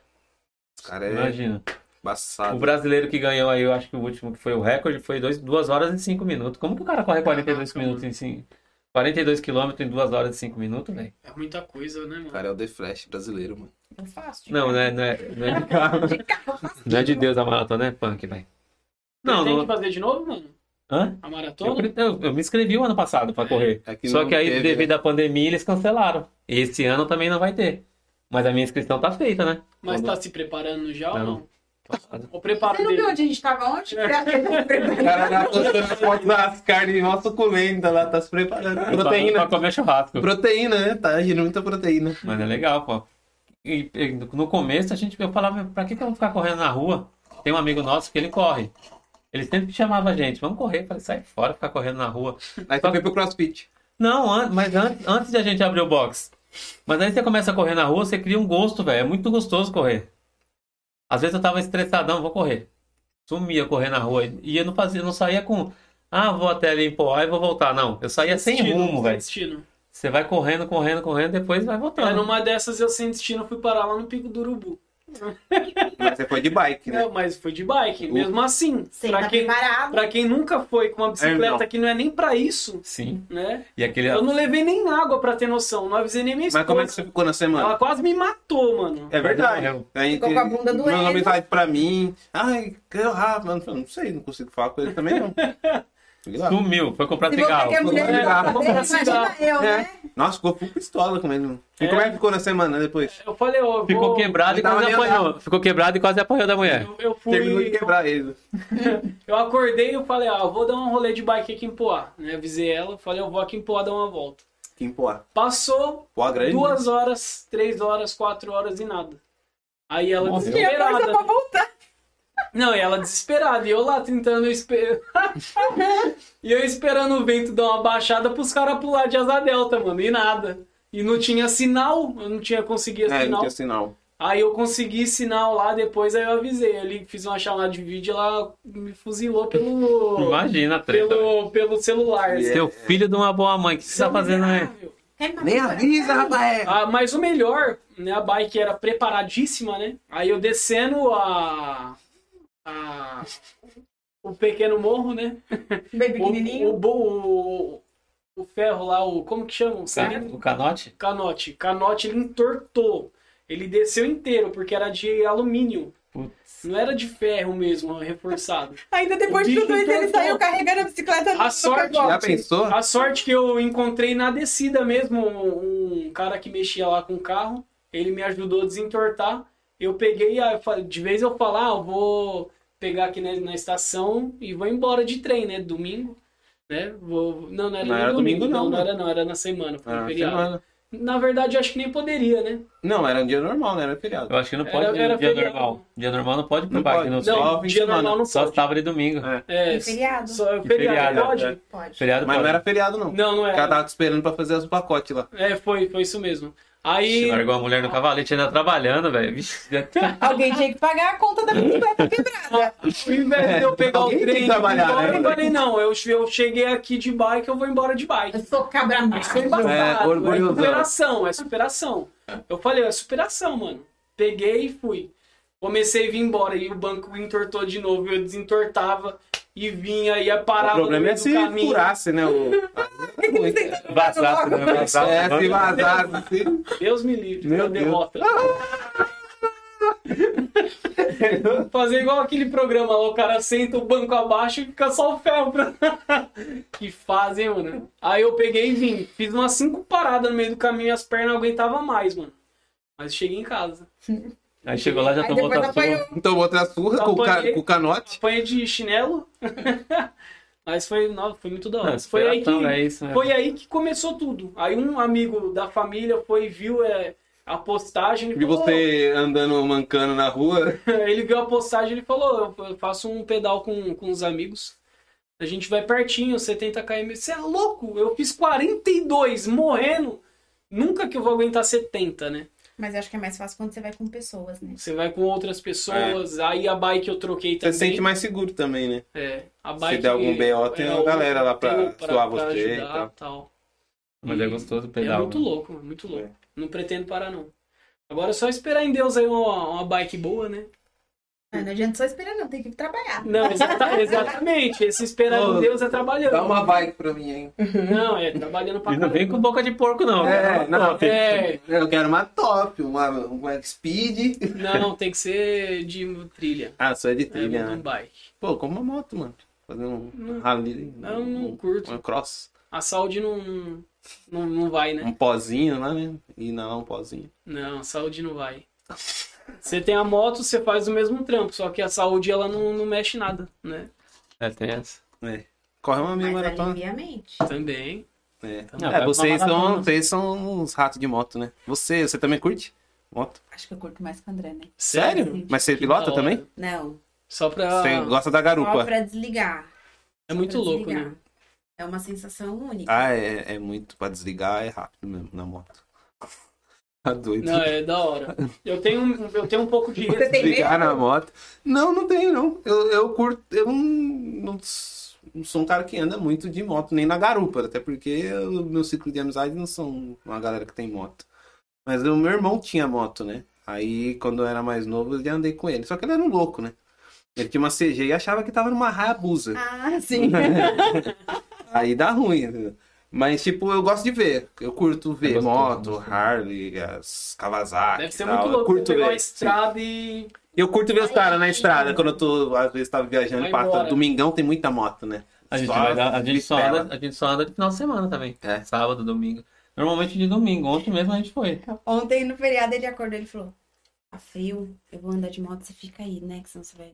A: Os caras é
D: Imagina. É, O
A: embaçado.
D: brasileiro que ganhou aí, eu acho que o último que foi o recorde, foi 2 horas e 5 minutos. Como que o cara corre
A: tá
D: 42
B: Caraca,
D: minutos em 5? 42 quilômetros em 2 horas e 5 minutos, velho?
B: É muita coisa, né,
A: O
B: mano?
A: cara é o The Flash brasileiro, mano.
C: não faço.
D: Não, não é, não, é, não, é de,
C: De carro, faço.
D: não é de Deus a maratona, é punk, velho. Não,
B: tem
D: não.
B: que fazer de novo, mano?
D: Hã?
B: A
D: Eu,
B: maratona?
D: eu- eu me inscrevi o ano passado pra correr.
A: É que
D: Só
A: não
D: que aí,
A: teve,
D: devido
A: né?
D: à pandemia, eles cancelaram. E esse ano também não vai ter. Mas a minha inscrição tá feita, né?
B: Mas tá se preparando já ou
D: Não.
B: não?
A: Tá
B: O preparo
C: Você não viu
B: dele. é
C: onde a gente tava ontem? Pra-
A: né? O cara lá postando as fotos das carnes mó suculenta lá, tá se preparando.
D: Pra
A: Proteína.
D: comer churrasco.
A: Proteína, né? Tá gerando muita proteína.
D: Mas é legal, pô. E, e no começo a gente, eu falava, pra que, que eu vou ficar correndo na rua? Tem um amigo nosso que ele corre. Ele sempre chamava a gente, vamos correr. Eu falei, sai fora, ficar correndo na rua.
A: Aí você foi pro crossfit.
D: Não, an- mas an- antes de a gente abrir o box. Mas aí você começa a correr na rua, você cria um gosto, velho. É muito gostoso correr. Às vezes eu tava estressadão, vou correr. Sumia correr na rua. E eu não fazia, não saía com. Ah, vou até ali empurrar e vou voltar. Não. Eu saía sem
B: Destino,
D: rumo, velho.
B: Destino.
D: Você vai correndo, correndo, correndo, depois vai
B: É,
D: voltando.
B: numa dessas eu sem destino fui parar lá no Pico do Urubu.
A: Mas você foi de bike, né?
B: Não, mas foi de bike,
A: Ufa.
B: mesmo assim.
C: Sem
B: pra
C: tá
B: quem,
C: preparado.
B: pra quem nunca foi com uma bicicleta
A: irmão.
B: que não é nem pra isso,
D: Sim.
B: né?
D: E aquele.
B: Eu não levei nem água pra ter noção, não avisei nem minha esposa.
A: É. Mas como é que você ficou na semana?
B: Ela quase me matou, mano.
A: É verdade.
D: Morreu.
A: A gente,
C: Ficou com a bunda doendo.
A: Mandou mensagem pra mim. Ai, quero rápido. Mano, eu não sei, não consigo falar com ele também, não. Sei lá.
D: Sumiu, foi comprar
C: Se você
D: cigarro.
C: quer mulher,
A: É,
C: pra
B: vamos
C: fazer,
B: pra
C: imagina
B: cidade.
C: eu,
A: É.
C: né?
A: Nossa, ficou full pistola com ele. E
B: É.
A: como é que ficou na semana depois?
B: Eu falei, ó, eu
D: Ficou
B: vou-
D: quebrado e
A: Não dava
D: quase
A: nem
D: apanhou. Ficou quebrado e quase apanhou da mulher.
B: Eu, eu
A: Terminou de
B: fui.
A: quebrar ele.
B: Eu acordei e eu falei, ah, eu vou dar um rolê de bike aqui em Poá. Né? Avisei ela, falei, eu vou aqui em Poá dar uma volta.
A: Que poá.
B: Passou
A: Poá grande. né?
B: duas horas, três horas, quatro horas e nada. Aí ela
D: Morreu.
C: Tinha força
B: desesperada.
C: pra é voltar.
B: Não, e ela desesperada. E eu lá tentando esper... E eu esperando o vento dar uma baixada pros caras pular de asa delta, mano. E nada. E não tinha sinal. Eu não tinha conseguido
A: É, não
B: sinal.
A: tinha sinal.
B: Aí eu consegui sinal lá depois, aí eu avisei. Ali fiz uma chamada de vídeo e ela me fuzilou pelo.
D: Imagina a treta. velho.
B: pelo, pelo celular.
A: Yeah.
D: Seu filho de uma boa mãe, o que você tá fazendo aí?
B: Miserável.
C: É uma
A: Nem
C: coisa-
A: avisa, rapaz!
B: Ah, mas o melhor, né? A bike era preparadíssima, né? Aí eu descendo a. a o pequeno morro, né?
C: um
E: Bem
B: O,
E: pequenininho.
B: o, bo- o, o ferro lá, o. Como que chama? O
D: Ca-
B: segredo?
D: O canote?
B: Canote. Canote ele entortou. Ele desceu inteiro, porque era de alumínio.
D: Putz.
B: Não era de ferro mesmo, reforçado.
E: Ainda depois de
B: o bicho
E: tudo isso, ele
C: tá
B: entortou.
E: saiu carregando a bicicleta no
B: A sorte-
E: superbox.
A: Já pensou?
B: A sorte que eu encontrei na descida mesmo um, um cara que mexia lá com o carro. Ele me ajudou a desentortar. Eu peguei, a- de vez eu falar, ah, eu vou pegar aqui na, na estação e vou embora de trem, né? Domingo. Né? Vou... Não, não era,
A: Não
B: nem então
A: era domingo, não,
B: não.
A: né?
B: era não, era na semana. Foi
A: Ah,
B: um feriado.
A: semana.
B: Na verdade, eu acho que nem poderia, né?
A: Não, era um dia normal, não era feriado.
D: Eu acho que não pode
B: Era- era
D: dia
B: feriado.
D: normal. Dia normal não pode pro
A: Não
D: parque,
A: pode.
D: não sei.
A: Só
B: Não,
A: fim de
B: dia
A: semana.
B: normal não
D: Só
B: pode.
D: sábado e domingo.
B: É,
C: E feriado.
B: só é
D: E
B: feriado,
D: feriado,
B: pode?
D: é.
C: Pode.
D: Feriado
A: Mas
D: pode.
A: não era feriado, não.
B: Não, não
A: O
B: é.
A: cara tava te esperando pra fazer os pacotes lá.
B: É, foi, foi isso mesmo.
D: Ixi,
B: Aí.
D: Largou a mulher no cavalete ainda trabalhando, velho. Vixe, um
E: Alguém tinha que pagar a conta da bicicleta quebrada.
B: Ao invés de né? eu pegar o
A: Alguém tem
B: trem
A: que trabalhar,
B: embora,
A: né?
B: eu falei, não, eu, eu cheguei aqui de bike, eu vou embora de bike.
E: Eu sou cabra
B: Foi embaçado,
A: É, orgulhosão.
B: superação, é superação. Eu falei, é superação, mano. Peguei e fui. Comecei a vir embora e o banco entortou de novo, eu desentortava e vinha, ia
A: O
B: parar
A: problema é se furasse, né? O...
D: vazasse, né? Vazasse.
A: É, se vazasse. se-
B: Deus me livre,
A: Meu
B: eu
A: Deus.
B: derrota. Fazer igual aquele programa lá, o cara senta o banco abaixo e fica só o ferro. Pra... que fazem, mano. Aí eu peguei e vim. Fiz umas cinco paradas no meio do caminho e as pernas não aguentavam mais, mano. Mas cheguei em casa.
D: Aí chegou lá, já
E: Aí
D: tomou
E: depois
D: outra
E: apanhou.
D: surra.
A: Então outra surra com o, ca- com o canote.
B: Apanhei de chinelo. Mas foi, não, foi muito da hora.
D: Não,
B: foi aí que.
D: superação, é isso, né?
B: Foi aí que começou tudo. Aí um amigo da família foi e viu é, a postagem. e
A: Vi
B: falou,
A: você andando mancando na rua.
B: Ele viu a postagem ele falou: Eu faço um pedal com, com os amigos. A gente vai pertinho, 70 km. Você é louco? Eu fiz 42 morrendo. Nunca que eu vou aguentar 70, né?
C: Mas eu acho que é mais fácil quando você vai com pessoas, né?
B: Você vai com outras pessoas. Aí a bike eu troquei
A: É. Você
B: também.
A: se sente mais seguro também, né?
B: É, a bike.
A: Se der algum BO, tem
B: é,
A: uma galera lá pra
B: tem
A: suar você e
B: ajudar,
A: tal.
B: tal.
D: Mas é gostoso o
B: É
D: pedal.
A: né?
B: muito louco, mano, muito
A: É.
B: louco. Não pretendo parar, não. Agora é só esperar em Deus aí uma, uma bike boa, né?
C: Ah, Não adianta só esperar, não. Tem que trabalhar.
B: Não, exata- exatamente. Esse esperar
A: Ô,
B: em Deus é trabalhando.
A: Dá uma bike pra mim, hein?
B: Não, é trabalhando pra
D: E não vem
B: caramba.
D: com boca de porco, não.
A: É, não.
B: É,
A: Eu quero uma top, uma, uma speed.
B: não, tem que ser de trilha.
A: Ah, só é de
B: É,
A: trilha,
B: mountain
A: né?
B: bike.
A: Pô, como uma moto, mano. Fazer um
B: Não.
A: rally.
B: Eu não
A: um,
B: curto.
A: um cross.
B: A saúde não, não, não vai, né?
A: Um pozinho lá, né? E não, um pozinho.
B: Não, a saúde não vai. Você tem a moto, você faz o mesmo trampo, só que a saúde ela não, não mexe nada, né?
D: É, tem essa.
A: Corre uma meia
C: Mas
A: maratona.
C: alivia a mente.
B: Também.
A: É.
D: Não,
A: É,
D: Então, vai pra
A: vocês,
D: maratona.
A: são, vocês são uns ratos de moto, né? Você, você também curte moto?
E: Acho que eu curto mais que o André, né?
A: Sério? Mas você
B: Que da
A: pilota
B: hora. Ah,
A: também?
C: Não.
B: Só pra.
A: Você gosta da
C: Só
A: garupa?
C: pra desligar.
B: É muito
C: pra
B: louco,
C: desligar.
B: né?
C: É uma sensação única.
A: Ah, é, é muito pra desligar, é rápido mesmo na moto. Tá doido.
B: Não, é da hora. Eu tenho, um- eu tenho um pouco de.
E: Você tem
A: Desligar
E: medo?
A: na moto. Não, não tenho, não. Eu, eu curto. Eu não, não s- não sou um cara que anda muito de moto, nem na garupa, até porque eu- meu ciclo de amizade não são uma galera que tem moto. Mas o meu irmão tinha moto, né? Aí quando eu era mais novo, eu já andei com ele. Só que ele era um louco, né? Ele tinha uma CG e achava que tava numa Hayabusa.
C: Ah, sim.
A: Aí dá ruim, entendeu? Mas, tipo, eu gosto de ver. Eu curto ver
D: É gostoso,
A: moto,
D: gostoso.
A: Harley, as Kawasaki.
B: Deve ser
A: e tal.
B: muito
A: Eu
B: louco né?
A: curto Então,
B: pegar uma
A: ver.
B: estrada e.
A: Eu curto ver os caras na estrada, quando eu tô, às vezes, tava viajando
B: Vai
A: e passa.
B: embora.
A: Domingão tem muita moto, né?
D: A gente,
A: Só
D: vai dar- a, gente só
A: vitela.
D: anda, a gente só anda de final de semana também.
A: É.
D: Sábado, domingo. Normalmente de domingo. Ontem mesmo a gente foi.
C: Ontem no feriado ele acordou, ele falou: Tá frio, eu vou andar de moto, você fica aí, né? Que senão você vai.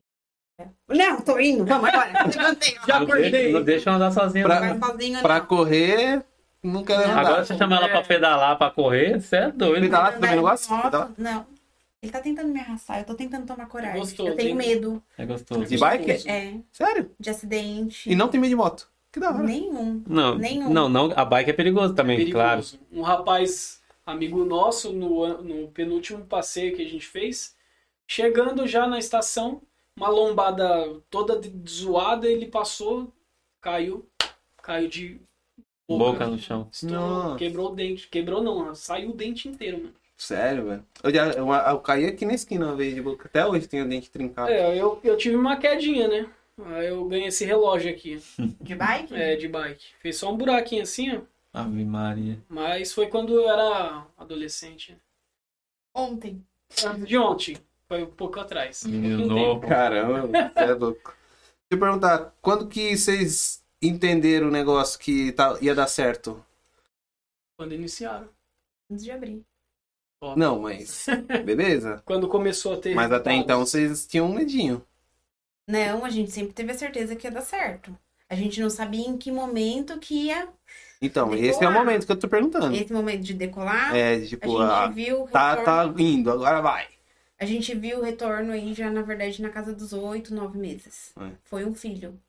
C: Não, tô indo, vamos agora. Levantei, ó.
B: Já
D: Não deixa,
B: acordei!
D: não deixa eu andar sozinho.
A: Pra-
D: não.
C: Vai sozinho,
A: Pra
C: não.
A: correr, não quero
C: Não.
A: andar.
D: Agora você chama ela pra pedalar, pra correr, você é doido.
A: Pedalar, você
C: Andar
A: também não
C: de
A: gosta?
C: moto,
A: Pedalar?
C: Não. Ele tá tentando me arrastar, eu tô tentando tomar coragem.
B: Gostou,
C: eu
B: tem-
C: tenho medo
D: É gostoso.
A: De bike?
C: é,
A: Sério?
C: de acidente.
A: E não tem medo de moto. Que da hora.
C: Nenhum.
D: Não,
C: Nenhum.
D: não, não, a bike é perigoso também, claro.
B: Perigoso. Um rapaz, amigo nosso, no, an- no penúltimo passeio que a gente fez, chegando já na estação, uma lombada toda de- zoada, ele passou, caiu, caiu de boca,
D: Boca no chão.
B: estourou,
A: Nossa.
B: quebrou o dente, quebrou não, saiu o dente inteiro, mano.
A: Sério, velho. Eu, já- eu, eu caí aqui na esquina uma vez de boca. Até hoje tenho o dente trincado.
B: É, eu, eu tive uma quedinha, né? Aí eu ganhei esse relógio aqui,
C: De bike?
B: é, de bike. Fez só um buraquinho assim, ó.
D: Ave Maria.
B: Mas foi quando eu era adolescente.
C: Ontem.
B: De ontem. Foi um pouco atrás.
D: Menino
B: Não tem.
D: novo.
A: Caramba, você é louco. Deixa eu perguntar, quando que vocês entenderam o negócio que tá- ia dar certo?
B: Quando iniciaram.
C: Antes de abrir.
B: Ó,
A: Não, mas. Beleza?
B: Quando começou a ter.
A: Mas até
B: resultados.
A: então vocês tinham um medinho.
C: Não, né? a gente sempre teve a certeza que ia dar certo. A gente não sabia em que momento que ia.
A: Então,
C: Decolar.
A: esse é o momento que eu tô perguntando.
C: Esse momento de decolar.
A: É,
C: a
A: tipo,
C: gente
A: ah,
C: viu o
A: tá,
C: retorno.
A: tá indo, agora vai.
C: A gente viu o retorno aí já, na verdade, na casa dos oito, nove meses.
A: É.
C: Foi um filho.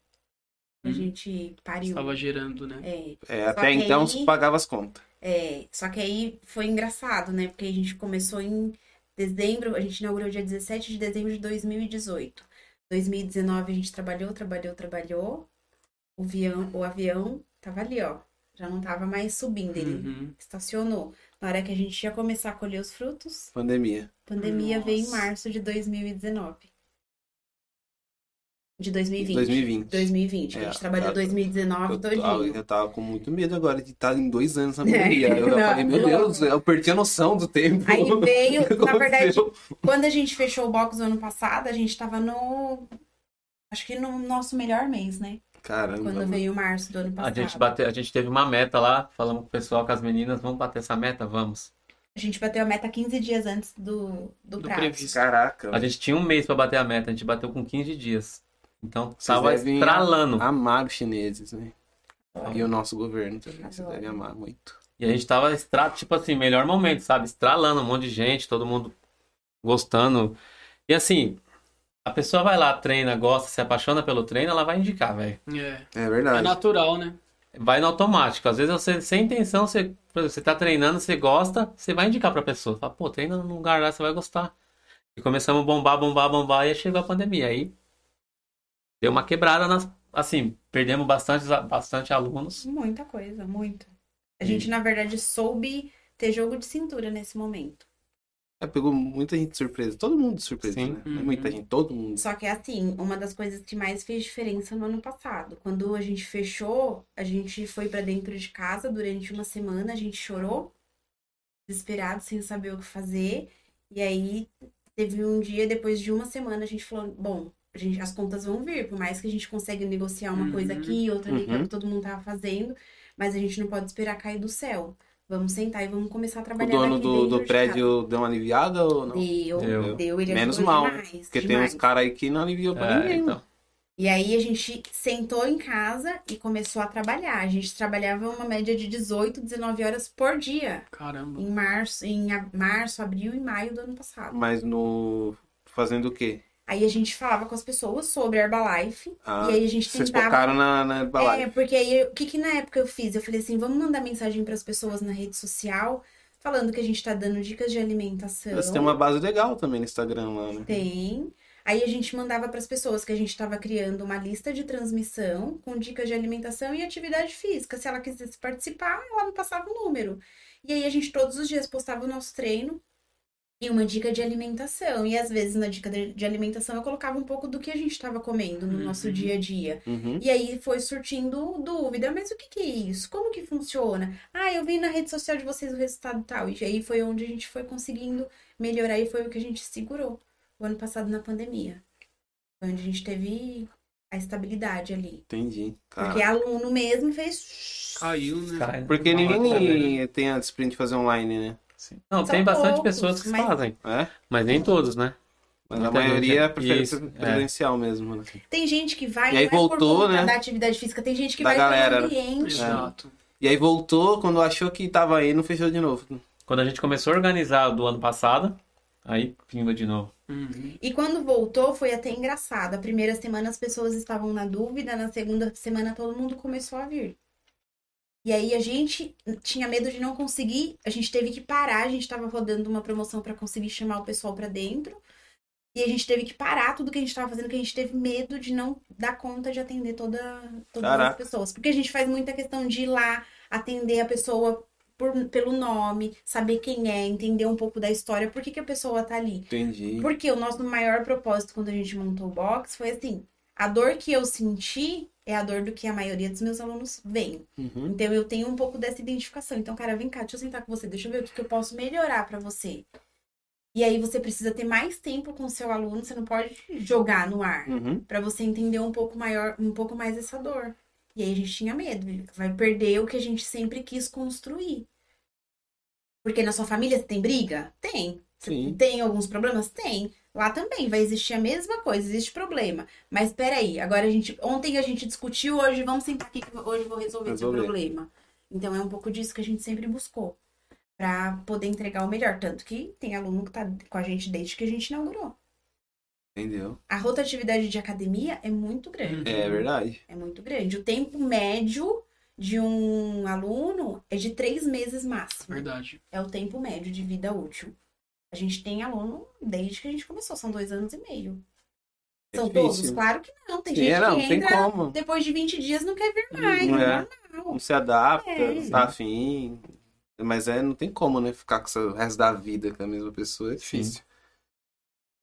C: A
B: Hum.
C: gente pariu.
B: Estava gerando, né?
C: É,
A: É,
C: Só
A: até
C: que
A: então
C: aí-
A: você pagava as contas.
C: é, só que aí foi engraçado, né? Porque a gente começou em dezembro, a gente inaugurou dia 17 de dezembro de 2018. 2019 a gente trabalhou, trabalhou, trabalhou. O avião, o avião tava ali, ó. Já não tava mais subindo, ele
B: Uhum.
C: estacionou. Na hora que a gente ia começar a colher os frutos,
A: Pandemia.
C: a pandemia veio em
B: Nossa.
C: março de 2019. De 2020.
A: 2020.
C: 2020, que a
A: É,
C: gente trabalhou
A: tá-
C: 2019
A: Eu,
C: todinho.
A: eu tava com muito medo agora de estar em dois anos na
C: É.
A: pandemia. Eu
C: Não.
A: falei, meu Deus, eu perdi a noção do tempo.
C: Aí
A: O que
C: veio, na verdade,
A: aconteceu?
C: Quando a gente fechou o box no ano passado, a gente tava no. Acho que no nosso melhor mês, né?
A: Caramba.
C: Quando
A: mano.
C: veio março do ano
D: A
C: passado.
D: gente, bateu, a gente teve uma meta lá, falamos com o pessoal, com as meninas, vamos bater essa meta? Vamos.
C: A gente bateu a meta 15 dias antes do, do,
B: Do
C: prazo.
B: previsto.
A: Caraca.
D: A gente tinha um mês pra bater a meta, a gente bateu com 15 dias. Então
A: Vocês
D: tava
A: devem
D: estralando. Ah.
A: Amar os chineses, né?
C: Adoro.
A: E o nosso governo também. Você
C: Adoro.
A: deve amar muito.
D: E a gente tava, estra... tipo assim, melhor momento, sabe? Estralando, um monte de gente, todo mundo gostando. E assim, a pessoa vai lá, treina, gosta, se apaixona pelo treino, ela vai indicar, velho.
B: É.
A: É
B: É
A: verdade.
B: natural, né?
D: Vai no automático. Às vezes você, sem intenção, você, por exemplo, você tá treinando, você gosta, você vai indicar pra pessoa. Fala, pô, treina num lugar lá, você vai gostar. E começamos a bombar, bombar, bombar, e aí chegou a pandemia. Aí deu uma quebrada nas. Assim, perdemos bastante, bastante alunos.
C: Muita coisa, muito. A gente, na verdade, soube ter jogo de cintura nesse momento.
A: É, Pegou muita gente de surpresa. Todo mundo de surpresa,
D: Sim.
A: né? Não é
B: Uhum.
A: Muita gente, todo mundo.
C: Só que, assim, uma das coisas que mais fez diferença no ano passado. Quando a gente fechou, a gente foi pra dentro de casa durante uma semana, a gente chorou, desesperado, sem saber o que fazer. E aí, teve um dia, depois de uma semana, a gente falou: bom, a gente, as contas vão vir, por mais que a gente consiga negociar uma
B: Uhum.
C: coisa aqui, outra ali, que é o
A: Uhum.
C: que todo mundo tava fazendo, mas a gente não pode esperar cair do céu. Vamos sentar e vamos começar a
A: Tipo, O
C: trabalhar
A: dono
C: daqui
A: do,
C: dentro
A: do
C: de casa."
A: prédio deu uma aliviada ou não?
C: Deu,
D: Deu.
C: deu, ele
A: Menos
C: ajudou
A: mal, né?
C: demais,
A: Porque tem
C: demais.
A: uns caras aí que não aliviou pra
D: É,
A: ninguém, né?
D: então.
A: não.
C: E aí a gente sentou em casa e começou a trabalhar. A gente trabalhava uma média de 18, 19 horas por dia
B: Caramba.
C: em março, em a- março, abril e maio do ano passado.
A: Mas no. Fazendo o quê?
C: Aí a gente falava com as pessoas sobre Herbalife
A: Ah,
C: e aí a gente
A: vocês
C: tentava
A: focaram na, na balada.
C: É, porque aí eu- o que, que na época eu fiz? Eu falei assim, vamos mandar mensagem para as pessoas na rede social falando que a gente tá dando dicas de alimentação.
A: Você tem uma base legal também no Instagram lá, né?
C: Tem. Aí a gente mandava para as pessoas que a gente estava criando uma lista de transmissão com dicas de alimentação e atividade física. Se ela quisesse participar, ela me passava o número. E aí a gente todos os dias postava o nosso treino e uma dica de alimentação. E às vezes na dica de de alimentação eu colocava um pouco do que a gente estava comendo no nosso
B: Uhum.
C: dia a dia.
A: Uhum.
C: E aí foi surtindo dúvida, mas o que que é isso? Como que funciona? Ah, eu vi na rede social de vocês o resultado tal. E aí foi onde a gente foi conseguindo melhorar e foi o que a gente segurou o ano passado na pandemia. Foi onde a gente teve a estabilidade ali.
A: Entendi. Tá.
C: Porque aluno mesmo fez.
B: Caiu, né?
D: Cai, né?
A: Porque
D: Uma hora também. né?
A: ninguém tem a disciplina de fazer online, né?
D: Não,
C: São
D: tem bastante
C: poucos,
D: pessoas que
C: mas-
D: fazem,
A: É?
D: mas nem todos, né?
A: Mas a
D: Muita gente,
A: maioria
D: né?
A: é prefer-
D: Isso, é.
A: presencial mesmo, né?
C: Tem gente que vai
A: E aí
C: não é por
A: voltou,
C: conta
A: né?
C: da atividade física, tem gente que
A: Da
C: vai
A: galera,
C: pelo
A: né?
C: ambiente.
B: Exato.
A: E aí voltou, quando achou que tava aí, não fechou de novo.
D: Quando a gente começou a organizar do ano passado, Aí pimba de novo.
B: Uhum.
C: E quando voltou, foi até engraçado. A primeira semana as pessoas estavam na dúvida, na segunda semana todo mundo começou a vir. E aí a gente tinha medo de não conseguir, a gente teve que parar, a gente tava rodando uma promoção pra conseguir chamar o pessoal pra dentro. E a gente teve que parar tudo que a gente tava fazendo, que a gente teve medo de não dar conta de atender toda, todas as
A: Caraca.
C: pessoas. Porque a gente faz muita questão de ir lá, atender a pessoa por- pelo nome, saber quem é, entender um pouco da história, por que, que a pessoa tá ali.
A: Entendi.
C: Porque o nosso maior propósito quando a gente montou o box foi assim: a dor que eu senti é a dor do que a maioria dos meus alunos vem.
A: Uhum.
C: Então eu tenho um pouco dessa identificação. Então, cara, vem cá, deixa eu sentar com você, deixa eu ver o que, que eu posso melhorar pra você. E aí você precisa ter mais tempo com o seu aluno, você não pode jogar no ar
A: Uhum.
C: Pra você entender um pouco maior, um pouco mais essa dor. E aí a gente tinha medo, vai perder o que a gente sempre quis construir. Porque na sua família você tem briga? Tem. Você
A: Sim.
C: Tem alguns problemas? Tem. Lá também vai existir a mesma coisa, existe problema. Mas peraí, agora a gente. Ontem a gente discutiu, hoje vamos sentar aqui, que hoje eu vou resolver esse
A: Resolver.
C: problema. Então é um pouco disso que a gente sempre buscou. Pra poder entregar o melhor. Tanto que tem aluno que tá com a gente desde que a gente inaugurou.
A: Entendeu?
C: A rotatividade de academia é muito grande.
A: É verdade.
C: É muito grande. O tempo médio de um aluno é de três meses máximo.
B: Verdade.
C: É o tempo médio de vida útil. A gente tem aluno desde que a gente começou, são dois anos e meio.
A: É
C: são todos?
A: difícil.
C: Claro que não. Tem
A: Sim,
C: gente
A: é, não,
C: que
A: tem
C: entra
A: como.
C: depois de 20 dias não quer vir mais.
A: Não é.
C: né?
A: Não se adapta,
C: É.
A: não tá afim. Mas é, não tem como, né? Ficar com essa- o resto da vida com a mesma pessoa é difícil.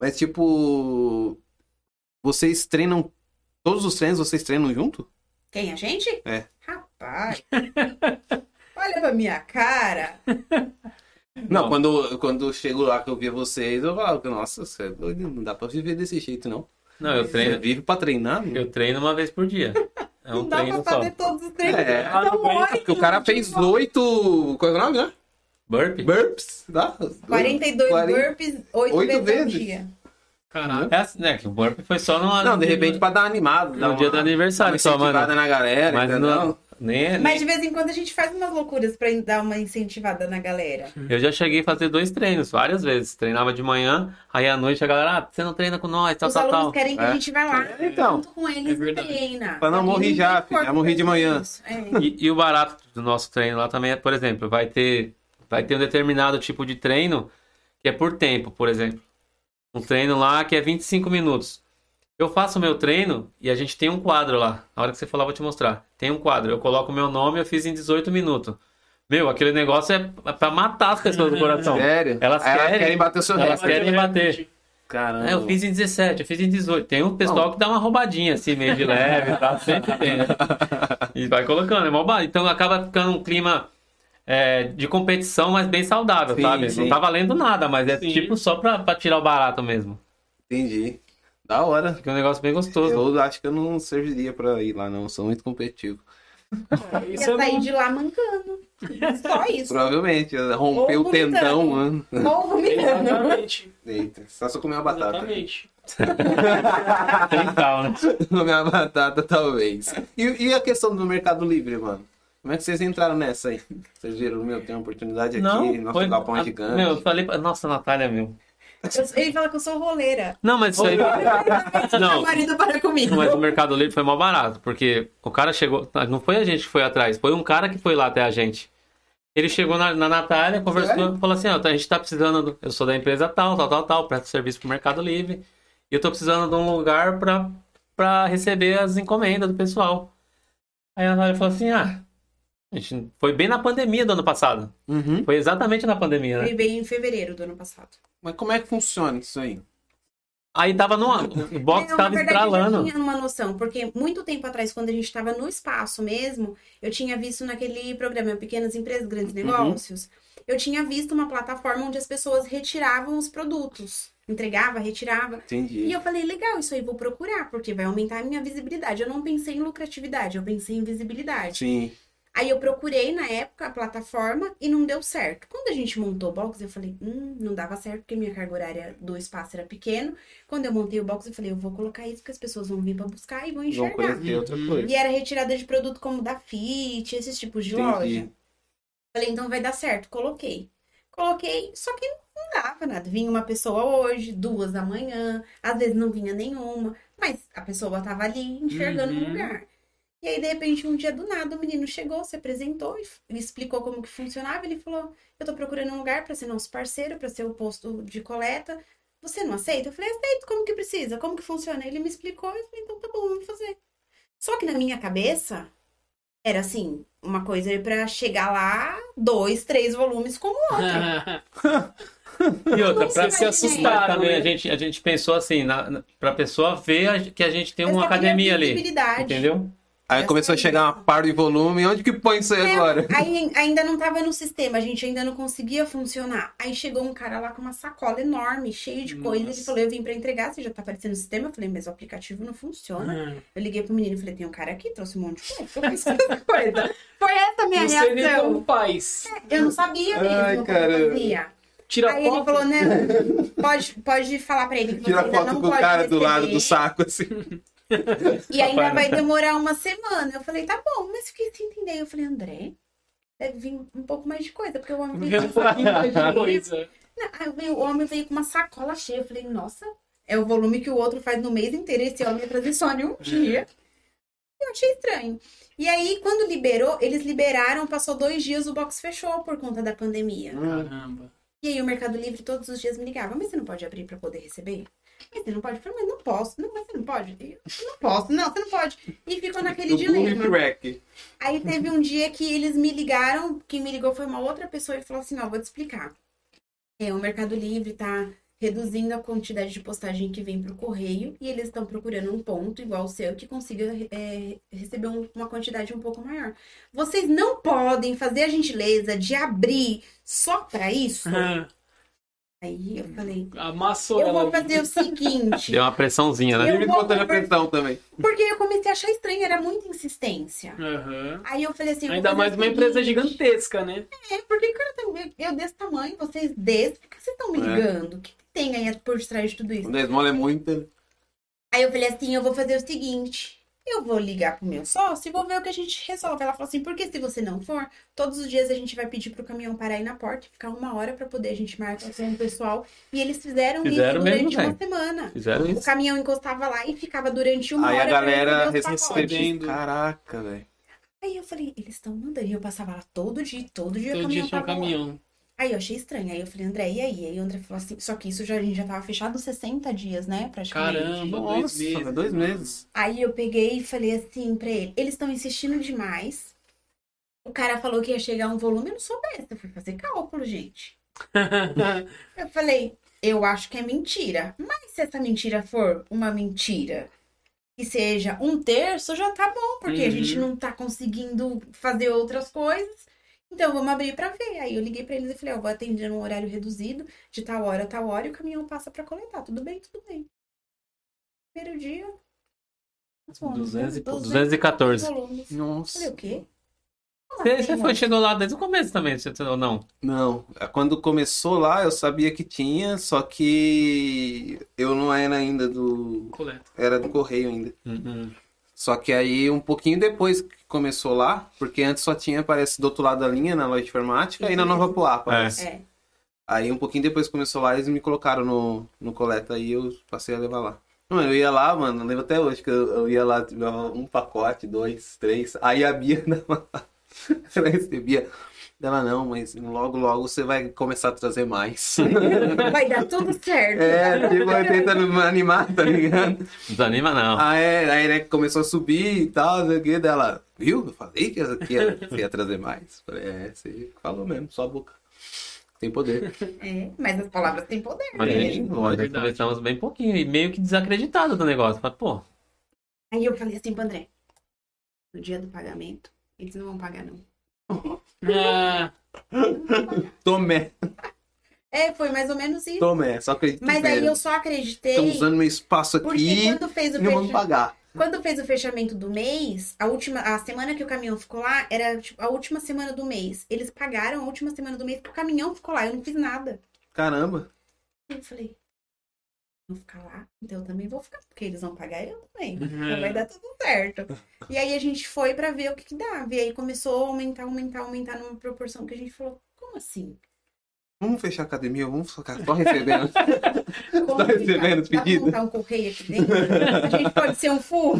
A: Mas, tipo, vocês treinam. Todos os treinos vocês treinam junto?
C: Quem? A gente?
A: É.
C: Rapaz. Olha pra minha cara.
A: Não, quando, quando eu chego lá que eu via vocês, eu falo, nossa, você é doido, não dá pra viver desse jeito, não.
D: Não, eu
C: é.
A: Você
D: treino,
A: vive pra treinar? meu?
D: eu treino uma vez por dia. É um
C: não dá
D: treino
C: pra
D: só.
C: fazer todos os treinos.
A: É,
B: ela não
C: São
B: aguenta,
C: oito,
A: Porque o cara
C: de
A: fez
C: volta.
A: oito. Qual é o nome, né?
D: Burpee?
A: Burps, tá?
C: 42
A: Quarenta-
C: burpees, 8,
A: oito
C: vezes ao
A: vezes.
C: dia.
B: Caraca.
D: É assim, né? Que o burpee foi só no,
A: Não, de repente pra dar animado, dar
D: no dia do
A: uma,
D: aniversário
A: uma
D: só, mano.
A: incentivada na galera,
D: Mas
A: entendeu?
D: não, nem, é-
C: Mas de vez em quando a gente faz umas loucuras pra dar uma incentivada na galera.
D: Eu já cheguei a fazer dois treinos, várias vezes. Treinava de manhã, aí à noite a galera, ah, você não treina com nós, tal,
C: Os
D: tal,
C: alunos
D: tal.
C: querem que a
A: É.
C: gente vá lá
A: Então,
C: junto com
B: é
C: eles
B: verdade.
C: e treina.
A: Pra não
C: Só que
A: morrer
C: tem
A: já, filho,
C: corpo
A: já morri de
C: pra fazer
A: manhã.
C: isso. É.
D: E, e o barato do nosso treino lá também é, por exemplo, vai ter, vai ter um determinado tipo de treino que é por tempo, por exemplo. Um treino lá que é 25 minutos. Eu faço o meu treino e a gente tem um quadro lá. Na hora que você falar, eu vou te mostrar. Tem um quadro. Eu coloco o meu nome, eu fiz em 18 minutos. Meu, aquele negócio é pra matar as pessoas do coração.
A: Sério?
D: Então, Elas
A: Aí
D: querem-
A: bater o seu
D: elas
A: recorde.
D: querem bater.
A: Caramba.
D: É, eu fiz em 17, eu fiz em 18. Tem um pessoal que dá uma roubadinha assim, meio de leve, tá? Sempre tem, né? E vai colocando, é mó ba- Então acaba ficando um clima é, de competição, mas bem saudável,
A: Sim,
D: sabe? Não
A: sim.
D: tá valendo nada, mas é
B: Sim.
D: tipo só pra, pra tirar o barato mesmo.
A: Entendi. Da hora.
D: Fica um negócio bem gostoso.
A: Eu acho que eu não serviria pra ir lá, não. Eu sou muito competitivo.
C: Ia
B: Isso é
C: sair
B: bom.
C: de lá mancando. Só isso.
A: Provavelmente. eu Romper
C: Ou
A: o tendão,
C: vomitando.
A: mano.
C: Ou vomitando.
B: Exatamente.
A: Eita, só se eu comer uma batata.
B: Exatamente.
D: Tem tal, né?
A: comer uma batata, talvez. E, e a questão do Mercado Livre, mano? Como é que vocês entraram nessa aí? Vocês viram, meu, tem uma oportunidade aqui, nosso
D: foi-
A: galpão
D: a-
A: é gigante.
D: Meu, eu falei, pra- nossa, Natália, meu.
C: Eu- Ele fala que eu sou roleira.
D: Não, mas isso aí.
C: Meu
D: Não,
C: marido para comigo.
A: é né?
D: Mas o Mercado Livre foi mal barato, porque o cara chegou. ah, Não foi a gente que foi atrás, foi um cara que foi lá até a gente. Ele chegou na, na Natália, conversou,
A: Sério?
D: falou assim: ó, a gente tá precisando. do- eu sou da empresa tal, tal, tal, tal, presto serviço pro Mercado Livre. E eu tô precisando de um lugar pra, pra receber as encomendas do pessoal. Aí a Natália falou assim: ah, a gente, foi bem na pandemia do ano passado.
A: Uhum.
D: Foi exatamente na pandemia, né?
C: Ele veio em fevereiro do ano passado.
A: Mas como é que funciona isso aí?
D: Aí tava no. O box
C: Não, na verdade,
D: tava
C: Eu
D: estralando.
C: já tinha uma noção, porque muito tempo atrás, quando a gente estava no espaço mesmo, eu tinha visto naquele programa Pequenas Empresas,
D: Uhum.
C: Grandes Negócios, eu tinha visto uma plataforma onde as pessoas retiravam os produtos. Entregava, retirava.
A: Entendi.
C: E eu falei, legal, isso aí vou procurar, porque vai aumentar a minha visibilidade. Eu não pensei em lucratividade, eu pensei em visibilidade.
A: Sim.
C: Aí eu procurei na época a plataforma e não deu certo. Quando a gente montou o box, eu falei, hum, não dava certo porque minha carga horária do espaço era pequeno. Quando eu montei o box, eu falei, eu vou colocar isso porque as pessoas vão vir pra buscar e vão
A: Vão
C: enxergar. Uhum.
A: conhecer outra coisa.
C: E era retirada de produto como da Fit, esses tipos de
A: Entendi.
C: loja. Falei, então vai dar certo, coloquei. Coloquei, só que não dava nada. Vinha uma pessoa hoje, duas da manhã, às vezes não vinha nenhuma, mas a pessoa tava ali enxergando
B: Uhum.
C: o lugar. E aí, de repente, um dia do nada, o menino chegou, se apresentou e f- e explicou como que funcionava. Ele falou: Eu tô procurando um lugar para ser nosso parceiro, para ser o posto de coleta. Você não aceita? Eu falei, aceito, como que precisa? Como que funciona? Ele me explicou, eu falei, então tá bom, vamos fazer. Só que na minha cabeça, era assim, uma coisa pra chegar lá, dois, três volumes como o outro.
D: E outra,
C: Não
D: pra
C: se
B: assustaram,
D: também
B: né?
D: a gente, a gente pensou assim, na, na, pra pessoa ver a- que a gente tem
C: Eu
D: uma
C: só queria
D: academia ali.
C: visibilidade.
D: Entendeu?
A: Aí começou a chegar uma par de volume. Onde que põe isso aí
C: É,
A: agora?
C: Aí ainda não tava no sistema, a gente ainda não conseguia funcionar. Aí chegou um cara lá com uma sacola enorme, cheio de coisa. Ele
B: Nossa.
C: falou: Eu vim pra entregar, você já tá aparecendo no sistema? Eu falei: Mas o aplicativo não
D: Uhum.
C: funciona. Eu liguei pro menino e falei: Tem um cara aqui, trouxe um monte de coisa. Eu fiz tanta coisa. Foi essa a minha
B: Não sei nem
C: reação.
B: como faz.
C: Eu não sabia mesmo
A: Ai,
C: como
A: caramba.
C: fazia.
B: Tira
C: Aí ele
B: foto. um
C: falou, não, pode, pode falar pra ele que você
A: Tira
C: ainda
A: foto
C: não
A: com o
C: pode
A: cara do
C: receber,
A: lado do saco, assim.
C: E ainda
D: Papai
C: vai demorar uma semana. Eu falei, tá bom, mas fiquei sem entender. Eu falei, André, deve vir um pouco mais de coisa, porque o homem
B: Vê um
C: veio,
B: pouquinho mais de coisa.
C: Aí eu vi- o homem veio com uma sacola cheia. Eu falei, nossa, é o volume que o outro faz no mês inteiro. Esse homem transiciona em um dia. Eu achei estranho. E aí, quando liberou, eles liberaram, passou dois dias, o box fechou por conta da pandemia.
A: Hum.
B: Caramba.
C: E aí o Mercado Livre todos os dias me ligava, mas você não pode abrir para poder receber? Mas você não pode? Eu falei, mas não posso. Não, mas você não pode? Eu não posso. Não, você não pode. E ficou naquele
A: Do Boom
C: dilema.
A: Track.
C: Aí teve um dia que eles me ligaram, quem me ligou foi uma outra pessoa e falou assim, ó, vou te explicar. É, o Mercado Livre tá reduzindo a quantidade de postagem que vem pro correio e eles estão procurando um ponto igual o seu que consiga é, receber um- uma quantidade um pouco maior. Vocês não podem fazer a gentileza de abrir só pra isso? Aí eu falei,
B: Amassou
C: eu
B: Uhum. ela.
C: vou fazer o seguinte,
D: Deu uma pressãozinha, né?
C: Eu
A: Tá Livre
C: vou
A: contra a
C: conver-
A: pressão também.
C: porque eu comecei a achar estranho, era muita insistência.
B: Aham.
C: Aí eu falei assim, eu vou
B: Ainda
C: fazer
B: mais
C: o
B: uma empresa
C: seguinte,
B: gigantesca, né?
C: É, por que que o cara tem eu desse tamanho, vocês desse, por que vocês estão me
A: É.
C: ligando? O que que tem aí por trás de tudo isso?
A: Quando a esmola é muita.
C: Aí eu falei assim, eu vou fazer o seguinte, eu vou ligar pro meu sócio e vou ver o que a gente resolve. Ela falou assim, porque se você não for, todos os dias a gente vai pedir pro caminhão parar aí na porta, e ficar uma hora pra poder a gente marcar com o pessoal. E eles fizeram,
D: Fizeram
C: isso
D: mesmo,
C: durante uma
D: velho.
C: semana.
D: Fizeram
C: O
D: isso.
C: caminhão encostava lá e ficava durante uma
A: Aí a
C: hora pra
A: galera
C: receber os pacotes.
A: recebendo. Caraca, velho.
C: Aí eu falei, eles estão mandando. E eu passava lá todo dia, todo dia o
B: Todo dia
C: caminhão
B: tinha um
C: tava lá.
B: caminhão.
C: Aí eu achei estranho. Aí eu falei, André, e aí? Aí o André falou assim, só que isso já, a gente já tava fechado 60 dias, né? Praticamente.
B: Caramba, dois
A: Nossa,
B: meses.
A: dois meses.
C: Aí eu peguei e falei assim pra ele, eles estão insistindo demais. O cara falou que ia chegar um volume, eu não sou besta, eu fui fazer cálculo, gente. Eu falei, eu acho que é mentira. Mas se essa mentira for uma mentira e seja um terço, já tá bom, porque a
B: Uhum.
C: gente não tá conseguindo fazer outras coisas. Então vamos abrir pra ver. Aí eu liguei pra eles e falei, ó, vou atender num horário reduzido, de tal hora a tal hora, e o caminhão passa pra coletar. Tudo bem, tudo bem. Primeiro dia. né? nós fomos,
D: 200 e pou-
C: 214
D: 214.
C: volumes. Falei,
A: Nossa.
C: o quê? Como
D: Você,
C: assim,
D: você
C: ó?
D: foi, chegou lá desde o começo também, você, ou não?
A: Não, é, quando começou lá eu sabia que tinha, só que eu não era ainda do.
B: um Coleta.
A: Era do correio ainda.
D: Uhum.
A: Só que aí um pouquinho depois que começou lá, porque antes só tinha, parece, do outro lado da linha, na loja de informática e na Nova Poá, parece.
C: É.
A: Aí um pouquinho depois que começou lá, eles me colocaram no, no coleta e eu passei a levar lá. Mano, eu ia lá, mano, eu lembro até hoje que eu, eu ia lá, levava um pacote, dois, três. Aí a Bia dava. Ela recebia. Dela, não, mas logo, logo você vai começar a trazer mais.
C: Vai dar tudo certo.
A: é, tipo, eu tentando me animar, tá ligado?
D: Desanima não.
A: Ah, é, aí né, começou a subir e tal, não sei o que, dela, viu? Eu falei que essa aqui ia, você ia trazer mais. Falei, é, você falou mesmo, só a boca. Tem poder. É,
C: É, mas as palavras têm poder.
D: a
C: né?
D: gente, nós
B: verdade.
D: começamos bem pouquinho e meio que desacreditado do negócio. Mas, pô,
C: Aí eu falei assim pro André, no dia do pagamento, eles não vão pagar, não.
B: Ah,
C: Não vão pagar.
A: Tomé,
C: é, foi mais ou menos isso.
A: tomé, só acredito
C: Mas aí
A: mesmo.
C: eu só acreditei
A: Estão usando meu espaço
C: porque
A: aqui
C: quando fez,
A: e
C: o
A: não vão
C: fecha...
A: pagar.
C: quando fez o fechamento do mês, a última, a semana que o caminhão ficou lá era tipo, a última semana do mês. Eles pagaram a última semana do mês porque o caminhão ficou lá, eu não fiz nada.
A: Caramba.
C: Aí Eu falei, vou ficar lá, então eu também vou ficar, porque eles vão pagar eu também. Então vai dar tudo certo. E aí a gente foi pra ver o que, que dava. E aí começou a aumentar, aumentar, aumentar numa proporção que a gente falou, como assim?
A: Vamos fechar a academia, vamos ficar só recebendo. Tô recebendo os
C: Dá pra
A: pedidos.
C: montar um correio aqui dentro? A gente pode ser um full?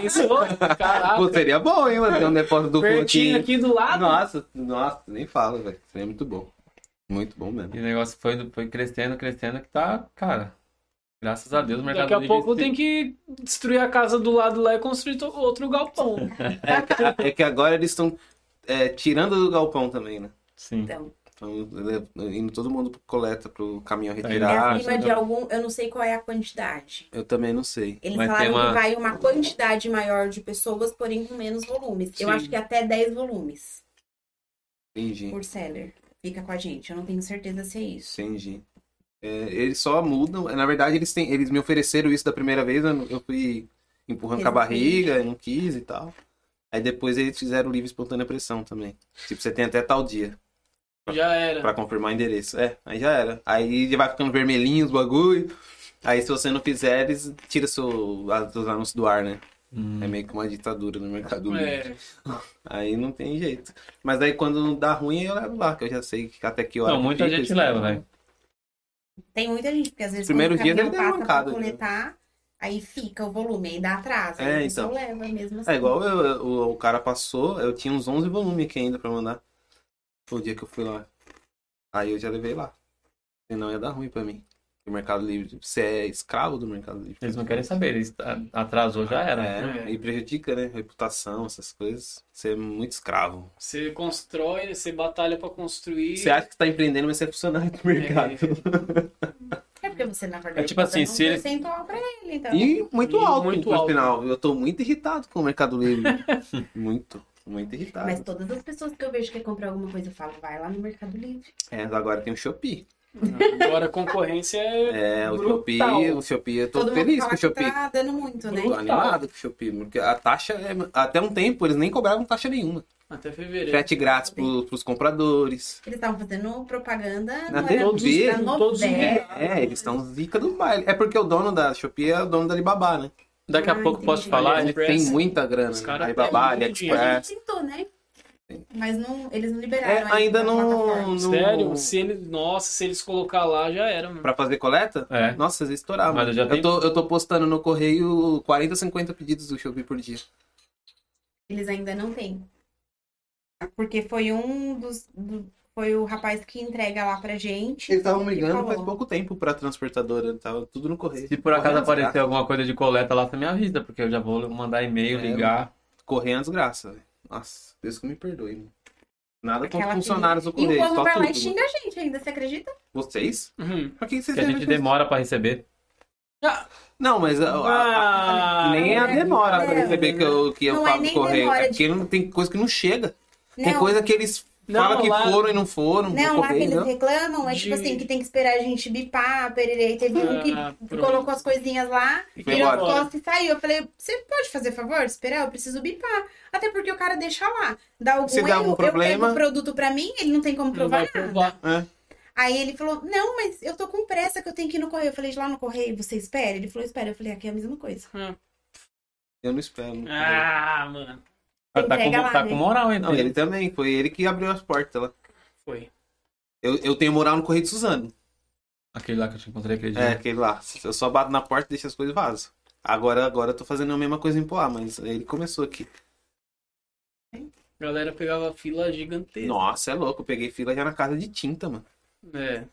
B: Pensou?
A: Pô,
B: Caraca.
A: seria bom, hein, mano? Ter um depósito do
B: Pertinho
A: Fortinho.
B: aqui do lado.
A: Nossa, nossa, nem falo, velho. Seria muito bom. Muito bom mesmo.
D: E o negócio foi, foi crescendo, crescendo, que tá, cara. Graças a Deus, o mercado
B: Daqui a
D: Livre
B: pouco
D: se-
B: tem que destruir a casa do lado lá e construir to- outro galpão.
A: É que agora eles estão é, tirando do galpão também, né?
D: Sim.
C: Então,
A: Estão indo todo mundo pro coleta, pro caminhão
D: Ah,
C: é
A: retirar.
D: indo.
C: acima de
D: tá.
C: algum, eu não sei qual é a quantidade.
A: Eu também não sei.
C: Eles
D: Mas
C: falaram
D: tem uma-
C: que vai uma quantidade maior de pessoas, porém com menos volumes. Eu
B: Sim.
C: acho que até 10 volumes
A: Entendi,
C: por seller. Fica com a gente, eu não tenho certeza se é isso.
A: entendi. É, eles só mudam. Na verdade, eles têm, eles me ofereceram isso da primeira vez, eu, eu fui empurrando com a barriga, eu não quis e tal. Aí depois eles fizeram livre e espontânea pressão também. Tipo, você tem até tal dia.
B: Já era.
A: Pra confirmar o endereço. É, aí já era. Aí já vai ficando vermelhinho os bagulho. Aí se você não fizer, eles tiram seu, as- os anúncios do ar, né?
D: Hum.
A: É meio que uma ditadura no mercado livre.
B: É.
A: Aí não tem jeito. Mas aí quando dá ruim, eu levo lá, que eu já sei que até que hora.
D: Não,
A: que
D: muita
A: fica,
D: gente
A: isso.
D: leva, né? velho.
C: Tem muita gente, porque às vezes
A: Primeiro
C: quando o
A: dia
C: caminhão
A: deve dar
C: passa
A: uma
C: pra
A: mancada, né?
C: coletar, aí fica o volume, aí dá atraso.
A: É,
C: aí o pessoal
A: então.
C: leva mesmo assim.
A: É igual eu- eu- o, o cara passou, eu tinha uns 11 volumes aqui ainda pra mandar. Foi o dia que eu fui lá. Aí eu já levei lá. Senão ia dar ruim pra mim. O Mercado Livre, você é escravo do Mercado Livre.
D: Eles não querem saber, né? eles a- atrasou, já era.
A: É,
B: É.
A: e prejudica, né? Reputação, essas coisas. Você é muito escravo.
B: Você constrói, você batalha pra construir.
A: Você acha que está empreendendo, mas você é funcionário do mercado.
C: É porque você, na verdade,
D: É tipo
C: tá
D: assim,
C: dando um
D: se ele-
C: percentual pra ele, então.
A: E muito
B: E
A: alto, então,
B: muito
A: no
B: alto.
A: final. Eu tô muito irritado com o Mercado Livre. muito, muito irritado.
C: Mas todas as pessoas que eu vejo que quer comprar alguma coisa, eu falo, vai lá no Mercado Livre.
A: É, agora tem o Shopee.
B: Agora a concorrência é.
A: É, o
B: Brutal.
A: Shopee, o Shopee, eu tô
C: Todo mundo
A: feliz
C: fala
A: com o
C: que
A: Shopee.
C: tá dando muito, né?
A: Tô animado com o Shopee, porque a taxa, é- até um tempo, eles nem cobravam taxa nenhuma.
B: Até fevereiro.
A: Frete grátis pro, pros compradores.
C: Eles estavam fazendo propaganda
A: Na
C: não
A: TV,
C: era disso, na
B: todos os
C: novela.
A: É, eles estão zica do baile. É porque o dono da Shopee é o dono da Alibaba, né?
D: Daqui a
C: Ah,
D: pouco posso te
C: entendi.
D: falar,
B: Ele
D: ele
A: Eles têm
B: Express.
A: muita grana.
B: Os
A: né?
B: caras
A: Alibaba,
B: pegam muito dinheiro.
A: AliExpress.
C: A gente tentou, né?
A: Sim.
C: Mas não, eles não
A: É,
C: liberaram
A: ainda
C: pra
A: não.
C: plataforma.
A: não...
B: Sério? Se ele... Nossa, se eles colocar lá, já era, mano.
A: Pra fazer coleta?
D: É.
A: Nossa, eles estouravam.
D: Mas eu já tenho-
A: tô, eu tô postando no correio 40, 50 pedidos do Shopee por dia.
C: Eles ainda não têm. Porque foi um dos. do- foi o rapaz que entrega lá pra gente.
A: Eles estavam me ligando
C: ligando
A: faz
C: faz
A: pouco tempo pra transportadora. Tava tudo no correio.
D: Se por acaso aparecer alguma coisa de coleta lá, você me avisa, porque eu já vou mandar e-mail,
A: É,
D: ligar.
A: Correio é uma desgraça, velho. Nossa, Deus que me perdoe, mano. Nada contra
C: Aquela
A: funcionários do
C: E o
A: correio,
C: povo
A: só
C: vai lá e
A: tudo.
C: xinga a gente ainda, você acredita?
A: Vocês?
B: Uhum.
A: Pra que vocês
D: Que a gente
A: servem com isso?
D: demora pra receber.
A: Não, mas a- a- a-
B: Ah,
A: nem a
C: é,
A: demora pra
C: é,
A: receber que eu, que eu
C: Não é
A: falo do
C: nem
A: correio.
C: demora
A: É
C: de-
A: porque não- tem coisa que não chega. Tem
C: Não,
A: coisa que eles
B: Não,
A: falam que
B: lá-
A: foram e não foram. né? no
C: não lá que
A: correio,
C: eles
A: não.
C: reclamam, é tipo
B: De-
C: assim, que tem que esperar a gente bipar, pererei. Teve um que
B: Ah, pronto.
C: colocou as coisinhas lá,
B: E
A: Foi
B: quem
C: virou
A: embora.
C: as costas e saiu. Eu falei, você pode fazer favor de esperar? Eu preciso bipar. Até porque o cara deixa lá. Dá algum
A: Se dá algum
C: erro,
A: problema-
C: eu pego o produto pra mim, ele não tem como
B: Não
C: provar
B: vai
C: nada.
B: provar.
C: Aí ele falou, não, mas eu tô com pressa que eu tenho que ir no correio. Eu falei, lá no correio, você espera? Ele falou, espera. Eu falei, aqui é a mesma coisa.
A: Eu não espero. não.
B: Ah, mano.
D: Tá com,
C: Entrega lá,
D: tá
C: né?
D: com moral, hein?
A: Não, ele também. Foi ele que abriu as portas lá.
B: Foi.
A: Eu, eu tenho moral no Correio de Suzano.
D: Aquele lá que eu te encontrei aquele dia.
A: É, aquele lá. Eu só bato na porta e deixo as coisas e vazo. Agora, agora eu tô fazendo a mesma coisa em Poá, mas ele começou aqui.
B: A galera pegava fila gigantesca.
A: Nossa, é louco. Eu peguei fila já na casa de tinta, mano.
B: É.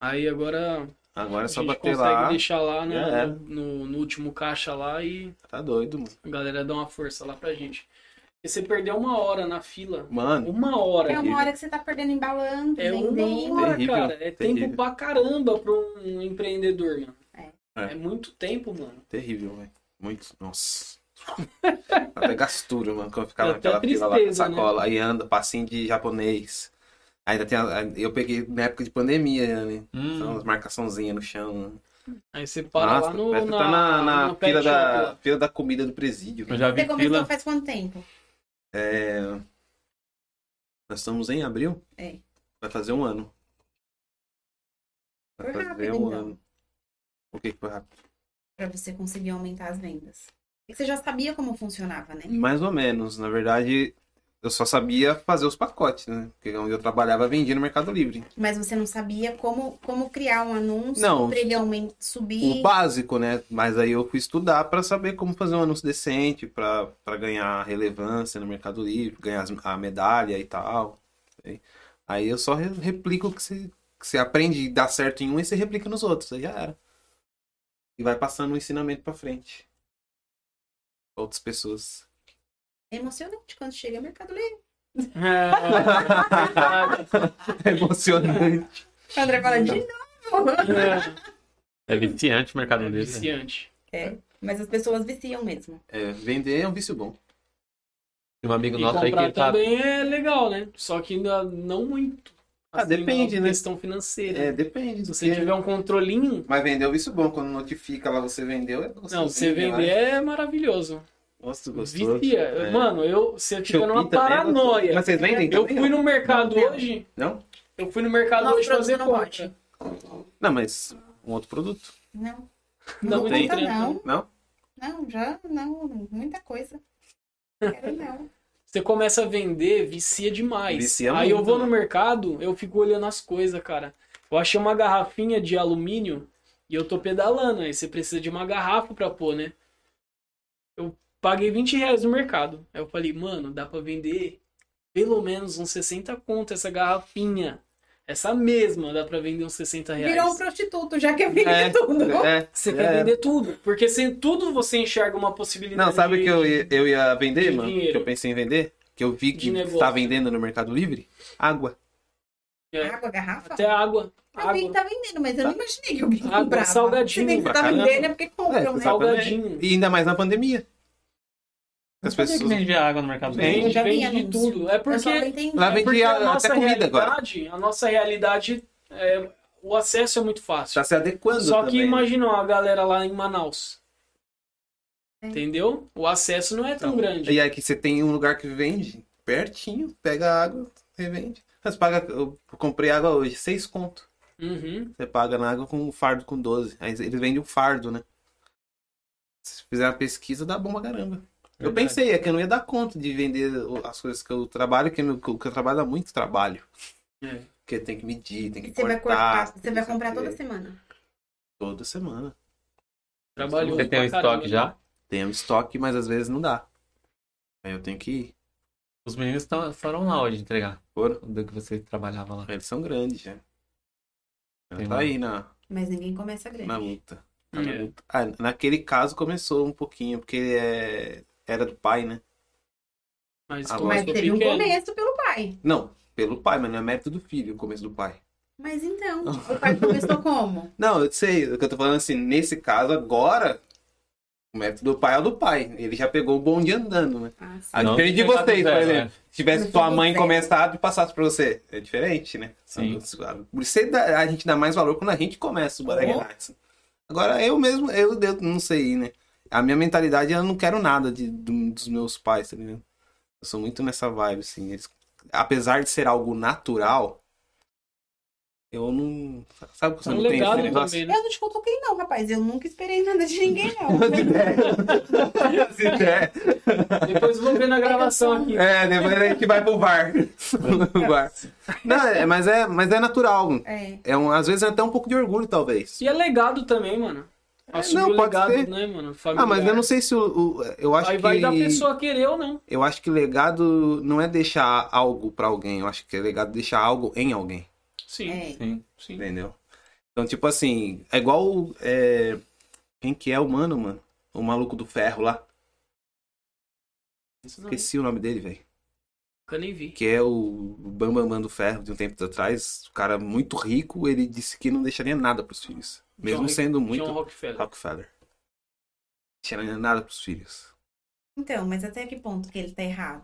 B: Aí agora
A: Agora é
B: a
A: só
B: gente
A: bater
B: consegue
A: lá.
B: deixar lá na-
A: Já era.
B: no, no último caixa lá e
A: Tá doido, mano.
B: a galera dá uma força lá pra gente. E você perdeu uma hora na fila.
A: Mano,
B: Uma hora.
C: É uma hora que você tá perdendo embalando,
B: É
C: vendendo.
B: uma hora,
A: Terrível,
B: cara. É
A: terrível.
B: tempo pra caramba pra um empreendedor, mano.
C: É.
A: É.
B: É muito tempo, mano.
A: terrível, velho. Muito. Nossa. Até gastura, mano, quando eu ficava
B: Dá até
A: naquela fila lá com
B: tristeza, né?
A: sacola. Aí anda, passinho de japonês. Ainda tem. a- Eu peguei na época de pandemia, né? São
D: Hum,
A: as marcaçãozinhas no chão.
B: Aí você para
A: Nossa,
B: lá no.
A: parece que tá na, na
B: no pet
A: fila,
B: shop
A: da,
B: lá.
A: fila da comida do presídio.
D: eu já vi
C: Você começou
D: fila.
C: faz quanto tempo?
A: É, Nós estamos em abril?
C: É.
A: Vai fazer um ano. Vai
C: Foi
A: fazer
C: rápido,
A: um
C: então.
A: ano. O que que foi rápido?
C: Pra você conseguir aumentar as vendas. É que Você já sabia como funcionava, né?
A: Mais ou menos. Na verdade, Eu só sabia fazer os pacotes, né? Porque onde eu trabalhava vendia no Mercado Livre.
C: Mas você não sabia como, como criar um anúncio
A: Não.
C: pra ele aumentar, subir.
A: O básico, né? Mas aí eu fui estudar pra saber como fazer um anúncio decente, pra pra ganhar relevância no Mercado Livre, ganhar as- a medalha e tal. Aí- Aí eu só re- replico o que você, que você aprende e dá certo em um e você replica nos outros. Aí já era. E vai passando o ensinamento pra frente. Outras pessoas.
C: É emocionante quando chega o Mercado Livre.
A: É emocionante.
C: O André fala de novo.
B: É,
D: É viciante o Mercado né?
B: é
D: Livre.
B: viciante.
C: Mas as pessoas viciam mesmo.
A: É, vender é um vício bom.
D: Tem um amigo
B: E
D: nosso aí
B: comprar
D: que tá.
B: também é legal, né? Só que ainda não muito. Assim,
A: Ah, depende,
B: na
A: né?
B: questão financeira.
A: É, depende do
B: Se você
A: que.
B: tiver um controlinho,
A: Mas vender é um vício bom. Quando notifica lá você vendeu, é gostoso.
B: não, você
A: Vender é lá.
B: vender é maravilhoso.
A: Nossa, gostoso.
B: Vicia.
A: É.
B: Mano, eu, você fica
A: Shopee
B: Tipo, numa
A: também é gostoso.
B: paranoia.
A: Mas vocês vendem
B: Eu
A: também,
B: fui
A: não?
B: no mercado
C: Não.
B: hoje.
A: Não?
B: Eu fui no mercado
C: Nosso
B: hoje fazer
C: produto não
B: compra.
A: Não, mas um outro produto.
C: Não.
B: Não,
C: não,
A: tem.
C: conta, não.
A: Não?
C: Não, já não. Muita coisa. Quero não.
B: Você começa a vender, vicia demais.
A: Vicia
B: Aí eu
A: muito, né?
B: vou no
A: mano.
B: mercado, eu fico olhando as coisas, cara. Eu achei uma garrafinha de alumínio e eu tô pedalando. Aí você precisa de uma garrafa pra pôr, né? Eu paguei 20 reais no mercado. Aí eu falei, mano, dá pra vender pelo menos uns 60 conto essa garrafinha. Essa mesma dá pra vender uns 60 reais.
C: Virou um prostituto, já que eu vendi
A: É.
C: tudo.
A: É.
B: Você
A: é.
B: quer vender tudo, porque sem tudo você enxerga uma possibilidade.
A: Não, sabe o
B: de-
A: que eu ia, eu ia vender,
B: de
A: mano?
B: dinheiro.
A: Que eu pensei em vender? Que eu vi
B: De
A: que
B: negócio.
A: tá vendendo no Mercado Livre? Água.
B: É.
C: Água, garrafa?
B: Até água.
C: Eu vi que
B: água.
C: tá vendendo, mas eu não imaginei que alguém
B: Água,
C: comprava.
B: salgadinho,
C: Se bem que
A: pra
C: tá
A: caramba.
C: vendendo é porque compram,
A: É,
C: né?
A: exato.
B: Salgadinho.
A: E ainda mais na pandemia. As
D: Pessoas... que
A: pessoas.
D: vende água no Mercado
A: Vende.
D: Livre.
C: já vi
B: Depende de
C: anúncio.
B: tudo. É
C: Eu só não
B: porque,
C: entendi.
A: Lá
B: é porque
A: vende
B: a
A: a-
B: nossa
A: até comida agora.
B: realidade, a nossa realidade, é, o acesso é muito fácil.
A: Tá se adequando.
B: Só que
A: também.
B: imagina a galera lá em Manaus.
C: É.
B: Entendeu? O acesso não é tão
A: Então,
B: grande.
A: E aí que você tem um lugar que vende pertinho, pega a água, revende. Mas paga. Eu comprei água hoje, seis conto.
B: Uhum.
A: Você paga na água com um fardo com 12. Aí eles vendem um fardo, né? Se fizer uma pesquisa, dá bom pra caramba. Eu
D: Verdade.
A: pensei, é que eu não ia dar conta de vender o- as coisas que eu trabalho, que, meu- que eu trabalho dá muito trabalho.
B: É.
A: Porque tem que medir, tem que
C: Você
A: cortar.
C: vai, cortar, você
A: tem
C: vai
A: que
C: comprar toda
A: fazer.
C: semana.
A: Toda semana.
B: Trabalhoso
D: Você tem um
B: pra caramba. né?
D: estoque já?
A: Tem um estoque, mas às vezes não dá. Aí eu tenho que ir.
D: Os meninos tão- foram lá hoje entregar.
A: Foram?
D: Do que você trabalhava lá.
A: Eles são grandes, já. Ela
D: Tem um-
A: tá
D: lá.
A: aí na,
C: Mas ninguém começa grande.
A: na luta.
B: É.
A: Ah, naquele caso começou um pouquinho, porque é... era do pai, né?
B: Mas,
A: Agora-
C: Mas
B: começou
C: teve um
B: pequeno.
C: começo pelo pai.
A: Não, pelo pai, mas não é mérito do filho, o começo do pai.
C: Mas então, o pai começou como?
A: Não, eu sei, o que eu tô falando assim, nesse caso, agora, o mérito do pai é o do pai. Ele já pegou o bonde andando, né?
C: Ah, sim.
A: A
D: Não,
A: diferença de
D: tem que
A: vocês,
D: começar
A: por
D: do zero,
A: exemplo. Se tivesse
C: Não
A: sua
C: tem
A: mãe
C: zero.
A: começado e passasse pra você, é diferente, né?
D: Sim.
A: Por isso você dá- a gente dá mais valor quando a gente começa o Barang
C: Uhum.
A: Nights. Agora, eu mesmo, eu, eu não sei, né? A minha mentalidade, eu não quero nada de, do- dos meus pais, tá ligado? Eu sou muito nessa vibe, assim. Eles, apesar de ser algo natural, eu não... Sabe que
B: É
A: você
B: um
A: não tem
B: legado
A: esse negócio?
B: também, né?
C: Eu não te cutuquei não, rapaz. Eu nunca esperei nada de ninguém, não.
A: Se der.
B: Depois eu vou ver na gravação aqui.
A: É, depois a gente vai pro bar. Pro bar. Não, é, mas, é, mas é natural.
C: É.
A: É um, às vezes é até um pouco de orgulho, talvez.
B: E é legado também, mano.
A: É,
B: Assumir
A: não,
B: o
A: pode
B: legado,
A: ser.
B: né, mano?
A: Ah, mas eu
B: Familiar.
A: não sei se o. o- eu acho
B: Aí
A: que.
B: vai da pessoa querer ou não.
A: Eu acho que legado não é deixar algo pra alguém. Eu acho que é legado deixar algo em alguém.
B: Sim,
C: É.
D: Sim.
B: sim.
A: Entendeu? Então, tipo assim, é igual. é, quem que é o mano, mano? O maluco do ferro lá.
B: Isso não,
A: Esqueci o nome dele, velho.
B: nunca nem vi.
A: que é o Bambambam do Ferro de um tempo atrás, o cara muito rico, ele disse que não deixaria nada pros filhos. Mesmo
B: John-
A: sendo
B: John
A: muito
B: Rockefeller.
A: Rockefeller. Deixaria nada pros filhos.
C: Então, mas até que ponto que ele tá errado?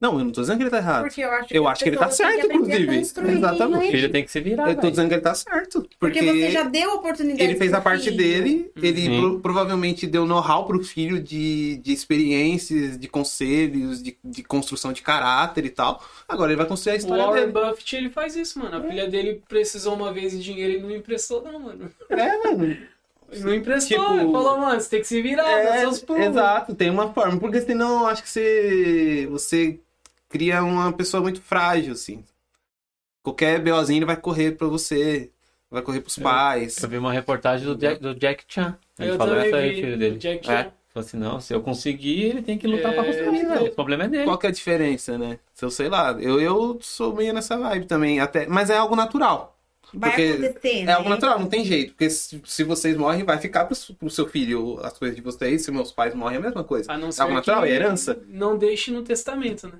A: Não, eu não tô dizendo que ele tá errado.
C: Porque eu acho que
A: Eu
C: as
A: acho que ele tá
C: pessoas têm
A: certo,
C: aprender a
A: inclusive.
C: construir, né?
A: Exatamente.
D: O filho tem que se virar.
A: Eu tô
D: velho.
A: dizendo que ele tá certo. Porque,
C: Porque você já deu a oportunidade.
A: ele fez
C: pro
A: a parte
C: filho.
A: dele, ele
D: Uhum.
A: pro- provavelmente deu know-how pro filho de, de experiências, de conselhos, de, de construção de caráter e tal. Agora ele vai construir a
B: O
A: história
B: Warren
A: dele.
B: Buffett, ele faz isso, mano. A
A: É.
B: filha dele precisou uma vez de dinheiro e não emprestou, não, mano.
A: É, mano.
B: Não emprestou.
A: Tipo-
B: Ele falou, mano, você tem que se virar,
A: É,
B: dá seus pulos.
A: Exato, tem uma forma. Porque senão eu acho que você, você cria uma pessoa muito frágil, assim. Qualquer BOzinho ele vai correr pra você, vai correr pros pais.
D: Eu vi uma reportagem do Jack, do Jack Chan. Ele
B: eu
D: falou
B: também
D: essa aí,
B: vi
D: filho dele.
B: Jack
D: É.
B: Chan.
D: Falou assim, não, se eu conseguir, ele tem que lutar
B: É,
D: pra conseguir,
B: então.
D: velho. O problema é dele.
A: Qual que é a diferença, né? Se eu sei lá, eu, eu sou meio nessa vibe também, até, mas é algo natural.
C: Vai
A: Porque
C: acontecer,
A: É
C: né?
A: algo natural, não tem jeito. Porque se, se vocês morrem, vai ficar pro, su- pro seu filho as coisas de vocês. Se meus pais morrem, é a mesma coisa.
B: A não ser
A: algo natural,
B: que
A: é herança.
B: não deixe no testamento, né?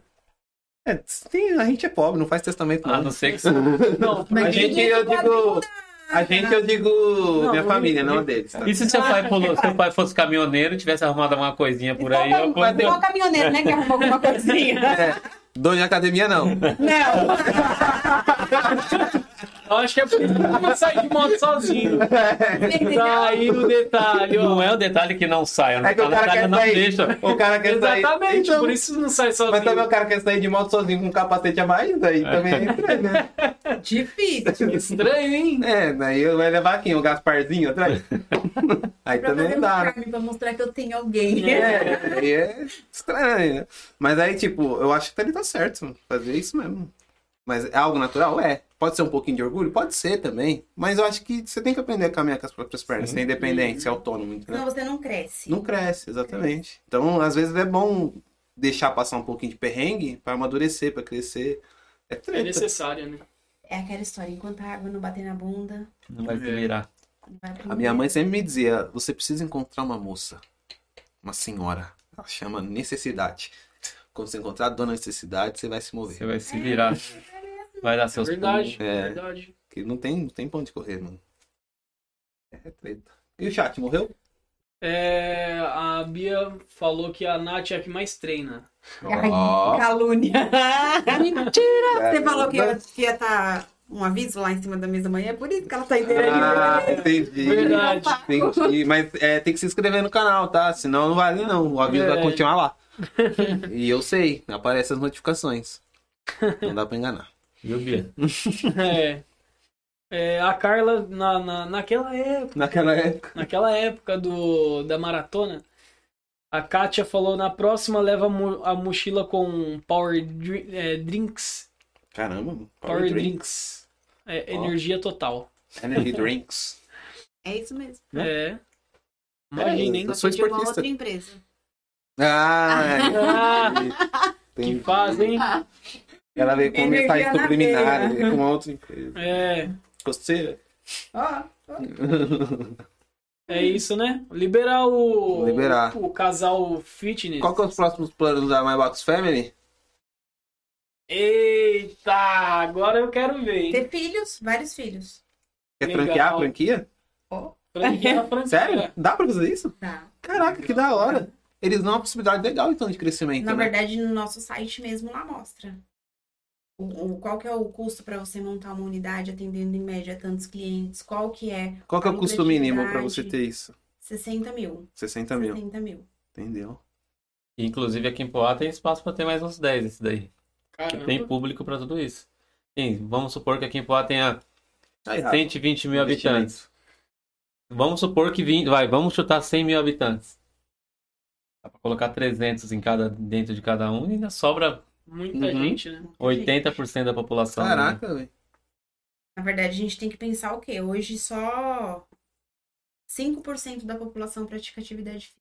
A: É, tem- a gente é pobre, não faz testamento, não.
D: A não ser que você
B: Não,
E: Mas
A: a
E: ninguém
A: gente, eu
E: pode
A: digo. A gente, eu digo. minha
B: não,
A: família, não
B: não.
A: a deles. tá?
D: E se seu pai, pulou- seu pai fosse caminhoneiro e tivesse arrumado alguma coisinha por
A: Então
D: aí, eu
E: Só
D: quando-
E: o um caminhoneiro, né? Que arrumou alguma coisinha.
A: É, dono de academia, não.
E: Não.
B: eu acho que é por isso que eu não sai de moto sozinho. Tá aí o detalhe, ó.
D: Não é o detalhe que não sai, é o
A: um É que o cara
D: detalhe
A: quer
D: não
A: sair.
D: deixa.
A: O cara quer sair.
B: Exatamente,
A: Então,
B: por isso não sai sozinho.
A: Mas também o cara quer sair de moto sozinho com um capacete a mais, daí também é estranho, né?
E: Difícil.
B: Estranho, hein?
A: É, daí vai levar quem? O Gasparzinho atrás? Aí
E: Pra
A: também
E: fazer
A: não
E: um
A: dá, né?
E: charme, pra mostrar que eu tenho
C: Né?
E: alguém.
A: É, aí é estranho. né? Mas aí, tipo, eu acho que ele tá certo mano, fazer isso mesmo. Mas é algo natural? É. Pode ser um pouquinho de orgulho? Pode ser também. Mas eu acho que você tem que aprender a caminhar com as próprias pernas, ser independente, ser autônomo, entendeu?
C: Senão você não cresce.
A: Não cresce, exatamente. Então, às vezes é bom deixar passar um pouquinho de perrengue pra amadurecer, pra crescer. É
B: É
A: treta.
B: necessário, né?
C: É aquela história, enquanto a água não bater na bunda,
D: Não vai
B: É.
D: se virar.
C: não vai
A: A minha mãe sempre me dizia: você precisa encontrar uma moça, uma senhora. Ela chama necessidade. Quando você encontrar a dona necessidade, você vai se mover.
D: Você vai se virar. Vai dar
B: É
D: seus
B: verdade,
D: pulos.
A: É.
B: é verdade.
A: Que não tem, não tem pra onde correr, mano. É treta. E o chat morreu?
B: É, a Bia falou que a Nath é a que mais treina.
E: Ai,
A: Ó. É,
E: calúnia.
C: Você falou que ia, que ia tá um aviso lá em cima da mesa amanhã, é por isso que ela tá
A: Ah,
C: interagindo.
A: entendi.
B: Verdade.
A: Entendi. Mas é, tem que se inscrever no canal, tá? Senão não vale não. O aviso vai
B: É.
A: continuar lá. E eu sei, aparecem as notificações. Não dá pra enganar.
D: Viu, Bia?
B: É. É, a Carla, na, na, naquela época,
A: Naquela época.
B: naquela época do, da maratona, a Kátia falou, na próxima leva a mo- a mochila com power dri- é, drinks.
A: Caramba, mano.
B: Power, drinks. É,
A: Ó.
B: energia total.
A: Energy drinks.
C: É isso mesmo.
B: É. Imagina, hein?
A: Eu sou
C: Só que de uma
A: esportista.
C: outra empresa.
A: Ah,
B: Ah, que
A: entendi.
B: fase, hein?
A: Ela veio com
C: Energia
A: mensagem
C: na
A: subliminar, veio com uma outra empresa.
B: É.
A: Costeira.
E: Ó,
B: É isso, né? Liberar o,
A: Liberar.
B: o casal fitness.
A: Qual que é os próximos planos da My Box Family?
B: Eita, agora eu quero ver. hein?
C: Ter filhos, vários filhos.
A: Quer
B: Legal. É.
A: franquear a franquia?
B: Franquia, franquia.
A: Sério? Dá pra fazer isso?
C: Tá.
A: Caraca, que da hora. Eles dão uma possibilidade legal, então, de crescimento,
C: Na
A: né?
C: verdade, no nosso site mesmo lá mostra. O, o- qual que é o custo para você montar uma unidade atendendo em média tantos clientes? Qual que é?
A: Qual que é o custo
C: Lucratividade.
A: mínimo pra você ter isso?
C: 60 mil.
A: 60 mil,
C: 60 mil.
A: entendeu?
D: Inclusive aqui em Poá tem espaço pra ter mais uns 10 esse daí.
B: Caramba.
D: Tem público pra tudo isso. Sim, vamos supor que aqui em Poá tenha
A: Aí, Rafa,
D: 120 mil
A: investimento.
D: habitantes. Vamos supor que 20, vai, vamos chutar 100 mil habitantes. Dá pra colocar 300 em cada, dentro de cada um e ainda sobra
B: Muita
A: Uhum.
B: gente, né?
D: 80% da população. né?
A: Caraca, velho.
C: Na verdade, a gente tem que pensar o quê? Hoje só 5% da população pratica atividade física.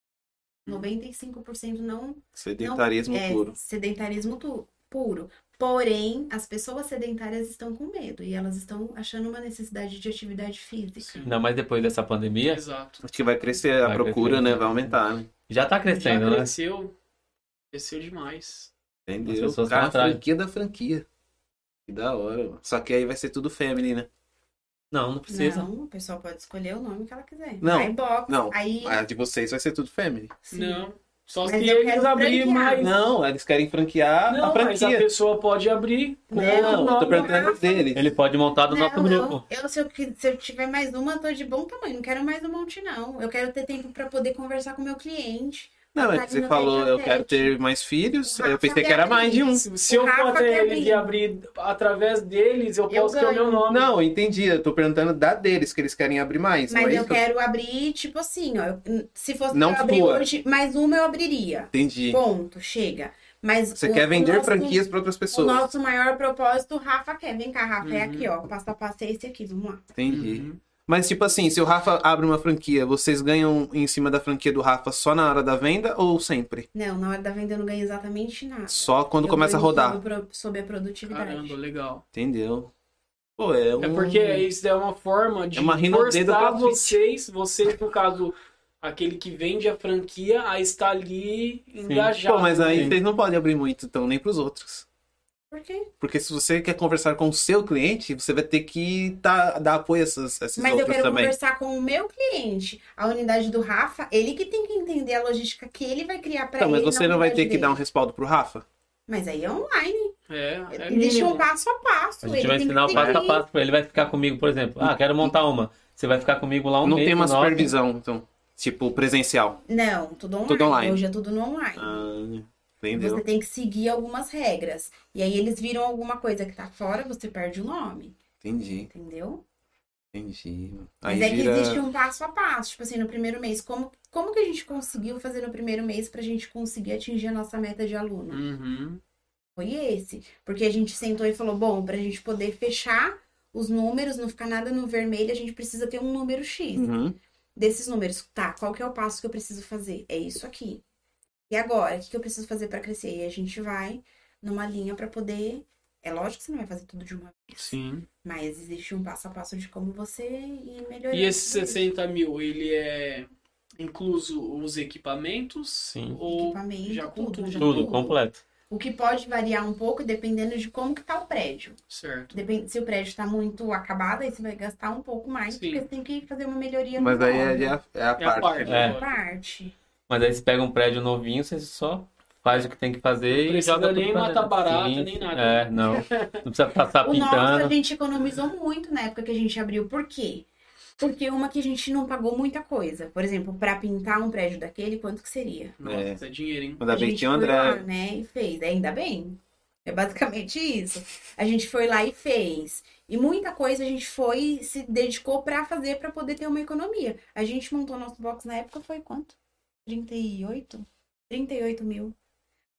C: 95% não
A: Sedentarismo
C: é
A: puro.
C: sedentarismo tu- puro. Porém, as pessoas sedentárias estão com medo e elas estão achando uma necessidade de atividade física.
B: Sim.
D: Ainda mais depois dessa
A: é
D: pandemia.
B: Exato.
A: Acho que vai crescer a
D: Vai
A: procura,
D: crescer.
A: né? Vai aumentar, né?
D: Já tá
B: Já
D: crescendo, né?
B: cresceu. Cresceu demais.
A: Entendeu?
D: As pessoas
A: Cara,
D: vão atrás.
A: franquia da franquia. Que da hora, mano. Só que aí vai ser tudo family, né?
D: Não, não precisa.
C: Não, o pessoal pode escolher o nome que ela quiser.
A: Não,
C: Aí box,
A: não.
C: aí assim.
A: A de vocês vai ser tudo family.
C: sim.
B: Não. Só
C: Mas
B: se
C: eu
B: eles
C: quero
B: abrirem
C: franquear.
B: mais.
A: Não, eles querem franquear
B: Não,
A: a
B: mas a
A: franquia.
B: pessoa pode abrir. com
C: Não,
B: outro
A: Não, eu tô
B: nome.
A: perguntando deles.
D: Ele pode montar do nosso
C: Não,
D: grupo.
C: Eu, eu, se, eu, qui- se eu tiver mais uma, eu tô de bom tamanho. Não quero mais um monte, não. Eu quero ter tempo para poder conversar com o meu cliente.
A: Não, é
C: Tá
A: que você
C: no
A: falou, eu
C: Red
A: quero
C: Cat.
A: ter mais filhos.
C: Rafa
A: Eu pensei que
C: quer
A: era mais de um.
B: Se, se eu
C: O
B: for
C: Rafa
B: até
C: quer
B: eles e abrir através deles, eu
C: Eu
B: posso ter o meu
C: ganho.
B: nome.
A: Não, eu entendi. Eu tô perguntando da deles, que eles querem abrir mais. não
C: Mas
A: é
C: eu
A: isso?
C: quero abrir, tipo assim, ó. eu- Se fosse
A: Não
C: pra eu abrir
A: sua.
C: hoje, mais uma eu abriria.
A: Entendi.
C: Ponto, chega. Mas
A: Você
C: o-
A: quer
C: o
A: vender
C: nosso-
A: franquias para outras
C: O
A: pessoas.
C: nosso maior propósito, o Rafa quer. Vem cá, Rafa, é
B: Uhum.
C: aqui, ó. Passo a passo é esse aqui, vamos lá.
A: Entendi. Mas, tipo assim, se o Rafa abre uma franquia, vocês ganham em cima da franquia do Rafa só na hora da venda ou sempre?
C: Não, na hora da venda eu não ganho exatamente nada.
A: Só quando
C: Eu
A: começa a
C: ganho
A: rodar.
C: sobre pro- Sobre a produtividade.
B: Caramba, legal.
A: Entendeu? Pô, é um...
B: É porque isso é uma forma de
A: É uma rinodeda pra
B: forçar
A: frente.
B: vocês, vocês, no caso, aquele que vende a franquia, a estar ali engajado.
A: Pô, mas aí
D: Sim.
A: vocês não podem abrir muito, então, nem pros outros.
C: Por quê?
A: Porque se você quer conversar com o seu cliente, você vai ter que tá- dar apoio a essas, a esses
C: Mas eu
A: outros
C: quero
A: também.
C: conversar com o meu cliente. A unidade do Rafa, ele que tem que entender a logística que ele vai criar pra
A: Então, mas
C: ele.
A: você
C: na
A: não vai ter
C: unidade
A: que dar um
C: dele.
A: respaldo pro Rafa?
C: Mas aí é online.
B: É, é
C: Existe um
B: mínimo.
C: passo a passo.
D: A gente
C: ele
D: vai
C: tem que
D: ensinar o passo a
C: seguir.
D: passo pra ele. Ele vai ficar comigo, por exemplo. Ah, quero montar uma. Você vai ficar comigo lá um
A: não
D: mês.
A: tem uma
D: nove.
A: supervisão, então. Tipo, presencial.
C: Não, tudo online.
A: Tudo online.
C: Hoje é tudo no online.
A: Ah, entendeu?
C: Você tem que seguir algumas regras. E aí eles viram alguma coisa que tá fora, você perde o nome,
A: Entendi,
C: entendeu?
A: entendi. Aí
C: Mas é
A: vira...
C: que existe um passo a passo, tipo assim, no primeiro mês. Como, como que a gente conseguiu fazer no primeiro mês pra gente conseguir atingir a nossa meta de aluno?
A: Hum.
B: Uhum.
C: Foi esse. Porque a gente sentou e falou, bom, pra gente poder fechar os números, não ficar nada no vermelho, a gente precisa ter um número X.
A: Uhum.
C: desses números, tá, qual que é o passo que eu preciso fazer? É isso aqui. E agora, o que que eu preciso fazer pra crescer? E a gente vai numa linha pra poder. É lógico que você não vai fazer tudo de uma vez,
B: Sim.
C: mas existe um passo a passo de como você ir melhorando.
B: E esses
C: tudo isso.
B: 60 mil, ele é incluso os equipamentos?
D: Sim.
B: Ou
C: Equipamento,
B: já com tudo.
C: já
D: Tudo, completo.
C: O que pode variar um pouco dependendo de como que tá o prédio.
B: certo?
C: Depende, se o prédio tá muito acabado, aí você vai gastar um pouco mais,
B: Sim.
C: porque você tem que fazer uma melhoria
A: Mas
C: na
A: aí é,
C: obra.
A: é a, é a
B: É
A: parte.
B: a parte.
D: É.
B: agora.
C: parte.
D: Mas aí você pega um prédio novinho, você só faz o que tem que fazer
B: Não
D: e
B: precisa
D: joga tudo
B: nem
D: pra
B: matar
D: dentro.
B: barata,
D: Sim,
B: nem nada.
D: É, não. Não precisa passar
C: O nosso a
D: tá pintando.
C: gente economizou muito na época que a gente abriu. Por quê? Porque uma que a gente não pagou muita coisa. Por exemplo, pra pintar um prédio daquele, quanto que seria?
B: Nossa, isso é dinheiro, hein?
A: Ainda
C: a
A: bem
C: gente
A: que o
C: foi
A: André.
C: lá, né, e fez. Ainda bem. É basicamente isso. A gente foi lá e fez. E muita coisa a gente foi se dedicou pra fazer pra poder ter uma economia. A gente montou nosso box na época foi quanto? 38? 38 mil.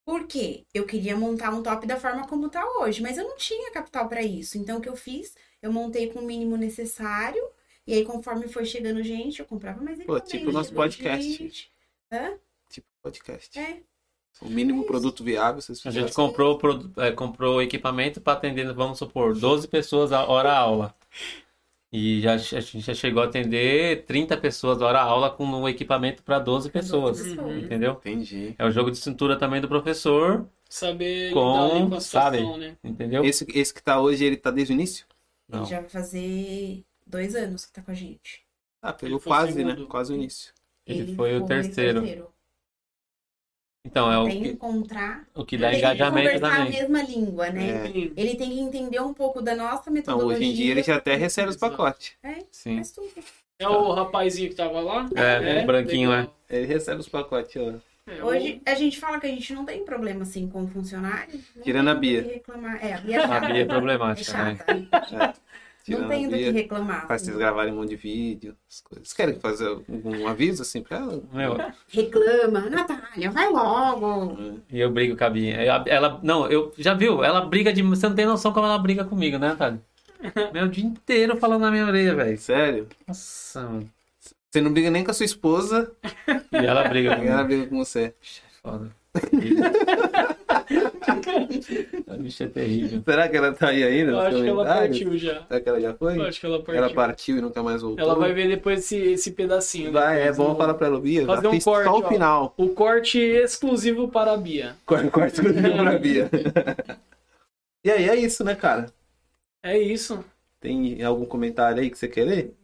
C: Por quê? Eu queria montar um top da forma como tá hoje, mas eu não tinha capital pra isso. Então o que eu fiz? Eu montei com o mínimo necessário. E aí, conforme foi chegando gente, eu comprava mais
A: Pô,
C: equipamento.
A: tipo o nosso
C: chegou
A: podcast.
C: gente.
A: Tipo, podcast.
C: É.
A: O mínimo produto viável, vocês
D: A
A: fizeram.
D: gente comprou, o produ- é, comprou o equipamento para atender, vamos supor, 12 pessoas a hora aula. E já, a gente já chegou a atender 30 pessoas a hora aula com o equipamento para 12 pessoas.
B: Uhum.
D: Entendeu?
A: Entendi.
D: É o jogo de cintura também do professor,
B: Saber
D: Com-
B: lidar ali com a
D: sabe?
B: situação, né?
D: entendeu?
A: Esse, esse que tá hoje, ele tá desde o início?
D: Não.
C: Ele já vai fazer dois anos que tá com a gente.
A: Ah,
B: Ele
A: pegou
B: foi o
A: quase, né?
B: segundo.
A: Quase o início.
D: Ele foi o terceiro. Então, é o
C: Tem que
D: que,
C: encontrar.
D: o que dá
C: tem que
D: engajamento
C: conversar
D: também.
C: a mesma língua, né?
A: É.
B: Sim.
C: Ele tem que entender um pouco da nossa
A: Não,
C: metodologia.
A: hoje em dia ele já até recebe os
B: Exato.
A: pacotes.
D: Sim.
C: Mas tudo.
B: É o rapazinho que tava lá?
D: É, o branquinho,
B: legal.
A: Ele recebe os pacotes, ó.
B: É,
C: Hoje a gente fala que a gente não tem problema assim com funcionário. não
A: Tirando
C: tem
A: a
C: do
A: Bia.
C: que reclamar. É, a Bia é
D: A Bia é
C: chata. É
D: problemática, né?
C: chata.
A: Tirando
C: Não
A: a
C: tem do que
A: Bia,
C: reclamar. assim.
A: Faz vocês gravarem um monte de vídeo, as coisas. Vocês querem fazer algum aviso, assim, pra ela?
D: Meu,
C: Reclama, Natália, vai logo.
D: E eu brigo com a Bia. Ela, ela- não, eu já viu? Ela briga de. Você não tem noção como ela briga comigo, né, Natália? Meu o dia inteiro falando na minha orelha, velho.
A: Sério?
D: Nossa, mano.
A: Você não briga nem com a sua esposa,
D: E ela briga
A: e ela
D: comigo.
A: briga com você.
D: Foda. a bicha é terrível.
A: Será que ela tá aí ainda?
B: Eu
A: nos
B: acho que ela
A: comentários?
B: partiu já.
A: Será que ela já foi?
B: Eu acho que ela partiu.
A: Ela partiu e nunca mais voltou.
B: Ela vai ver depois esse, esse pedacinho. né?
A: Vai, é
B: Mas
A: bom
B: o-
A: falar pra ela, Bia.
B: Fazer um
A: assiste
B: corte,
A: só o
B: ó.
A: final.
B: O corte exclusivo para a Bia.
A: Corte corte do Rio pra Bia. E aí, é isso, né, cara?
B: É isso.
A: Tem algum comentário aí que você quer ler?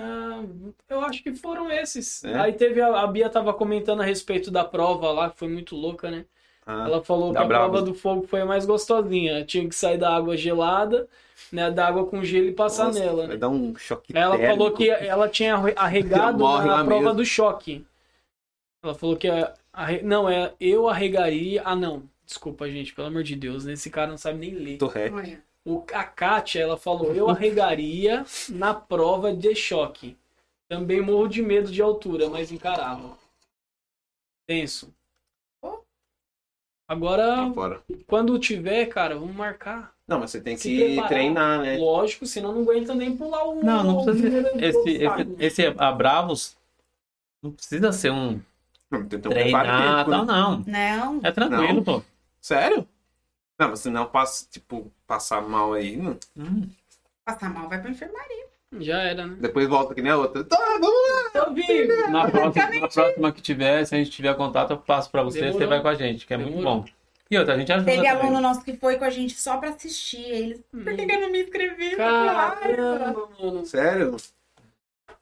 B: Ah, eu acho que foram esses.
A: É?
B: Aí teve a, a Bia tava comentando a respeito da prova lá, que foi muito louca, né?
A: Ah,
B: Ela falou
D: Tá
B: que a
D: brava.
B: prova do fogo foi a mais gostosinha. Tinha que sair da água gelada, né? Da água com gelo e passar
A: nossa,
B: nela, né?
A: Vai dar um choque
B: Ela
A: térmico.
B: falou que ela tinha arre- arregado
A: Morre
B: na
A: lá
B: prova
A: mesmo.
B: do choque. Ela falou que a- arre- não é eu arregaria. Ah, não. Desculpa, gente, pelo amor de Deus, né? esse cara não sabe nem ler.
A: Torré.
C: Olha,
B: O, a Kátia, ela falou: Eu arregaria na prova de choque. Também morro de medo de altura, mas encarava. Tenso. Agora,
A: Tá fora.
B: quando tiver, cara, vamos marcar.
A: Não, mas você tem
B: Se
A: que
B: preparar.
A: treinar, né?
B: Lógico, senão não aguenta nem pular o.
D: Não, não precisa
B: o
D: ser.
B: primeiro
D: Esse, esse,
B: obstáculo.
D: esse a Bravos não precisa ser um
A: Não, tem que ter um preparo
D: treinar,
A: físico, né?
B: tá?
D: tal, não.
C: Não.
D: É tranquilo, pô.
A: Sério? Não, mas se não passa, tipo, passar mal aí, não.
D: Hum.
C: Passar mal vai pra enfermaria.
B: Já era, né?
A: depois volta que nem a outra. Tá, vamos lá.
B: Tô vivo!
D: Na, próxima, na próxima que tiver, se a gente tiver contato, eu passo pra você, você
B: Demorou.
D: vai com a gente, que é muito
B: Demorou.
D: bom. E outra, a gente ajuda
C: Teve
D: também.
C: aluno nosso que foi com a gente só pra assistir. Ele, por que, que eu não me
A: tá
C: inscrevi? Claro.
B: Hum, Caramba, mano.
A: Sério?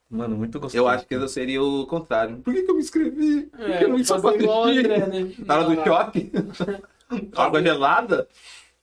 D: Mano, muito gostoso.
A: Eu acho que eu seria o contrário. Por que, que eu me inscrevi? Por que,
B: É,
A: que eu não me
B: fazer igual o
A: inscrevi?
B: André, né?
A: Na hora do
B: Não,
A: shopping? Água gelada?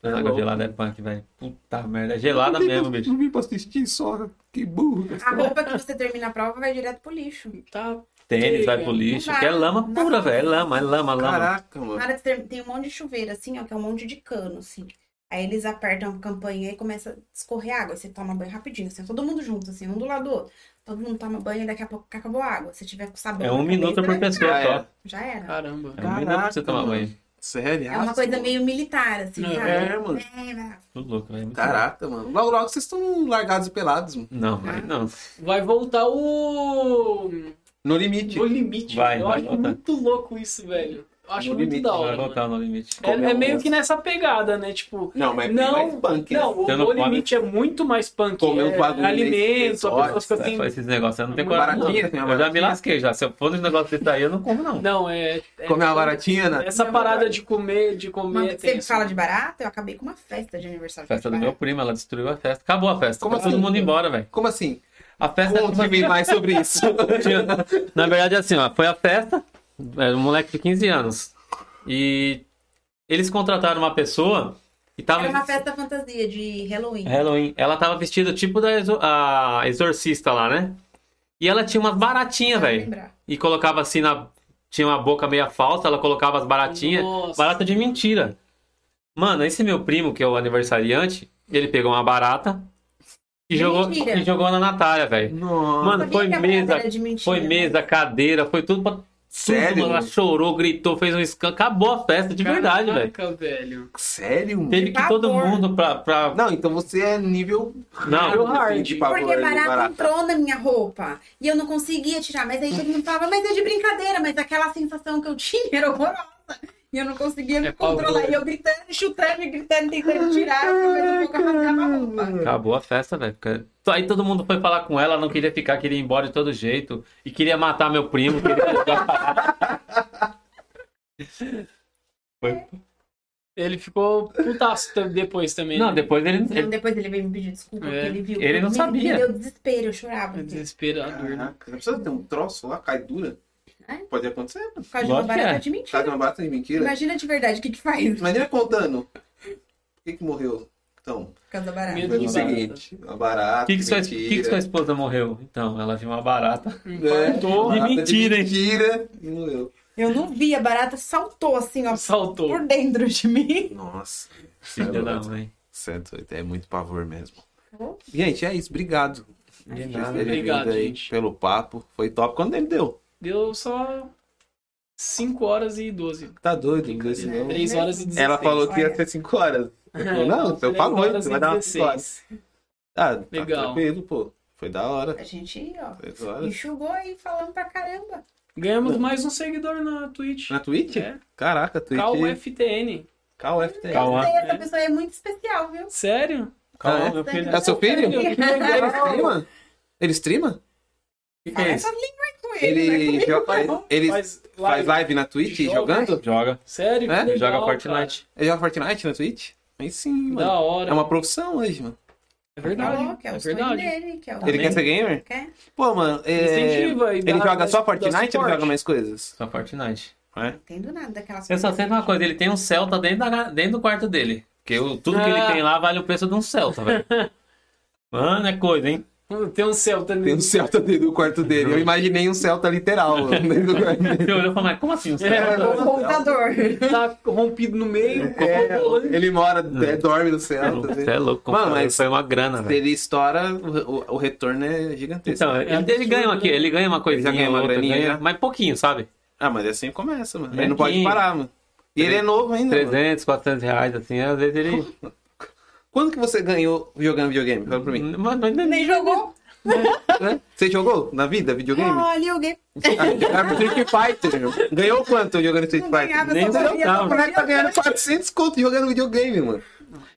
D: Mas água gelada é punk, velho. Puta merda, é gelada
A: Por que que
D: mesmo,
A: eu
D: bicho.
A: Não vim pra assistir só. Que burro.
C: A roupa que você termina a prova vai direto pro lixo.
B: Tá.
D: Tênis vai pro
B: Não
D: lixo,
C: vai,
D: que é lama
C: não
D: pura,
C: vai.
D: velho. É lama, é lama, lama.
A: Caraca, mano.
C: Na hora que ter- tem um monte de chuveiro, assim, ó, que é um monte de cano, assim. Aí eles apertam a campainha e começa a escorrer água. Aí você toma banho rapidinho, assim, todo mundo junto, assim, um do lado do outro. Todo mundo toma banho e daqui a pouco acabou a água. Se tiver com sabão.
D: É
C: na
D: um
C: cabeça,
D: minuto por
C: né?
D: pessoa
A: Já
D: só.
C: Já era.
B: Caramba.
D: É
A: Ah,
D: um minuto pra você
A: é. Caraca,
D: tomar
A: mano.
D: banho.
A: Sério?
C: É uma coisa meio militar, assim,
B: Não,
C: sabe?
A: É, mano.
C: É, vai.
D: Tudo louco, velho. Muito
A: Caraca, mano. Logo, logo vocês estão largados e pelados, mano.
D: bom. Não, vai não.
B: Vai voltar o.
A: No limite.
B: No limite.
D: Vai,
B: velho. eu
D: vai
B: acho
D: voltar.
B: muito louco isso, velho. Eu acho
A: No
B: muito
A: limite,
B: da
D: Vai
B: hora. mano.
D: voltar no limite.
B: É,
A: Como é
B: é
A: o
B: meio
A: lance?
B: que nessa pegada, né? Tipo.
A: Não, mas
B: não,
A: mais punk, né?
B: não, o
D: Você não
B: No
D: come-
B: Limite é muito mais punk.
A: Comer um
B: é,
A: bagulho
B: alimento,
A: desse,
B: a pessoa fica
A: nossa,
B: assim.
D: né? Faz esses negócios, eu não tenho
B: Uma
D: coragem. não.
A: baratinha, tem uma
D: Eu já me
A: baratinha.
D: lasquei já. Se eu for nos negócios desse daí, eu não como, não.
B: Não, é. é-
A: Comer uma baratinha, né?
B: Essa parada de comer, de
C: Mas
B: comer. é
C: você
B: tenso.
C: fala de barata, eu acabei com uma festa de aniversário.
D: Festa do
C: de
D: meu
C: barata.
D: primo, ela destruiu a festa. Acabou a festa.
A: Como
D: Tá todo
A: assim?
D: mundo embora, velho.
A: Como assim?
D: A festa é
A: Conte-me mais sobre isso.
D: Tinha- Na verdade, assim, ó, foi a festa, era um moleque de 15 anos. E eles contrataram uma pessoa e tava.
C: Era uma festa fantasia de Halloween.
D: Halloween. Ela tava vestida tipo da exo- a exorcista lá, né? E ela tinha umas baratinhas,
C: Pra
D: velho.
C: lembrar.
D: E colocava assim na. Tinha uma boca meia falsa, ela colocava as baratinhas.
B: Nossa.
D: Barata de mentira. Mano, esse meu primo, que é o aniversariante, ele pegou uma barata e jogou,
C: Mentira.
D: e jogou na Natália, velho.
A: Nossa.
D: Mano,
C: Sabia
D: foi
C: que a
D: mesa,
C: barata era de mentira,
D: Foi
C: né?
D: mesa, cadeira, foi tudo pra.
A: Sério,
D: Tudo, mano. Ela
A: mano?
D: chorou, gritou, fez um escândalo. Acabou a festa, de verdade, velho.
B: Caraca, velho.
A: Sério, mano?
D: Teve que todo
C: Pavor.
D: mundo pra. pra...
A: Não, então você é nível
D: Não,
A: assim, de pavor
C: Porque é
A: ali,
C: barata,
A: barata.
C: entrou na minha roupa. E eu não conseguia tirar. Mas aí todo mundo falava, mas é de brincadeira. Mas aquela sensação que eu tinha era horrorosa. E eu não conseguia me
B: É pavor.
C: controlar. E eu gritando, chutando, e gritando, tentando tirar. Mas eu um pouco rasgava a roupa.
D: acabou a festa, velho. Porque- Aí todo mundo foi falar com ela, não queria ficar, queria ir embora de todo jeito. E queria matar meu primo. queria- Foi-
B: Ele ficou putaço tam- depois também.
D: Não,
B: né?
D: depois ele.
C: Então,
D: ele-
C: depois ele veio me pedir desculpa,
B: É.
C: porque ele viu.
D: Ele não
C: Me-
D: sabia.
C: Me deu desespero, eu chorava.
B: É
C: assim,
D: Tá
B: desesperador, né?
A: Caraca, Tá não precisa ter um troço lá, cai dura.
C: É?
A: Pode acontecer, mano.
C: Por causa de uma
D: Lógico que
C: barata
D: é.
C: de
A: Tá de
C: mentira.
A: uma barata de mentira.
C: Imagina de verdade o que que faz por
A: Imagina contando. Por que que morreu? Então,
C: causa da barata.
B: Medo
A: foi
B: de
A: o
B: barata.
A: seguinte. Uma barata,
D: Por que, que, sua, por que que
A: mentira.
D: sua esposa morreu? Então, ela viu uma barata.
A: É,
B: Infartou,
A: barata de
D: mentira, hein?
A: mentira. E morreu.
C: Eu não vi, a barata saltou assim, ó,
B: saltou.
C: por dentro de mim.
A: Nossa.
D: Filha da mãe.
A: Certo, é muito pavor mesmo. Gente, é isso. Obrigado.
D: De
A: Vocês
D: nada.
A: terem
B: Obrigado,
A: vindo aí
B: gente.
A: pelo papo. Foi top. Quando ele deu?
B: Deu só 5 horas e 12.
A: Tá doido, não deu isso não.
B: 3 horas e 16.
A: Ela falou que ia
C: olha.
A: ser 5 horas. Eu falei, não, eu
B: Três
A: falo muito,
B: horas e
A: vai dar umas 5 horas.
B: 16.
A: Ah, tá
B: Legal.
A: tranquilo, pô. Foi da hora.
C: A gente, ó,
A: Três horas.
C: enxugou aí falando pra caramba.
B: Ganhamos mais um seguidor na Twitch.
A: Na Twitch?
B: É,
A: Caraca, Twitch.
B: KUFTN.
A: KUFT.
D: Calma.
C: Eu sei, essa pessoa é muito especial, viu?
B: Sério?
A: Ah,
D: Calma,
A: é?
D: meu filho.
A: É o seu filho?
B: Sério? Que
A: Ele
B: legal.
A: streama? Ele streama?
D: O que, que
C: Fala
D: é
C: essa
D: isso?
C: língua aí com ele. né?
A: Ele, É
C: Comigo
A: joga, ele,
C: não.
A: ele
B: Faz
A: faz
B: live. né?
A: live na Twitch
B: Joga.
A: jogando?
D: Joga.
B: Sério?
A: É?
B: Que legal,
D: Joga Fortnite.
A: Ele joga Fortnite na Twitch? Aí sim,
B: cara.
A: mano.
B: Da hora.
A: É uma profissão hoje, mano.
B: É
C: Falou
B: verdade.
C: que é
B: É
C: o sonho
B: verdade.
C: dele, que é o
A: Ele quer ser gamer?
C: Quer?
A: Pô, mano, é...
B: Incentiva e
A: ele
B: dá-
A: joga
B: dá-
A: só
B: dá
A: Fortnite ou ele
B: suporte.
A: joga mais coisas? É?
D: Só Fortnite.
C: Não entendo nada daquelas
D: Eu só sei de uma coisa, ele tem um Celta dentro, da ga- dentro do quarto dele. Porque o- tudo que ele
B: Ah.
D: tem lá vale o preço de um Celta, velho. Mano, é coisa, hein?
B: Hum, Tem um Celta
A: Tem um
B: nele.
A: Celta dentro do quarto dele. Eu imaginei um Celta literal. mano, dentro do quarto dele.
D: Você olhou e falou, mas como assim um Celta?
B: É,
C: Um computador.
B: Tá rompido no meio.
A: É, ele mora, é, dorme no Celta.
D: Você é
A: Né?
D: louco,
A: Mano,
D: Mano,
A: mas-
D: mas foi uma grana,
A: Se
D: velho.
A: ele estoura, o, o- o retorno é gigantesco.
D: Então, ele, ele
B: absurdo,
D: ganha aqui,
B: né?
D: ele ganha uma coisinha,
A: ganha uma
D: outra,
A: graninha,
D: ganha-
A: já?
D: mas pouquinho, sabe?
A: ah, mas assim começa, mano. Ele não
D: Molequinho.
A: pode parar, mano. E ele é novo ainda. mano.
D: 300, 400 reais, assim, às vezes ele.
A: Quando que você ganhou jogando videogame? Fala pra mim.
D: Mano, não é entendi.
E: Nem jogou.
A: Né? Você jogou na vida videogame?
E: Ah, ali alguém.
A: Ah, pro Street Fighter. Ganhou quanto jogando Street
C: Não
A: Fighter?
C: ganhava,
D: Nem
C: só sabia.
D: dava.
A: O moleque tá ganhando 400 conto jogando videogame, mano.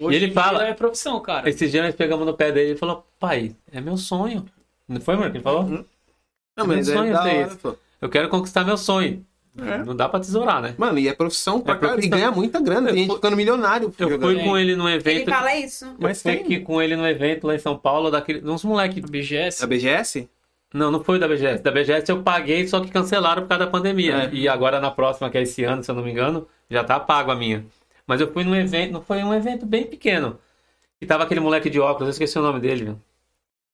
B: Hoje
D: ele
B: em dia
D: fala-
B: É profissão, cara.
D: Esses dias nós pegamos no pé dele e ele falou: pai, é meu sonho. Não foi, mano, que ele falou?
A: Não, mas
D: Meu
A: é
D: sonho
A: da
D: é ter
A: hora,
D: esse.
A: pô.
D: Eu quero conquistar meu sonho. Não dá pra tesourar, né?
A: Mano, e é profissão pra caralho. E
D: profissão.
A: ganha muita grana. Tem
D: Eu
A: gente
D: fui-
A: ficando milionário
D: Eu
A: jogando.
D: fui com ele num
C: Ele
D: evento.
E: é
C: fala isso?
A: Mas
D: Mas
A: tem.
D: fui aqui com ele num evento lá em São Paulo, daquele, uns moleque.
B: A BGS.
A: Da BGS?
D: Não, não foi o da BGS. Da BGS eu paguei, só que cancelaram por causa da
A: É.
D: pandemia. E agora na próxima, que é esse ano, se eu não me engano, já tá pago a minha. Mas eu fui num evento, não foi um evento bem pequeno. E tava aquele moleque de óculos, eu esqueci o nome dele, viu?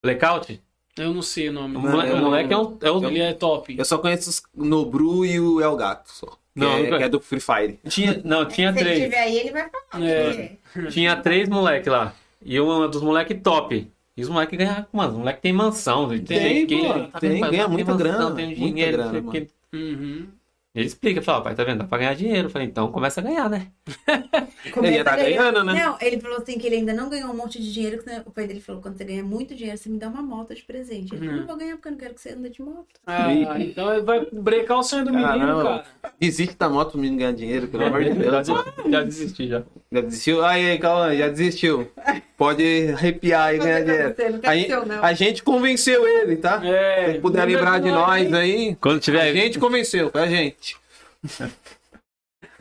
D: Blackout?
B: Eu não sei o nome.
D: O
A: Não,
D: moleque,
A: eu
D: o
A: não-
D: moleque é um. É um
B: Ele é top.
A: Eu só conheço os Nobru e o El Gato. Só. Que
D: Não,
A: é,
D: nunca-
A: que é do Free Fire.
D: tinha, não, tinha
C: Se ele
D: três.
C: tiver aí, ele vai falar.
B: É.
C: porque
D: Tinha três moleque lá. E um dos moleque top. E os moleque ganhavam, mano. Os moleque tem mansão. Tem,
B: Tem,
D: que-
B: pô,
D: tá
A: tem,
D: vendo, pai?
A: ganha
D: Tem
A: muita
D: mansão,
A: grana,
D: Tem um
A: muita
D: dinheiro, não sei
A: grana,
D: o quê.
B: Uhum.
D: Ele explica, fala, pai, tá vendo? Dá pra ganhar dinheiro. Eu falei, então começa a ganhar, né?
C: é
A: Ele já tá ganhando, né?
E: Não, ele falou assim que ele ainda não ganhou um monte de dinheiro. que O pai dele falou, quando você ganha muito dinheiro, você me dá uma moto de presente. Ele falou,
B: Uhum.
E: não vou ganhar porque eu não quero que você ande de moto.
B: Ah,
A: Ih.
B: então ele vai brecar o sonho do menino,
A: Caramba.
B: cara.
A: Desiste da moto pro menino ganhar dinheiro, pelo amor de Deus.
D: já desisti, já.
A: Já desistiu? Aí, aí, Cauã, já desistiu. Pode arrepiar e ganhar
C: Você
A: dinheiro.
C: tá sendo,
A: A gen-
C: não.
A: a gente convenceu ele, tá?
B: É,
A: Se ele puder
B: manda
A: lembrar de
B: com nós,
A: nós aí.
D: Quando
A: A
D: tiver
A: gente convenceu, foi a gente.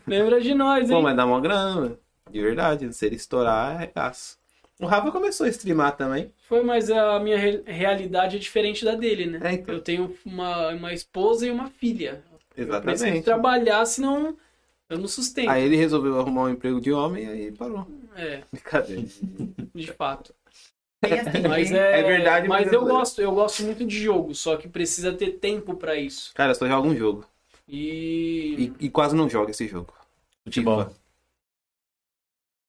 B: Lembra de nós, hein?
A: Pô, mas dá mó grana. De verdade, se ele estourar, é regaço. O Rafa começou a streamar também.
B: Foi, mas a minha re- realidade é diferente da dele, né?
A: É, então.
B: Eu tenho uma, uma esposa e uma filha. Eu preciso
A: Exatamente.
B: trabalhar, senão eu não sustento.
A: Aí ele resolveu arrumar um emprego de homem e aí parou.
B: É,
A: Brincadeira.
B: de fato.
C: Foi assim,
B: Mas
C: né?
B: é,
A: É verdade, mas
B: mas eu
A: eu-
B: gosto, eu gosto muito de jogo, só que precisa ter tempo pra isso.
A: Cara, eu só jogo um jogo.
B: E,
A: E, e quase não jogo esse jogo.
D: futebol.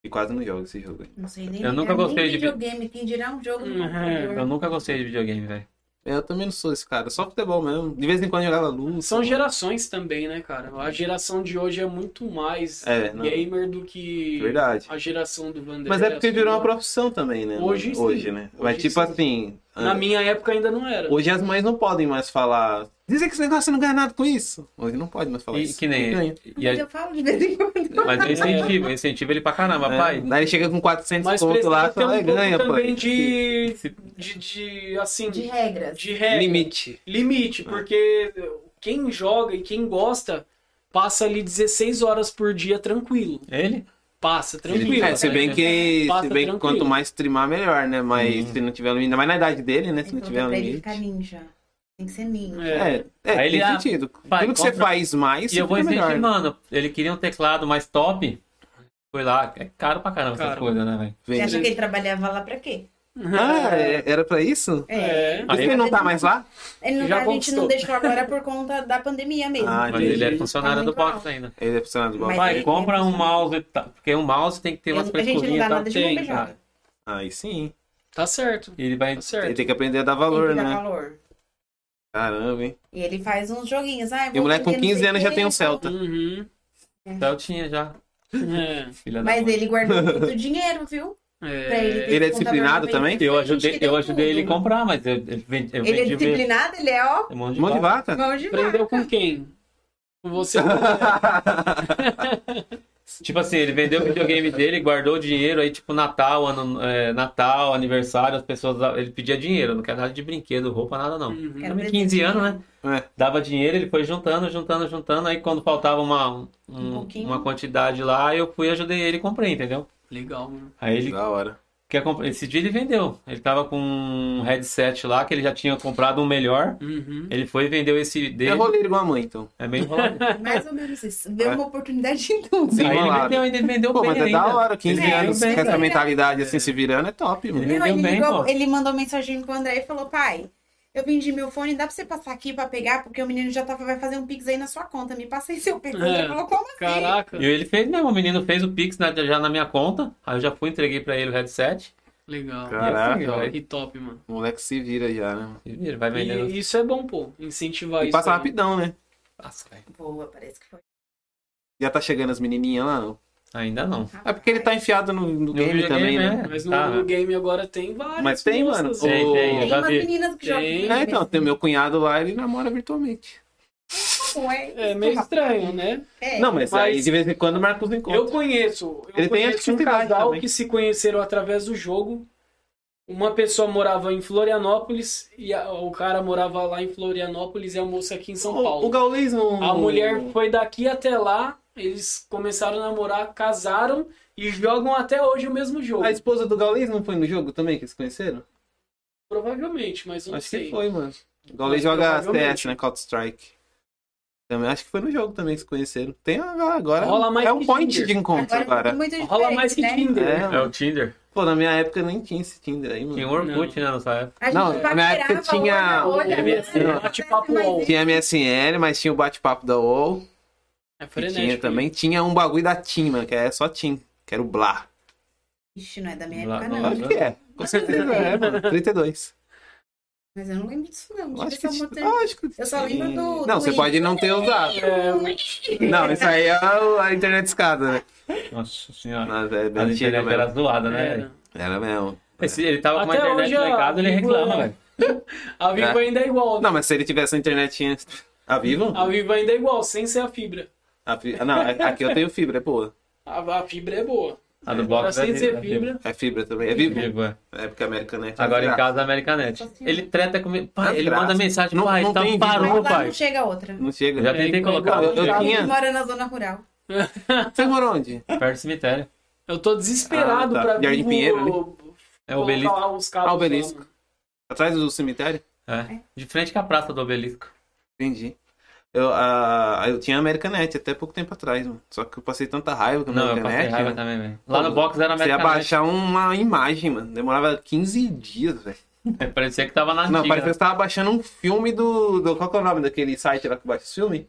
A: E quase não jogo esse jogo.
C: Não sei nem.
D: Eu nunca
C: ligar, nem
D: gostei de- É,
C: videogame. Quem dirá um jogo no
B: Uhum.
C: computador.
D: Eu nunca gostei de videogame, velho.
A: É, Eu também não sou esse cara, só futebol mesmo. De vez em quando jogava luz.
B: são gerações também, né, cara? A geração de hoje é muito mais
A: É, não.
B: gamer do que
A: É Verdade.
B: a geração do Vander.
A: Mas é porque virou uma profissão também, né?
B: Hoje sim.
A: Hoje, né? Mas
B: Hoje
A: tipo
B: sim.
A: assim. é,
B: Na minha época ainda não era.
A: Hoje as mães não podem mais falar. Dizem que esse negócio não ganha nada com isso. Hoje não pode mais falar Então
D: E
A: é isso.
D: que nem.
A: Ganha.
D: E é a-
E: Mas eu falo de vez em quando.
D: mas eu incentivo, eu incentivo ele pra caramba,
A: É.
D: pai.
A: Daí ele chega com 400
B: Mas
A: conto
B: precisa
A: lá e
B: ter um
A: fala, "É,
B: pouco
A: ganha, pô.
B: também de, de, de, assim,
E: De
B: de,
E: regras.
B: regra.
A: Limite. Ah.
B: Limite, porque quem joga e quem gosta passa ali 16 horas por dia tranquilo.
D: Ele?
B: Passa, tranquilo.
A: É, se bem que,
B: Passa
A: se bem que
B: tranquilo.
A: quanto mais streamar, melhor, né? Mas se não tiver limite, ainda mais na idade dele, né? Se
E: Ele falou
A: não tiver
E: que
A: um
E: Então, pra ele
A: limite.
E: ficar ninja. Tem que ser ninja.
B: É.
A: É, é
D: Aí
A: tem
D: ele já-
A: sentido.
D: Pai,
A: Tudo que você
D: compra-
A: faz mais,
D: E eu vou
A: fica melhor.
D: insistir,
A: né?
D: mano. Ele queria um teclado mais top. Foi lá. É caro pra caramba essas
B: Caro.
D: coisas, né, velho?
E: Você
A: Vem.
E: acha que ele trabalhava lá pra quê?
A: Ah, é- era pra isso? Por
B: É.
A: isso
D: Aí-
A: que ele não tá mais lá?
E: Ele não tá-
B: Já
E: a gente
B: conquistou.
E: não deixou agora por conta da pandemia mesmo.
A: Ah,
D: Mas
A: entendi.
D: ele é
B: Ele
D: funcionário
E: tá
D: do
E: muito
D: box
E: alto.
D: ainda.
A: Ele é funcionário do
E: Mas
A: Bob.
D: Pai,
E: ele-
D: compra
E: ele-
D: um mouse. e tal, Porque um mouse tem que ter
E: Eu-
D: umas
E: a gente não dá
D: frescurinhas tá e tal.
E: nada de mão
B: tem,
E: beijada.
A: Aí sim.
B: Tá certo,
D: E ele vai.
B: tá
A: Ele
B: certo.
A: tem que aprender a dar
E: Tem que
A: valor,
E: dar
A: né?
E: valor.
A: Caramba, hein?
E: E ele faz uns joguinhos. Ah, eu
A: E o
E: vou
A: moleque com
E: fazer não
A: 15
E: sei
A: anos
E: o
A: já
E: quê.
A: tem um Celta.
B: Uhum.
D: Celtinha já.
B: É.
D: Filha da
E: Mas
D: mãe.
E: ele guardou muito dinheiro, viu? Pra ele
B: É.
E: ter
A: Ele é
E: contador de
A: disciplinado
E: vez
A: também?
E: em
D: Eu
E: quando,
D: ajudei,
E: acho que
D: eu
E: deu
D: ajudei ele a
E: tudo. né?
D: comprar, mas eu, eu vendi, eu
E: Ele é
D: vendi mesmo.
E: disciplinado, ele é ó,
D: Um monte de
A: Mão de
D: vaca.
A: vaca.
E: mão de vaca.
B: Aprendeu com quem? Com você.
D: Tipo assim, ele vendeu o videogame dele, guardou o dinheiro, aí tipo Natal, ano, é, Natal, aniversário, as pessoas, ele pedia dinheiro, não quer nada de brinquedo, roupa, nada não.
B: Uhum.
E: Quero
D: Também
E: presente.
D: 15 anos, né?
A: É.
D: Dava dinheiro, ele foi juntando, juntando, juntando, aí quando faltava uma, um-
E: pouquinho.
D: uma quantidade lá, eu fui, ajudei ele e comprei, entendeu?
B: Legal, mano.
D: Aí ele
A: Da hora.
D: quer comprar, esse dia ele vendeu, ele tava com um headset lá, que ele já tinha comprado um melhor,
B: Uhum.
D: ele foi e vendeu esse
A: É
D: dele,
A: roleiro igual a mãe, então.
D: é meio enrolado.
E: Mais ou menos isso. Deu
A: É.
E: uma oportunidade em tudo.
A: Sim.
D: Aí ele
A: Enrolado.
D: vendeu, ainda ele vendeu
A: Pô,
D: bem
A: mas é da
D: ainda.
A: hora, 15
E: É,
A: anos,
D: eu sei,
A: com essa
E: cara.
A: mentalidade assim, se virando, é top, mano.
D: Ele
E: Não, ele,
D: vendeu bem,
E: ligou-
D: pô.
E: ele mandou mensagem quando aí e falou: pai, eu vendi meu fone, dá pra você passar aqui pra pegar? Porque o menino já tava, vai fazer um pix aí na sua conta. Me passa aí seu pix.
B: É.
E: Ele falou: como assim?
B: Caraca,
D: E ele fez mesmo, o menino fez o Pix na- já na minha conta. Aí eu já fui, entreguei pra ele o headset.
B: legal.
A: Caraca,
D: E assim,
A: velho.
B: Que top, mano.
A: O moleque se vira já, né?
D: Ele vai Tá vendendo.
B: E isso é bom, pô. Incentivar
A: E
B: isso.
A: passa
B: aí.
A: rapidão, né?
D: Nossa, velho.
E: Boa, parece que foi.
A: Já tá chegando as menininhas lá, não?
D: Ainda não.
E: Ah,
A: É porque ele tá enfiado no, no game
D: videogame,
A: também, né?
D: é.
B: Mas no,
D: Tá.
B: no game agora tem várias.
A: Mas tem, mano.
B: moças,
A: Ô,
B: né?
D: Tem, tem. Eu
E: Tem
D: já
E: umas
D: vi.
E: meninas que jogam.
B: Tem.
E: videogame,
A: É, então, tem o meu cunhado lá, ele namora virtualmente.
E: mas não é
B: É meio estranho, né?
E: É.
A: Não, mas,
B: Mas-
A: aí de vez em quando marca os
B: Eu
A: encontros.
B: conheço. Eu
A: Ele tem
B: conheço um
A: atividade
B: casal
A: também.
B: que se conheceram através do jogo. Uma pessoa morava em Florianópolis e a- o cara morava lá em Florianópolis e a moça aqui em São
A: O, o
B: Paulo.
A: Gaules não.
B: A mulher foi daqui até lá, eles começaram a namorar, casaram e jogam até hoje o mesmo jogo.
A: A esposa do Gaules não foi no jogo também que eles conheceram?
B: Provavelmente, mas eu não
A: acho
B: sei.
A: que foi, mano. O Gaules
B: Mas
A: joga
B: provavelmente.
A: CS, né? Counter-Strike. Também acho que foi no jogo também que eles conheceram. Tem a- agora.
B: Rola mais
A: é um
B: que
A: point
B: Tinder.
A: de encontro
E: Agora,
A: agora.
E: é muito diferente,
B: Rola mais que
E: né?
B: Tinder.
A: É,
D: É
A: mano.
D: o Tinder.
A: Pô, na minha época nem tinha esse Tinder aí, mano.
D: Tinha o Orkut, né, nessa época.
E: A gente
A: Não, na minha época
E: paquerava,
A: tinha
E: olha, olha,
A: MSN,
E: olha,
A: ó.
B: Bate-papo
E: mas
B: UOL.
E: isso
A: Tinha a MSN, mas tinha o bate-papo da UOL.
B: É
A: que
B: frenético.
A: tinha também. Tinha um bagulho da Tim, mano, que é só Tim. Que era o Blá.
E: Ixi, não é da minha
D: Lá-
E: época,
D: lá-
E: não.
D: lá-
A: Acho que é. Com certeza é, mano. 32.
E: Mas eu não lembro disso, não.
A: Eu
E: Deixa eu ver
A: Acho
E: se
A: que,
E: eu
A: ti-
E: botei.
A: eu acho que
E: Eu só lembro
A: tinha.
E: do-
A: Não,
E: do
A: você
E: Wii.
A: pode não ter usado.
B: É,
A: Não, isso aí é o- a internet escada, né?
D: Nossa senhora.
A: Mas é
D: Ah, A
A: bem antiga
D: internet era
A: mesmo.
D: zoada, né?
B: é.
D: velho?
A: Era mesmo.
D: Esse- ele tava com a
B: Até
D: internet
B: hoje a
D: legada, ele
B: Vivo
D: reclama,
B: é-
D: velho.
B: A Vivo
A: É.
B: ainda é igual. né?
A: Não, mas se ele tivesse a internet antes. A Vivo?
B: A Vivo ainda é igual, sem ser a fibra.
A: A fi- ah, Não, a- aqui eu tenho fibra, é boa.
B: A, a fibra é boa.
D: A do
B: Agora
D: box
B: sem
D: é-
B: ser
D: é
B: fibra.
A: É fibra também. É Vivo?
D: Vivo, é.
A: É porque a Americanet. é
D: Agora em
A: desgraça.
D: casa da Americanet.
E: Nossa Senhora.
D: Ele treta comigo. Pai, ele
A: Desgraça.
D: manda mensagem,
A: Não-
D: pai,
A: não
D: então
A: tem
E: Mas
D: parou,
E: lá
D: pai.
E: não chega a outra.
A: Não chega.
D: Eu já tentei
B: Eu-
D: colocar
A: eu- eu tinha-
E: Ele mora na zona rural.
A: Você mora onde?
D: perto do cemitério.
B: Eu tô desesperado
A: Ah, tá.
B: pra
A: Jardim
B: Vivo
A: Pinheiro, né?
D: É o obelisco.
B: colocar os cabos
A: Ah, obelisco.
B: lá, mano.
A: Atrás do cemitério?
D: É. De frente com a praça do obelisco.
A: Entendi. Eu, a, eu tinha a Americanet até pouco tempo atrás, mano. Só que eu passei tanta raiva com a
D: Não, eu passei
A: Americanet. né?
D: raiva
A: mano.
D: também, velho. Lá no
A: Pô,
D: box era
A: Tá Você ia
D: Americanet.
A: baixar uma imagem, mano. Demorava 15 dias, velho.
D: Parecia que
B: Ah,
D: tava na
A: Não,
D: antiga.
A: parecia que você tava baixando um filme do, do. Qual que é o nome daquele site lá que baixa esse filme?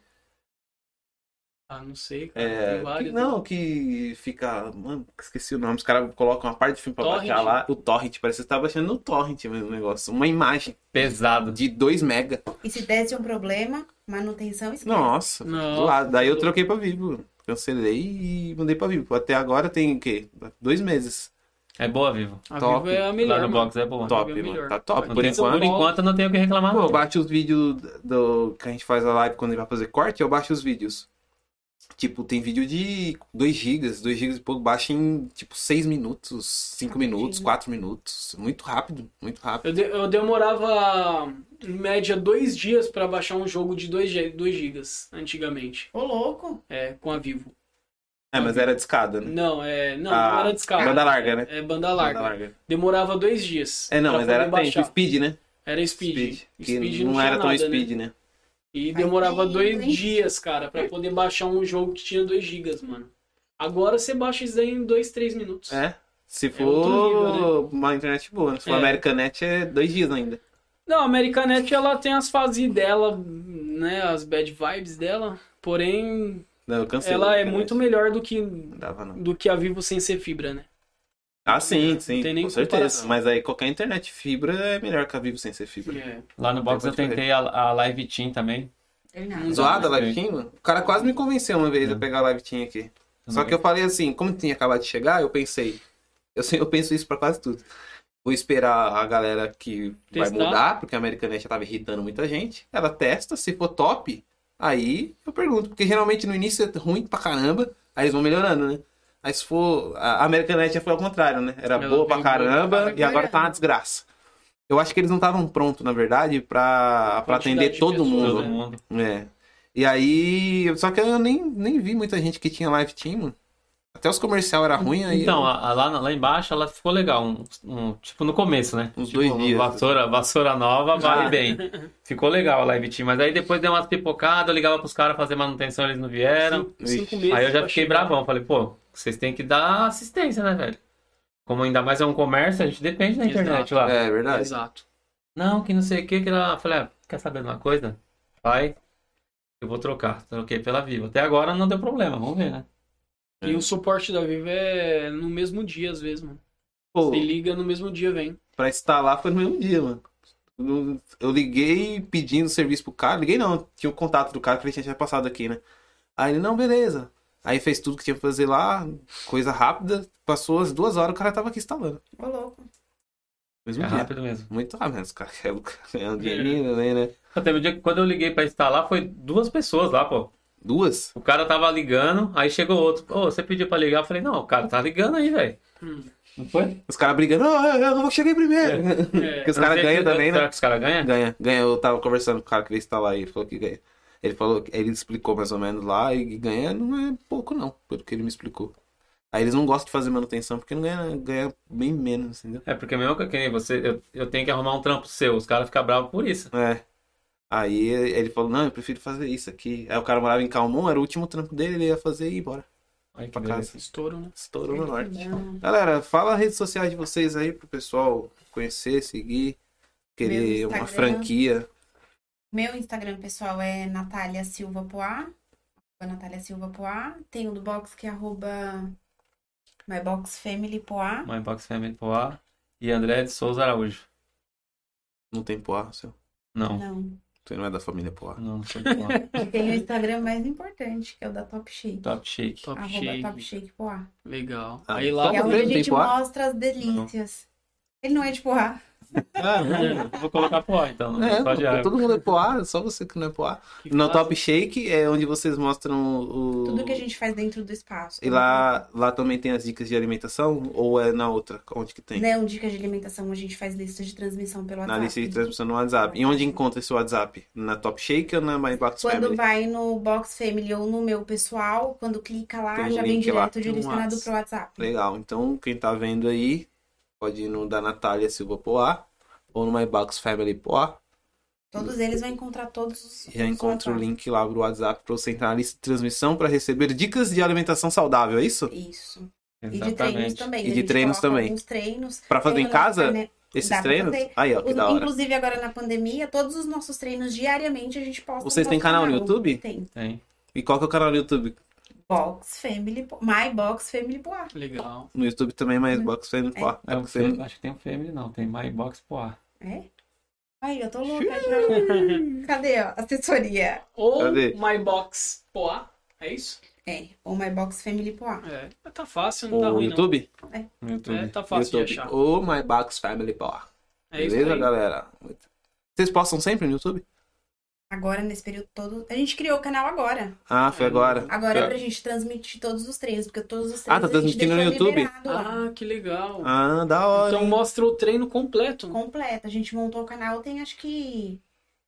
B: Ah, não sei, cara.
A: É,
B: tem
A: que-
B: vários.
A: não, que fica. Mano, esqueci o nome. Os caras colocam uma parte de filme pra
B: Torrent.
A: baixar lá. O Torrent, parece que você tá baixando no Torrent mesmo o negócio. Uma imagem
D: Pesado.
A: de 2 mega.
E: E se desse um problema, manutenção esquece.
A: Nossa,
B: Nossa,
A: do lado. Daí eu
B: tô-
A: troquei pra Vivo. Cancelei e mandei pra Vivo. Até agora tem o quê? Dois meses.
D: É boa, Vivo.
B: A
A: top.
B: Vivo é a melhor.
D: Lá no
B: mano.
D: box é boa.
B: Top,
A: Top,
B: é melhor.
A: mano. Tá top.
D: Não
A: Por
D: tem-
A: enquanto,
D: por enquanto não tenho o que reclamar.
A: Pô, eu
D: não.
A: baixo os vídeos do que a gente faz a live quando ele vai fazer corte, eu baixo os vídeos. Tipo, tem vídeo de 2 GB, 2 GB e pouco, baixa em tipo 6 minutos, 5 minutos, 4 minutos. Muito rápido, muito rápido.
B: Eu, de- eu demorava, em média, dois dias pra baixar um jogo de 2 gigas, antigamente.
E: Ô, louco.
B: É, com a Vivo.
A: É, mas era de escada, né?
B: Não, é... Não,
A: Ah,
B: não era descarga.
A: banda larga, né?
B: É banda larga.
A: Banda larga.
B: Demorava dois dias.
A: É, não,
B: pra
A: mas
B: poder
A: era tempo.
B: baixar.
A: Speed, né?
B: Era speed.
A: Que não,
B: tinha
A: era tão
B: nada, né?
A: speed, né?
B: E demorava
E: Ai, que
B: dois
E: lindo, hein?
B: dias, cara, pra poder baixar um jogo que tinha 2 gigas, mano. Agora você baixa isso daí em 2, 3 minutos.
A: É. Se for
B: outro nível,
A: uma internet boa, né? Se for
B: É.
A: Americanet é 2 dias ainda.
B: Não, a Americanet, ela tem as fases dela, né, as bad vibes dela, porém,
A: Não, eu cansei. da
B: ela é
A: Americanet.
B: muito melhor do que,
A: Não dava, não.
B: do que a Vivo sem ser fibra, né?
A: Ah, sim, sim.
B: tem nem
A: com certeza.
B: comparação.
A: Mas aí qualquer internet fibra é melhor que a Vivo sem ser fibra.
D: Lá no box eu tentei a, a Live Team também.
E: Ele
B: Não
E: nada.
B: dá,
A: Zoada a
D: né?
A: Live Team, mano? O cara quase me convenceu uma vez a pegar a Live Team aqui. Só que eu falei assim, como tinha acabado de chegar, eu pensei. Eu, sei- eu penso isso pra quase tudo. Vou esperar a galera que vai
B: Testar.
A: mudar, porque a Americanet já tava irritando muita gente. Ela testa, se for top, aí eu pergunto. Porque geralmente no início é ruim pra caramba, aí eles vão melhorando, né? Aí se for. A Americanet já foi ao contrário, né? Era
B: Ela
A: boa pra
B: veio boa pra
A: caramba e
E: caramba.
A: agora tá uma desgraça. Eu acho que eles não estavam prontos, na verdade, pra, pra
B: Quantidade
A: atender
B: de
A: todo
B: pessoas,
A: mundo.
D: Todo mundo.
A: É. E aí. Só que eu nem, nem vi muita gente que tinha live team, mano. Até os comercial era ruim aí.
D: Então, a- a lá, na- lá embaixo ela ficou legal. um- um- tipo, no começo, né?
A: Uns
D: Tipo,
A: dois dias.
D: Vassoura, vassoura nova, vale
A: Ah.
D: bem. Ficou legal a live team. Mas aí depois deu umas pipocadas, eu ligava pros caras fazer manutenção, eles não vieram.
B: 5 meses.
A: Ixi.
D: Aí eu já
B: pra
D: fiquei
B: chegar.
D: bravão. Falei, pô, vocês têm que dar assistência, né, velho? Como ainda mais é um comércio, a gente depende da internet
B: Exato.
D: lá.
A: é, é verdade.
B: Exato.
D: Não, que não sei o que, que ela. Falei, ah, quer saber de uma coisa? Vai, eu vou trocar. Troquei pela Vivo. Até agora não deu problema, vamos ver, né?
A: É.
B: E o suporte da Vivo é no mesmo dia, às vezes, mano.
A: Pô,
B: Se liga, no mesmo dia vem.
A: pra instalar foi no mesmo dia, mano. No- Eu liguei pedindo serviço pro cara. Liguei não, tinha o contato do cara que ele tinha passado aqui, né? Aí ele, não, beleza. Aí fez tudo que tinha pra fazer lá, coisa rápida. Passou as duas horas, o cara tava aqui instalando.
C: Ô, louco.
A: Mesmo
D: É
A: dia.
D: rápido É. mesmo.
A: Muito rápido, né? os caras querem ganhar um dinheirinho também, né?
D: Só teve um dia que quando eu liguei pra instalar, foi duas pessoas lá, pô.
A: Duas?
D: O cara tava ligando, aí chegou outro. Ô, você pediu pra ligar? Eu falei, não, o cara tá ligando aí, velho.
B: Hum.
D: Não foi?
A: Os caras brigando, "Ah, eu vou chegar primeiro.
B: É.
A: Porque os caras ganham também, né?
D: Será que os caras ganham?
A: Ganha, ganha. Eu tava conversando com o cara que veio instalar aí, ele falou que ganha. Ele falou, que- ele explicou mais ou menos lá e ganha não é pouco não, pelo que ele me explicou. Aí eles não gostam de fazer manutenção porque não ganha, ganha bem menos, entendeu?
D: É, porque mesmo que que nem você, eu, eu tenho que arrumar um trampo seu. Os caras ficam bravos por isso.
A: É. Aí ele falou, não, eu prefiro fazer isso aqui. Aí o cara morava em Calmon, era o último trampo dele, ele ia fazer e ir embora
D: Aí que
A: pra
D: beleza.
A: casa.
B: Estouro, né?
A: Estourou no norte.
C: Não.
A: Galera, fala as redes sociais de vocês aí pro pessoal conhecer, seguir, querer
C: Meu
A: uma
C: Instagram.
A: franquia.
C: Meu Instagram pessoal é Natália Silva Poá. Arroba Natália Silva Poá. Tem o do box que é arroba myboxfamilypoá.
D: My Box Family Poá e André de Souza Araújo.
A: Não tem poá, seu.
D: Não,
C: Não.
A: Você não é da família poá.
D: não, não sou de Poá.
C: E tem o Instagram mais importante, que é o da Top Shake.
D: Top Shake.
B: Top
C: arroba
B: Shake.
C: Top Shake Poá.
B: Legal.
A: Ah,
B: Aí lá.
C: Que
A: Top
C: é onde a
A: Shake tem
C: gente
A: Poá?
C: mostra as delícias. Ele não é de Poá.
A: Caramba.
D: Vou colocar Poá, então.
A: É,
D: só de
A: pô,
D: água.
A: todo mundo é poá, só você que não é poá.
B: que
A: No
B: faz-
A: Top Shake é onde vocês mostram o.
C: Tudo que a gente faz dentro do espaço.
A: E lá, lá também tem as dicas de alimentação? Ou é na outra? Onde que tem?
C: Não, dica é de alimentação, a gente faz lista de transmissão pelo
A: Na
C: WhatsApp.
A: lista de transmissão no WhatsApp. E onde encontra esse WhatsApp? Na Top Shake ou na My Box
C: Quando
A: Family?
C: vai no Box Family ou no meu pessoal, quando clica lá,
A: Tem um
C: já vem
A: link lá.
C: direto direcionado
B: Tem
C: pro WhatsApp.
A: Legal. Então, quem tá vendo aí, pode ir no da Natália Silva Poá ou no My Box Family Poá.
C: Todos eles vão encontrar todos os.
A: Já
C: os
A: encontra o
C: WhatsApp.
A: link lá pro WhatsApp pra você entrar na lista de transmissão pra receber dicas de alimentação saudável, é isso?
C: Isso. E de treinos
D: Exatamente.
C: também.
A: E
C: né?
A: de
C: A gente
A: treinos
C: coloca
A: também.
C: Alguns treinos.
A: Pra fazer
C: Tem
A: em
C: o nosso
A: casa?
C: treino-
A: Esses
C: Dá pra
A: treinos?
C: fazer.
A: Aí, ó, que
C: os-
A: da hora.
C: Inclusive agora na pandemia, todos os nossos treinos diariamente a gente posta.
A: Vocês
C: no
A: têm
C: nosso
A: canal no YouTube?
C: Tem.
D: Tem.
A: E qual que é o canal no YouTube?
C: Box Family. Po- My Box Family Poá.
B: Legal.
A: No YouTube também, mas Box Family Poá. É
D: Tem um
A: porque você-
D: fe- Acho que tem um Family, não. Tem My Box Poá.
C: É? Aí, eu tô louca já. Cadê, ó? Assessoria.
B: Ou
A: Cadê?
B: My Box Poá. É isso?
C: É, ou My Box Family Poá.
B: É. Tá fácil, não tá
A: O
B: ruim,
A: YouTube?
D: No YouTube.
B: não. É, tá fácil
A: YouTube.
B: de achar.
A: O My Box Family Power.
B: É isso
A: Beleza,
B: aí.
A: galera? Vocês postam sempre no YouTube?
C: Agora, nesse período todo. A gente criou o canal agora.
A: Ah, foi
B: É.
A: agora.
C: Agora
D: Tá.
C: é pra gente transmitir todos os treinos, porque todos os treinos.
A: Ah, tá
C: a gente
A: transmitindo no
C: deixou
A: YouTube?
C: liberado lá,
B: Ah, que legal.
A: Ah, da hora.
B: então
A: hein?
B: mostra o treino
A: Ah.
B: completo.
C: Completo. A gente montou o canal, tem acho que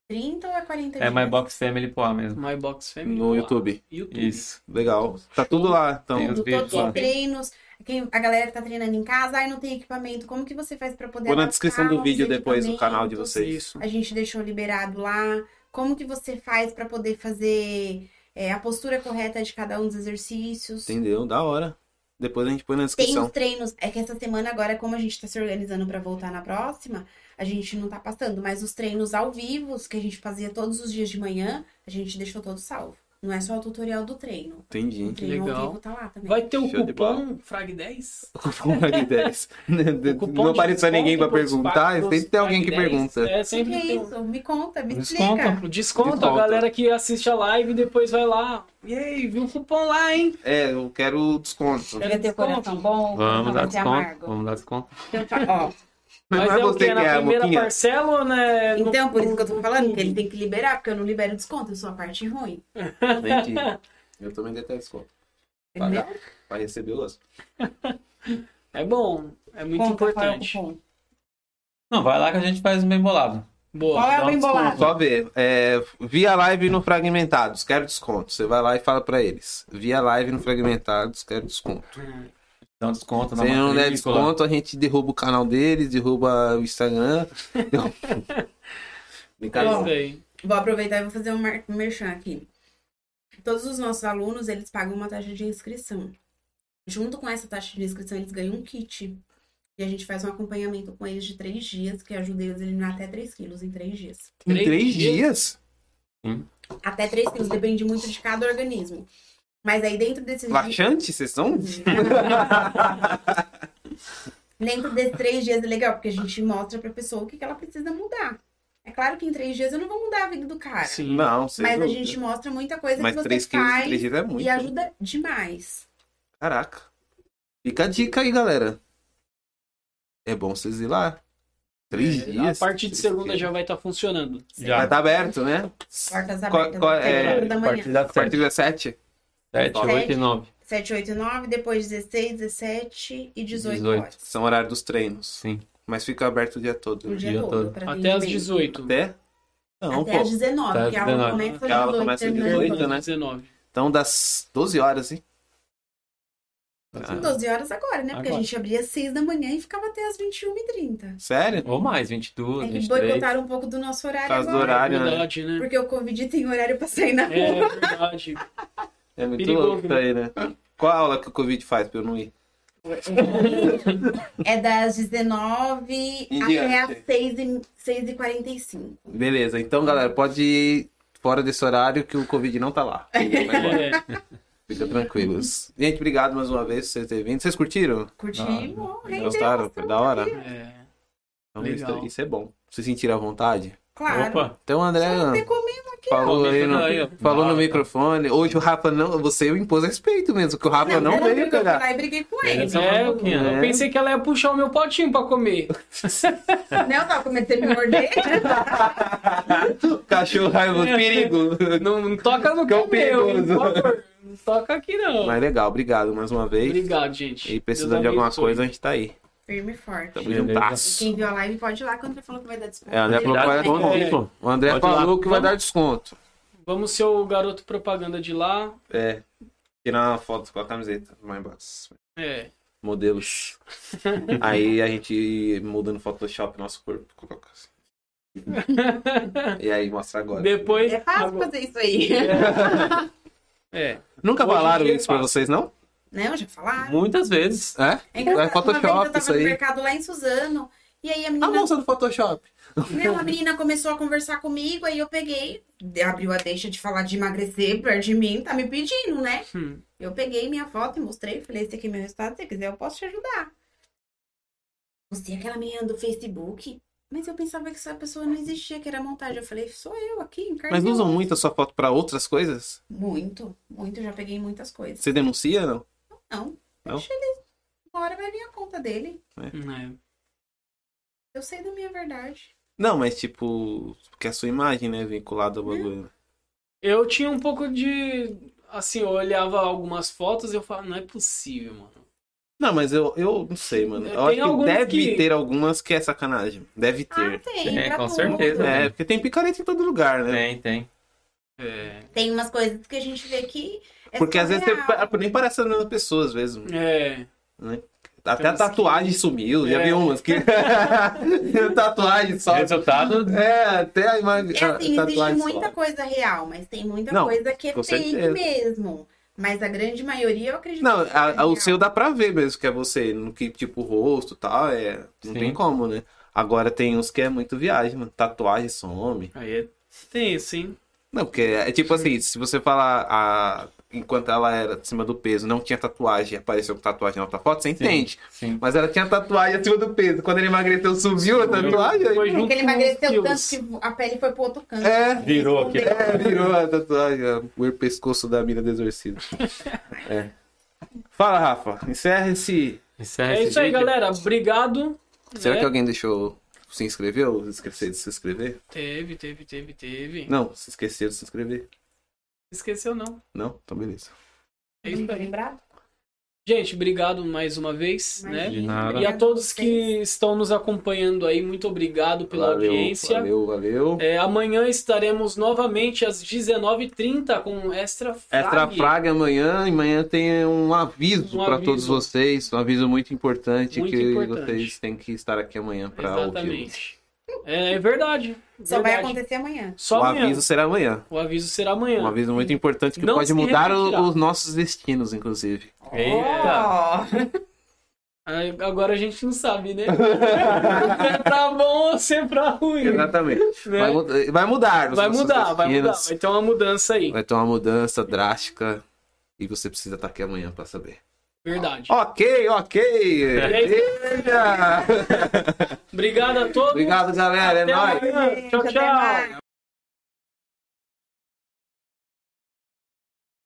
C: 30 ou é 40
D: É
C: dias.
D: My Box Family Poá mesmo.
B: My Box Family.
A: No
B: Poá.
A: YouTube.
B: YouTube.
D: Isso.
A: Legal. Tá tudo lá, então.
D: Tem os
C: Tudo,
D: vídeos
C: todos
D: lá.
C: os treinos. Quem, a galera que tá treinando em casa, aí não tem equipamento. Como que você faz pra poder.
A: Vou na
C: adaptar
A: descrição do
C: os
A: vídeo depois o canal de
C: equipamentos?
A: vocês.
B: Isso.
C: A gente deixou liberado lá. Como que você faz pra poder fazer é, a postura correta de cada um dos exercícios?
A: Entendeu? Da hora. Depois a gente põe na
C: Tem
A: descrição.
C: os treinos. É que essa semana agora, como a gente tá se organizando pra voltar na próxima, a gente não tá passando. Mas os treinos ao vivo, os que a gente fazia todos os dias de manhã, a gente deixou todo salvo. Não é só o tutorial do treino. O
A: Entendi.
C: treino
B: Legal.
C: ao vivo tá lá também.
B: Vai ter o
A: Show de
B: cupom FRAG10?
A: Cupom de 10.
B: cupom
A: Não
B: de
A: apareceu ninguém pra
B: um desconto pros
A: perguntar.
B: pagos
A: Sempre tem alguém que
B: FRAG10.
A: pergunta.
B: É,
C: O que
B: sempre
C: é
B: tem.
C: isso? Me conta, me
D: Desconto.
C: explica.
B: O desconto, a
A: Desconto.
B: galera que assiste a live e depois vai lá. E aí, viu o cupom lá, hein?
A: É, eu quero desconto.
C: Quer ter o coração bom,
D: Vamos dar
C: vai ser
D: desconto.
C: amargo.
D: Vamos dar desconto.
C: Então, tá, ó.
B: Mas é o que? Na primeira
A: Moquinha?
B: parcela ou né? no-
C: Então, por isso que eu tô falando que ele tem que liberar, porque eu não libero desconto, eu sou a parte ruim.
A: Entendi. Eu também detesto desconto.
C: Entendeu?
A: Pagar. Pra receber o
C: Tá
A: osso.
B: É bom. É muito
C: Conta qual é o
B: importante.
C: cupom.
D: Não, vai lá que a gente faz um bem bolado.
B: Boa.
C: Qual é
B: dá
C: o
B: um
C: bem
B: desconto.
C: bolado?
A: Só ver. É, via live no Fragmentados, quero desconto. Você vai lá e fala pra eles. Via live no Fragmentados, quero desconto.
D: Dá um desconto
C: Tá
D: na
A: Se não der
D: matrícula.
A: desconto, a gente derruba o canal deles, derruba o Instagram.
B: É
A: Brincadeira.
B: isso aí.
C: Vou aproveitar e vou fazer um mer- um merchan aqui. Todos os nossos alunos, eles pagam uma taxa de inscrição. Junto com essa taxa de inscrição, eles ganham um kit. E a gente faz um acompanhamento com eles de três dias, que ajuda eles a eliminar até 3 quilos em três dias.
A: Em
B: Três
A: três
B: dias?
A: dias?
C: Até 3 quilos, depende muito de cada organismo. Mas aí dentro desses dias.
A: Laxante, vocês são? um
C: Dentro desses três dias é legal, porque a gente mostra pra pessoa o que que ela precisa mudar. É claro que em três dias eu não vou mudar a vida do cara.
B: Sim.
A: Não, sem
C: mas a
A: dúvida.
C: gente mostra muita coisa
A: Mas
C: que você
A: 3 quilos em
C: faz
A: 3 dias é muito.
C: e ajuda demais.
A: Caraca. Fica a dica aí, galera. É bom vocês ir lá. Três
B: É,
A: dias.
B: A partir de segunda já vai estar funcionando.
A: Vai
D: Já.
A: estar aberto, né?
C: Portas
A: Qual-
C: abertas
A: qual-
C: até
A: é,
C: quatro da
D: a
C: manhã.
D: partir das
A: A partir
D: 7,
A: das sete.
D: 7, 8 e 9.
C: 7, 8 e 9, depois 16, 17 e 18,
D: 18.
C: horas.
A: São horário dos treinos.
D: Sim.
A: Mas fica aberto o dia todo.
C: O dia,
D: dia
C: todo.
D: todo.
C: pra
B: Até às
C: atendimento.
B: 18.
A: Até? Não,
C: Até
A: pô.
C: às 19,
D: Até às
C: porque a aula
D: 19.
C: começa
A: A aula começa às
C: às 18, termina às
A: 18, né?
B: 19.
A: Então, das 12 horas, hein?
C: São 12 horas agora, né? Porque a
D: Agora.
C: gente abria às 6 da manhã e ficava até às 21h30.
A: Sério?
D: Ou mais,
C: É
D: 22,
C: que
D: 23.
C: boicotaram um pouco do nosso horário
A: Por causa do
C: agora.
A: horário, né?
B: Verdade, né?
C: Porque o Covid tem horário pra sair na rua.
B: É verdade.
A: É muito
B: Perigoso,
A: louco isso aí, né? Qual a aula que o Covid faz pra eu não ir?
C: É das 19
A: Em
C: até
A: diante.
C: às 6h45. 6 e 45.
A: Beleza, então, galera, pode ir fora desse horário que o Covid não tá lá.
B: É.
A: Fica tranquilos. Gente, obrigado mais uma vez por vocês terem vindo. Vocês curtiram?
C: Curtimos,
A: Ah,
C: rendeu,
A: Gostaram? Foi da hora?
B: É.
A: Então,
B: Legal.
A: Isso, isso é bom. Vocês sentiram à vontade?
C: Claro.
D: Opa,
A: Então, André
C: Só não tem um comida.
A: falou
D: Comenta
A: aí no,
D: aí, ó.
A: falou no
D: Fala.
A: microfone. Hoje o Rafa não. Você impôs respeito mesmo, que o Rafa não,
C: eu não
A: veio
C: fui
A: pegar.
C: lá e briguei com ele.
B: Então,
D: Só mais um pouquinho,
B: eu
A: né?
B: pensei que ela ia puxar o meu potinho pra comer.
C: né? Eu tava com medo de ele me morder.
A: Cachorro raiva, perigo.
B: Não, não toca
A: Cão
B: no cão meu,
A: é perigoso.
B: por favor. Não toca aqui, não.
A: Mas legal, obrigado mais uma vez.
B: Obrigado, gente.
A: E
B: Deus
A: precisando de alguma
B: abençoe.
A: coisa, a gente tá aí.
C: Firme e forte.
A: Tamo
D: Beleza.
C: E
A: juntasso.
C: quem viu a live pode ir lá quando ele falou que vai dar desconto.
A: É, o André falou que vai dar
D: Bom
B: É.
A: desconto.
D: tempo.
A: O André
D: Pode ir lá.
A: falou que vai
D: Vamos.
A: dar desconto.
B: Vamos ser o garoto propaganda de lá.
A: É. Tirar uma foto com a camiseta. Mais embaixo.
B: É.
A: Modelos. Aí a gente muda no Photoshop nosso corpo. coloca assim. E aí mostra agora.
B: Depois.
C: É fácil
B: agora-
C: fazer isso aí.
B: É.
A: Nunca
B: Hoje
A: falaram
B: em dia
A: isso pra
B: é fácil.
A: vocês, não?
C: Não, já falaram.
D: Muitas vezes.
A: É?
C: É engraçado.
A: É Photoshop
C: Uma vez eu tava
A: isso
C: no
A: aí.
C: mercado lá em Suzano. E aí a
A: A
C: menina,
A: moça do Photoshop.
C: né, uma menina começou a conversar comigo, aí eu peguei, abriu a deixa de falar de emagrecer perto de mim, tá me pedindo, né?
B: Hum.
C: Eu peguei minha foto e mostrei, falei, esse aqui é meu resultado, se você quiser eu posso te ajudar. Você é aquela menina do Facebook? Mas eu pensava que essa pessoa não existia, que era montagem. Eu falei, sou eu aqui, encarnei.
A: Mas um- usam muito a sua foto pra outras coisas?
C: Muito, muito, já peguei muitas coisas.
A: Você denuncia, não?
C: Não,
A: Não?
C: deixa ele, uma hora vai vir a conta dele.
B: É.
C: Eu sei da minha verdade.
A: Não, mas tipo, porque a sua imagem, né, vinculada ao bagulho.
B: Eu tinha um pouco de. Assim, eu olhava algumas fotos e eu falava, não é possível, mano.
A: Não, mas eu, eu não sei, mano. Eu
B: Tem
A: acho que
B: algumas
A: deve
B: que-
A: ter algumas que é sacanagem. Deve
C: Ah,
A: ter.
C: tem,
D: Tem,
C: pra
D: com
C: tudo.
D: certeza.
A: é, porque tem picareta em todo lugar, né?
D: Tem, tem.
B: É.
C: Tem umas coisas que a gente vê que é
A: Porque
C: só
A: às vezes
C: real.
A: você pa- nem parece a mesma pessoa, às vezes.
B: É.
A: Até
B: Tem
A: a
B: umas
A: tatuagem sumiu, já
B: É.
A: vi umas que. tatuagem só.
D: Resultado
A: É, até a imagem.
C: É assim,
A: a
C: existe
A: tatuagem
C: muita
A: só.
C: coisa real, mas tem muita
A: Não,
C: coisa que é
A: com
C: fake
A: certeza.
C: mesmo. Mas a grande maioria eu acredito
A: Não,
C: que
A: a-
C: seja
A: a- o
C: real.
A: seu dá pra ver mesmo que é você, no que tipo o rosto e tal, é, não
D: Sim.
A: tem como, né? Agora tem uns que é muito viagem, mano. Tatuagem some.
B: Aí é. Tem isso, hein?
A: Não, porque é tipo assim, se você falar a enquanto ela era acima do peso, não tinha tatuagem, apareceu com tatuagem na outra foto, você entende?
D: Sim.
A: Mas ela tinha tatuagem acima do peso. Quando ele emagreceu, subiu a tatuagem.
B: Foi
A: Aí... né?
B: junto
C: Porque É ele
B: com os
C: emagreceu
B: quilos.
C: tanto que a pele foi pro outro canto.
A: É,
D: virou aqui.
A: é, virou a tatuagem, é, o pescoço da mina do exorcismo. É. Fala, Rafa, encerra esse
D: Encerra
B: É
D: esse
B: isso aí,
D: vídeo.
B: galera. Obrigado.
A: Será
B: né?
A: que alguém deixou. Se inscreveu? Esqueceu de se inscrever?
B: Teve, teve, teve, teve.
A: Não, se esqueceu de se inscrever.
B: Esqueceu, não.
A: Não? Então beleza.
B: É isso aí.
C: Lembrado?
B: Gente, obrigado mais uma vez, né?
D: De nada.
B: E a todos que estão nos acompanhando aí, muito obrigado pela
A: valeu,
B: audiência.
A: Valeu, valeu.
B: É, amanhã estaremos novamente às 19h30 com Extra Frag.
A: Extra Fraga amanhã. E amanhã tem um aviso
B: Um
A: pra
B: aviso.
A: todos vocês. Um aviso muito importante
B: Muito
A: que
B: importante.
A: vocês têm que estar aqui amanhã pra ouvir.
B: Exatamente. É, é verdade.
C: Só vai
B: verdade.
C: acontecer amanhã.
B: Só
A: o
B: amanhã.
A: aviso será amanhã.
B: O aviso será amanhã.
A: Um aviso muito importante que
B: Não
A: pode
B: se
A: mudar o-
B: repetirá.
A: os nossos destinos, inclusive.
D: Eita.
C: Oh!
B: Aí, Agora a gente não sabe, né? Se é pra bom ou se é pra ruim.
A: Exatamente.
B: Né?
A: Vai, mud- vai mudar. os
B: Vai
A: nossos
B: mudar, vai mudar.
A: destinos.
B: Vai ter uma mudança aí.
A: Vai ter uma mudança drástica e você precisa estar aqui amanhã pra saber.
B: Verdade.
A: Ok, ok.
B: aí?
A: Veja.
B: Obrigado a todos.
A: Obrigado, galera. É
B: Até
A: nóis.
B: amanhã. Tchau,
C: Até
B: tchau.
C: mais.